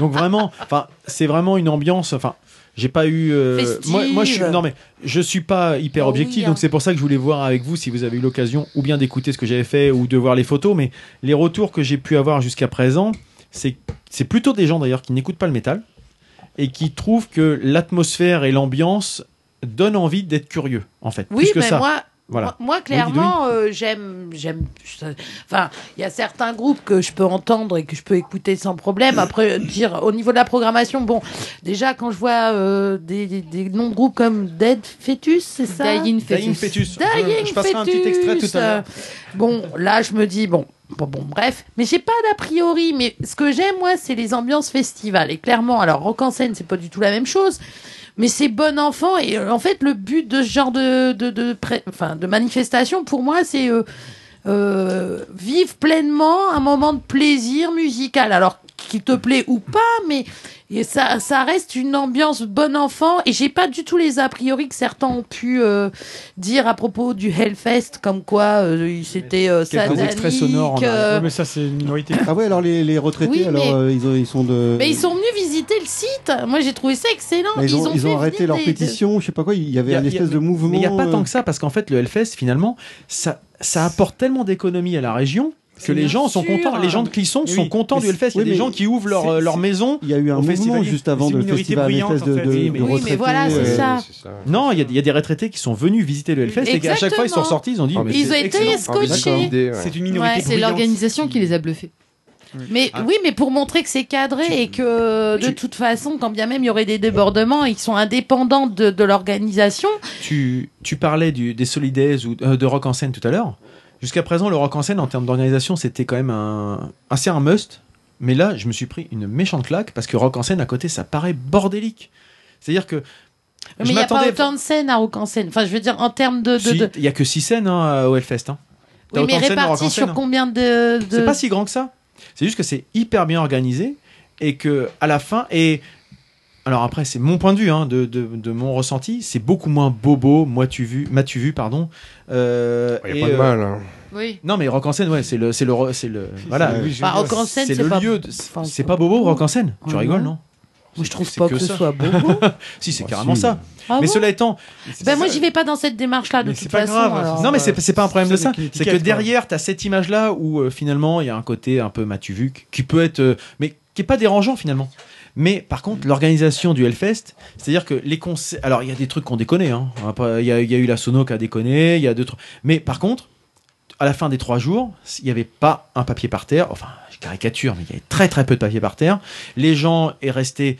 [SPEAKER 4] donc vraiment, enfin, c'est vraiment une ambiance. Enfin, j'ai pas eu. euh,
[SPEAKER 2] Festive.
[SPEAKER 4] moi, moi, je suis. Non, mais je suis pas
[SPEAKER 3] Oh
[SPEAKER 4] hyper objectif,
[SPEAKER 3] hein.
[SPEAKER 4] donc c'est pour ça que je voulais voir avec vous si vous avez eu l'occasion ou bien d'écouter ce que j'avais fait ou de voir les photos. Mais les retours que j'ai pu avoir jusqu'à présent, c'est c'est plutôt des gens d'ailleurs qui n'écoutent pas le métal et qui trouvent que l'atmosphère et l'ambiance donnent envie d'être curieux, en fait.
[SPEAKER 3] Oui,
[SPEAKER 4] plus que
[SPEAKER 3] mais
[SPEAKER 4] ça.
[SPEAKER 3] moi,
[SPEAKER 4] voilà.
[SPEAKER 3] moi, moi,
[SPEAKER 4] Oui,
[SPEAKER 3] clairement, euh, j'aime, j'aime. ça- Enfin, il y a certains groupes que je peux entendre et que je peux écouter sans problème. Après, euh, dire au niveau de la programmation, bon, déjà quand je vois euh, des, des- des noms de groupes comme Dead Fetus, c'est ça
[SPEAKER 2] Dying
[SPEAKER 4] Dying Fetus. Je- je passerai un petit
[SPEAKER 3] Fetus.
[SPEAKER 4] extrait tout à l'heure.
[SPEAKER 3] Bon, là, je me dis bon. Bon, bon, bref, mais j'ai pas d'a priori. Mais ce que j'aime, moi, c'est les ambiances festivales. Et clairement, alors rock en scène, c'est pas du tout la même chose, mais c'est bon enfant. Et euh, en fait, le but de ce genre de de, de pré- enfin de manifestation, pour moi, c'est euh, euh, vivre pleinement un moment de plaisir musical. Alors qu'il te plaît ou pas, mais et ça, ça reste une ambiance bon enfant. Et j'ai pas du tout les a priori que certains ont pu euh, dire à propos du Hellfest, comme quoi euh, il s'était euh,
[SPEAKER 5] Quelques
[SPEAKER 3] satanique,
[SPEAKER 5] extraits sonores. en arrière.
[SPEAKER 3] euh,
[SPEAKER 5] Ouais, mais ça, c'est une minorité.
[SPEAKER 6] Ah ouais, alors les, les retraités,
[SPEAKER 3] Oui, mais-
[SPEAKER 6] alors euh, ils, ont- ils sont de.
[SPEAKER 3] mais ils sont venus visiter le site. Moi, j'ai trouvé ça excellent.
[SPEAKER 6] Mais ils ont, ils ont
[SPEAKER 3] fait
[SPEAKER 6] arrêté
[SPEAKER 3] venir
[SPEAKER 6] leur
[SPEAKER 3] des-
[SPEAKER 6] pétition, je sais pas quoi, il y avait
[SPEAKER 4] Y a-
[SPEAKER 6] une
[SPEAKER 4] y a-
[SPEAKER 6] espèce de
[SPEAKER 4] mais-
[SPEAKER 6] mouvement.
[SPEAKER 4] Mais il n'y a pas
[SPEAKER 6] euh,
[SPEAKER 4] tant que ça, parce qu'en fait, le Hellfest, finalement, ça, ça apporte tellement d'économies à la région que les gens sont
[SPEAKER 5] sûr.
[SPEAKER 4] contents. Les gens de Clisson
[SPEAKER 5] Oui,
[SPEAKER 4] sont contents
[SPEAKER 5] mais
[SPEAKER 4] du Hellfest. Il y a
[SPEAKER 5] oui,
[SPEAKER 4] des
[SPEAKER 5] mais
[SPEAKER 4] gens qui ouvrent leur,
[SPEAKER 5] c'est-
[SPEAKER 4] euh, leur
[SPEAKER 5] c'est-
[SPEAKER 4] maison.
[SPEAKER 6] Il y a eu un
[SPEAKER 4] au
[SPEAKER 6] mouvement
[SPEAKER 4] festivalier.
[SPEAKER 6] juste avant
[SPEAKER 4] C'est une
[SPEAKER 6] de le
[SPEAKER 4] minorité
[SPEAKER 6] festival
[SPEAKER 4] bruyante,
[SPEAKER 6] Hellfest
[SPEAKER 4] en
[SPEAKER 6] de-
[SPEAKER 4] fait.
[SPEAKER 6] de-
[SPEAKER 4] Oui,
[SPEAKER 6] de
[SPEAKER 4] mais-
[SPEAKER 6] retraités,
[SPEAKER 3] voilà, c'est
[SPEAKER 6] euh,
[SPEAKER 3] ça.
[SPEAKER 4] Non, il y, a- il y a des retraités qui sont venus visiter le Hellfest et qu'à chaque fois ils sont
[SPEAKER 3] Exactement.
[SPEAKER 4] sortis, ils ont dit
[SPEAKER 3] Ah,
[SPEAKER 4] mais
[SPEAKER 3] Ils
[SPEAKER 4] c'est
[SPEAKER 3] ont été
[SPEAKER 4] excellent.
[SPEAKER 3] scotchés. Ah, mais d'accord. Idée, ouais.
[SPEAKER 5] C'est une
[SPEAKER 3] Ouais,
[SPEAKER 5] minorité.
[SPEAKER 2] C'est
[SPEAKER 5] bruyante.
[SPEAKER 2] l'organisation qui les a bluffés.
[SPEAKER 3] Mais oui, mais pour montrer que c'est cadré et que de toute façon, quand bien même il y aurait des débordements, ils sont indépendants de, de l'organisation.
[SPEAKER 4] Tu, tu parlais du, des Solidays ou euh, de Rock en scène tout à l'heure. Jusqu'à présent, le Rock en scène en termes d'organisation, c'était quand même un, assez un must. Mais là, je me suis pris une méchante claque parce que Rock en scène à côté, ça paraît bordélique. C'est-à-dire que
[SPEAKER 3] Mais il n'y a pas autant de scènes à Rock-en-Seine. Enfin, je veux dire, en termes de. de-
[SPEAKER 4] Si,
[SPEAKER 3] de-
[SPEAKER 4] Il y a que 6 scènes hein, au Hellfest. Hein. T'as
[SPEAKER 3] Oui, mais
[SPEAKER 4] autant de scènes au
[SPEAKER 3] réparties
[SPEAKER 4] Rock-en-Seine,
[SPEAKER 3] sur
[SPEAKER 4] hein.
[SPEAKER 3] combien de. de-
[SPEAKER 4] C'est pas si grand que ça. C'est juste que c'est hyper bien organisé et que à la fin et alors après c'est mon point de vue hein, de, de- de mon ressenti, c'est beaucoup moins bobo, moi tu vu, m'as-tu vu pardon. Euh,
[SPEAKER 7] Il
[SPEAKER 4] et,
[SPEAKER 7] n'y a pas de
[SPEAKER 4] euh,
[SPEAKER 7] mal. hein.
[SPEAKER 2] Oui.
[SPEAKER 4] Non mais rock en scène ouais, c'est le c'est le re- c'est le voilà.
[SPEAKER 3] oui, je Bah, veux dire, rock en scène, c'est
[SPEAKER 4] le
[SPEAKER 3] pas-
[SPEAKER 4] lieu de-
[SPEAKER 3] enfin,
[SPEAKER 4] c'est pas bobo rock en scène. Tu
[SPEAKER 3] Ah
[SPEAKER 4] rigoles
[SPEAKER 3] non
[SPEAKER 4] non
[SPEAKER 3] Moi, je trouve
[SPEAKER 4] c'est
[SPEAKER 3] pas que ce
[SPEAKER 4] ça.
[SPEAKER 3] soit bobo.
[SPEAKER 4] si c'est
[SPEAKER 3] Ah,
[SPEAKER 4] carrément
[SPEAKER 3] si.
[SPEAKER 4] ça.
[SPEAKER 3] Ah
[SPEAKER 4] mais
[SPEAKER 3] bon
[SPEAKER 4] cela étant
[SPEAKER 3] Ben, moi, j'y vais pas dans cette démarche-là, de toute façon. alors.
[SPEAKER 4] non, mais c'est Euh, c'est pas un problème de ça.
[SPEAKER 3] une
[SPEAKER 4] C'est que
[SPEAKER 3] étiquette,
[SPEAKER 4] derrière, t'as cette image-là où euh, finalement, il y a un côté un peu matuvuc qui peut être, euh, mais qui est pas dérangeant finalement. Mais par contre, l'organisation du Hellfest, c'est-à-dire que les concerts. Alors, il y a des trucs qu'on déconne, hein. On va pas- Il y, a- il y a eu la Sono qui a déconné, il y a deux trucs. Mais par contre, à la fin des trois jours, il n'y avait pas un papier par terre. Enfin, je caricature, mais il y avait très très peu de papier par terre. Les gens est resté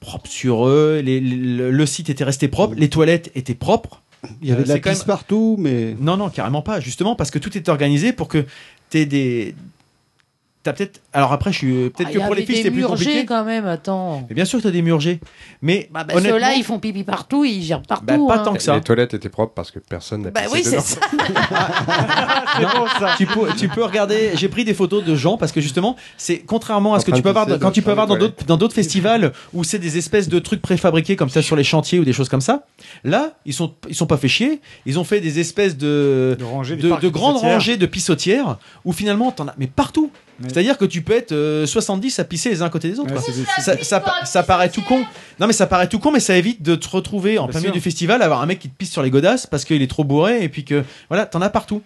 [SPEAKER 4] propre sur eux. les- le, le site était resté propre. Les toilettes étaient propres. Euh,
[SPEAKER 6] Il y avait de la pisse
[SPEAKER 4] partout, mais non, non, carrément pas. Justement, parce que tout est organisé pour que t'aies des T'as peut-être. Alors après, je suis peut-être
[SPEAKER 3] Ah,
[SPEAKER 4] que
[SPEAKER 3] il y
[SPEAKER 4] pour les
[SPEAKER 3] avait
[SPEAKER 4] filles,
[SPEAKER 3] des
[SPEAKER 4] c'était plus
[SPEAKER 3] murgés,
[SPEAKER 4] compliqué.
[SPEAKER 3] quand même, attends.
[SPEAKER 4] Mais bien sûr, que t'as des murgés. Mais
[SPEAKER 3] Ah, ben,
[SPEAKER 4] bah, honnêtement, Bah,
[SPEAKER 3] Ceux-là, ils font pipi partout, ils gèrent partout. hein.
[SPEAKER 7] Les toilettes étaient propres parce que personne n'a
[SPEAKER 3] Bah
[SPEAKER 7] pissé
[SPEAKER 3] oui, c'est
[SPEAKER 7] dedans.
[SPEAKER 3] ça.
[SPEAKER 4] Non, Tu peux, tu peux regarder. J'ai pris des photos de gens parce que justement, c'est contrairement à ce que
[SPEAKER 5] En train
[SPEAKER 4] tu peux
[SPEAKER 5] de
[SPEAKER 4] avoir
[SPEAKER 5] pisser
[SPEAKER 4] quand tu
[SPEAKER 5] dans-
[SPEAKER 4] peux
[SPEAKER 5] dans
[SPEAKER 4] avoir
[SPEAKER 5] les
[SPEAKER 4] dans d'autres dans d'autres festivals où c'est des espèces de trucs préfabriqués comme ça sur les chantiers ou des choses comme ça. Là, ils sont ils sont pas fait chier. Ils ont fait des espèces de
[SPEAKER 5] rangées, des
[SPEAKER 4] de,
[SPEAKER 5] parcs
[SPEAKER 4] de grandes
[SPEAKER 5] pissotières.
[SPEAKER 4] rangées de pissotières où finalement t'en as mais partout. C'est-à-dire que tu peux être euh, 70 à pisser les uns à côté des autres. quoi. ça, ça- ça paraît tout con. Non mais ça paraît tout con, mais ça évite de te retrouver en
[SPEAKER 5] Bien
[SPEAKER 4] plein
[SPEAKER 5] sûr.
[SPEAKER 4] milieu du festival, avoir un mec qui te pisse sur les godasses parce qu'il est trop bourré et puis que voilà, t'en as partout.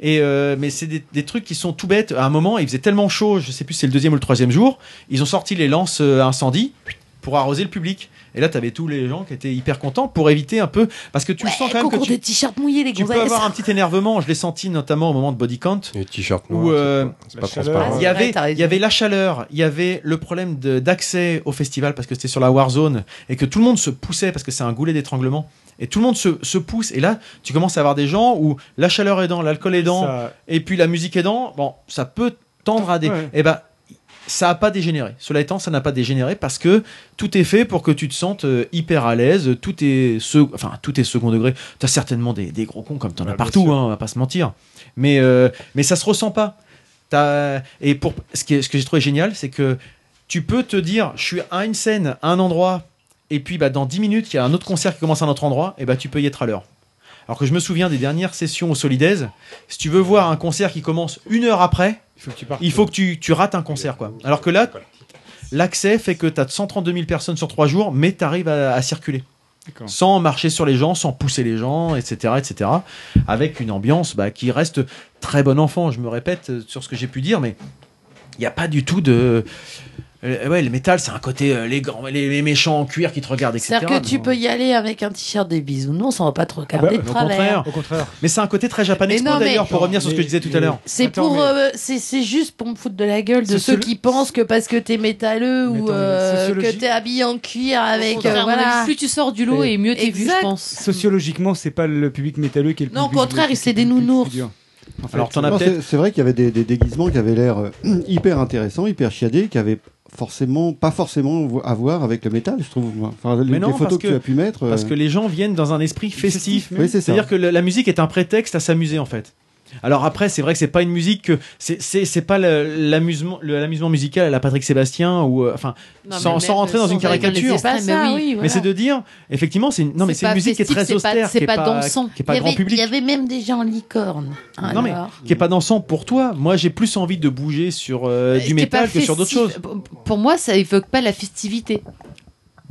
[SPEAKER 4] Et euh, mais c'est des, des trucs qui sont tout bêtes. À un moment, il faisait tellement chaud, je sais plus si c'est le deuxième ou le troisième jour, ils ont sorti les lances euh, à incendie pour arroser le public. Et là, t'avais tous les gens qui étaient hyper contents pour éviter un peu, parce que tu sens quand même que
[SPEAKER 3] Concours
[SPEAKER 4] tu,
[SPEAKER 3] de t-shirts mouillés, les
[SPEAKER 4] tu peux
[SPEAKER 3] gonzesses.
[SPEAKER 4] avoir un petit énervement. Je l'ai senti notamment au moment de Body Count.
[SPEAKER 7] Les t-shirts noirs,
[SPEAKER 4] Où euh,
[SPEAKER 7] c'est pas
[SPEAKER 3] Ah,
[SPEAKER 7] transparent.
[SPEAKER 4] il y avait il y avait la chaleur, il y avait le problème de- d'accès au festival parce que c'était sur la Warzone et que tout le monde se poussait parce que c'est un goulet d'étranglement et tout le monde se, se pousse et là tu commences à avoir des gens où la chaleur aidant, l'alcool aidant
[SPEAKER 5] Ça-
[SPEAKER 4] et puis la musique aidant, bon, ça peut tendre à des
[SPEAKER 5] Ouais.
[SPEAKER 4] et ben ça n'a pas dégénéré. Cela étant, ça n'a pas dégénéré parce que tout est fait pour que tu te sentes euh, hyper à l'aise. Tout est, sec- enfin, tout est second degré. T'as certainement des, des gros cons comme t'en as partout, hein, on va pas se mentir. Mais, euh, mais ça se ressent pas. T'as- et pour ce, qui est- ce que j'ai trouvé génial, c'est que tu peux te dire, je suis à une scène, à un endroit, et puis bah, dans 10 minutes, il y a un autre concert qui commence à un autre endroit, et bah tu peux y être à l'heure. Alors que je me souviens des dernières sessions au Solidaise, si tu veux voir un concert qui commence une heure après, il faut que tu, tu rates un concert. quoi. Alors que là, l'accès fait que tu as 132 000 personnes sur 3 jours, mais tu arrives à, à circuler.
[SPEAKER 5] D'accord.
[SPEAKER 4] Sans marcher sur les gens, sans pousser les gens, etc. etc. avec une ambiance bah, qui reste très bon enfant, je me répète euh, sur ce que j'ai pu dire, mais il n'y a pas du tout de... Euh, ouais, le métal, c'est un côté euh, les, grands- les, les méchants en cuir qui te regardent, etc.
[SPEAKER 3] C'est-à-dire que tu
[SPEAKER 4] Non.
[SPEAKER 3] peux y aller avec un t-shirt des bisounours, on va pas te regarder de
[SPEAKER 4] Ah, bah, Au
[SPEAKER 3] travers.
[SPEAKER 4] contraire. Mais c'est un côté très Japan
[SPEAKER 3] Mais
[SPEAKER 4] Expo
[SPEAKER 3] non, mais-
[SPEAKER 4] d'ailleurs, pour revenir sur ce que je disais tout à l'heure.
[SPEAKER 3] C'est pour, euh, c'est c'est juste pour me foutre de la gueule de
[SPEAKER 4] C'est
[SPEAKER 3] ceux
[SPEAKER 4] solo-
[SPEAKER 3] qui pensent que parce que t'es métalleux ou
[SPEAKER 4] attends,
[SPEAKER 3] euh, que
[SPEAKER 5] sociologie-
[SPEAKER 3] t'es habillé en cuir
[SPEAKER 2] Au
[SPEAKER 3] avec,
[SPEAKER 2] contraire,
[SPEAKER 3] euh,
[SPEAKER 2] à mon avis,
[SPEAKER 3] voilà.
[SPEAKER 2] plus tu sors du lot et mieux t'es vu, je pense.
[SPEAKER 5] Sociologiquement, c'est pas le public métalleux qui est le
[SPEAKER 2] Non, au
[SPEAKER 5] public
[SPEAKER 2] contraire,
[SPEAKER 5] le-
[SPEAKER 2] c'est
[SPEAKER 5] le
[SPEAKER 2] des
[SPEAKER 5] public
[SPEAKER 2] nounours.
[SPEAKER 5] étudiant. En fait,
[SPEAKER 4] Alors, t'en as
[SPEAKER 6] Non,
[SPEAKER 4] peut-être-
[SPEAKER 6] c'est- C'est vrai qu'il y avait des, des déguisements qui avaient l'air euh, hyper intéressants, hyper chiadés, qui avaient forcément, pas forcément vo- à voir avec le métal, je trouve. moi. Enfin, les,
[SPEAKER 4] Mais non,
[SPEAKER 6] les photos
[SPEAKER 4] parce
[SPEAKER 6] que, tu as pu mettre. euh,
[SPEAKER 4] Parce que les gens viennent dans un esprit festif.
[SPEAKER 6] oui. Oui, c'est ça.
[SPEAKER 4] C'est-à-dire que le- la musique est un prétexte à s'amuser en fait. Alors après, c'est vrai que c'est pas une musique que c'est c'est c'est pas le- l'amusement le- l'amusement musical à la Patrick Sébastien ou euh, enfin
[SPEAKER 2] Non,
[SPEAKER 4] sans,
[SPEAKER 2] mais
[SPEAKER 4] sans
[SPEAKER 2] même
[SPEAKER 4] rentrer dans
[SPEAKER 2] sans
[SPEAKER 4] une
[SPEAKER 2] aller dans les
[SPEAKER 4] caricature.
[SPEAKER 2] extrêmes,
[SPEAKER 4] mais
[SPEAKER 2] mais oui, voilà.
[SPEAKER 4] c'est de dire effectivement c'est une- non mais c'est une
[SPEAKER 3] pas
[SPEAKER 4] musique qui est
[SPEAKER 3] festif,
[SPEAKER 4] très
[SPEAKER 3] c'est pas-
[SPEAKER 4] austère,
[SPEAKER 3] c'est
[SPEAKER 4] qui est
[SPEAKER 3] pas,
[SPEAKER 4] pas
[SPEAKER 3] dansant.
[SPEAKER 4] qui est pas
[SPEAKER 3] il, y
[SPEAKER 4] grand
[SPEAKER 3] avait,
[SPEAKER 4] public.
[SPEAKER 3] il y avait même des gens en licorne. hein,
[SPEAKER 4] Non mais
[SPEAKER 3] Alors.
[SPEAKER 4] qui est pas dansant pour toi. Moi j'ai plus envie de bouger sur euh,
[SPEAKER 2] Ce qui
[SPEAKER 4] du
[SPEAKER 2] est
[SPEAKER 4] métal
[SPEAKER 2] Bah, pas
[SPEAKER 4] que sur d'autres choses.
[SPEAKER 2] festif. Pour moi, ça évoque pas la festivité.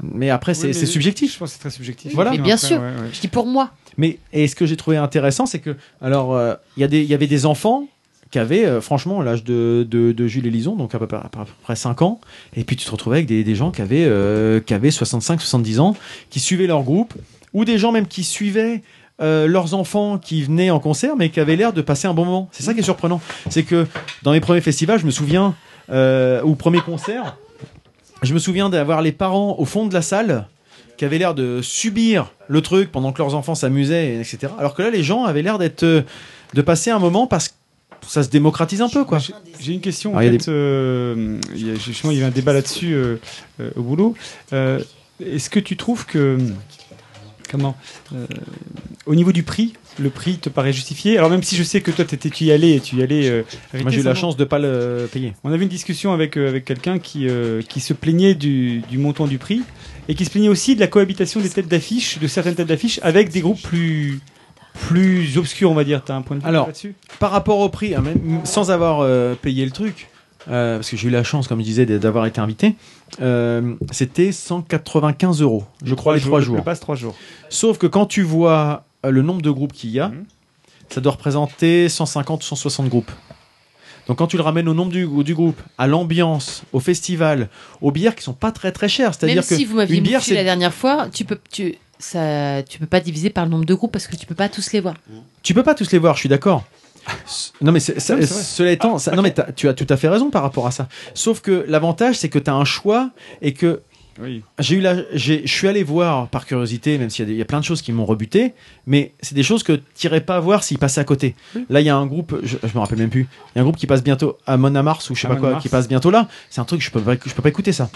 [SPEAKER 4] Mais après c'est
[SPEAKER 5] Oui,
[SPEAKER 4] c'est
[SPEAKER 5] mais
[SPEAKER 4] subjectif.
[SPEAKER 5] Je pense que c'est très subjectif.
[SPEAKER 4] Voilà.
[SPEAKER 2] Mais bien sûr. Je dis pour moi.
[SPEAKER 4] Mais et ce que j'ai trouvé intéressant, c'est que alors euh, il y a des- il y avait des enfants qui avaient euh, franchement l'âge de, de, de Jules Élison, donc à peu, près- à peu près 5 ans, et puis tu te retrouvais avec des, des gens qui avaient, euh, qui avaient 65-70 ans, qui suivaient leur groupe, ou des gens même qui suivaient euh, leurs enfants qui venaient en concert, mais qui avaient l'air de passer un bon moment. C'est ça qui est surprenant. C'est que dans mes premiers festivals, je me souviens, euh, ou premiers concerts, je me souviens d'avoir les parents au fond de la salle qui avaient l'air de subir le truc pendant que leurs enfants s'amusaient, etc. Alors que là, les gens avaient l'air d'être euh, de passer un moment parce que ça se démocratise un peu, quoi.
[SPEAKER 5] J'ai une question. En
[SPEAKER 4] Ah, il y a
[SPEAKER 5] fait, euh, il y a- justement, il y avait un débat là-dessus euh, euh, au boulot. Euh, Est-ce que tu trouves que comment euh, Au niveau du prix, le prix te paraît justifié. Alors même si je sais que toi t'étais tu y allais et tu y allais. euh,
[SPEAKER 4] Moi, j'ai eu la
[SPEAKER 5] récemment.
[SPEAKER 4] chance de pas le payer.
[SPEAKER 5] On avait une discussion avec euh, avec quelqu'un qui euh, qui se plaignait du, du montant du prix et qui se plaignait aussi de la cohabitation des têtes d'affiche, de certaines têtes d'affiche avec des groupes plus plus obscurs, on va dire. T'as un point de vue
[SPEAKER 4] Alors,
[SPEAKER 5] là-dessus
[SPEAKER 4] par rapport au prix, hein, même sans avoir euh, payé le truc, euh, parce que j'ai eu la chance, comme je disais, d'avoir été invité, euh, c'était 195 euros, je crois, les
[SPEAKER 5] Trois
[SPEAKER 4] trois
[SPEAKER 5] jours,
[SPEAKER 4] jours.
[SPEAKER 5] le pass trois jours.
[SPEAKER 4] Sauf que quand tu vois euh, le nombre de groupes qu'il y a,
[SPEAKER 5] Mhm.
[SPEAKER 4] ça doit représenter 150 160 groupes. Donc quand tu le ramènes au nombre du, du groupe, à l'ambiance, au festival, aux bières qui sont pas très très chères,
[SPEAKER 2] Même
[SPEAKER 4] c'est-à-dire que
[SPEAKER 2] si vous m'aviez
[SPEAKER 4] une bière
[SPEAKER 2] menti la
[SPEAKER 4] c'est
[SPEAKER 2] dernière fois, tu peux, tu, ça, tu peux pas diviser par le nombre de groupes parce que tu peux pas tous les voir.
[SPEAKER 4] Tu peux pas tous les voir, je suis d'accord. S- Non mais c'est- ça-
[SPEAKER 2] Oui, c'est vrai.
[SPEAKER 4] cela étant, ça- non mais t'as- tu as tout à fait raison par rapport à ça. Sauf que l'avantage c'est que tu as un choix et que j'ai eu la, j'ai- je suis allé voir par curiosité, même s'il y, a des- il y a plein de choses qui m'ont rebuté, mais c'est des choses que t'irais pas voir s'ils passaient à côté. Là il y a un groupe, je, je me rappelle même plus, il y a un groupe qui passe bientôt à Mona Mars ou je sais pas
[SPEAKER 5] Amon
[SPEAKER 4] quoi,
[SPEAKER 5] Mars.
[SPEAKER 4] qui passe bientôt là. C'est un truc je peux pas, je peux pas écouter ça.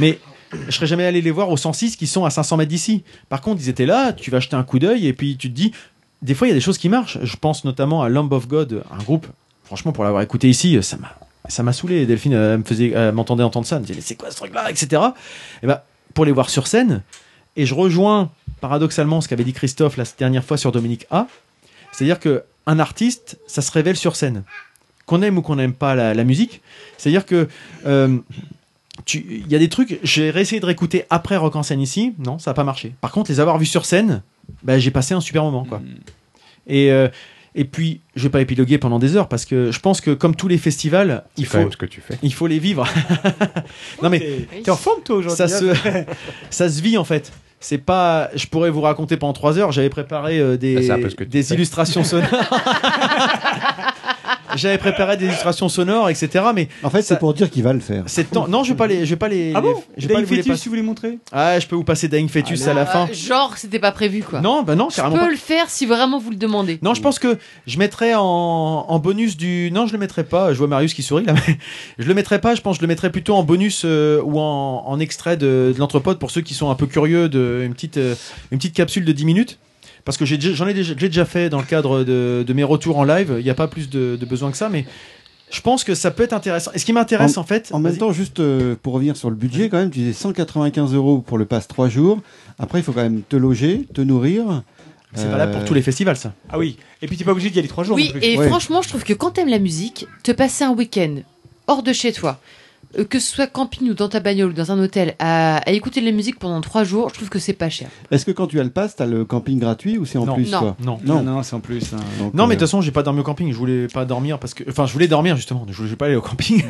[SPEAKER 4] Mais je serais jamais allé les voir au 106 qui sont à 500 mètres d'ici. Par contre, ils étaient là, tu vas jeter un coup d'œil et puis tu te dis, des fois il y a des choses qui marchent. Je pense notamment à Lamb of God, un groupe, franchement pour l'avoir écouté ici, ça m'a ça m'a saoulé. Delphine euh, me faisait euh, m'entendait entendre ça, elle me disait Mais c'est quoi ce truc là, etc. Et ben pour les voir sur scène, et je rejoins paradoxalement ce qu'avait dit Christophe la dernière fois sur Dominique A, c'est-à-dire que un artiste, ça se révèle sur scène. Qu'on aime ou qu'on n'aime pas la, la musique, c'est-à-dire que euh, tu- il y a des trucs, j'ai essayé de réécouter après Rock en scène ici, non, ça n'a pas marché. Par contre, les avoir vus sur scène, bah, j'ai passé un super moment. Quoi.
[SPEAKER 7] Hmm.
[SPEAKER 4] Et, euh, et puis, je vais pas épiloguer pendant des heures parce que je pense que, comme tous les festivals, il
[SPEAKER 7] quand
[SPEAKER 4] faut,
[SPEAKER 7] même ce que tu fais.
[SPEAKER 4] il faut les vivre. non, mais
[SPEAKER 5] T'es en forme toi aujourd'hui
[SPEAKER 4] ça se,
[SPEAKER 5] hein
[SPEAKER 4] ça se vit en fait. C'est pas, je pourrais vous raconter pendant trois heures. J'avais préparé euh,
[SPEAKER 7] Bah,
[SPEAKER 4] des,
[SPEAKER 7] c'est un peu ce que tu
[SPEAKER 4] des
[SPEAKER 7] fais.
[SPEAKER 4] illustrations sonores. J'avais préparé des illustrations sonores, etc. Mais
[SPEAKER 6] En fait, c'est pour dire qu'il va le faire.
[SPEAKER 4] c'est temps- non, je vais pas les, je vais pas les,
[SPEAKER 5] Ah bon
[SPEAKER 4] les- je vais pas
[SPEAKER 5] Dying
[SPEAKER 4] vous les
[SPEAKER 5] Fetus,
[SPEAKER 4] passer.
[SPEAKER 5] tu voulais montrer
[SPEAKER 4] Ah, je peux vous passer Dying Fetus à la fin.
[SPEAKER 2] Euh, genre, c'était pas prévu quoi.
[SPEAKER 4] Non, bah non,
[SPEAKER 2] je
[SPEAKER 4] carrément
[SPEAKER 2] peux
[SPEAKER 4] pas.
[SPEAKER 2] le faire si vraiment vous le demandez.
[SPEAKER 4] Non, je
[SPEAKER 6] Mm.
[SPEAKER 4] pense que je mettrais en, en bonus du. Non, je le mettrais pas. Je vois Marius qui sourit là. mais je le mettrais pas. Je pense que je le mettrais plutôt en bonus euh, ou en, en extrait de, de l'entrepôt pour ceux qui sont un peu curieux de une petite euh, une petite capsule de 10 minutes. Parce que j'ai déjà- j'en ai déjà, je l'ai déjà fait dans le cadre de, de mes retours en live. Il n'y a pas plus de, de besoin que ça, mais je pense que ça peut être intéressant. Et ce qui m'intéresse en, fait,
[SPEAKER 6] En même temps, juste euh, pour revenir sur le budget, quand même, tu disais 195 euros pour le passe 3 jours. Après, il faut quand même te loger, te nourrir. Euh,
[SPEAKER 4] c'est valable pour tous les festivals, ça.
[SPEAKER 5] Ah oui. Et puis t'es pas obligé d'y aller trois jours.
[SPEAKER 2] Oui,
[SPEAKER 5] non plus.
[SPEAKER 2] et
[SPEAKER 6] Ouais.
[SPEAKER 2] franchement, je trouve que quand t'aimes la musique, te passer un week-end hors de chez toi, euh, que ce soit camping ou dans ta bagnole ou dans un hôtel, à, à écouter de la musique pendant trois jours, je trouve que c'est pas cher.
[SPEAKER 6] Est-ce que quand tu as le pass, tu as le camping gratuit ou c'est en
[SPEAKER 4] Non.
[SPEAKER 6] plus
[SPEAKER 2] Non.
[SPEAKER 6] quoi
[SPEAKER 4] Non.
[SPEAKER 5] Non, non, c'est en plus. hein.
[SPEAKER 6] Donc,
[SPEAKER 4] Non, mais de
[SPEAKER 6] euh,
[SPEAKER 4] toute façon, j'ai pas dormi au camping. Je voulais pas dormir parce que, enfin, je voulais dormir justement. Je voulais pas aller au camping.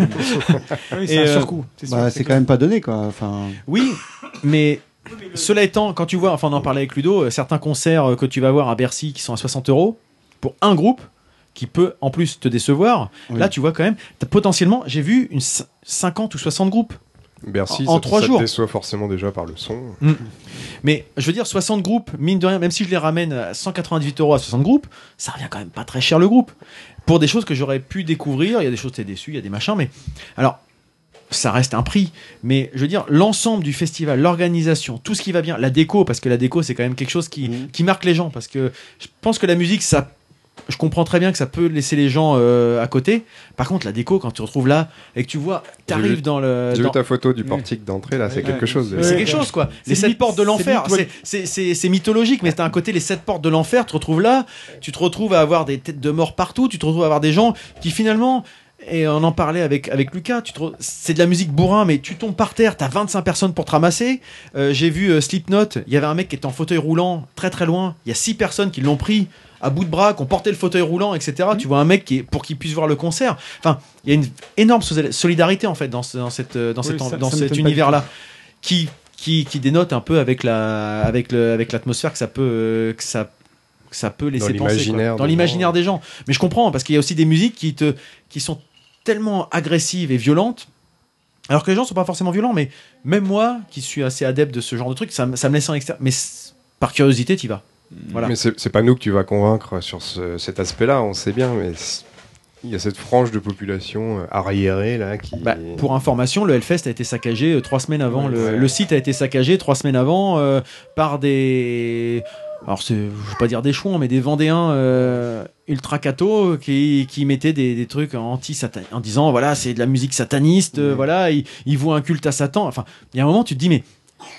[SPEAKER 5] Ah oui,
[SPEAKER 4] Et,
[SPEAKER 5] c'est un
[SPEAKER 4] euh,
[SPEAKER 5] surcoût. c'est sûr,
[SPEAKER 6] bah,
[SPEAKER 5] c'est
[SPEAKER 6] c'est quand même pas donné quoi. Enfin,
[SPEAKER 4] Oui, mais cela étant, quand tu vois, enfin on en parlait avec Ludo, euh, certains concerts euh, que tu vas voir à Bercy qui sont à 60 euros pour un groupe qui peut en plus te décevoir,
[SPEAKER 6] Oui.
[SPEAKER 4] là tu vois quand même, t'as potentiellement, j'ai vu une cin- 50 ou 60 groupes.
[SPEAKER 7] Bercy,
[SPEAKER 4] En- en
[SPEAKER 7] ça,
[SPEAKER 4] trois
[SPEAKER 7] ça
[SPEAKER 4] jours. Mm.
[SPEAKER 7] te déçoit forcément déjà par le son.
[SPEAKER 4] Mais je veux dire, 60 groupes, mine de rien, même si je les ramène à 198 euros à 60 groupes, ça revient quand même pas très cher le groupe. Pour des choses que j'aurais pu découvrir, il y a des choses t'es déçu, il y a des machins, mais alors ça reste un prix. Mais je veux dire, l'ensemble du festival, l'organisation, tout ce qui va bien, la déco, parce que la déco c'est quand même quelque chose qui,
[SPEAKER 6] Mhm.
[SPEAKER 4] qui marque les gens, parce que je pense que la musique, ça, je comprends très bien que ça peut laisser les gens euh, à côté. Par contre, la déco, quand tu te retrouves là et que tu vois,
[SPEAKER 7] J'ai
[SPEAKER 4] t'arrives
[SPEAKER 7] vu-
[SPEAKER 4] dans le,
[SPEAKER 7] J'ai
[SPEAKER 4] Euh, dans- Mm.
[SPEAKER 7] vu ta photo du portique d'entrée, là, c'est
[SPEAKER 5] Ouais.
[SPEAKER 7] quelque chose.
[SPEAKER 5] Ouais.
[SPEAKER 4] c'est
[SPEAKER 7] C'est-
[SPEAKER 4] quelque chose quoi.
[SPEAKER 5] C'est
[SPEAKER 4] C'est sept
[SPEAKER 5] limite-
[SPEAKER 4] portes de
[SPEAKER 5] c'est
[SPEAKER 4] l'enfer.
[SPEAKER 5] limite, ouais.
[SPEAKER 4] C'est- c'est- C'est c'est mythologique, mais t'as un côté les sept portes de l'enfer. Tu te retrouves là, tu te retrouves à avoir des têtes de mort partout. Tu te retrouves à avoir des gens qui finalement et on en parlait avec avec Lucas. Tu te re- c'est de la musique bourrin, mais tu tombes par terre. T'as 25 personnes pour te ramasser. Euh, J'ai vu euh, Slipknot. Il y avait un mec qui était en fauteuil roulant, très très loin. Il y a six personnes qui l'ont pris à bout de bras, qui ont porté le fauteuil roulant, etc.
[SPEAKER 5] Mm.
[SPEAKER 4] Tu vois un mec qui est, pour qu'il puisse voir le concert. Enfin, il y a une énorme so- solidarité en fait dans, ce- dans cette euh, dans
[SPEAKER 5] Oui,
[SPEAKER 4] cet en-
[SPEAKER 5] ça-
[SPEAKER 4] dans
[SPEAKER 5] ça m'étonne
[SPEAKER 4] cet
[SPEAKER 5] pas du
[SPEAKER 4] univers là qui, qui, qui dénote un peu avec la avec le avec l'atmosphère que ça peut euh, que ça que ça peut laisser penser
[SPEAKER 7] l'imaginaire
[SPEAKER 4] quoi. dans
[SPEAKER 7] des
[SPEAKER 4] l'imaginaire
[SPEAKER 7] gens.
[SPEAKER 4] des gens. Mais je comprends parce qu'il y a aussi des musiques qui te qui sont tellement agressives et violentes. Alors que les gens sont pas forcément violents, mais même moi, qui suis assez adepte de ce genre de truc, ça, me- ça me laisse en extérieur. Mais c'est- par curiosité,
[SPEAKER 7] Mmh.
[SPEAKER 4] t'y vas. Voilà.
[SPEAKER 7] Mais c'est c'est pas nous que tu vas convaincre sur ce- cet aspect-là, on sait bien, mais c'est- il y a cette frange de population euh, arriérée là qui.
[SPEAKER 4] Bah, pour information, le Hellfest a été saccagé euh, trois semaines avant. le, le site a été saccagé trois semaines avant euh, par des. Alors, c'est- je vais pas dire des chouans, mais des Vendéens euh, ultra cato qui, qui mettaient des, des trucs anti en disant voilà, c'est de la musique sataniste, euh, voilà, ils, ils vouent un culte à Satan. Enfin, il y a un moment, tu te dis, mais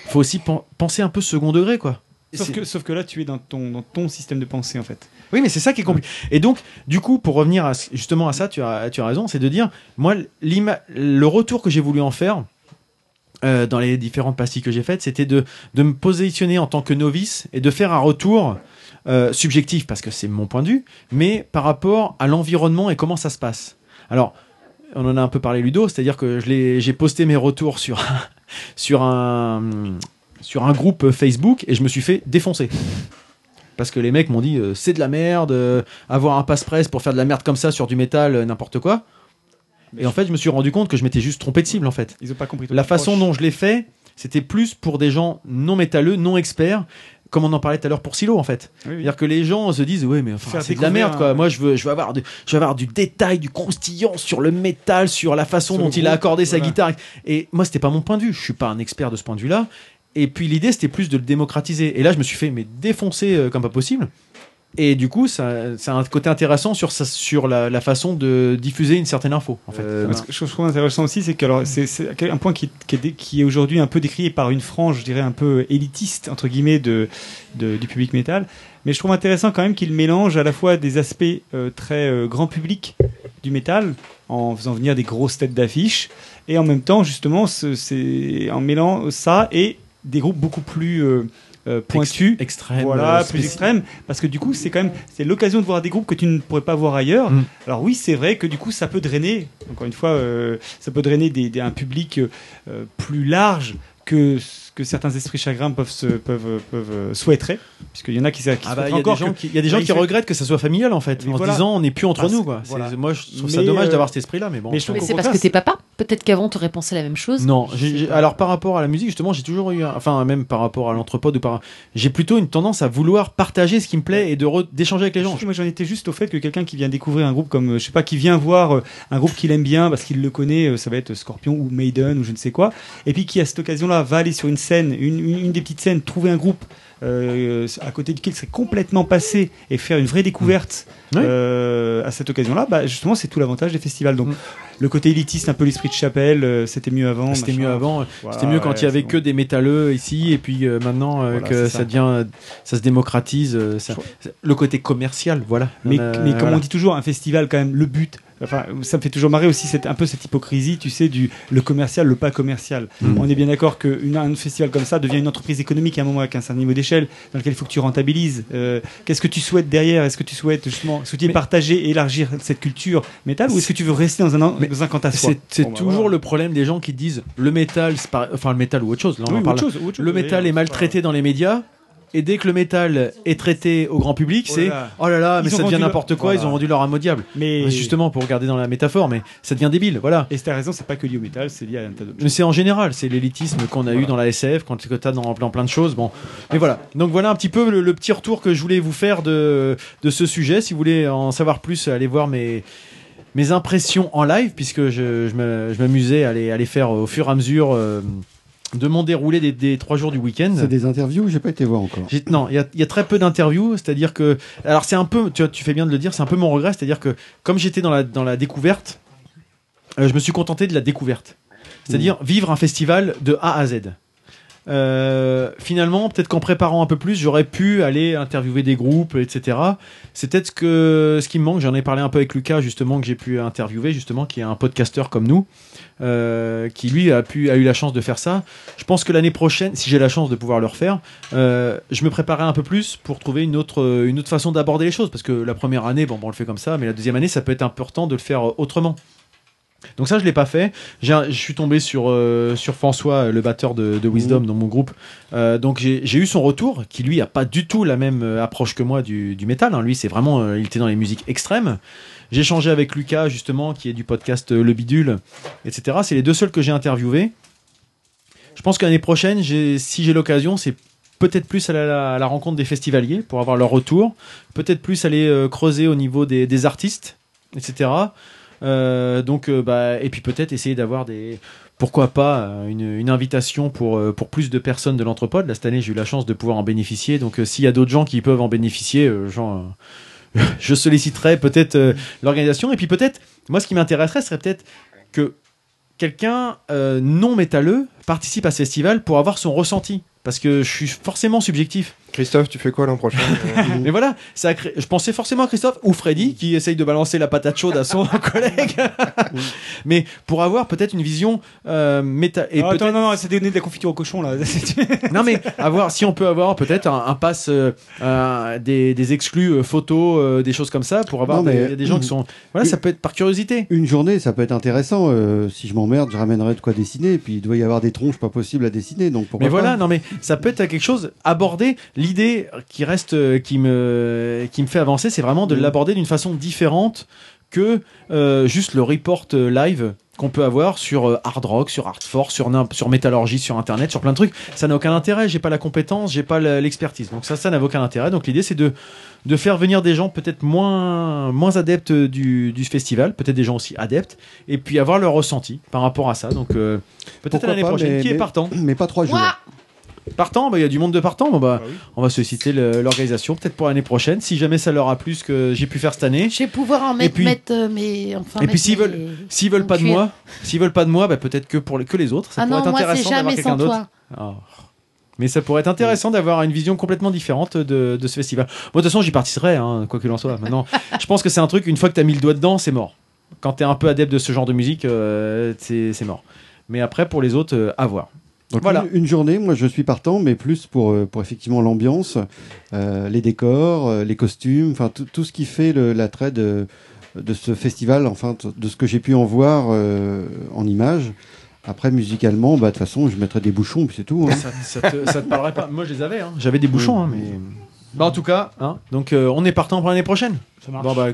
[SPEAKER 4] faut aussi pen- penser un peu second degré, quoi.
[SPEAKER 5] Sauf que, sauf que là, tu es dans ton, dans ton système de pensée, en fait.
[SPEAKER 4] Oui, mais c'est ça qui est compliqué. Et donc, du coup, pour revenir à ce- justement à ça, tu as, tu as raison, c'est de dire, moi, l'ima- le retour que j'ai voulu en faire euh, dans les différentes pastilles que j'ai faites, c'était de, de me positionner en tant que novice et de faire un retour euh, subjectif, parce que c'est mon point de vue, mais par rapport à l'environnement et comment ça se passe. Alors, on en a un peu parlé Ludo, c'est-à-dire que je l'ai- j'ai posté mes retours sur un- sur un sur un groupe Facebook et je me suis fait défoncer. Parce que les mecs m'ont dit euh, c'est de la merde, euh, avoir un passe-presse pour faire de la merde comme ça sur du métal, euh, n'importe quoi. Et en fait, je me suis rendu compte que je m'étais juste trompé de cible en fait.
[SPEAKER 5] Ils ont pas compris. ton
[SPEAKER 4] La
[SPEAKER 5] approche.
[SPEAKER 4] façon dont je l'ai fait, c'était plus pour des gens non métalleux, non experts, comme on en parlait tout à l'heure pour Silo en fait.
[SPEAKER 5] Oui, oui.
[SPEAKER 4] C'est-à-dire que les gens se disent ouais mais enfin,
[SPEAKER 5] Faire
[SPEAKER 4] c'est de la
[SPEAKER 5] découvrir
[SPEAKER 4] merde quoi.
[SPEAKER 5] un-
[SPEAKER 4] Moi je veux je veux avoir du je veux avoir du détail, du croustillant sur le métal, sur la façon
[SPEAKER 5] Sur
[SPEAKER 4] dont
[SPEAKER 5] le
[SPEAKER 4] il a
[SPEAKER 5] groupe,
[SPEAKER 4] accordé sa
[SPEAKER 5] voilà.
[SPEAKER 4] guitare. Et moi c'était pas mon point de vue, je suis pas un expert de ce point de vue-là. Et puis l'idée c'était plus de le démocratiser. Et là je me suis fait mais défoncer euh, comme pas possible. Et du coup, ça, ça a un côté intéressant sur, sa- sur la, la façon de diffuser une certaine info. En fait.
[SPEAKER 5] Euh, Ce que je trouve intéressant aussi, c'est que alors, c'est- c'est un point qui, qui est, dé- qui est aujourd'hui un peu décrié par une frange, je dirais, un peu élitiste, entre guillemets, de, de- du public métal. Mais je trouve intéressant quand même qu'il mélange à la fois des aspects euh, très euh, grand public du métal, en faisant venir des grosses têtes d'affiche, et en même temps, justement, ce- c'est en mêlant ça et des groupes beaucoup plus euh, euh, pointus,
[SPEAKER 4] extrêmes,
[SPEAKER 5] voilà,
[SPEAKER 4] euh,
[SPEAKER 5] plus extrêmes, parce que du coup, c'est quand même c'est l'occasion de voir des groupes que tu ne pourrais pas voir ailleurs.
[SPEAKER 4] Mm.
[SPEAKER 5] Alors oui, c'est vrai que du coup, ça peut drainer. Encore une fois, euh, ça peut drainer des, des- un public euh, euh, plus large que ce que certains esprits chagrins peuvent se, peuvent euh, peuvent euh, souhaiteraient, puisqu'il y en a qui, qui
[SPEAKER 4] Ah bah,
[SPEAKER 5] souhaiteraient
[SPEAKER 4] il y a des
[SPEAKER 5] encore
[SPEAKER 4] gens
[SPEAKER 5] que-
[SPEAKER 4] qui, il y a des gens
[SPEAKER 5] Ouais,
[SPEAKER 4] qui
[SPEAKER 5] il fait-
[SPEAKER 4] regrettent que ça soit familial en fait,
[SPEAKER 5] Mais
[SPEAKER 4] en se
[SPEAKER 5] voilà.
[SPEAKER 4] disant on n'est plus entre
[SPEAKER 5] Ah,
[SPEAKER 4] nous
[SPEAKER 5] c'est-
[SPEAKER 4] quoi. C'est-
[SPEAKER 5] voilà.
[SPEAKER 4] Moi je trouve ça
[SPEAKER 5] Mais,
[SPEAKER 4] dommage
[SPEAKER 5] euh,
[SPEAKER 4] d'avoir cet esprit-là, mais bon.
[SPEAKER 5] mais je trouve
[SPEAKER 2] Mais
[SPEAKER 5] qu'au
[SPEAKER 2] c'est parce que
[SPEAKER 5] contraire,
[SPEAKER 2] t'es papa. Peut-être qu'avant, t'aurais pensé la même chose.
[SPEAKER 4] Non, j'ai- j'ai- alors par rapport à la musique, justement, j'ai toujours eu, un- enfin même par rapport à l'entrepode ou par, j'ai plutôt une tendance à vouloir partager ce qui me plaît et de re- d'échanger avec les gens.
[SPEAKER 5] Moi, j'en étais juste au fait que quelqu'un qui vient découvrir un groupe comme, euh, je sais pas, qui vient voir euh, un groupe qu'il aime bien parce qu'il le connaît, euh, ça va être Scorpion ou Maiden ou je ne sais quoi, et puis qui à cette occasion-là va aller sur une scène, une, une- une des petites scènes, trouver un groupe euh, à côté duquel il serait complètement passé et faire une vraie découverte euh, à cette occasion-là, bah, justement, c'est tout l'avantage des festivals.
[SPEAKER 4] Mm.
[SPEAKER 5] Donc, le côté élitiste, un peu l'esprit de chapelle, euh, c'était mieux avant.
[SPEAKER 4] C'était
[SPEAKER 5] machin.
[SPEAKER 4] mieux avant. euh,
[SPEAKER 5] Voilà,
[SPEAKER 4] C'était mieux quand
[SPEAKER 5] ouais,
[SPEAKER 4] il y avait
[SPEAKER 5] c'est
[SPEAKER 4] que des métalleux ici et puis euh, maintenant euh,
[SPEAKER 5] Voilà,
[SPEAKER 4] que
[SPEAKER 5] c'est
[SPEAKER 4] ça.
[SPEAKER 5] ça.
[SPEAKER 4] devient, euh, ça se démocratise. euh, ça- le côté commercial, voilà.
[SPEAKER 5] Mais,
[SPEAKER 4] On a-
[SPEAKER 5] mais comme
[SPEAKER 4] Euh, voilà.
[SPEAKER 5] on dit toujours, un festival, quand même, le but. Enfin, ça me fait toujours marrer aussi cette, un peu cette hypocrisie, tu sais, du le commercial, le pas commercial.
[SPEAKER 4] Mm.
[SPEAKER 5] On est bien d'accord qu'un festival comme ça devient une entreprise économique à un moment avec un certain niveau d'échelle dans lequel il faut que tu rentabilises. Euh, Qu'est-ce que tu souhaites derrière Est-ce que tu souhaites justement soutenir, partager, élargir cette culture métal ou est-ce que tu veux rester dans un, en- dans un canton à soi
[SPEAKER 4] C'est c'est
[SPEAKER 5] Bon, bah,
[SPEAKER 4] toujours
[SPEAKER 5] voilà.
[SPEAKER 4] le problème des gens qui disent le métal, c'est pas- enfin le métal ou autre chose. là, on
[SPEAKER 5] Oui,
[SPEAKER 4] en
[SPEAKER 5] ou
[SPEAKER 4] parle.
[SPEAKER 5] autre chose, ou autre chose,
[SPEAKER 4] le métal
[SPEAKER 5] d'ailleurs,
[SPEAKER 4] est
[SPEAKER 5] c'est
[SPEAKER 4] maltraité dans les médias. Et dès que le métal est traité au grand public,
[SPEAKER 5] Oh là
[SPEAKER 4] c'est
[SPEAKER 5] là.
[SPEAKER 4] oh là là, mais
[SPEAKER 5] Ils ont
[SPEAKER 4] ça devient
[SPEAKER 5] vendu leur-
[SPEAKER 4] n'importe quoi, ils
[SPEAKER 5] Voilà.
[SPEAKER 4] ont vendu leur âme au diable.
[SPEAKER 5] Mais-
[SPEAKER 4] Ouais, justement, pour regarder dans la métaphore, mais ça devient débile, voilà.
[SPEAKER 5] Et t'as raison, c'est pas que lié au métal, c'est lié à un tas d'autres
[SPEAKER 4] Mais c'est en général, c'est l'élitisme qu'on a eu dans la SF, quand que t'as dans, dans plein de choses. Bon, mais voilà. Donc voilà un petit peu le, le petit retour que je voulais vous faire de, de ce sujet. Si vous voulez en savoir plus, allez voir mes mes impressions en live, puisque je, je me- je m'amusais à les, à les faire au fur et à mesure euh, de mon déroulé des, des trois jours du week-end.
[SPEAKER 6] C'est des interviews, j'ai pas été voir encore.
[SPEAKER 4] J'ai- Non, il y a- il y, a très peu d'interviews, c'est-à-dire que. Alors, c'est un peu. Tu, vois, tu fais bien de le dire, c'est un peu mon regret, c'est-à-dire que comme j'étais dans la, dans la découverte, euh, je me suis contenté de la découverte. C'est-à-dire vivre un festival de A à Z. Euh, finalement, peut-être qu'en préparant un peu plus, j'aurais pu aller interviewer des groupes, etc. C'est peut-être ce que ce qui me manque. J'en ai parlé un peu avec Lucas justement que j'ai pu interviewer justement, qui est un podcasteur comme nous, euh, qui lui a pu a eu la chance de faire ça. Je pense que l'année prochaine, si j'ai la chance de pouvoir le refaire, euh, je me préparerai un peu plus pour trouver une autre une autre façon d'aborder les choses parce que la première année, bon, bon, on le fait comme ça, mais la deuxième année, ça peut être important de le faire euh, autrement. Donc ça, je l'ai pas fait. J'ai un- Je suis tombé sur, euh, sur François, euh, le batteur de, de Wisdom dans mon groupe. Euh, donc j'ai j'ai eu son retour, qui lui a pas du tout la même euh, approche que moi du, du métal. hein. Lui, c'est vraiment, euh, il était dans les musiques extrêmes. J'ai échangé avec Lucas, justement, qui est du podcast euh, Le Bidule, etc. C'est les deux seuls que j'ai interviewés. Je pense que l'année prochaine, j'ai- si j'ai l'occasion, c'est peut-être plus aller à la, à la rencontre des festivaliers pour avoir leur retour, peut-être plus aller euh, creuser au niveau des, des artistes etc. Euh, donc, euh, bah, et puis peut-être essayer d'avoir des, pourquoi pas, euh, une, une invitation pour, euh, pour plus de personnes de l'entrepode. Là, cette année, j'ai eu la chance de pouvoir en bénéficier. Donc, euh, s'il y a d'autres gens qui peuvent en bénéficier, euh, genre, euh, je solliciterai peut-être euh, l'organisation. Et puis peut-être, moi, ce qui m'intéresserait, serait peut-être que quelqu'un euh, non métalleux participe à ce festival pour avoir son ressenti. Parce que je suis forcément subjectif.
[SPEAKER 7] Christophe, tu fais quoi l'an prochain euh
[SPEAKER 4] Mais voilà, ça crée- je pensais forcément à Christophe ou Freddy qui essaye de balancer la patate chaude à son collègue. Mais pour avoir peut-être une vision euh, méta. Et
[SPEAKER 5] Ah, attends,
[SPEAKER 4] peut-être-
[SPEAKER 5] non, non, c'est donné de la confiture au cochon, là.
[SPEAKER 4] non mais avoir si on peut avoir peut-être un, un pass euh, euh, des, des exclus euh, photos euh, des choses comme ça pour avoir
[SPEAKER 6] Non, mais-
[SPEAKER 4] des,
[SPEAKER 6] euh,
[SPEAKER 4] il y a des gens qui sont voilà ça peut être par curiosité.
[SPEAKER 6] Une journée, ça peut être intéressant. euh, si je m'emmerde, je ramènerai de quoi dessiner. Et puis, il doit y avoir des tronches pas possibles à dessiner. Donc pourquoi
[SPEAKER 4] mais
[SPEAKER 6] pas.
[SPEAKER 4] voilà non mais ça peut être quelque chose abordé l'idée qui reste euh, qui me qui me fait avancer c'est vraiment
[SPEAKER 6] Mm.
[SPEAKER 4] de l'aborder d'une façon différente que euh, juste le report euh, live qu'on peut avoir sur euh, hard rock, sur hard force, sur n'im- sur métallurgie, sur internet, sur plein de trucs, ça n'a aucun intérêt. J'ai pas la compétence, j'ai pas la- l'expertise. Donc ça, ça n'a aucun intérêt. Donc l'idée, c'est de de faire venir des gens peut-être moins moins adeptes euh, du, du festival, peut-être des gens aussi adeptes, et puis avoir leur ressenti par rapport à ça. Donc euh, peut-être à
[SPEAKER 6] Pourquoi
[SPEAKER 4] l'année
[SPEAKER 6] pas,
[SPEAKER 4] prochaine.
[SPEAKER 6] mais-
[SPEAKER 4] Qui est
[SPEAKER 6] mais-
[SPEAKER 4] partant
[SPEAKER 6] Mais pas trois jours.
[SPEAKER 4] Partant, bah, il y a du monde de partant. Bon, bah, On va solliciter le- l'organisation, peut-être pour l'année prochaine, si jamais ça leur a plu ce que j'ai pu faire cette année.
[SPEAKER 3] Je vais pouvoir en
[SPEAKER 4] Et
[SPEAKER 3] mettre,
[SPEAKER 4] puis,
[SPEAKER 3] mettre, euh, mes. Enfin,
[SPEAKER 4] et puis
[SPEAKER 3] mettre
[SPEAKER 4] s'ils
[SPEAKER 3] mes-
[SPEAKER 4] veulent, s'ils veulent pas de
[SPEAKER 3] cuir.
[SPEAKER 4] moi, s'ils veulent pas de moi, bah, peut-être que pour les, que les autres. Ça
[SPEAKER 3] Ah
[SPEAKER 4] pourrait
[SPEAKER 3] non,
[SPEAKER 4] être
[SPEAKER 3] moi, c'est
[SPEAKER 4] intéressant d'avoir
[SPEAKER 3] jamais
[SPEAKER 4] quelqu'un
[SPEAKER 3] sans
[SPEAKER 4] d'autre. Oh. Mais ça pourrait être intéressant d'avoir une vision complètement différente de, de ce festival. Bon, de toute façon, j'y participerai, hein, quoi qu'il en soit. Maintenant, je pense que c'est un truc, une fois que t'as mis le doigt dedans, c'est mort. Quand t'es un peu adepte de ce genre de musique, euh, c'est c'est mort. Mais après, pour les autres, euh, à voir.
[SPEAKER 6] Donc
[SPEAKER 4] Voilà.
[SPEAKER 6] une, une journée, moi je suis partant, mais plus pour, euh, pour effectivement l'ambiance, euh, les décors, euh, les costumes, enfin tout tout ce qui fait le- l'attrait de, de ce festival, enfin t- de ce que j'ai pu en voir euh, en images. Après musicalement, bah, de toute façon je mettrai des bouchons, puis c'est tout. hein.
[SPEAKER 4] ça, ça te, ça te parlerait pas. Moi, je les avais. hein. J'avais des bouchons, hein, mais. Bah, en tout cas, hein, donc euh, on est partant pour l'année prochaine. Bon, bah,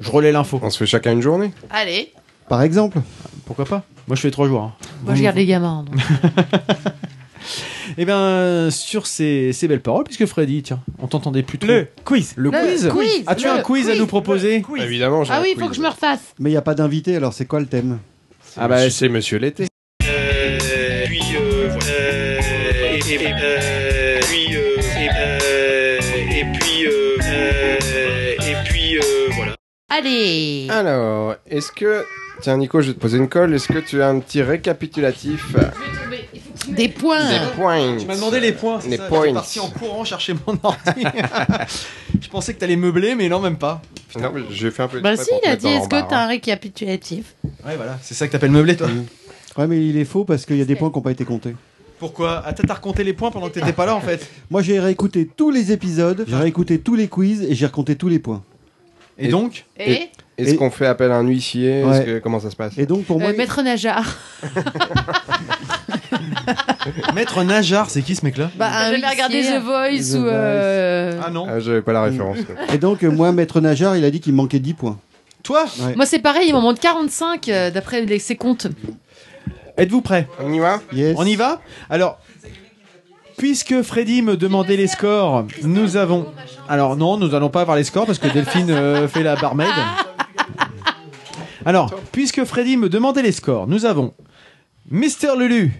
[SPEAKER 4] je relais l'info.
[SPEAKER 7] On se fait chacun une journée.
[SPEAKER 2] Allez.
[SPEAKER 6] Par exemple
[SPEAKER 4] Pourquoi pas Moi, je fais trois jours. hein.
[SPEAKER 2] Moi, je garde les gamins. donc.
[SPEAKER 4] Eh bien, euh, sur ces, ces belles paroles, puisque Freddy, tiens, on t'entendait plus trop. Le
[SPEAKER 5] quiz.
[SPEAKER 3] Le
[SPEAKER 4] Le, quiz.
[SPEAKER 3] quiz.
[SPEAKER 4] As-tu
[SPEAKER 3] Le
[SPEAKER 4] un quiz, à
[SPEAKER 3] quiz.
[SPEAKER 4] nous proposer
[SPEAKER 7] Bah, Évidemment, j'ai
[SPEAKER 3] Ah
[SPEAKER 7] un
[SPEAKER 3] oui, il
[SPEAKER 7] quiz.
[SPEAKER 3] faut que je me refasse.
[SPEAKER 6] Mais il n'y a pas d'invité, alors c'est quoi le thème
[SPEAKER 4] Ah bah,
[SPEAKER 7] c'est Monsieur l'été.
[SPEAKER 9] puis, euh, et, puis, et puis, euh, et puis, voilà.
[SPEAKER 2] Allez.
[SPEAKER 7] Alors, est-ce que tiens Nico, je vais te poser une colle. Est-ce que tu as un petit récapitulatif
[SPEAKER 3] Des points.
[SPEAKER 7] des points
[SPEAKER 4] Tu m'as demandé les points. c'est
[SPEAKER 7] Les
[SPEAKER 4] ça,
[SPEAKER 7] points.
[SPEAKER 4] J'étais parti en courant chercher mon ordi. je pensais que t'allais meubler, mais non, même pas.
[SPEAKER 7] Non, mais j'ai fait un peu.
[SPEAKER 3] Bah
[SPEAKER 7] exprès
[SPEAKER 3] si,
[SPEAKER 7] pour te
[SPEAKER 3] il a
[SPEAKER 7] mettre
[SPEAKER 3] dit
[SPEAKER 7] dans hein.
[SPEAKER 3] est-ce que
[SPEAKER 7] l'embarras.
[SPEAKER 3] t'as un récapitulatif
[SPEAKER 4] Ouais, voilà. C'est ça que t'appelles meubler, toi.
[SPEAKER 6] Ouais, mais il est faux parce qu'il y a des points qui n'ont pas été comptés.
[SPEAKER 4] Pourquoi Ah, t'as t'as recompté les points pendant que t'étais pas là, en fait.
[SPEAKER 6] Moi j'ai réécouté tous les épisodes, j'ai réécouté tous les quiz et j'ai recompté tous les points.
[SPEAKER 4] Et donc
[SPEAKER 2] Et,
[SPEAKER 7] Est-ce
[SPEAKER 6] Et-
[SPEAKER 7] qu'on fait appel à un huissier
[SPEAKER 6] Ouais.
[SPEAKER 7] Est-ce que- Comment ça se passe
[SPEAKER 6] Et donc pour moi,
[SPEAKER 2] euh, Maître Najar.
[SPEAKER 4] Maître Najar, c'est qui ce mec-là
[SPEAKER 2] Bah,
[SPEAKER 3] un
[SPEAKER 2] j'avais regardé
[SPEAKER 3] huissier.
[SPEAKER 2] The Voice
[SPEAKER 6] The
[SPEAKER 2] ou. euh,
[SPEAKER 4] Ah non.
[SPEAKER 7] Ah, J'avais pas la référence. non.
[SPEAKER 6] et donc euh, moi Maître Najar, il a dit qu'il manquait 10 points.
[SPEAKER 4] Toi
[SPEAKER 6] Ouais.
[SPEAKER 2] Moi, c'est pareil, il m'en montre 45 euh, d'après les- ses comptes.
[SPEAKER 4] Êtes-vous prêts
[SPEAKER 7] On y va
[SPEAKER 6] Yes.
[SPEAKER 4] On y va Alors, puisque Freddy me demandait les scores, nous avons. Alors, non, nous n'allons pas avoir les scores parce que Delphine euh, fait la barmaid. Alors, puisque Freddy me demandait les scores, nous avons Mister Lulu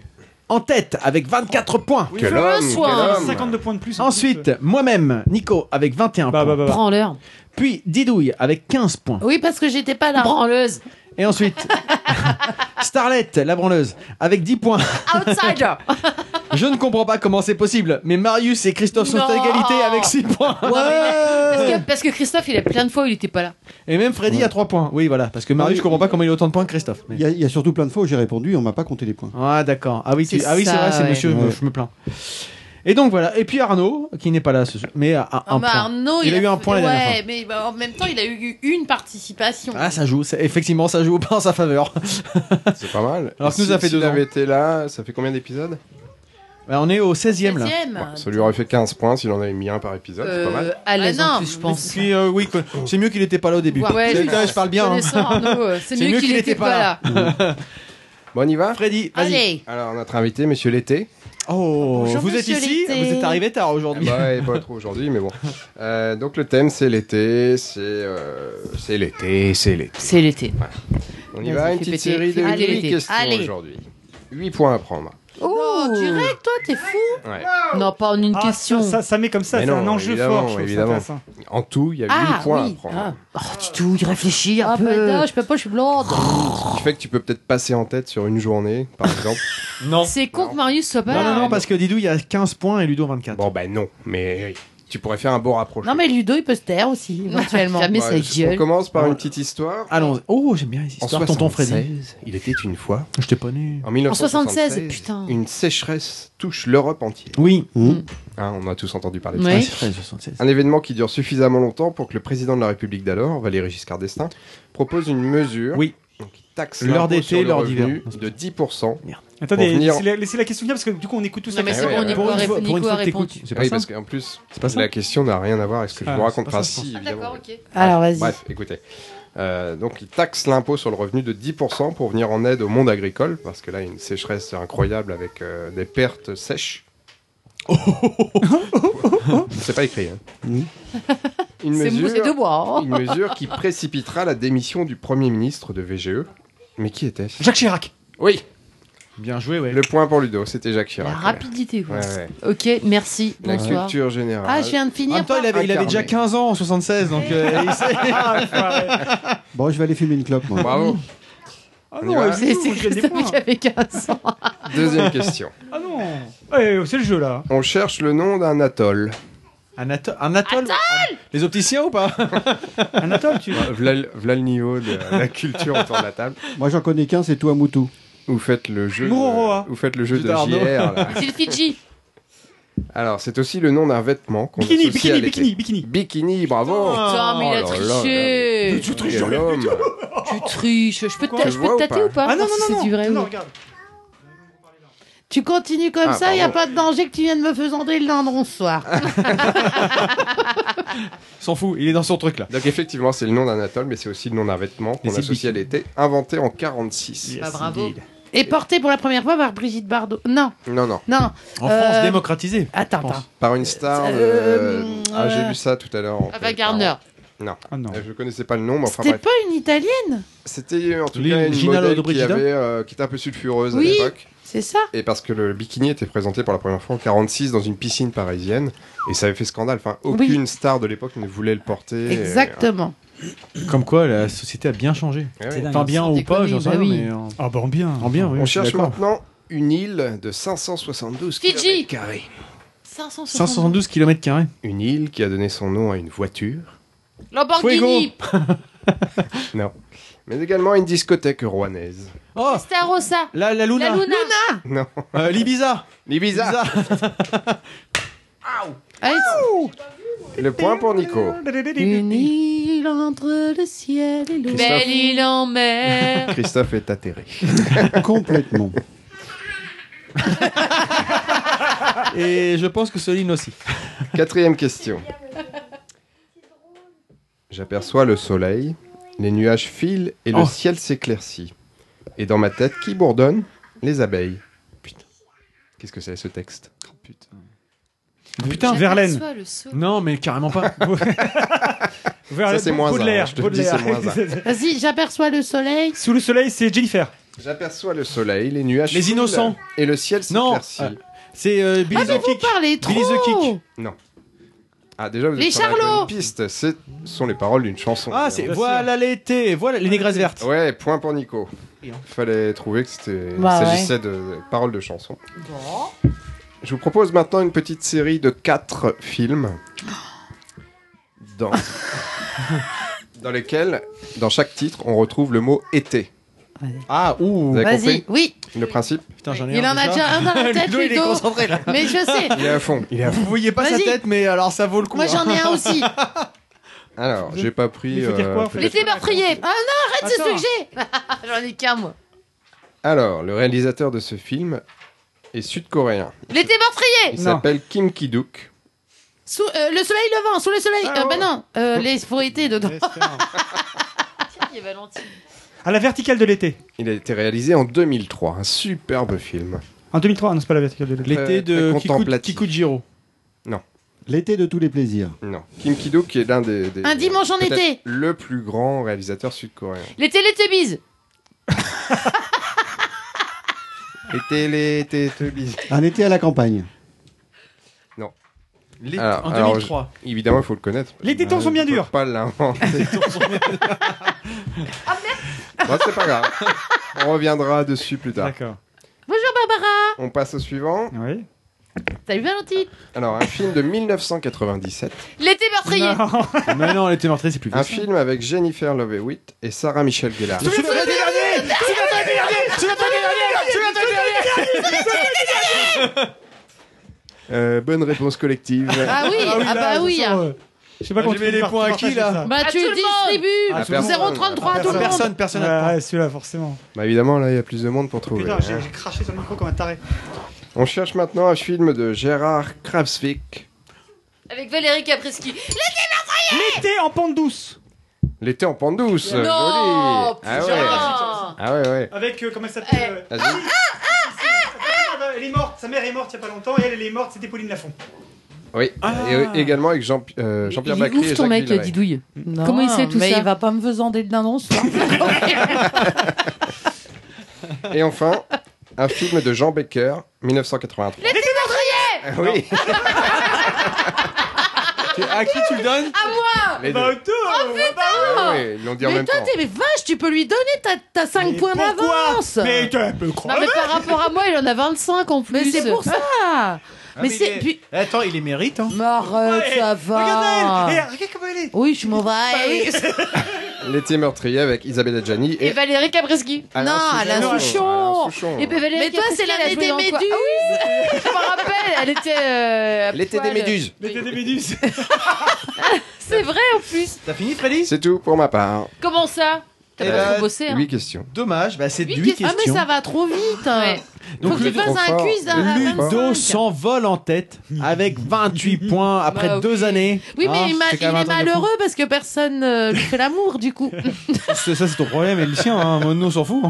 [SPEAKER 4] en tête avec 24 points.
[SPEAKER 7] Quel homme, quel
[SPEAKER 2] soir.
[SPEAKER 7] homme.
[SPEAKER 5] 52 points de plus. en
[SPEAKER 4] Ensuite,
[SPEAKER 5] plus. euh,
[SPEAKER 4] moi-même, Nico, avec 21
[SPEAKER 5] Bah, bah,
[SPEAKER 4] points.
[SPEAKER 5] bah, bah.
[SPEAKER 2] Branleur.
[SPEAKER 4] Puis Didouille, avec 15 points.
[SPEAKER 3] Oui, parce que j'étais pas là.
[SPEAKER 2] Branleuse.
[SPEAKER 4] Et ensuite, Starlette, la branleuse, avec 10 points.
[SPEAKER 2] Outsider.
[SPEAKER 4] Je ne comprends pas comment c'est possible, mais Marius et Christophe sont à
[SPEAKER 2] Non.
[SPEAKER 4] égalité avec 6 points.
[SPEAKER 2] Parce que, parce que Christophe, il a plein de fois où il était pas là.
[SPEAKER 4] Et même Freddy a 3 points. Oui, voilà, parce que Marius, je comprends pas comment il a autant de points que Christophe. mais-
[SPEAKER 6] Il y, a, il y a surtout plein de fois où j'ai répondu, on m'a pas compté les points.
[SPEAKER 4] Ah, d'accord. Ah oui, tu-
[SPEAKER 2] C'est
[SPEAKER 4] ah oui, c'est
[SPEAKER 2] ça,
[SPEAKER 4] vrai, c'est
[SPEAKER 2] ouais.
[SPEAKER 4] monsieur, je me-
[SPEAKER 6] Ouais.
[SPEAKER 4] je me plains. Et donc voilà, et puis Arnaud, qui n'est pas là ce soir, mais a, a
[SPEAKER 2] Ah
[SPEAKER 4] un
[SPEAKER 2] bah,
[SPEAKER 4] point.
[SPEAKER 2] Arnaud,
[SPEAKER 4] il, a eu un point la
[SPEAKER 2] ouais,
[SPEAKER 4] dernière fois.
[SPEAKER 2] mais bah, en même temps, il a eu une participation.
[SPEAKER 4] Ah, ça joue, ça- effectivement, ça joue pas en sa faveur.
[SPEAKER 7] C'est pas mal.
[SPEAKER 4] Alors que nous,
[SPEAKER 7] Si-
[SPEAKER 4] ça fait
[SPEAKER 7] s'il
[SPEAKER 4] deux ans.
[SPEAKER 7] avait été là, ça fait combien d'épisodes
[SPEAKER 4] Bah, on est au 16ème là.
[SPEAKER 2] Deuxième.
[SPEAKER 7] Ça lui aurait fait 15 points s'il en avait mis un par épisode, c'est pas
[SPEAKER 2] Euh,
[SPEAKER 7] mal.
[SPEAKER 2] à l'aise
[SPEAKER 3] Ah non,
[SPEAKER 2] en plus, je pense.
[SPEAKER 4] Puis, euh, oui, quoi.
[SPEAKER 7] Oh.
[SPEAKER 4] c'est mieux qu'il était pas là au début.
[SPEAKER 2] Ouais,
[SPEAKER 4] C'est- je parle bien. hein.
[SPEAKER 2] connaissant Arnaud, euh, C'est mieux qu'il était pas là.
[SPEAKER 7] Bon, on y va
[SPEAKER 4] Freddy, vas-y.
[SPEAKER 2] Allez.
[SPEAKER 7] Alors, notre invité, monsieur l'été.
[SPEAKER 10] Oh,
[SPEAKER 7] Bonjour,
[SPEAKER 10] vous êtes
[SPEAKER 7] monsieur
[SPEAKER 10] ici,
[SPEAKER 7] l'été.
[SPEAKER 10] vous êtes arrivé tard aujourd'hui.
[SPEAKER 7] Ah bah ouais, pas trop aujourd'hui, mais bon. Euh, donc le thème, c'est l'été, c'est euh, c'est l'été, c'est l'été.
[SPEAKER 2] C'est l'été.
[SPEAKER 7] On y
[SPEAKER 2] Vas-y,
[SPEAKER 7] va,
[SPEAKER 2] fais
[SPEAKER 7] une petite
[SPEAKER 2] péter,
[SPEAKER 7] série de
[SPEAKER 2] fais péter
[SPEAKER 7] huit
[SPEAKER 2] l'été.
[SPEAKER 7] questions
[SPEAKER 2] Allez.
[SPEAKER 7] aujourd'hui. 8 points à prendre.
[SPEAKER 2] Oh, direct,
[SPEAKER 3] toi, t'es fou
[SPEAKER 7] Ouais.
[SPEAKER 2] Non, pas en une
[SPEAKER 5] Ah,
[SPEAKER 2] question.
[SPEAKER 5] ça- ça- ça met comme ça,
[SPEAKER 7] Mais
[SPEAKER 5] c'est
[SPEAKER 7] non,
[SPEAKER 5] un enjeu
[SPEAKER 7] évidemment,
[SPEAKER 5] fort, je trouve ça
[SPEAKER 7] évidemment.
[SPEAKER 5] intéressant.
[SPEAKER 7] En tout, il y a 8
[SPEAKER 3] Ah,
[SPEAKER 7] points
[SPEAKER 3] oui.
[SPEAKER 7] à prendre.
[SPEAKER 2] Oh, tu tout, réfléchis
[SPEAKER 3] Ah,
[SPEAKER 2] un peu.
[SPEAKER 3] je peux pas, je suis blonde.
[SPEAKER 7] Ce qui fait que tu peux peut-être passer en tête sur une journée, par exemple.
[SPEAKER 10] non.
[SPEAKER 2] C'est con que Marius soit pas
[SPEAKER 10] Non,
[SPEAKER 2] là.
[SPEAKER 10] non, non, parce que Didou, il y a 15 points et Ludo 24.
[SPEAKER 7] Bon, bah non, mais tu pourrais faire un bon rapprochement.
[SPEAKER 3] Non, mais Ludo, il peut se taire aussi, éventuellement.
[SPEAKER 2] Fermez sa
[SPEAKER 7] Ouais,
[SPEAKER 2] gueule.
[SPEAKER 7] Bah, On commence par une petite histoire.
[SPEAKER 10] Allons. Oh, j'aime bien les
[SPEAKER 7] En
[SPEAKER 10] histoires, tonton Freddy.
[SPEAKER 7] 76, il était une fois.
[SPEAKER 10] Je t'ai pas nu.
[SPEAKER 7] En
[SPEAKER 2] En 76,
[SPEAKER 7] 1976,
[SPEAKER 2] putain. Mm.
[SPEAKER 7] une sécheresse touche l'Europe entière.
[SPEAKER 10] Oui.
[SPEAKER 7] Hein, on a tous entendu parler de
[SPEAKER 2] Ouais.
[SPEAKER 7] ça.
[SPEAKER 2] Oui.
[SPEAKER 10] 13, 76.
[SPEAKER 7] Un événement qui dure suffisamment longtemps pour que le président de la République d'alors, Valéry Giscard d'Estaing, propose une mesure
[SPEAKER 10] Oui.
[SPEAKER 7] qui taxe
[SPEAKER 10] L'heure
[SPEAKER 7] l'impôt
[SPEAKER 10] d'été,
[SPEAKER 7] sur le
[SPEAKER 10] l'heure
[SPEAKER 7] revenu
[SPEAKER 10] d'hiver.
[SPEAKER 7] de 10%.
[SPEAKER 5] Attendez,
[SPEAKER 7] Pour venir-
[SPEAKER 5] laissez la, laissez la question finir parce que du coup on écoute tous
[SPEAKER 2] Non,
[SPEAKER 5] la
[SPEAKER 2] mais
[SPEAKER 5] question.
[SPEAKER 7] c'est bon,
[SPEAKER 5] Pour
[SPEAKER 2] Nico
[SPEAKER 5] une
[SPEAKER 2] a
[SPEAKER 5] fois-
[SPEAKER 2] répondu.
[SPEAKER 5] pour une
[SPEAKER 2] Nico
[SPEAKER 5] fois
[SPEAKER 2] a
[SPEAKER 5] que
[SPEAKER 2] répondu.
[SPEAKER 10] t'écoutes, C'est pas
[SPEAKER 7] Ah Oui,
[SPEAKER 10] ça
[SPEAKER 7] parce qu'en plus,
[SPEAKER 10] C'est pas ça
[SPEAKER 7] la question n'a rien à voir avec ce que
[SPEAKER 5] Ah,
[SPEAKER 7] je vous raconte.
[SPEAKER 10] c'est pas
[SPEAKER 7] Enfin,
[SPEAKER 10] ça, je
[SPEAKER 7] si,
[SPEAKER 2] Ah,
[SPEAKER 7] évidemment.
[SPEAKER 2] d'accord, ok.
[SPEAKER 3] Alors, vas-y.
[SPEAKER 7] Bref, écoutez. Euh, donc, il taxe l'impôt sur le revenu de 10% pour venir en aide au monde agricole, parce que là, il y a une sécheresse incroyable avec euh, des pertes sèches.
[SPEAKER 10] Oh.
[SPEAKER 7] C'est pas écrit. hein.
[SPEAKER 6] Mm.
[SPEAKER 7] Une
[SPEAKER 2] C'est mou-
[SPEAKER 7] mesure,
[SPEAKER 2] c'est de bois. hein.
[SPEAKER 7] une mesure qui précipitera la démission du Premier ministre de VGE. Mais qui était-ce
[SPEAKER 5] Jacques Chirac.
[SPEAKER 7] Oui,
[SPEAKER 10] Bien joué, ouais.
[SPEAKER 7] le point pour Ludo, c'était Jacques
[SPEAKER 2] La
[SPEAKER 7] Chirac.
[SPEAKER 2] rapidité, quoi.
[SPEAKER 7] Ouais, ouais.
[SPEAKER 2] Ok, merci.
[SPEAKER 7] La
[SPEAKER 2] Bonsoir.
[SPEAKER 7] culture générale.
[SPEAKER 3] Ah, je viens de
[SPEAKER 10] En
[SPEAKER 3] finir.
[SPEAKER 10] même temps, il avait, il avait déjà
[SPEAKER 7] incarné.
[SPEAKER 10] 15 ans en 76, donc euh, il sait-
[SPEAKER 6] Bon, je vais aller fumer une clope, moi.
[SPEAKER 7] Bravo.
[SPEAKER 5] Ah
[SPEAKER 7] On y
[SPEAKER 5] non,
[SPEAKER 7] va.
[SPEAKER 5] euh, c'est
[SPEAKER 2] C'est c'est
[SPEAKER 5] vous, je gagne des
[SPEAKER 2] Christophe
[SPEAKER 5] points.
[SPEAKER 2] qui avait 15 ans.
[SPEAKER 7] Deuxième question.
[SPEAKER 5] Ah non. Ouais, c'est le jeu là.
[SPEAKER 7] On cherche le nom d'un atoll.
[SPEAKER 10] Anato- Anatole Les opticiens ou pas
[SPEAKER 5] Anatole, tu.
[SPEAKER 7] V'là le- v'là le niveau de la la culture autour de la table.
[SPEAKER 6] Moi, j'en connais qu'un, c'est toi, Moutou.
[SPEAKER 7] Vous faites le jeu.
[SPEAKER 10] Mururoa.
[SPEAKER 7] De, vous faites le jeu
[SPEAKER 10] Jeu
[SPEAKER 7] de JR.
[SPEAKER 10] d'Arnaud.
[SPEAKER 7] là.
[SPEAKER 2] C'est le Fidji.
[SPEAKER 7] Alors, c'est aussi le nom d'un vêtement qu'on
[SPEAKER 5] Bikini,
[SPEAKER 7] associe à
[SPEAKER 5] bikini,
[SPEAKER 7] l'été.
[SPEAKER 5] bikini, bikini.
[SPEAKER 7] Bikini, bravo.
[SPEAKER 10] Putain,
[SPEAKER 2] Putain, mais il a
[SPEAKER 7] Oh là là, là,
[SPEAKER 2] triché.
[SPEAKER 7] là. Quel homme.
[SPEAKER 2] Tu triches. Je peux te,
[SPEAKER 7] Quoi,
[SPEAKER 2] ta-
[SPEAKER 7] je
[SPEAKER 2] je peux
[SPEAKER 7] vois
[SPEAKER 2] te
[SPEAKER 7] ou
[SPEAKER 2] tâter
[SPEAKER 7] pas
[SPEAKER 2] ou pas
[SPEAKER 5] Ah non,
[SPEAKER 2] Voir si
[SPEAKER 5] non, non,
[SPEAKER 2] C'est du vrai
[SPEAKER 5] non.
[SPEAKER 2] ou-
[SPEAKER 5] regarde.
[SPEAKER 3] Tu continues comme
[SPEAKER 7] Ah,
[SPEAKER 3] ça, il n'y a
[SPEAKER 7] pardon. Ah,
[SPEAKER 3] pas de danger que tu viennes me faisander le lendron ce soir.
[SPEAKER 10] S'en fout, il est dans son truc là.
[SPEAKER 7] Donc, effectivement, c'est le nom d'un atoll, mais c'est aussi le nom d'un vêtement qu'on
[SPEAKER 10] Les îles
[SPEAKER 7] associe à l'été, inventé en 46.
[SPEAKER 2] Bah, bravo.
[SPEAKER 3] Et porté pour la première fois par Brigitte Bardot. Non,
[SPEAKER 7] Non, non.
[SPEAKER 3] non.
[SPEAKER 10] En
[SPEAKER 3] Euh,
[SPEAKER 10] France démocratisée.
[SPEAKER 3] Attends,
[SPEAKER 10] pense.
[SPEAKER 3] attends.
[SPEAKER 7] Par une star.
[SPEAKER 3] Euh,
[SPEAKER 7] euh,
[SPEAKER 3] euh,
[SPEAKER 7] ah, j'ai
[SPEAKER 3] euh,
[SPEAKER 7] lu ça tout à l'heure. en
[SPEAKER 2] Ava
[SPEAKER 7] fait.
[SPEAKER 2] Gardner.
[SPEAKER 5] Ah non.
[SPEAKER 7] Euh, Je connaissais pas le nom, mais enfin,
[SPEAKER 3] C'était
[SPEAKER 7] bref.
[SPEAKER 3] pas une italienne,
[SPEAKER 7] C'était en tout
[SPEAKER 10] L'île
[SPEAKER 7] cas une
[SPEAKER 10] Gina
[SPEAKER 7] modèle qui,
[SPEAKER 10] Lollobrigida.
[SPEAKER 7] avait, euh, qui était un peu sulfureuse
[SPEAKER 3] Oui.
[SPEAKER 7] à l'époque.
[SPEAKER 3] c'est ça
[SPEAKER 7] Et parce que le bikini était présenté pour la première fois en 46 dans une piscine parisienne et ça avait fait scandale. Enfin, aucune star de l'époque ne voulait le porter. et-
[SPEAKER 3] Exactement.
[SPEAKER 10] Comme quoi, la société a bien changé.
[SPEAKER 7] Ouais, ouais.
[SPEAKER 5] C'est dingue.
[SPEAKER 10] Enfin, bien
[SPEAKER 2] Sans
[SPEAKER 10] ou pas,
[SPEAKER 2] déconner,
[SPEAKER 10] j'en sais
[SPEAKER 2] bah
[SPEAKER 10] rien,
[SPEAKER 2] oui.
[SPEAKER 10] mais en,
[SPEAKER 5] Ah bah en bien.
[SPEAKER 10] en bien, oui.
[SPEAKER 7] Eh euh, On
[SPEAKER 10] je suis
[SPEAKER 7] cherche
[SPEAKER 10] d'accord.
[SPEAKER 7] maintenant une île de 572
[SPEAKER 2] Fidji.
[SPEAKER 7] km.
[SPEAKER 2] 560.
[SPEAKER 10] 572 km.
[SPEAKER 7] Une île qui a donné son nom à une voiture,
[SPEAKER 2] Lamborghini.
[SPEAKER 7] mais également à une discothèque rouennaise.
[SPEAKER 10] Oh
[SPEAKER 2] Starossa.
[SPEAKER 10] La, la Luna
[SPEAKER 2] La Luna.
[SPEAKER 7] Non,
[SPEAKER 10] Euh, L'Ibiza
[SPEAKER 7] l'Ibiza.
[SPEAKER 3] Allez,
[SPEAKER 7] Le point pour Nico.
[SPEAKER 3] une île entre le ciel et l'eau.
[SPEAKER 2] Belle île en mer.
[SPEAKER 7] Christophe est atterré.
[SPEAKER 6] Complètement.
[SPEAKER 10] Et je pense que Soline aussi.
[SPEAKER 7] Quatrième question. J'aperçois le soleil, les nuages filent et le
[SPEAKER 10] Oh.
[SPEAKER 7] ciel s'éclaircit. Et dans ma tête, qui bourdonne Les abeilles. Putain. Qu'est-ce que c'est ce texte
[SPEAKER 10] Ah, Putain,
[SPEAKER 5] Verlaine.
[SPEAKER 2] J'aperçois le soleil.
[SPEAKER 10] Non, mais carrément pas.
[SPEAKER 7] Ça, c'est moins un,
[SPEAKER 5] Baudelaire.
[SPEAKER 7] je te le dis, c'est
[SPEAKER 5] Baudelaire.
[SPEAKER 7] moins
[SPEAKER 3] Vas-y, j'aperçois le soleil.
[SPEAKER 5] Sous le soleil, c'est Jennifer.
[SPEAKER 7] J'aperçois le soleil, les nuages
[SPEAKER 10] Les
[SPEAKER 7] filent
[SPEAKER 10] innocents.
[SPEAKER 7] et le ciel
[SPEAKER 10] Non,
[SPEAKER 7] s'éclaircit.
[SPEAKER 10] euh, C'est euh, Billy
[SPEAKER 3] Ah, mais
[SPEAKER 10] the
[SPEAKER 3] vous
[SPEAKER 10] Kick.
[SPEAKER 3] parlez trop
[SPEAKER 10] Billy the Kick.
[SPEAKER 7] Ah, déjà, vous
[SPEAKER 3] Les
[SPEAKER 7] êtes sur la bonne
[SPEAKER 3] charlots.
[SPEAKER 7] piste. Ce sont les paroles d'une chanson.
[SPEAKER 10] Ah, c'est voilà l'été, voilà les négresses vertes. hein.
[SPEAKER 7] Ouais, point pour Nico. Fallait trouver que c'était
[SPEAKER 3] Bah
[SPEAKER 7] il
[SPEAKER 3] ouais.
[SPEAKER 7] s'agissait de paroles de chansons. Je vous propose maintenant une petite série de quatre films dans dans lesquels, dans chaque titre, on retrouve le mot été.
[SPEAKER 10] Ah, ouh.
[SPEAKER 7] Vous avez
[SPEAKER 3] Vas-y,
[SPEAKER 7] compris
[SPEAKER 3] oui.
[SPEAKER 7] le principe
[SPEAKER 10] Putain, j'en ai
[SPEAKER 3] Il
[SPEAKER 10] un
[SPEAKER 3] en a déjà un dans la tête,
[SPEAKER 10] Ludo, il est
[SPEAKER 3] Ludo.
[SPEAKER 10] concentré là.
[SPEAKER 3] Mais je sais.
[SPEAKER 7] Il est à fond. Il est à fond.
[SPEAKER 10] Vous voyez pas sa
[SPEAKER 3] Vas-y.
[SPEAKER 10] tête, mais alors ça vaut le coup.
[SPEAKER 3] Moi,
[SPEAKER 10] hein.
[SPEAKER 3] j'en ai un aussi.
[SPEAKER 7] Alors, j'ai pas pris. euh,
[SPEAKER 5] Il faut dire quoi, en
[SPEAKER 7] peut-être-
[SPEAKER 2] L'été meurtrier. Ah non,
[SPEAKER 5] Arrête,
[SPEAKER 2] c'est ce que j'ai. J'en ai qu'un, moi.
[SPEAKER 7] Alors, le réalisateur de ce film est sud-coréen.
[SPEAKER 2] L'été meurtrier.
[SPEAKER 7] Il
[SPEAKER 5] Non.
[SPEAKER 7] s'appelle Kim Ki-duk.
[SPEAKER 3] Sous, euh, le soleil levant, sous le soleil.
[SPEAKER 7] Ah,
[SPEAKER 3] euh, bah
[SPEAKER 7] ouais.
[SPEAKER 3] non, euh, les froités dedans.
[SPEAKER 2] Il y a Valentine.
[SPEAKER 5] À la verticale de l'été.
[SPEAKER 7] Il a été réalisé en 2003, un superbe film.
[SPEAKER 5] En 2003, non, c'est pas la verticale de l'été.
[SPEAKER 7] L'été de Très Kiku- contemplatif.
[SPEAKER 4] Jiro.
[SPEAKER 7] Non.
[SPEAKER 6] L'été de tous les plaisirs.
[SPEAKER 7] Non. Kim Kido, qui est l'un des, des-
[SPEAKER 2] Un dimanche en
[SPEAKER 7] peut-être
[SPEAKER 2] été.
[SPEAKER 7] Le plus grand réalisateur sud-coréen.
[SPEAKER 2] Les Teletubbies
[SPEAKER 7] Les télé, télé, télé-
[SPEAKER 6] Un été à la campagne.
[SPEAKER 7] Non.
[SPEAKER 6] L'été-
[SPEAKER 7] Alors-
[SPEAKER 6] en
[SPEAKER 7] alors,
[SPEAKER 6] 2003.
[SPEAKER 7] je- évidemment, il faut le connaître.
[SPEAKER 5] Les tétons sont bien
[SPEAKER 7] je peux
[SPEAKER 5] durs.
[SPEAKER 7] Pas l'inventer. Bon, c'est pas grave. On reviendra dessus plus tard.
[SPEAKER 5] D'accord.
[SPEAKER 2] Bonjour Barbara
[SPEAKER 7] On passe au suivant.
[SPEAKER 5] Oui.
[SPEAKER 2] Salut Valentine
[SPEAKER 7] Alors, un film de 1997.
[SPEAKER 2] L'été meurtrier
[SPEAKER 4] Mais non, l'été meurtrier, c'est plus
[SPEAKER 7] Un film avec Jennifer Love Hewitt et Sarah Michelle Gellar. Euh, bonne réponse collective.
[SPEAKER 2] Ah oui, ah, bah oui hein.
[SPEAKER 5] Je sais pas
[SPEAKER 4] J'ai mis Ah, les points à qui là
[SPEAKER 2] Bah tu
[SPEAKER 7] À
[SPEAKER 2] distribues
[SPEAKER 7] tout le monde.
[SPEAKER 2] 033 à tout le monde
[SPEAKER 4] Personne, personne. n'a de points.
[SPEAKER 5] Ah, celui-là, forcément.
[SPEAKER 7] Bah évidemment, là, il y a plus de monde pour trouver.
[SPEAKER 5] Putain, j'ai
[SPEAKER 7] hein.
[SPEAKER 5] j'ai craché sur le micro comme un taré.
[SPEAKER 7] On cherche maintenant un film de Gérard Kravsvik.
[SPEAKER 2] Avec Valérie Capreschi. L'été
[SPEAKER 5] L'été en pente douce
[SPEAKER 7] L'été en pente douce.
[SPEAKER 2] Non,
[SPEAKER 7] joli. Ah
[SPEAKER 2] putain.
[SPEAKER 7] ouais. Ah ouais, ouais.
[SPEAKER 5] Avec, euh, comment elle s'appelle euh,
[SPEAKER 7] Vas-y.
[SPEAKER 5] merde, Elle est morte, sa mère est morte il y a pas longtemps et elle, elle est morte, c'était Pauline Lafont.
[SPEAKER 7] Oui. Et également avec Jean, euh, Jean-Pierre
[SPEAKER 2] Il est
[SPEAKER 7] Bacri.
[SPEAKER 2] ouf
[SPEAKER 7] et
[SPEAKER 2] ton
[SPEAKER 7] Jacques
[SPEAKER 2] mec,
[SPEAKER 7] Villeray.
[SPEAKER 2] Didouille.
[SPEAKER 3] Non,
[SPEAKER 2] Comment il sait tout
[SPEAKER 3] mais
[SPEAKER 2] ça
[SPEAKER 3] il va pas me faisander de l'annonce. hein.
[SPEAKER 7] Et enfin, un film de Jean Becker, 1983.
[SPEAKER 2] L'été meurtrier
[SPEAKER 7] Ah oui.
[SPEAKER 4] À qui tu le donnes
[SPEAKER 2] À moi
[SPEAKER 7] Les
[SPEAKER 5] Bah,
[SPEAKER 7] deux.
[SPEAKER 5] toi
[SPEAKER 2] Oh
[SPEAKER 7] ben, Ah
[SPEAKER 2] putain
[SPEAKER 7] oui, ils l'ont dit en
[SPEAKER 3] Mais
[SPEAKER 7] même
[SPEAKER 3] toi,
[SPEAKER 7] temps.
[SPEAKER 3] t'es mais vache, tu peux lui donner, t'as- t'as 5 points d'avance.
[SPEAKER 5] Mais tu peux
[SPEAKER 2] Non
[SPEAKER 5] croire
[SPEAKER 2] mais par rapport à moi, il en a 25 en plus
[SPEAKER 3] Mais c'est pour ça. mais c'est. euh, puis-
[SPEAKER 4] Eh, Attends, Ah, il les mérite, hein.
[SPEAKER 3] Mais
[SPEAKER 2] Ah,
[SPEAKER 3] arrête, ça va.
[SPEAKER 4] Ah,
[SPEAKER 5] Regarde elle Regarde comment elle est
[SPEAKER 3] Oui, je suis
[SPEAKER 2] Bah
[SPEAKER 3] mauvaise.
[SPEAKER 7] L'été meurtrier avec Isabelle Adjani et, Ah
[SPEAKER 2] Et Valérie Capreschi
[SPEAKER 7] Alain
[SPEAKER 3] non,
[SPEAKER 7] Souchon.
[SPEAKER 3] Alain Souchon.
[SPEAKER 7] Alain Souchon.
[SPEAKER 2] Et puis Valérie
[SPEAKER 3] Mais toi,
[SPEAKER 2] Caprisky,
[SPEAKER 3] c'est
[SPEAKER 2] elle a
[SPEAKER 3] l'année
[SPEAKER 2] joué
[SPEAKER 3] des
[SPEAKER 2] dans quoi
[SPEAKER 3] méduses.
[SPEAKER 2] Ah oui, Je me rappelle, elle était. euh, à
[SPEAKER 7] L'été des
[SPEAKER 2] poil.
[SPEAKER 7] méduses.
[SPEAKER 5] L'été des méduses
[SPEAKER 2] C'est vrai en plus.
[SPEAKER 4] T'as fini, Freddy
[SPEAKER 7] C'est tout pour ma part.
[SPEAKER 2] Comment ça T'as
[SPEAKER 4] Eh
[SPEAKER 2] pas
[SPEAKER 4] ben,
[SPEAKER 2] trop bossé, hein
[SPEAKER 7] Huit questions.
[SPEAKER 4] Dommage, bah, c'est
[SPEAKER 2] Huit
[SPEAKER 4] 8,
[SPEAKER 2] questions.
[SPEAKER 4] questions.
[SPEAKER 3] Ah, mais ça va trop vite. hein.
[SPEAKER 2] Ouais.
[SPEAKER 4] Donc,
[SPEAKER 2] Faut que tu
[SPEAKER 4] Ludo-
[SPEAKER 2] fasses un
[SPEAKER 7] Trop
[SPEAKER 2] quiz à
[SPEAKER 7] fort.
[SPEAKER 2] 25.
[SPEAKER 4] Ludo s'envole en tête avec 28 points après
[SPEAKER 2] Bah, ok.
[SPEAKER 4] deux années.
[SPEAKER 3] Oui, mais
[SPEAKER 4] Hein,
[SPEAKER 3] il, m'a-
[SPEAKER 4] c'est quand même
[SPEAKER 3] il
[SPEAKER 4] un
[SPEAKER 3] est
[SPEAKER 4] truc de fou.
[SPEAKER 3] malheureux parce que personne euh, lui fait l'amour, du coup.
[SPEAKER 4] C'est- Ça, c'est ton problème et le sien, hein. Moi, nous, on s'en fout.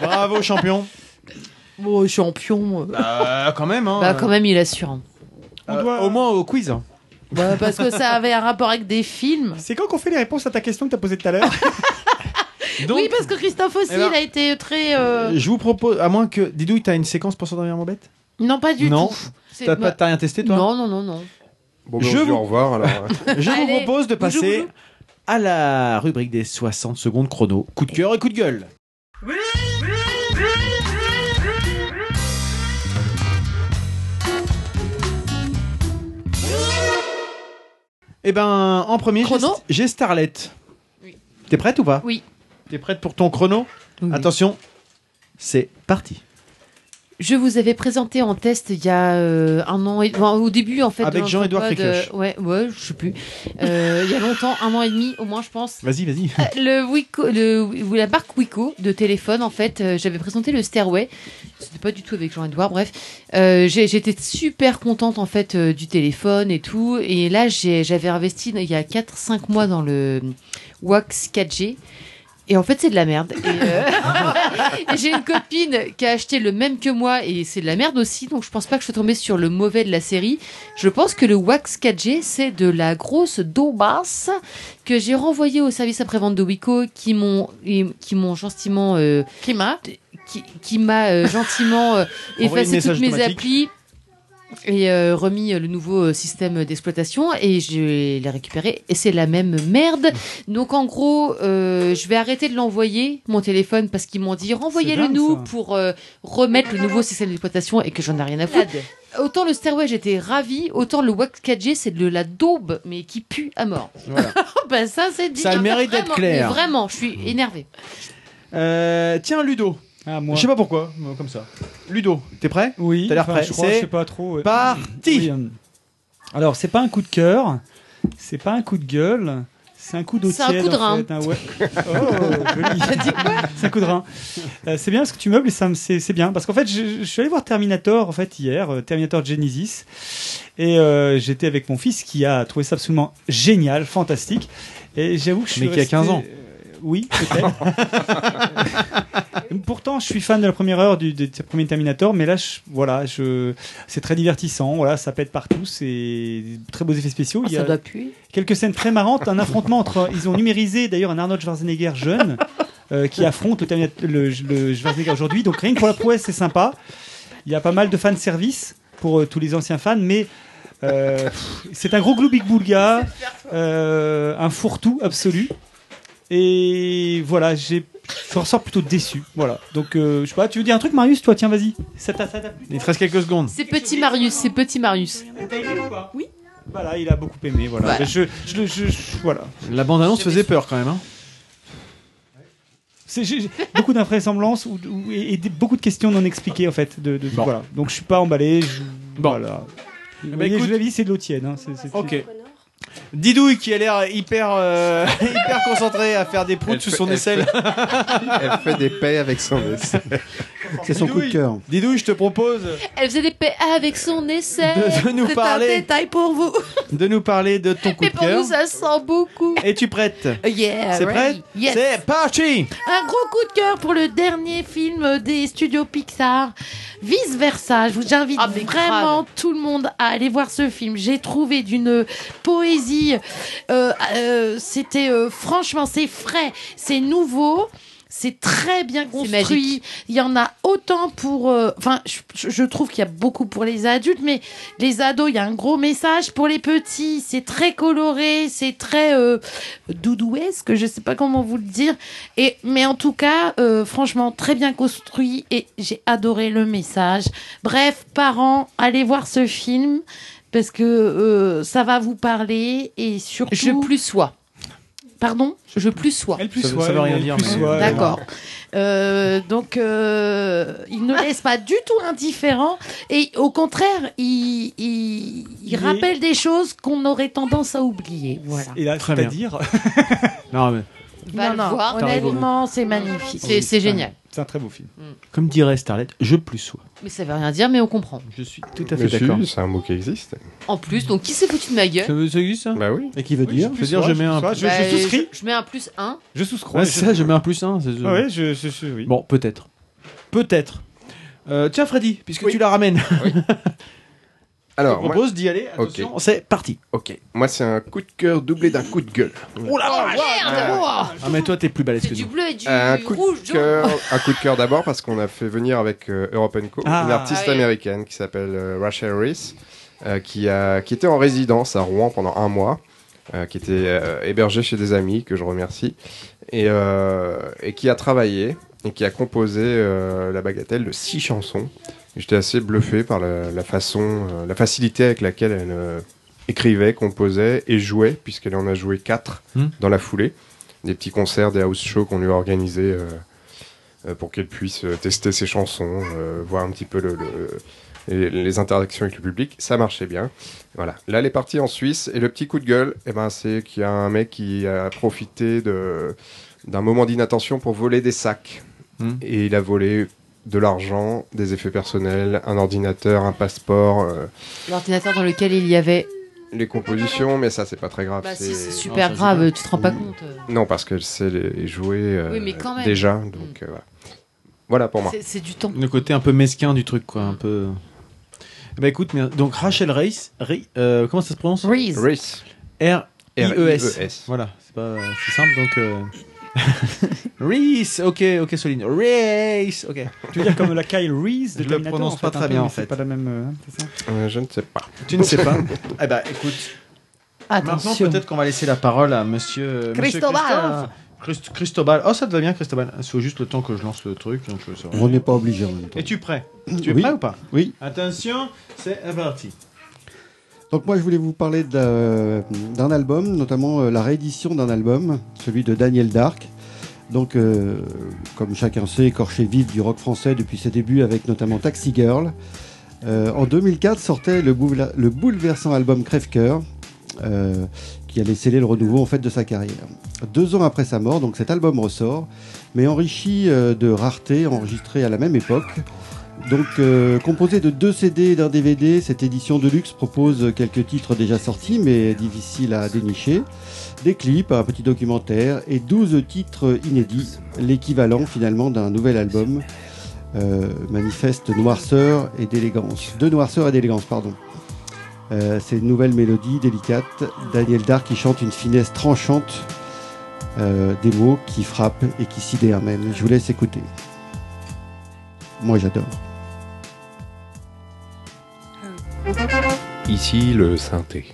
[SPEAKER 4] Bravo, champion.
[SPEAKER 3] Bon, Oh, champion. euh.
[SPEAKER 5] Ah.
[SPEAKER 4] Euh, quand même, hein.
[SPEAKER 2] Bah quand même, il assure. hein.
[SPEAKER 4] Euh, Au moins au quiz.
[SPEAKER 3] Bah, parce que ça avait un rapport avec des films.
[SPEAKER 5] C'est quand qu'on fait les réponses à ta question que t'as posée tout à l'heure
[SPEAKER 4] Donc,
[SPEAKER 3] oui, parce que Christophe aussi,
[SPEAKER 4] Eh ben-
[SPEAKER 3] il a été très. euh,
[SPEAKER 4] je vous propose, à moins que. Didouille, t'as une séquence pour s'endormir, mon bête
[SPEAKER 3] Non, pas du
[SPEAKER 4] Non.
[SPEAKER 3] tout. C'est- bah,
[SPEAKER 4] T'as pas- t'as rien testé, toi
[SPEAKER 3] Non, non, non, non.
[SPEAKER 7] Bon, ben, on
[SPEAKER 4] Je
[SPEAKER 7] se dit
[SPEAKER 4] vous-
[SPEAKER 7] au revoir alors.
[SPEAKER 4] Je vous
[SPEAKER 3] Allez,
[SPEAKER 4] propose de passer
[SPEAKER 3] bougou, bougou.
[SPEAKER 4] à la rubrique des 60 secondes chrono. Coup de cœur et coup de gueule. Eh ben, en premier, j'ai-
[SPEAKER 3] Chrono
[SPEAKER 4] j'ai Starlet.
[SPEAKER 2] Oui.
[SPEAKER 4] T'es prête ou pas
[SPEAKER 2] Oui.
[SPEAKER 4] T'es prête pour ton chrono Attention, c'est parti.
[SPEAKER 2] Je vous avais présenté en test il y a euh, un an, et... enfin, au début en fait. de
[SPEAKER 4] Avec Jean-Édouard
[SPEAKER 2] l'entrepôt de-
[SPEAKER 4] Fricqueuch.
[SPEAKER 2] Ouais, ouais, je sais plus. Euh, il y a longtemps, un an et demi au moins, je pense.
[SPEAKER 4] Vas-y, vas-y.
[SPEAKER 2] Euh, le Wico, le- ou la marque Wico de téléphone, en fait, euh, j'avais présenté le Stairway. C'était pas du tout avec Jean-Edouard, bref. Euh, j'ai- J'étais super contente, en fait, euh, du téléphone et tout. Et là, j'ai- j'avais investi il y a 4-5 mois dans le Wax 4G. Et en fait, c'est de la merde. Et, euh, et j'ai une copine qui a acheté le même que moi et c'est de la merde aussi. Donc, je pense pas que je suis tombée sur le mauvais de la série. Je pense que le Wax 4G, c'est de la grosse daubasse que j'ai renvoyé au service après-vente de Wico qui m'ont qui m'ont gentiment euh,
[SPEAKER 3] Qui m'a
[SPEAKER 2] qui, qui m'a euh, gentiment euh,
[SPEAKER 4] Envoyé le
[SPEAKER 2] effacé
[SPEAKER 4] message
[SPEAKER 2] toutes mes
[SPEAKER 4] automatique.
[SPEAKER 2] applis et euh, remis euh, le nouveau euh, système d'exploitation et je l'ai récupéré et c'est la même merde. Donc en gros, euh, je vais arrêter de l'envoyer mon téléphone parce qu'ils m'ont dit renvoyez-le
[SPEAKER 5] dingue,
[SPEAKER 2] nous
[SPEAKER 5] ça.
[SPEAKER 2] pour euh, remettre le nouveau système d'exploitation et que j'en ai rien à foutre. Autant le Stairway j'étais ravie, autant le Wax 4G c'est de la daube mais qui pue à mort.
[SPEAKER 4] Voilà.
[SPEAKER 2] Oh, bah, ça c'est dit.
[SPEAKER 4] Ça a le mérite d'être
[SPEAKER 2] Vraiment,
[SPEAKER 4] clair.
[SPEAKER 2] mais Vraiment, je suis énervée.
[SPEAKER 4] Euh, tiens, Ludo.
[SPEAKER 5] Ah, moi.
[SPEAKER 4] Je sais pas pourquoi, mais comme ça. Ludo, t'es prêt
[SPEAKER 5] Oui,
[SPEAKER 4] T'as l'air
[SPEAKER 5] enfin,
[SPEAKER 4] prêt.
[SPEAKER 5] Je, crois,
[SPEAKER 4] C'est
[SPEAKER 5] je sais pas trop. ouais.
[SPEAKER 4] Parti
[SPEAKER 5] Oui, euh, Alors, c'est pas un coup de cœur, c'est pas un coup de gueule, c'est un coup d'eau
[SPEAKER 2] C'est un
[SPEAKER 5] tiède,
[SPEAKER 2] coup de
[SPEAKER 5] en
[SPEAKER 2] rein.
[SPEAKER 5] fait, hein, ouais. Oh, joli. C'est un coup de rein. Euh, c'est bien ce que tu meubles et ça me c'est c'est bien parce qu'en fait, je, je suis allé voir Terminator en fait hier, euh, Terminator Genesis, et euh, j'étais avec mon fils qui a trouvé ça absolument génial, fantastique. Et j'avoue que je suis
[SPEAKER 4] Mais qui a
[SPEAKER 5] resté-
[SPEAKER 4] 15 ans.
[SPEAKER 5] Euh, oui, peut-être. Pourtant, je suis fan de la première heure du, de, ses premiers Terminator, mais là, je- voilà, je, c'est très divertissant. Voilà, ça pète partout, c'est des très beaux effets spéciaux.
[SPEAKER 3] Ah,
[SPEAKER 5] Il y
[SPEAKER 3] ça
[SPEAKER 5] a
[SPEAKER 3] doit puer.
[SPEAKER 5] Quelques scènes très marrantes, un affrontement entre. Ils ont numérisé d'ailleurs un Arnold Schwarzenegger jeune euh, qui affronte le, Terminator- le, le Schwarzenegger aujourd'hui. Donc rien que pour la prouesse, c'est sympa. Il y a pas mal de fan service pour euh, tous les anciens fans, mais euh, pff, c'est un gros gloubig boulga, euh, un fourre-tout absolu. Et voilà, j'ai. Je ressors plutôt déçu. Voilà. Donc, euh, je sais pas, tu veux dire un truc, Marius Toi, tiens, vas-y. Ça t'a- ça t'a plu
[SPEAKER 4] Il te reste quelques secondes.
[SPEAKER 2] C'est petit Marius, c'est petit Marius.
[SPEAKER 5] Oui. Voilà, il a beaucoup aimé. Voilà.
[SPEAKER 4] Voilà.
[SPEAKER 5] Je, je, le- je- je- voilà.
[SPEAKER 4] La bande-annonce faisait peur quand même. Hein.
[SPEAKER 5] C'est j'ai- j'ai beaucoup d'infrasemblances ou, ou- et, et des- beaucoup de questions non expliquées en fait. De, de- voilà. Donc je suis pas emballé. Je, Voilà. Vous voyez,
[SPEAKER 4] Eh ben, écoute-
[SPEAKER 5] je l'ai dit, c'est de l'eau tienne. hein, c'est- c'est-
[SPEAKER 4] Ok. Didouille qui a l'air hyper, euh, hyper concentré à faire des proutes
[SPEAKER 7] Elle
[SPEAKER 4] sous
[SPEAKER 7] fait-
[SPEAKER 4] son
[SPEAKER 7] elle
[SPEAKER 4] aisselle.
[SPEAKER 7] fait- elle fait des paix avec son aisselle.
[SPEAKER 6] C'est son coup de cœur.
[SPEAKER 4] Didouille, je te propose
[SPEAKER 2] Elle faisait des PA avec son essai.
[SPEAKER 4] De- de nous
[SPEAKER 2] C'est
[SPEAKER 4] parler.
[SPEAKER 2] un détail pour vous.
[SPEAKER 4] de nous parler de ton coup
[SPEAKER 2] Mais
[SPEAKER 4] de
[SPEAKER 2] pour
[SPEAKER 4] cœur.
[SPEAKER 2] nous, ça Oh, sent beaucoup.
[SPEAKER 4] Es-tu prête
[SPEAKER 3] Yeah,
[SPEAKER 4] C'est prêt
[SPEAKER 3] right. Yes.
[SPEAKER 4] C'est parti
[SPEAKER 3] Un gros coup de cœur pour le dernier film des studios Pixar, Vice Versa. Je vous invite
[SPEAKER 2] Ah, mais
[SPEAKER 3] vraiment
[SPEAKER 2] grave.
[SPEAKER 3] tout le monde à aller voir ce film. J'ai trouvé d'une poésie. euh, euh, C'était euh, franchement, c'est frais, c'est nouveau. C'est très bien construit. Il y en a autant pour. euh, Enfin, je- je, je trouve qu'il y a beaucoup pour les adultes, mais les ados, il y a un gros message pour les petits. C'est très coloré, c'est très euh, doudouesque, je sais pas comment vous le dire. Et mais en tout cas, euh, franchement, très bien construit et j'ai adoré le message. Bref, parents, allez voir ce film parce que euh, ça va vous parler et surtout. Je plus
[SPEAKER 2] sois.
[SPEAKER 3] Pardon.
[SPEAKER 2] Je plus sois.
[SPEAKER 5] Elle
[SPEAKER 4] plus Ça veut- soit, ça veut elle rien dire, plus mais- soit, elle-
[SPEAKER 3] D'accord. Euh, donc, euh, il ne laisse pas du tout indifférent et au contraire, il, il, il
[SPEAKER 5] Il est-
[SPEAKER 3] rappelle des choses qu'on aurait tendance à oublier. Voilà.
[SPEAKER 5] Et là,
[SPEAKER 4] Très bien.
[SPEAKER 5] c'est-à-dire.
[SPEAKER 4] Non, mais...
[SPEAKER 2] Va le voir.
[SPEAKER 3] Honnêtement, c'est magnifique.
[SPEAKER 2] C'est- c'est génial. Mm.
[SPEAKER 5] C'est un très beau film.
[SPEAKER 4] Comme dirait Starlet, je plus sois.
[SPEAKER 2] Mais ça veut rien dire, mais on comprend.
[SPEAKER 4] Je suis tout à fait
[SPEAKER 7] Mais si,
[SPEAKER 4] d'accord.
[SPEAKER 7] C'est un mot qui existe.
[SPEAKER 2] En plus, donc qui s'est foutu de ma gueule
[SPEAKER 4] existe ça
[SPEAKER 7] Bah oui.
[SPEAKER 6] Et qui veut dire
[SPEAKER 4] Je veux dire, je mets un.
[SPEAKER 5] Je, je
[SPEAKER 2] Bah,
[SPEAKER 5] souscris.
[SPEAKER 2] Je, je mets un plus 1.
[SPEAKER 5] Je souscris.
[SPEAKER 4] Ouais, c'est ça, je mets un plus 1.
[SPEAKER 5] Ah ouais, je, je, je- oui.
[SPEAKER 4] Bon, peut-être. Peut-être. Euh, tiens, Freddy, puisque tu la ramènes, je
[SPEAKER 7] Alors,
[SPEAKER 4] te
[SPEAKER 7] moi,
[SPEAKER 4] propose d'y aller.
[SPEAKER 7] ok,
[SPEAKER 4] Attention, c'est parti.
[SPEAKER 7] ok. Moi, c'est un coup de cœur doublé d'un coup de gueule.
[SPEAKER 4] Oh la vache
[SPEAKER 2] merde Ouah.
[SPEAKER 4] Ah, mais toi, t'es plus balèze
[SPEAKER 2] C'est
[SPEAKER 4] que
[SPEAKER 2] du
[SPEAKER 4] nous.
[SPEAKER 2] bleu et du
[SPEAKER 7] Euh, Un coup
[SPEAKER 2] rouge.
[SPEAKER 7] de cœur, un coup de cœur d'abord parce qu'on a fait venir avec euh, Europe Co
[SPEAKER 5] Ah.
[SPEAKER 7] une artiste
[SPEAKER 2] Ah oui.
[SPEAKER 7] américaine qui s'appelle euh, Rachel Reese, euh, qui a qui était en résidence à Rouen pendant un mois, euh, qui était euh, hébergée chez des amis que je remercie et euh, et qui a travaillé et qui a composé euh, la bagatelle de six chansons. J'étais assez bluffé par la, la façon, euh, la facilité avec laquelle elle euh, écrivait, composait et jouait, puisqu'elle en a joué quatre
[SPEAKER 4] Hmm.
[SPEAKER 7] dans la foulée. Des petits concerts, des house shows qu'on lui a organisés euh, euh, pour qu'elle puisse euh, tester ses chansons, euh, voir un petit peu le- le- les, les interactions avec le public. Ça marchait bien. Voilà. Là, elle est partie en Suisse et le petit coup de gueule, eh ben, c'est qu'il y a un mec qui a profité de- d'un moment d'inattention pour voler des sacs.
[SPEAKER 4] Hmm.
[SPEAKER 7] Et il a volé de l'argent, des effets personnels, un ordinateur, un passeport, euh,
[SPEAKER 2] L'ordinateur dans lequel il y avait.
[SPEAKER 7] les compositions, mais ça c'est pas très grave.
[SPEAKER 2] Bah,
[SPEAKER 7] c'est-
[SPEAKER 2] si, c'est super
[SPEAKER 4] Non, ça,
[SPEAKER 2] grave,
[SPEAKER 4] c'est
[SPEAKER 2] tu te rends pas compte. euh.
[SPEAKER 7] Non, parce qu'elle sait les jouer euh,
[SPEAKER 2] Oui, mais quand même. Mm.
[SPEAKER 7] déjà, donc euh, voilà. Voilà pour moi.
[SPEAKER 2] C'est- C'est du temps.
[SPEAKER 4] Le côté un peu mesquin du truc, quoi. Un peu. Bah écoute, mais- donc Rachel Reis. Rei- euh, comment ça se prononce
[SPEAKER 3] Reese.
[SPEAKER 7] Race.
[SPEAKER 4] R-I-E-S.
[SPEAKER 7] R-I-E-S.
[SPEAKER 4] Voilà, c'est pas c'est simple donc. euh, Reese, ok, ok, Soline. Reese, ok.
[SPEAKER 5] Tu veux dire comme la Kyle Reese de
[SPEAKER 4] Je le
[SPEAKER 5] Terminator,
[SPEAKER 4] prononce
[SPEAKER 5] en fait,
[SPEAKER 4] pas
[SPEAKER 5] un
[SPEAKER 4] très
[SPEAKER 5] peu,
[SPEAKER 4] bien,
[SPEAKER 5] mais
[SPEAKER 4] en
[SPEAKER 5] c'est
[SPEAKER 4] fait.
[SPEAKER 5] pas la même. euh, c'est ça
[SPEAKER 7] Euh, je ne sais pas.
[SPEAKER 4] Tu ne sais pas. eh bah écoute, maintenant
[SPEAKER 3] Attention.
[SPEAKER 4] peut-être qu'on va laisser la parole à monsieur. euh, monsieur
[SPEAKER 3] Cristobal.
[SPEAKER 4] Christophe. Christ- Cristobal. Oh, ça te va bien, Cristobal. Il faut juste le temps que je lance le truc. Donc, euh, ça va.
[SPEAKER 6] On n'est pas obligé en même temps.
[SPEAKER 4] Es-tu prêt Tu es
[SPEAKER 6] Oui.
[SPEAKER 4] prêt ou pas
[SPEAKER 6] Oui.
[SPEAKER 4] Attention, c'est parti.
[SPEAKER 6] Donc moi je voulais vous parler d'un d'un album, notamment euh, la réédition d'un album, celui de Daniel Dark. Donc euh, comme chacun sait, écorché vif du rock français depuis ses débuts avec notamment Taxi Girl. Euh, en 2004 sortait le, boule- le bouleversant album Crève-Cœur, euh, qui allait sceller le renouveau en fait de sa carrière. Deux ans après sa mort, donc cet album ressort, mais enrichi euh, de raretés enregistrées à la même époque. Donc euh, composé de deux CD et d'un DVD, cette édition de luxe propose quelques titres déjà sortis mais difficiles à dénicher, des clips, un petit documentaire et 12 titres inédits, l'équivalent finalement d'un nouvel album euh, manifeste noirceur et d'élégance. De noirceur et d'élégance, pardon. Euh, c'est une nouvelle mélodie délicate. Daniel Dar qui chante une finesse tranchante, euh, des mots qui frappent et qui sidèrent même. Je vous laisse écouter. Moi j'adore.
[SPEAKER 2] Ah.
[SPEAKER 7] Ici, le synthé.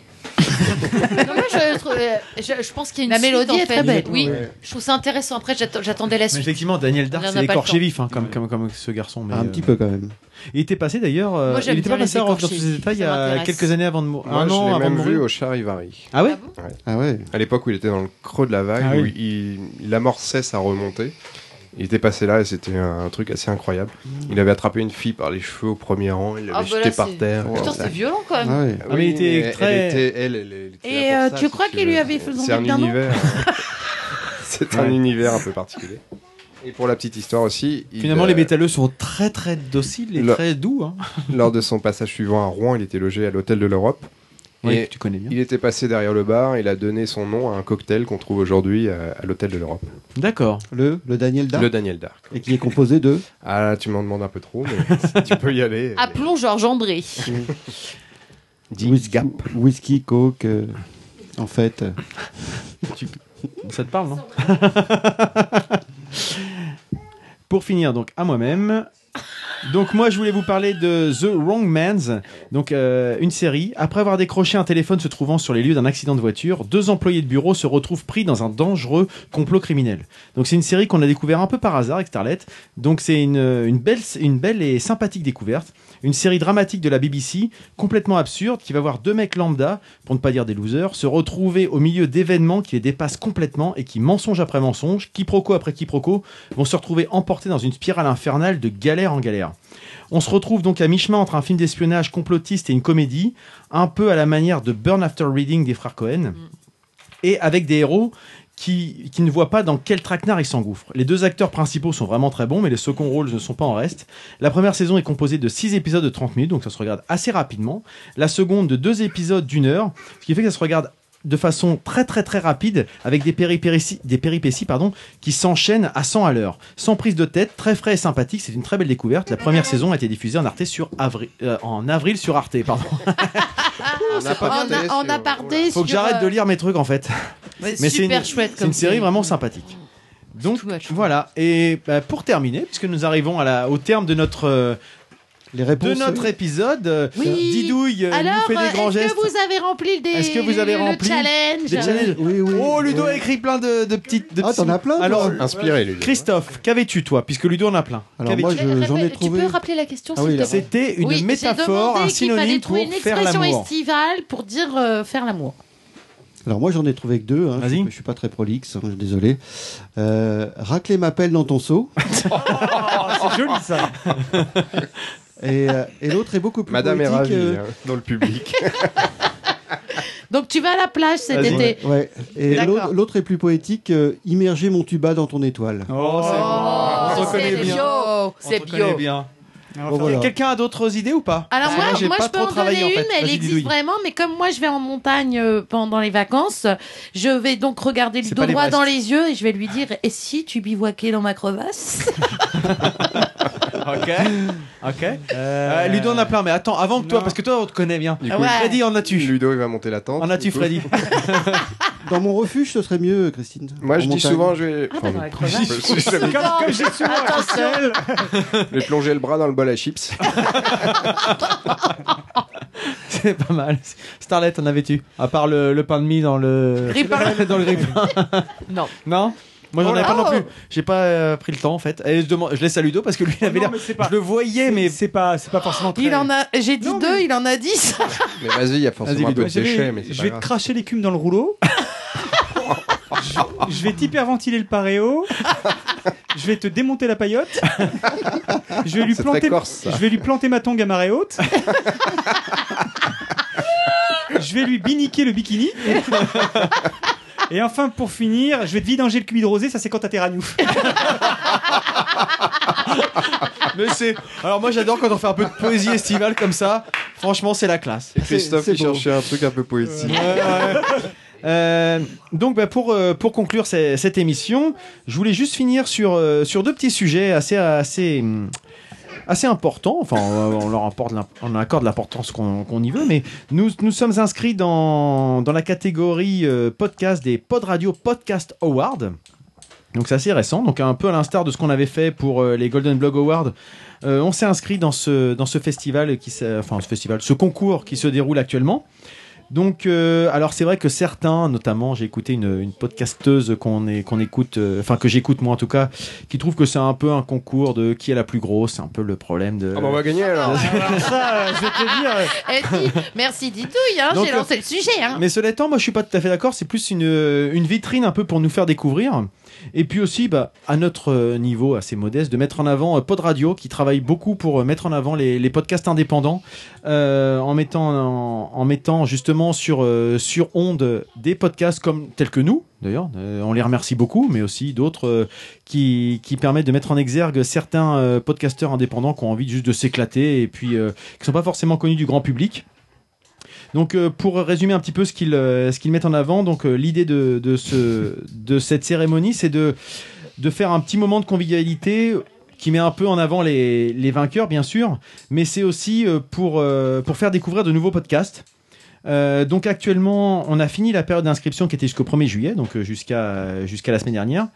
[SPEAKER 2] Non, moi, je, trouve- euh, je- je pense qu'il y a une
[SPEAKER 3] La
[SPEAKER 2] suite,
[SPEAKER 3] mélodie
[SPEAKER 2] en
[SPEAKER 3] est
[SPEAKER 2] fait.
[SPEAKER 3] très belle.
[SPEAKER 2] Oui,
[SPEAKER 4] Ouais.
[SPEAKER 2] je trouve ça intéressant. Après, j'att- j'attendais la
[SPEAKER 4] Mais
[SPEAKER 2] suite.
[SPEAKER 4] effectivement, Daniel Dark,
[SPEAKER 2] On en a
[SPEAKER 4] c'est
[SPEAKER 2] pas le
[SPEAKER 4] écorché
[SPEAKER 2] temps.
[SPEAKER 4] vif, hein, comme, comme, comme ce garçon. Mais euh,
[SPEAKER 6] Un petit peu quand même.
[SPEAKER 4] Il était passé d'ailleurs. euh,
[SPEAKER 2] Moi,
[SPEAKER 4] il
[SPEAKER 2] j'aime
[SPEAKER 4] était
[SPEAKER 2] bien
[SPEAKER 4] pas passé
[SPEAKER 2] les
[SPEAKER 4] à Rock dans
[SPEAKER 2] écorchés
[SPEAKER 4] tous ses
[SPEAKER 2] vifs,
[SPEAKER 4] détails il y
[SPEAKER 2] ça
[SPEAKER 4] a
[SPEAKER 2] m'intéresse.
[SPEAKER 4] quelques années avant de mourir.
[SPEAKER 7] Moi,
[SPEAKER 4] Un
[SPEAKER 7] je
[SPEAKER 4] an
[SPEAKER 7] l'ai
[SPEAKER 4] avant de
[SPEAKER 7] même vu
[SPEAKER 4] mourir.
[SPEAKER 7] au Charivari.
[SPEAKER 4] Ah ouais
[SPEAKER 6] Ah ouais.
[SPEAKER 7] À l'époque où il était dans le creux de la vague,
[SPEAKER 4] Ah
[SPEAKER 7] où
[SPEAKER 4] oui.
[SPEAKER 7] il, il amorçait sa remontée. Il était passé là et c'était un, truc assez incroyable.
[SPEAKER 4] Mm.
[SPEAKER 7] Il avait attrapé une fille par les cheveux au premier rang, il l'avait
[SPEAKER 2] Ah, bah
[SPEAKER 7] jetée
[SPEAKER 2] là,
[SPEAKER 7] par
[SPEAKER 2] c'est-
[SPEAKER 7] terre.
[SPEAKER 2] Putain, c'est violent quand même.
[SPEAKER 6] Ah ouais.
[SPEAKER 7] Ah
[SPEAKER 4] mais il était
[SPEAKER 7] mais
[SPEAKER 4] très-
[SPEAKER 7] Elle était, elle, elle- elle était
[SPEAKER 3] Et,
[SPEAKER 7] là
[SPEAKER 3] euh,
[SPEAKER 7] pour
[SPEAKER 3] tu
[SPEAKER 7] ça, si
[SPEAKER 3] crois qu'il
[SPEAKER 7] veux.
[SPEAKER 3] lui avait fait son
[SPEAKER 7] C'est un
[SPEAKER 3] bien, non
[SPEAKER 7] univers. C'est un
[SPEAKER 4] Ouais.
[SPEAKER 7] univers un peu particulier. Et pour la petite histoire aussi, il,
[SPEAKER 4] Finalement,
[SPEAKER 7] euh,
[SPEAKER 4] les métalleux sont très très dociles et
[SPEAKER 7] Le-
[SPEAKER 4] très doux. Hein.
[SPEAKER 7] lors de son passage suivant à Rouen, il était logé à l'hôtel de l'Europe.
[SPEAKER 4] Oui,
[SPEAKER 7] Et
[SPEAKER 4] que tu connais bien.
[SPEAKER 7] il était passé derrière le bar, il a donné son nom à un cocktail qu'on trouve aujourd'hui euh, à, à l'hôtel de l'Europe.
[SPEAKER 4] D'accord.
[SPEAKER 6] Le, le Daniel Dark
[SPEAKER 7] Le Daniel Dark.
[SPEAKER 6] et qui est composé de
[SPEAKER 7] Ah, tu m'en demandes un peu trop, mais tu peux y aller.
[SPEAKER 3] Ah,
[SPEAKER 2] Appelons Georges André.
[SPEAKER 6] whisky, whisky, coke. euh, en fait, euh,
[SPEAKER 4] Ça te parle, non Pour finir, donc à moi-même. Donc moi, je voulais vous parler de The Wrong Man's, donc euh, une série. Après avoir décroché un téléphone se trouvant sur les lieux d'un accident de voiture, deux employés de bureau se retrouvent pris dans un dangereux complot criminel. Donc c'est une série qu'on a découvert un peu par hasard avec Starlet. Donc c'est une, une belle, une belle et sympathique découverte. Une série dramatique de la BBC, complètement absurde, qui va voir deux mecs lambda, pour ne pas dire des losers, se retrouver au milieu d'événements qui les dépassent complètement et qui, mensonge après mensonge, quiproquo après quiproquo, vont se retrouver emportés dans une spirale infernale de galère en galère. On se retrouve donc à mi-chemin entre un film d'espionnage complotiste et une comédie, un peu à la manière de Burn After Reading des frères Cohen, et avec des héros qui, qui ne voient pas dans quel traquenard ils s'engouffrent. Les deux acteurs principaux sont vraiment très bons, mais les seconds rôles ne sont pas en reste. La première saison est composée de 6 épisodes de 30 minutes, donc ça se regarde assez rapidement. La seconde de 2 épisodes d'une heure, ce qui fait que ça se regarde de façon très très très rapide avec des péripéties, des péripéties pardon, qui s'enchaînent à 100 à l'heure. Sans prise de tête, très frais et sympathique, c'est une très belle découverte. La première saison a été diffusée en, Arte sur avril, euh, en avril sur Arte. Pardon.
[SPEAKER 3] Ah,
[SPEAKER 7] On n'a
[SPEAKER 3] En,
[SPEAKER 7] pas noté
[SPEAKER 3] a- en
[SPEAKER 7] sur-
[SPEAKER 3] aparté,
[SPEAKER 4] Faut que
[SPEAKER 3] sur,
[SPEAKER 4] j'arrête de
[SPEAKER 3] euh,
[SPEAKER 4] lire mes trucs en fait. Mais c'est
[SPEAKER 2] super
[SPEAKER 4] une-
[SPEAKER 2] chouette
[SPEAKER 4] C'est
[SPEAKER 2] comme
[SPEAKER 4] une série vraiment sympathique. Donc
[SPEAKER 2] too much.
[SPEAKER 4] voilà, et bah, pour terminer, puisque nous arrivons à la, au terme de notre, euh,
[SPEAKER 6] les
[SPEAKER 4] de
[SPEAKER 6] réponses.
[SPEAKER 4] notre épisode, euh,
[SPEAKER 3] Oui.
[SPEAKER 4] Didouille euh, nous
[SPEAKER 3] Alors,
[SPEAKER 4] fait des grands
[SPEAKER 3] est-ce
[SPEAKER 4] gestes.
[SPEAKER 3] que vous avez rempli le, dé-
[SPEAKER 4] Est-ce que vous avez
[SPEAKER 3] le
[SPEAKER 4] rempli
[SPEAKER 3] challenge
[SPEAKER 4] des challenges.
[SPEAKER 6] Oui, oui.
[SPEAKER 4] Oh, Ludo
[SPEAKER 6] oui.
[SPEAKER 4] a écrit plein de, de petites. De
[SPEAKER 6] Ah, t'en
[SPEAKER 4] petits-
[SPEAKER 6] as plein, toi
[SPEAKER 4] Alors,
[SPEAKER 7] Inspiré, lui.
[SPEAKER 4] Christophe, qu'avais-tu toi Puisque Ludo en a plein.
[SPEAKER 6] Alors moi,
[SPEAKER 4] Qu'avais-tu
[SPEAKER 6] je- j'en ai
[SPEAKER 2] Tu
[SPEAKER 6] trouvé.
[SPEAKER 2] peux rappeler la question,
[SPEAKER 6] Ah
[SPEAKER 2] s'il
[SPEAKER 6] oui,
[SPEAKER 2] te
[SPEAKER 6] là.
[SPEAKER 2] plaît
[SPEAKER 4] C'était une
[SPEAKER 3] Oui, j'ai
[SPEAKER 4] métaphore,
[SPEAKER 3] demandé
[SPEAKER 4] un
[SPEAKER 3] qu'il fallait
[SPEAKER 4] synonyme pour
[SPEAKER 3] trouver une
[SPEAKER 4] faire
[SPEAKER 3] expression
[SPEAKER 4] l'amour.
[SPEAKER 3] estivale pour dire euh, faire l'amour.
[SPEAKER 6] Alors moi, j'en ai trouvé que deux. hein. Je,
[SPEAKER 4] Vas-y.
[SPEAKER 6] suis- je suis pas très prolixe, hein, désolé. Euh, racler ma pelle dans ton seau.
[SPEAKER 5] Ah, C'est joli ça.
[SPEAKER 6] Et, euh, et l'autre est beaucoup plus
[SPEAKER 7] Madame est
[SPEAKER 6] poétique.
[SPEAKER 7] ravie
[SPEAKER 6] euh,
[SPEAKER 7] hein, dans le public.
[SPEAKER 3] Donc tu vas à la plage cet
[SPEAKER 4] Vas-y.
[SPEAKER 3] été.
[SPEAKER 6] ouais. Et
[SPEAKER 3] D'accord.
[SPEAKER 6] l'autre l'autre est plus poétique. euh, immerger mon tuba dans ton étoile.
[SPEAKER 4] Oh, c'est
[SPEAKER 2] Oh,
[SPEAKER 4] On se
[SPEAKER 2] c'est
[SPEAKER 4] connaît bien.
[SPEAKER 2] bio.
[SPEAKER 4] On
[SPEAKER 2] C'est
[SPEAKER 4] te connaît
[SPEAKER 2] bio.
[SPEAKER 4] bien.
[SPEAKER 5] On va
[SPEAKER 6] Bon,
[SPEAKER 5] faire-
[SPEAKER 6] Oh, voilà.
[SPEAKER 4] Quelqu'un a d'autres idées ou pas
[SPEAKER 3] Alors
[SPEAKER 4] Parce que
[SPEAKER 3] moi,
[SPEAKER 4] j'ai
[SPEAKER 3] moi,
[SPEAKER 4] pas
[SPEAKER 3] je peux
[SPEAKER 4] trop
[SPEAKER 3] en
[SPEAKER 4] travaillé,
[SPEAKER 3] donner
[SPEAKER 4] en
[SPEAKER 3] une,
[SPEAKER 4] fait.
[SPEAKER 3] elle
[SPEAKER 4] Vas-y,
[SPEAKER 3] existe
[SPEAKER 4] Didouille.
[SPEAKER 3] vraiment, mais comme moi je vais en montagne euh, pendant les vacances, je vais donc regarder
[SPEAKER 4] C'est
[SPEAKER 3] Ludo
[SPEAKER 4] pas les
[SPEAKER 3] droit
[SPEAKER 4] Brest.
[SPEAKER 3] dans les yeux et je vais lui dire « Et si tu bivouaquais dans ma crevasse
[SPEAKER 4] Ok. Ok. Euh, Ludo en a plein, mais attends, avant que toi,
[SPEAKER 5] Non.
[SPEAKER 4] parce que toi, on te connaît bien.
[SPEAKER 7] Du
[SPEAKER 3] Ah
[SPEAKER 7] coup,
[SPEAKER 3] ouais.
[SPEAKER 4] Freddy, en as-tu
[SPEAKER 7] Ludo, il va monter la tente.
[SPEAKER 4] En as-tu,
[SPEAKER 7] Du coup,
[SPEAKER 4] Freddy
[SPEAKER 6] Dans mon refuge, ce serait mieux, Christine.
[SPEAKER 7] Moi,
[SPEAKER 6] En
[SPEAKER 7] je dis
[SPEAKER 6] montagne.
[SPEAKER 7] souvent, je vais.
[SPEAKER 3] bah, dans la
[SPEAKER 7] je-
[SPEAKER 3] crevasse.
[SPEAKER 7] je- je- je-
[SPEAKER 5] Comme, comme j'ai souvent la ficelle.
[SPEAKER 7] je vais plonger le bras dans le bol à chips.
[SPEAKER 4] C'est pas mal. Starlet, en avais-tu À part le, le pain de mie dans le.
[SPEAKER 2] Ripain.
[SPEAKER 4] dans le ripain. »
[SPEAKER 2] Non.
[SPEAKER 4] Non Moi, j'en
[SPEAKER 5] Oh
[SPEAKER 4] avais
[SPEAKER 5] là.
[SPEAKER 4] pas non
[SPEAKER 2] Oh.
[SPEAKER 4] plus. J'ai pas euh, pris le temps, en fait. Et je, demande, je laisse à Ludo parce que lui, il
[SPEAKER 5] Oh
[SPEAKER 4] avait
[SPEAKER 5] non,
[SPEAKER 4] l'air.
[SPEAKER 5] mais c'est pas-
[SPEAKER 4] Je le voyais, mais.
[SPEAKER 5] C'est pas, c'est pas forcément » très.
[SPEAKER 3] Il en a, j'ai dit
[SPEAKER 5] Non, mais-
[SPEAKER 3] deux, il en a dix.
[SPEAKER 7] Mais vas-y, il y a
[SPEAKER 4] Vas-y,
[SPEAKER 7] forcément un
[SPEAKER 4] Ludo,
[SPEAKER 7] peu de
[SPEAKER 5] Je vais-
[SPEAKER 7] déchets, mais c'est
[SPEAKER 5] je
[SPEAKER 7] pas
[SPEAKER 5] vais te
[SPEAKER 7] grave.
[SPEAKER 5] cracher l'écume dans le rouleau. je, je vais t'hyperventiler le paréo. Je vais te démonter la paillote. Je vais lui
[SPEAKER 7] C'est
[SPEAKER 5] planter,
[SPEAKER 7] très corse, ça.
[SPEAKER 5] je vais lui planter ma tongue à marée haute. Je vais lui biniquer le bikini. Et enfin, pour finir, je vais te vidanger le cubi de rosé, ça c'est quand t'as tes ragnouf.
[SPEAKER 4] Mais c'est. Alors moi j'adore quand on fait un peu de poésie estivale comme ça. Franchement c'est la classe.
[SPEAKER 7] Et Christophe
[SPEAKER 4] C'est-
[SPEAKER 7] qui
[SPEAKER 4] c'est beau.
[SPEAKER 7] cherchait un truc un peu poétique.
[SPEAKER 4] Euh, donc bah, pour, euh, pour conclure ce- cette émission, je voulais juste finir sur, euh, sur deux petits sujets assez, assez, hum, assez importants. Enfin, on, on leur apporte l'imp- on leur accorde l'importance qu'on qu'on y veut, mais nous, nous sommes inscrits dans, dans la catégorie euh, podcast des Pod Radio Podcast Awards. Donc c'est assez récent, donc un peu à l'instar de ce qu'on avait fait pour euh, les Golden Blog Awards, euh, on s'est inscrit dans ce dans ce festival qui s'est- enfin ce festival, ce concours qui se déroule actuellement. Donc euh, alors c'est vrai que certains, notamment j'ai écouté une, une podcasteuse qu'on est qu'on écoute, euh, enfin que j'écoute moi en tout cas, qui trouve que c'est un peu un concours de qui est la plus grosse, c'est un peu le problème de.
[SPEAKER 7] Ah bah on va gagner alors.
[SPEAKER 4] ça, euh, je vais te dire.
[SPEAKER 3] Elle dit merci Didouille, hein,
[SPEAKER 4] Donc,
[SPEAKER 3] j'ai
[SPEAKER 4] euh,
[SPEAKER 3] lancé le sujet. Hein.
[SPEAKER 4] Mais cela étant, moi je suis pas tout à fait d'accord, c'est plus une, euh, une vitrine un peu pour nous faire découvrir. Et puis aussi, bah, à notre euh, niveau assez modeste, de mettre en avant euh, Pod Radio qui travaille beaucoup pour euh, mettre en avant les, les podcasts indépendants euh, en, mettant, en, en mettant justement sur, euh, sur onde des podcasts comme tels que nous. D'ailleurs, euh, on les remercie beaucoup, mais aussi d'autres euh, qui, qui permettent de mettre en exergue certains euh, podcasteurs indépendants qui ont envie juste de s'éclater et puis euh, qui sont pas forcément connus du grand public. Donc euh, pour résumer un petit peu ce qu'ils euh, ce qu'ils mettent en avant, donc euh, l'idée de, de ce de cette cérémonie, c'est de de faire un petit moment de convivialité qui met un peu en avant les, les vainqueurs bien sûr, mais c'est aussi euh, pour euh, pour faire découvrir de nouveaux podcasts. Euh, donc actuellement, on a fini la période d'inscription qui était jusqu'au 1er juillet, donc euh, jusqu'à jusqu'à la semaine dernière.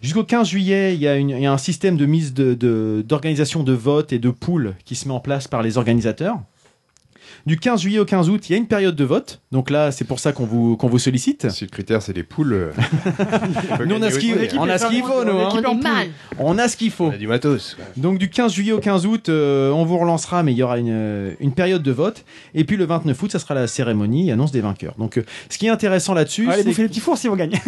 [SPEAKER 4] Jusqu'au 15 juillet, il y, a une- il y a un système de mise de- de- d'organisation de, de vote et de pool qui se met en place par les organisateurs. Du 15 juillet au 15 août, il y a une période de vote. Donc là, c'est pour ça qu'on vous, qu'on vous sollicite. Si le critère, c'est les poules. euh, nous, on a ce qu'il
[SPEAKER 5] L'équipe
[SPEAKER 4] on a
[SPEAKER 5] est
[SPEAKER 4] ce qu'il
[SPEAKER 5] en-
[SPEAKER 4] faut, nous. hein.
[SPEAKER 5] l'équipe est en On est poule. mal.
[SPEAKER 4] On a ce qu'il faut.
[SPEAKER 7] du matos.
[SPEAKER 4] Donc du 15 juillet au 15 août, euh, on vous relancera, mais il y aura une, euh, une période de vote. Et puis le 29 août, ça sera la cérémonie et annonce des vainqueurs. Donc euh, ce qui est intéressant là-dessus,
[SPEAKER 5] Allez,
[SPEAKER 4] c'est
[SPEAKER 5] bouffez les petits fours si on gagne.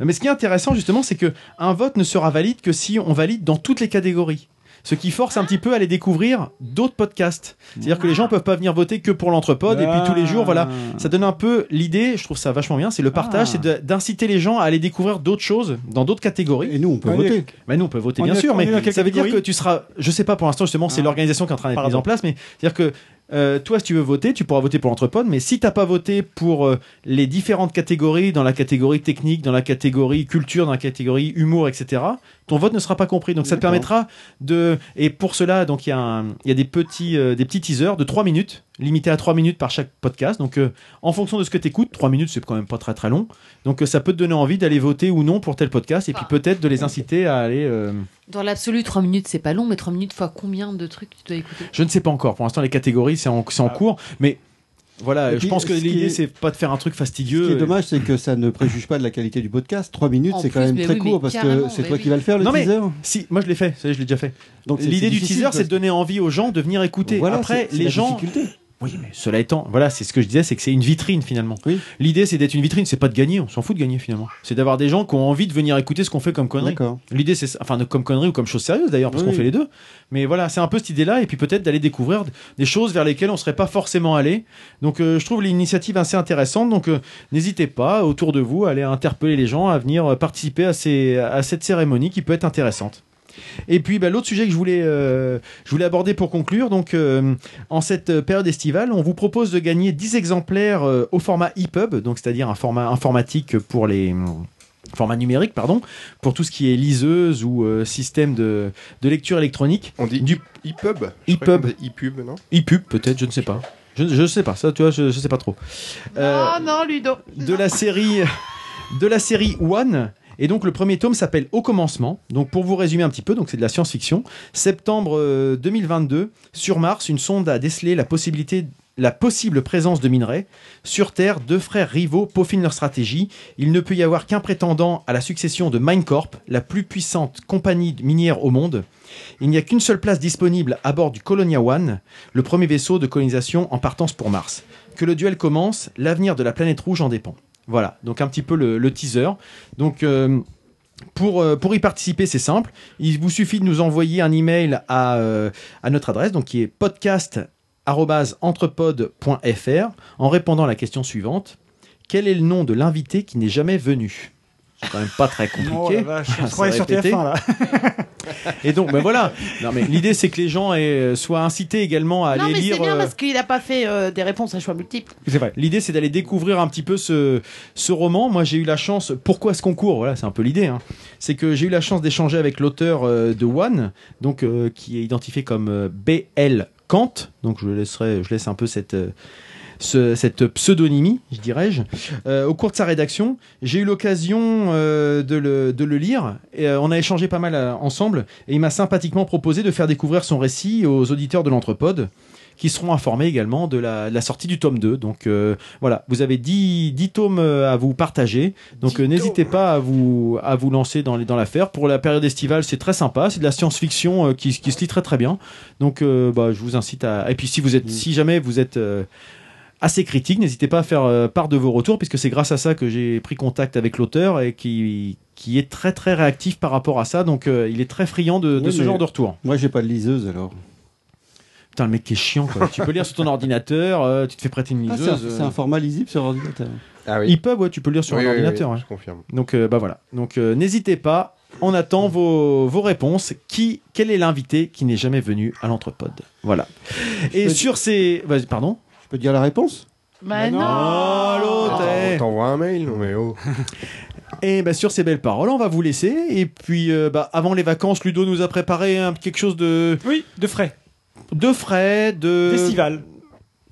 [SPEAKER 4] mais ce qui est intéressant justement, c'est que un vote ne sera valide que si on valide dans toutes les catégories. Ce qui force un petit peu à aller découvrir d'autres podcasts. C'est-à-dire que les gens peuvent pas venir voter que pour l'entrepode et puis tous les jours, voilà. Ça donne un peu l'idée, je trouve ça vachement bien, c'est le partage,
[SPEAKER 5] Ah.
[SPEAKER 4] c'est de- d'inciter les gens à aller découvrir d'autres choses dans d'autres catégories. Et nous, on
[SPEAKER 5] peut voter.
[SPEAKER 4] Mais nous, on peut voter,
[SPEAKER 5] On
[SPEAKER 4] bien
[SPEAKER 5] est-
[SPEAKER 4] sûr,
[SPEAKER 5] on
[SPEAKER 4] mais
[SPEAKER 5] est dans quelle
[SPEAKER 4] ça veut dire que
[SPEAKER 5] catégorie
[SPEAKER 4] tu seras, je sais pas pour l'instant justement, c'est l'organisation qui est en train d'être mise en place, mais c'est-à-dire que euh, toi, si tu veux voter, tu pourras voter pour l'entrepode, mais si t'as pas voté pour euh, les différentes catégories, dans la catégorie technique, dans la catégorie culture, dans la catégorie humour, etc., ton vote ne sera pas compris. Donc ça te permettra de, et pour cela, donc il y, a un- il y a des petits, euh, des petits teasers de 3 minutes, limités à 3 minutes par chaque podcast. Donc euh, en fonction de ce que t'écoutes, 3 minutes, c'est quand même pas très très long. Donc euh, ça peut te donner envie d'aller voter ou non pour tel podcast, et puis peut-être de les inciter à aller. euh,
[SPEAKER 2] Dans l'absolu, 3 minutes, c'est pas long, mais 3 minutes fois combien de trucs tu dois écouter
[SPEAKER 4] Je ne sais pas encore. Pour l'instant, les catégories, c'est en, c'est en cours. Mais voilà,
[SPEAKER 6] Et
[SPEAKER 4] je
[SPEAKER 6] puis,
[SPEAKER 4] pense que
[SPEAKER 6] ce qui
[SPEAKER 4] l'idée,
[SPEAKER 6] est-
[SPEAKER 4] c'est pas de faire un truc fastidieux.
[SPEAKER 6] Ce qui est dommage, c'est que ça ne préjuge pas de la qualité du podcast. Trois minutes,
[SPEAKER 4] En
[SPEAKER 6] c'est quand
[SPEAKER 4] plus,
[SPEAKER 6] même
[SPEAKER 4] mais
[SPEAKER 6] très
[SPEAKER 4] oui,
[SPEAKER 6] court
[SPEAKER 4] mais
[SPEAKER 6] parce que
[SPEAKER 4] carrément,
[SPEAKER 6] c'est
[SPEAKER 4] bah
[SPEAKER 6] toi
[SPEAKER 4] oui.
[SPEAKER 6] qui vas le faire, le
[SPEAKER 4] Non, mais-
[SPEAKER 6] teaser.
[SPEAKER 4] Si, moi je l'ai fait, ça y est, je l'ai déjà fait.
[SPEAKER 6] Donc, c'est-
[SPEAKER 4] L'idée
[SPEAKER 6] c'est
[SPEAKER 4] du
[SPEAKER 6] difficile,
[SPEAKER 4] teaser,
[SPEAKER 6] parce
[SPEAKER 4] c'est de donner envie aux gens de venir écouter.
[SPEAKER 6] Voilà,
[SPEAKER 4] Après,
[SPEAKER 6] c'est- c'est
[SPEAKER 4] les
[SPEAKER 6] la
[SPEAKER 4] gens.
[SPEAKER 6] difficulté.
[SPEAKER 4] Oui, mais cela étant, voilà, c'est ce que je disais, c'est que c'est une vitrine finalement. L'idée, c'est d'être une vitrine, c'est pas de gagner, on s'en fout de gagner finalement. C'est d'avoir des gens qui ont envie de venir écouter ce qu'on fait comme connerie.
[SPEAKER 6] D'accord.
[SPEAKER 4] L'idée, c'est enfin de- comme connerie ou comme chose sérieuse d'ailleurs, parce
[SPEAKER 6] Oui,
[SPEAKER 4] qu'on
[SPEAKER 6] oui.
[SPEAKER 4] fait les deux. Mais voilà, c'est un peu cette idée-là, et puis peut-être d'aller découvrir des choses vers lesquelles on serait pas forcément allé. Donc, euh, je trouve l'initiative assez intéressante. Donc, euh, n'hésitez pas autour de vous à aller interpeller les gens à venir euh, participer à ces à cette cérémonie qui peut être intéressante. Et puis bah, l'autre sujet que je voulais, euh, je voulais aborder pour conclure, donc euh, en cette euh, période estivale, on vous propose de gagner 10 exemplaires euh, au format EPUB, donc c'est-à-dire un format informatique pour les format numérique pardon pour tout ce qui est liseuse ou euh, système de, de lecture électronique
[SPEAKER 7] on dit E
[SPEAKER 4] du E
[SPEAKER 7] EPUB je crois
[SPEAKER 4] EPUB
[SPEAKER 7] qu'on dit E EPUB, non
[SPEAKER 4] EPUB peut-être je ne sais pas je je sais pas ça tu vois je, je sais pas trop Euh,
[SPEAKER 3] Oh non, Ludo.
[SPEAKER 4] de la série de la série One. Et donc le premier tome s'appelle Au commencement. Donc pour vous résumer un petit peu, donc c'est de la science-fiction. Septembre euh, 2022, sur Mars, une sonde a décelé la possibilité la possible présence de minerais. Sur Terre, deux frères rivaux peaufinent leur stratégie. Il ne peut y avoir qu'un prétendant à la succession de Minecorp, la plus puissante compagnie minière au monde. Il n'y a qu'une seule place disponible à bord du Colonia One, le premier vaisseau de colonisation en partance pour Mars. Que le duel commence, l'avenir de la planète rouge en dépend. Voilà, donc un petit peu le, le teaser. Donc euh, pour, euh, pour y participer, c'est simple. Il vous suffit de nous envoyer un email à, euh, à notre adresse, donc qui est podcast@entrepod.fr, en répondant à la question suivante Quel est le nom de l'invité qui n'est jamais venu C'est quand même pas très compliqué.
[SPEAKER 5] Oh la vache, on
[SPEAKER 4] Ah, Ça
[SPEAKER 5] se croirait sur
[SPEAKER 4] répétait.
[SPEAKER 5] TF1 là.
[SPEAKER 4] Et donc, ben voilà. Non, mais l'idée, c'est que les gens aient- euh, soient incités également à
[SPEAKER 3] Non,
[SPEAKER 4] aller
[SPEAKER 3] mais
[SPEAKER 4] lire.
[SPEAKER 3] c'est bien
[SPEAKER 4] euh,
[SPEAKER 3] parce qu'il n'a pas fait euh, des réponses à choix multiples.
[SPEAKER 4] L'idée, c'est d'aller découvrir un petit peu ce, ce roman. Moi, j'ai eu la chance. Pourquoi ce concours Voilà, c'est un peu l'idée. hein. C'est que j'ai eu la chance d'échanger avec l'auteur euh, de One, donc euh, qui est identifié comme euh, B.L. Kant. Donc, je laisserai, je laisse un peu cette euh, ce- cette pseudonymie, je dirais-je. Euh, au cours de sa rédaction, j'ai eu l'occasion euh, de, le, de le lire. Et, euh, on a échangé pas mal euh, ensemble, et il m'a sympathiquement proposé de faire découvrir son récit aux auditeurs de l'Entrepode qui seront informés également de la, de la sortie du tome 2. Donc euh, voilà, vous avez 10, 10 tomes euh, à vous partager. Donc euh, n'hésitez pas à vous, à vous lancer dans, les- dans l'affaire. Pour la période estivale, c'est très sympa. C'est de la science-fiction euh, qui, qui se lit très très bien. Donc euh, bah, je vous incite à... Et puis si, vous êtes, si jamais vous êtes... euh, assez critique. N'hésitez pas à faire euh, part de vos retours, puisque c'est grâce à ça que j'ai pris contact avec l'auteur et qui, qui est très très réactif par rapport à ça. Donc euh, il est très friand de, de
[SPEAKER 6] Oui,
[SPEAKER 4] ce
[SPEAKER 6] mais
[SPEAKER 4] genre de retour.
[SPEAKER 6] Moi, j'ai pas de liseuse alors.
[SPEAKER 4] Putain, le mec qui est chiant, quoi. tu peux lire sur ton ordinateur, euh, tu te fais prêter une
[SPEAKER 6] Ah,
[SPEAKER 4] liseuse. euh.
[SPEAKER 6] c'est un- c'est un format lisible sur ordinateur.
[SPEAKER 7] Ah
[SPEAKER 4] Ils peuvent, ouais, tu peux lire sur un
[SPEAKER 6] Oui, oui, oui,
[SPEAKER 4] ordinateur.
[SPEAKER 6] oui,
[SPEAKER 4] hein.
[SPEAKER 6] je confirme.
[SPEAKER 4] Donc, euh, bah voilà. Donc, euh, n'hésitez pas. On attend vos, vos réponses. Qui, quel est l'invité qui n'est jamais venu à l'entrepode Voilà. Et sur ces. vas-y, Pardon Je peux dire la réponse
[SPEAKER 5] Ah
[SPEAKER 3] Bah non.
[SPEAKER 4] Oh, on
[SPEAKER 7] t'envoie un mail, mais oh.
[SPEAKER 4] Et bah sur ces belles paroles, on va vous laisser. Et puis, euh, bah, avant les vacances, Ludo nous a préparé un- quelque chose de.
[SPEAKER 5] Oui, de frais.
[SPEAKER 4] De frais, de.
[SPEAKER 5] Festival.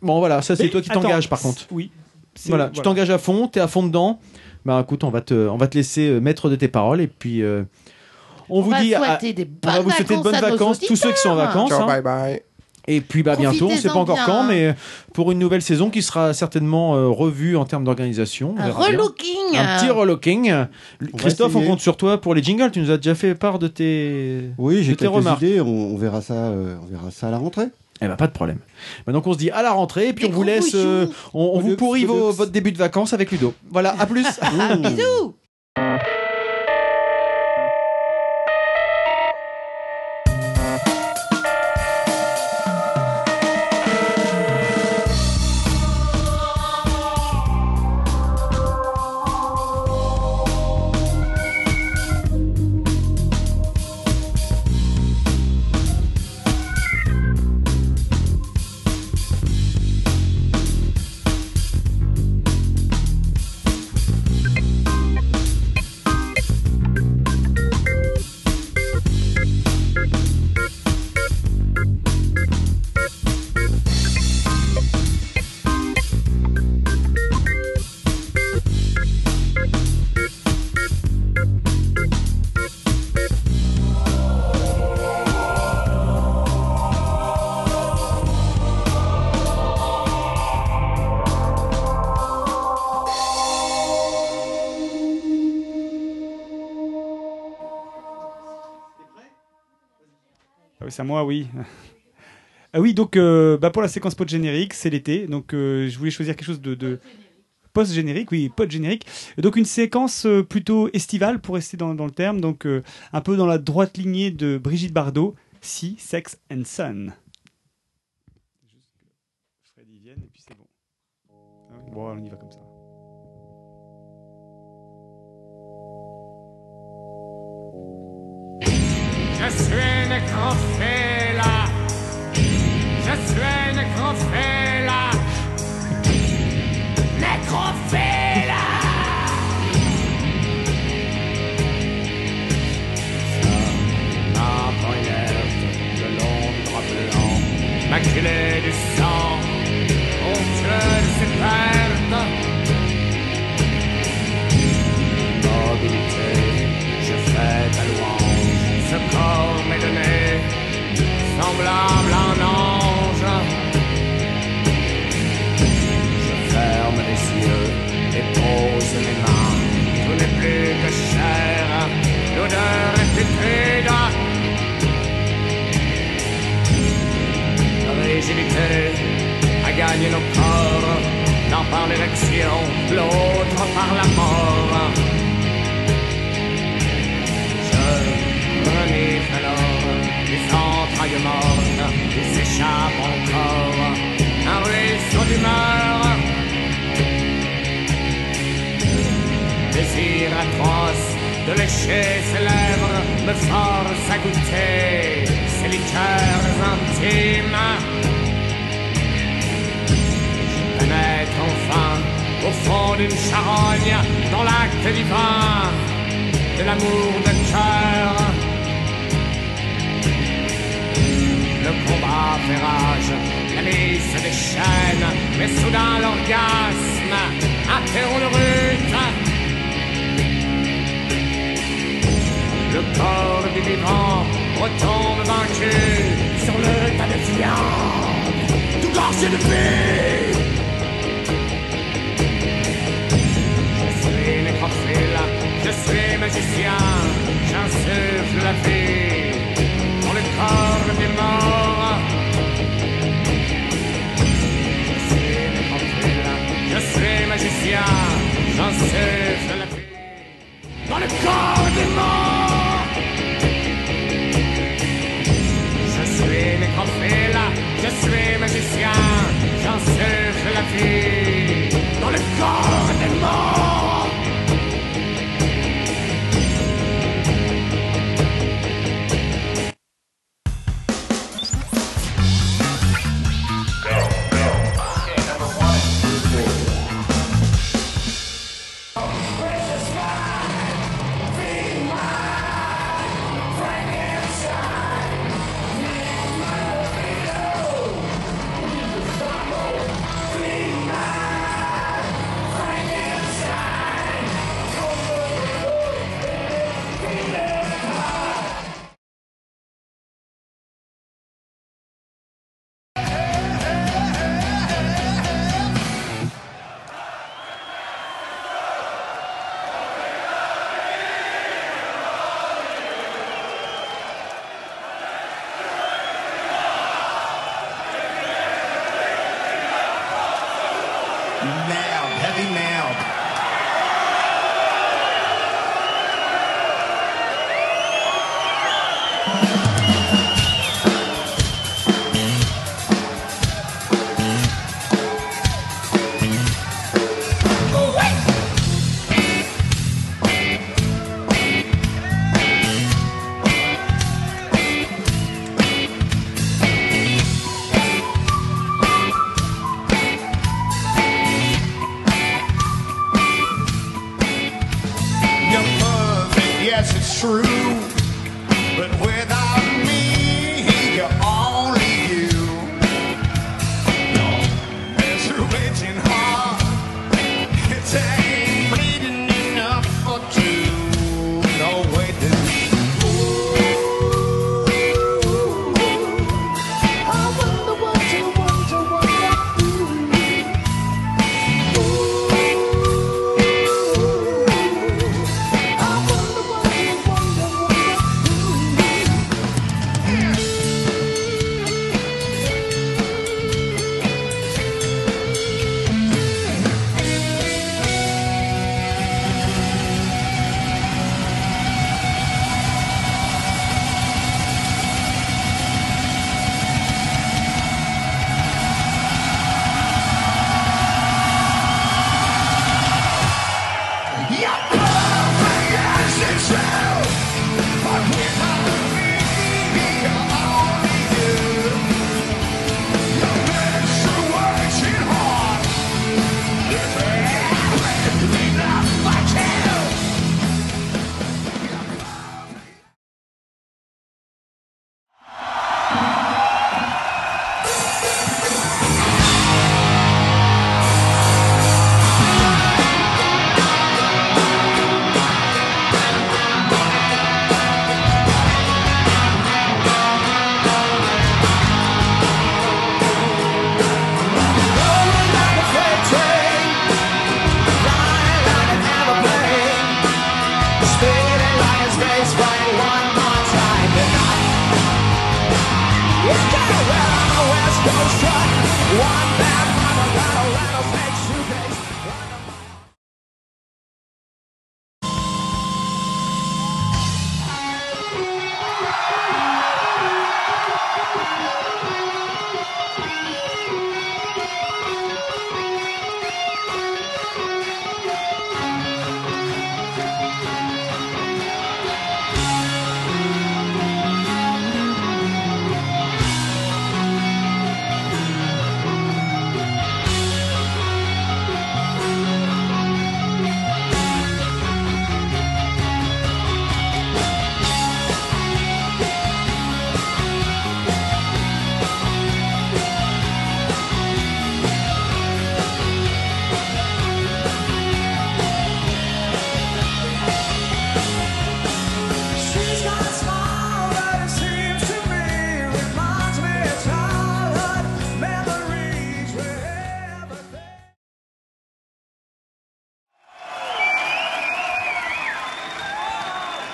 [SPEAKER 4] Bon, voilà, ça c'est
[SPEAKER 5] Mais
[SPEAKER 4] toi qui
[SPEAKER 5] attends,
[SPEAKER 4] t'engages par contre.
[SPEAKER 5] Oui. C'est-
[SPEAKER 4] Voilà, tu t'engages à fond, t'es à fond dedans. Bah écoute, on va te, on va te laisser euh, maître de tes paroles. Et puis, euh, on, vous
[SPEAKER 3] va
[SPEAKER 4] dit. à-
[SPEAKER 3] souhaiter des
[SPEAKER 4] on va vous
[SPEAKER 3] bonnes
[SPEAKER 4] souhaiter de bonnes
[SPEAKER 3] vacances à nos
[SPEAKER 4] vacances, tous ceux qui sont en
[SPEAKER 3] auditeurs.
[SPEAKER 4] vacances.
[SPEAKER 3] Ciao,
[SPEAKER 4] hein.
[SPEAKER 3] bye
[SPEAKER 4] Et puis bah, bientôt, on sait pas
[SPEAKER 3] Profitez-en
[SPEAKER 4] encore
[SPEAKER 3] bien,
[SPEAKER 4] quand,
[SPEAKER 3] hein.
[SPEAKER 4] mais euh, pour une nouvelle saison qui sera certainement euh, revue en termes d'organisation. on
[SPEAKER 3] Un
[SPEAKER 4] verra bien.
[SPEAKER 3] relooking.
[SPEAKER 4] Un petit relooking. Christophe, on
[SPEAKER 6] essayer.
[SPEAKER 4] compte sur toi pour les jingles. Tu nous as déjà fait part de tes,
[SPEAKER 6] Oui,
[SPEAKER 4] de
[SPEAKER 6] j'ai
[SPEAKER 4] tes
[SPEAKER 6] quelques
[SPEAKER 4] remarques.
[SPEAKER 6] idées. On, on verra ça, euh, on verra ça à la rentrée.
[SPEAKER 4] Eh ben, pas de problème. Bah, donc on se dit à la rentrée, et puis on vous laisse, euh, on, on vous pourrit vos- votre début de vacances avec Ludo. Voilà, à plus.
[SPEAKER 6] Mmh.
[SPEAKER 3] Bisous.
[SPEAKER 5] Ah oui, c'est à moi, oui. Ah oui, donc euh, bah, pour la séquence post générique, c'est l'été, donc euh, je voulais choisir quelque chose de, de post générique, oui, post générique. Donc une séquence euh, plutôt estivale pour rester dans, dans le terme, donc euh, un peu dans la droite lignée de Brigitte Bardot, Sea, Sex and Sun. Freddy vienne et puis c'est bon. Ah oui, Bon, on y va comme ça.
[SPEAKER 9] Je suis nécrophile. Je suis nécrophile. Nécrophile. Ma brûleur le long du drap blanc, maculé du sang, au feu de ses pertes. Mobilité, je fais ta louange, ce corps m'est donné.
[SPEAKER 12] désir atroce de lécher ses lèvres me force à goûter ses liqueurs intimes. Je pénètre enfin au fond d'une charogne dans l'acte divin de l'amour de cœur. Le combat fait rage, la vie se déchaîne, mais soudain l'orgasme interrompt le rut. Le corps du vivant retombe vaincu sur le tas de viande, tout gorgé de paix. Je suis nécrophile, je suis magicien, j'insuffle la vie dans le corps des morts. Je suis nécrophile, je suis magicien, j'insuffle la vie dans le corps des morts. Je suis nécrophile, je suis magicien, j'insuffle la vie dans le corps des morts.
[SPEAKER 9] Merde, heavy merde. You're perfect, yes, it's true. But without me, you're only you. Your misery raging hard. It ain't bleeding enough for two. No way to I wonder, wonder, wonder, wonder.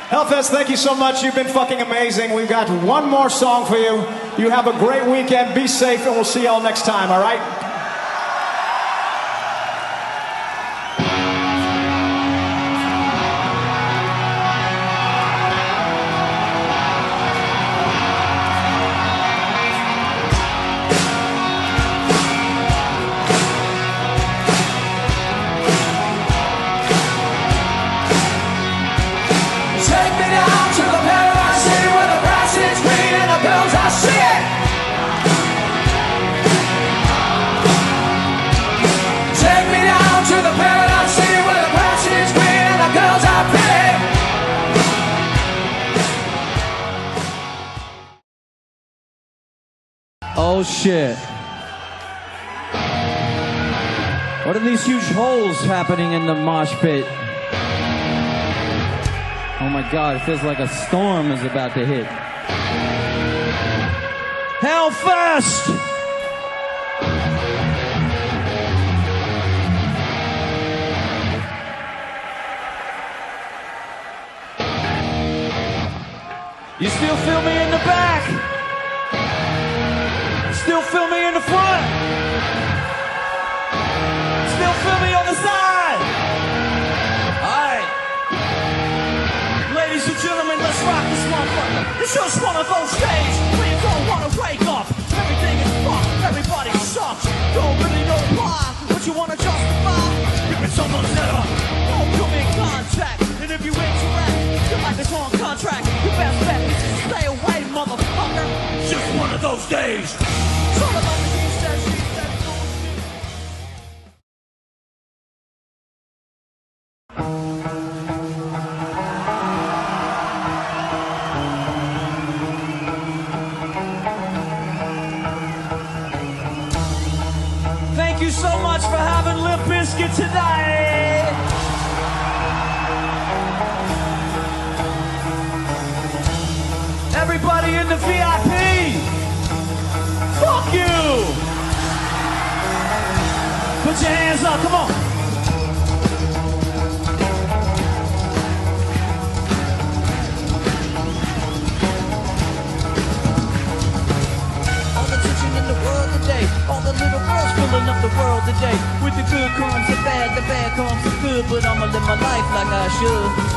[SPEAKER 13] Hellfest, thank you so much. You've been fucking amazing. We've got one more song for you. You have a great weekend. Be safe, and we'll see y'all next time, all right?
[SPEAKER 14] Take me down to the paradise city where the grass is green and the bills are shit. Take me down to the paradise city where the grass is green and the girls are pretty.
[SPEAKER 15] Oh shit. What are these huge holes happening in the mosh pit? Oh my god, it feels like a storm is about to hit. Hellfest!
[SPEAKER 9] You still feel me in the back. Still feel me in the front. Still feel me on the side. Alright. Ladies and gentlemen, let's rock this motherfucker. It's just one of those days where you don't wanna wake up. Everything is fucked, everybody sucks. Don't really know why, but you wanna justify. You've been someone's letter. Don't come in contact, and if you interact, your life is on contract. Your best bet is to stay away, motherfucker. It's just one of those days. Some of us these days, these days. Thank you so much for having Lip Biscuit today. Everybody in the VIP, fuck you. Put your hands up, come on. All the teaching in the world today, all the little girls filling up the world today. With the good comes the bad, the bad comes the good, but I'ma live my life like I should.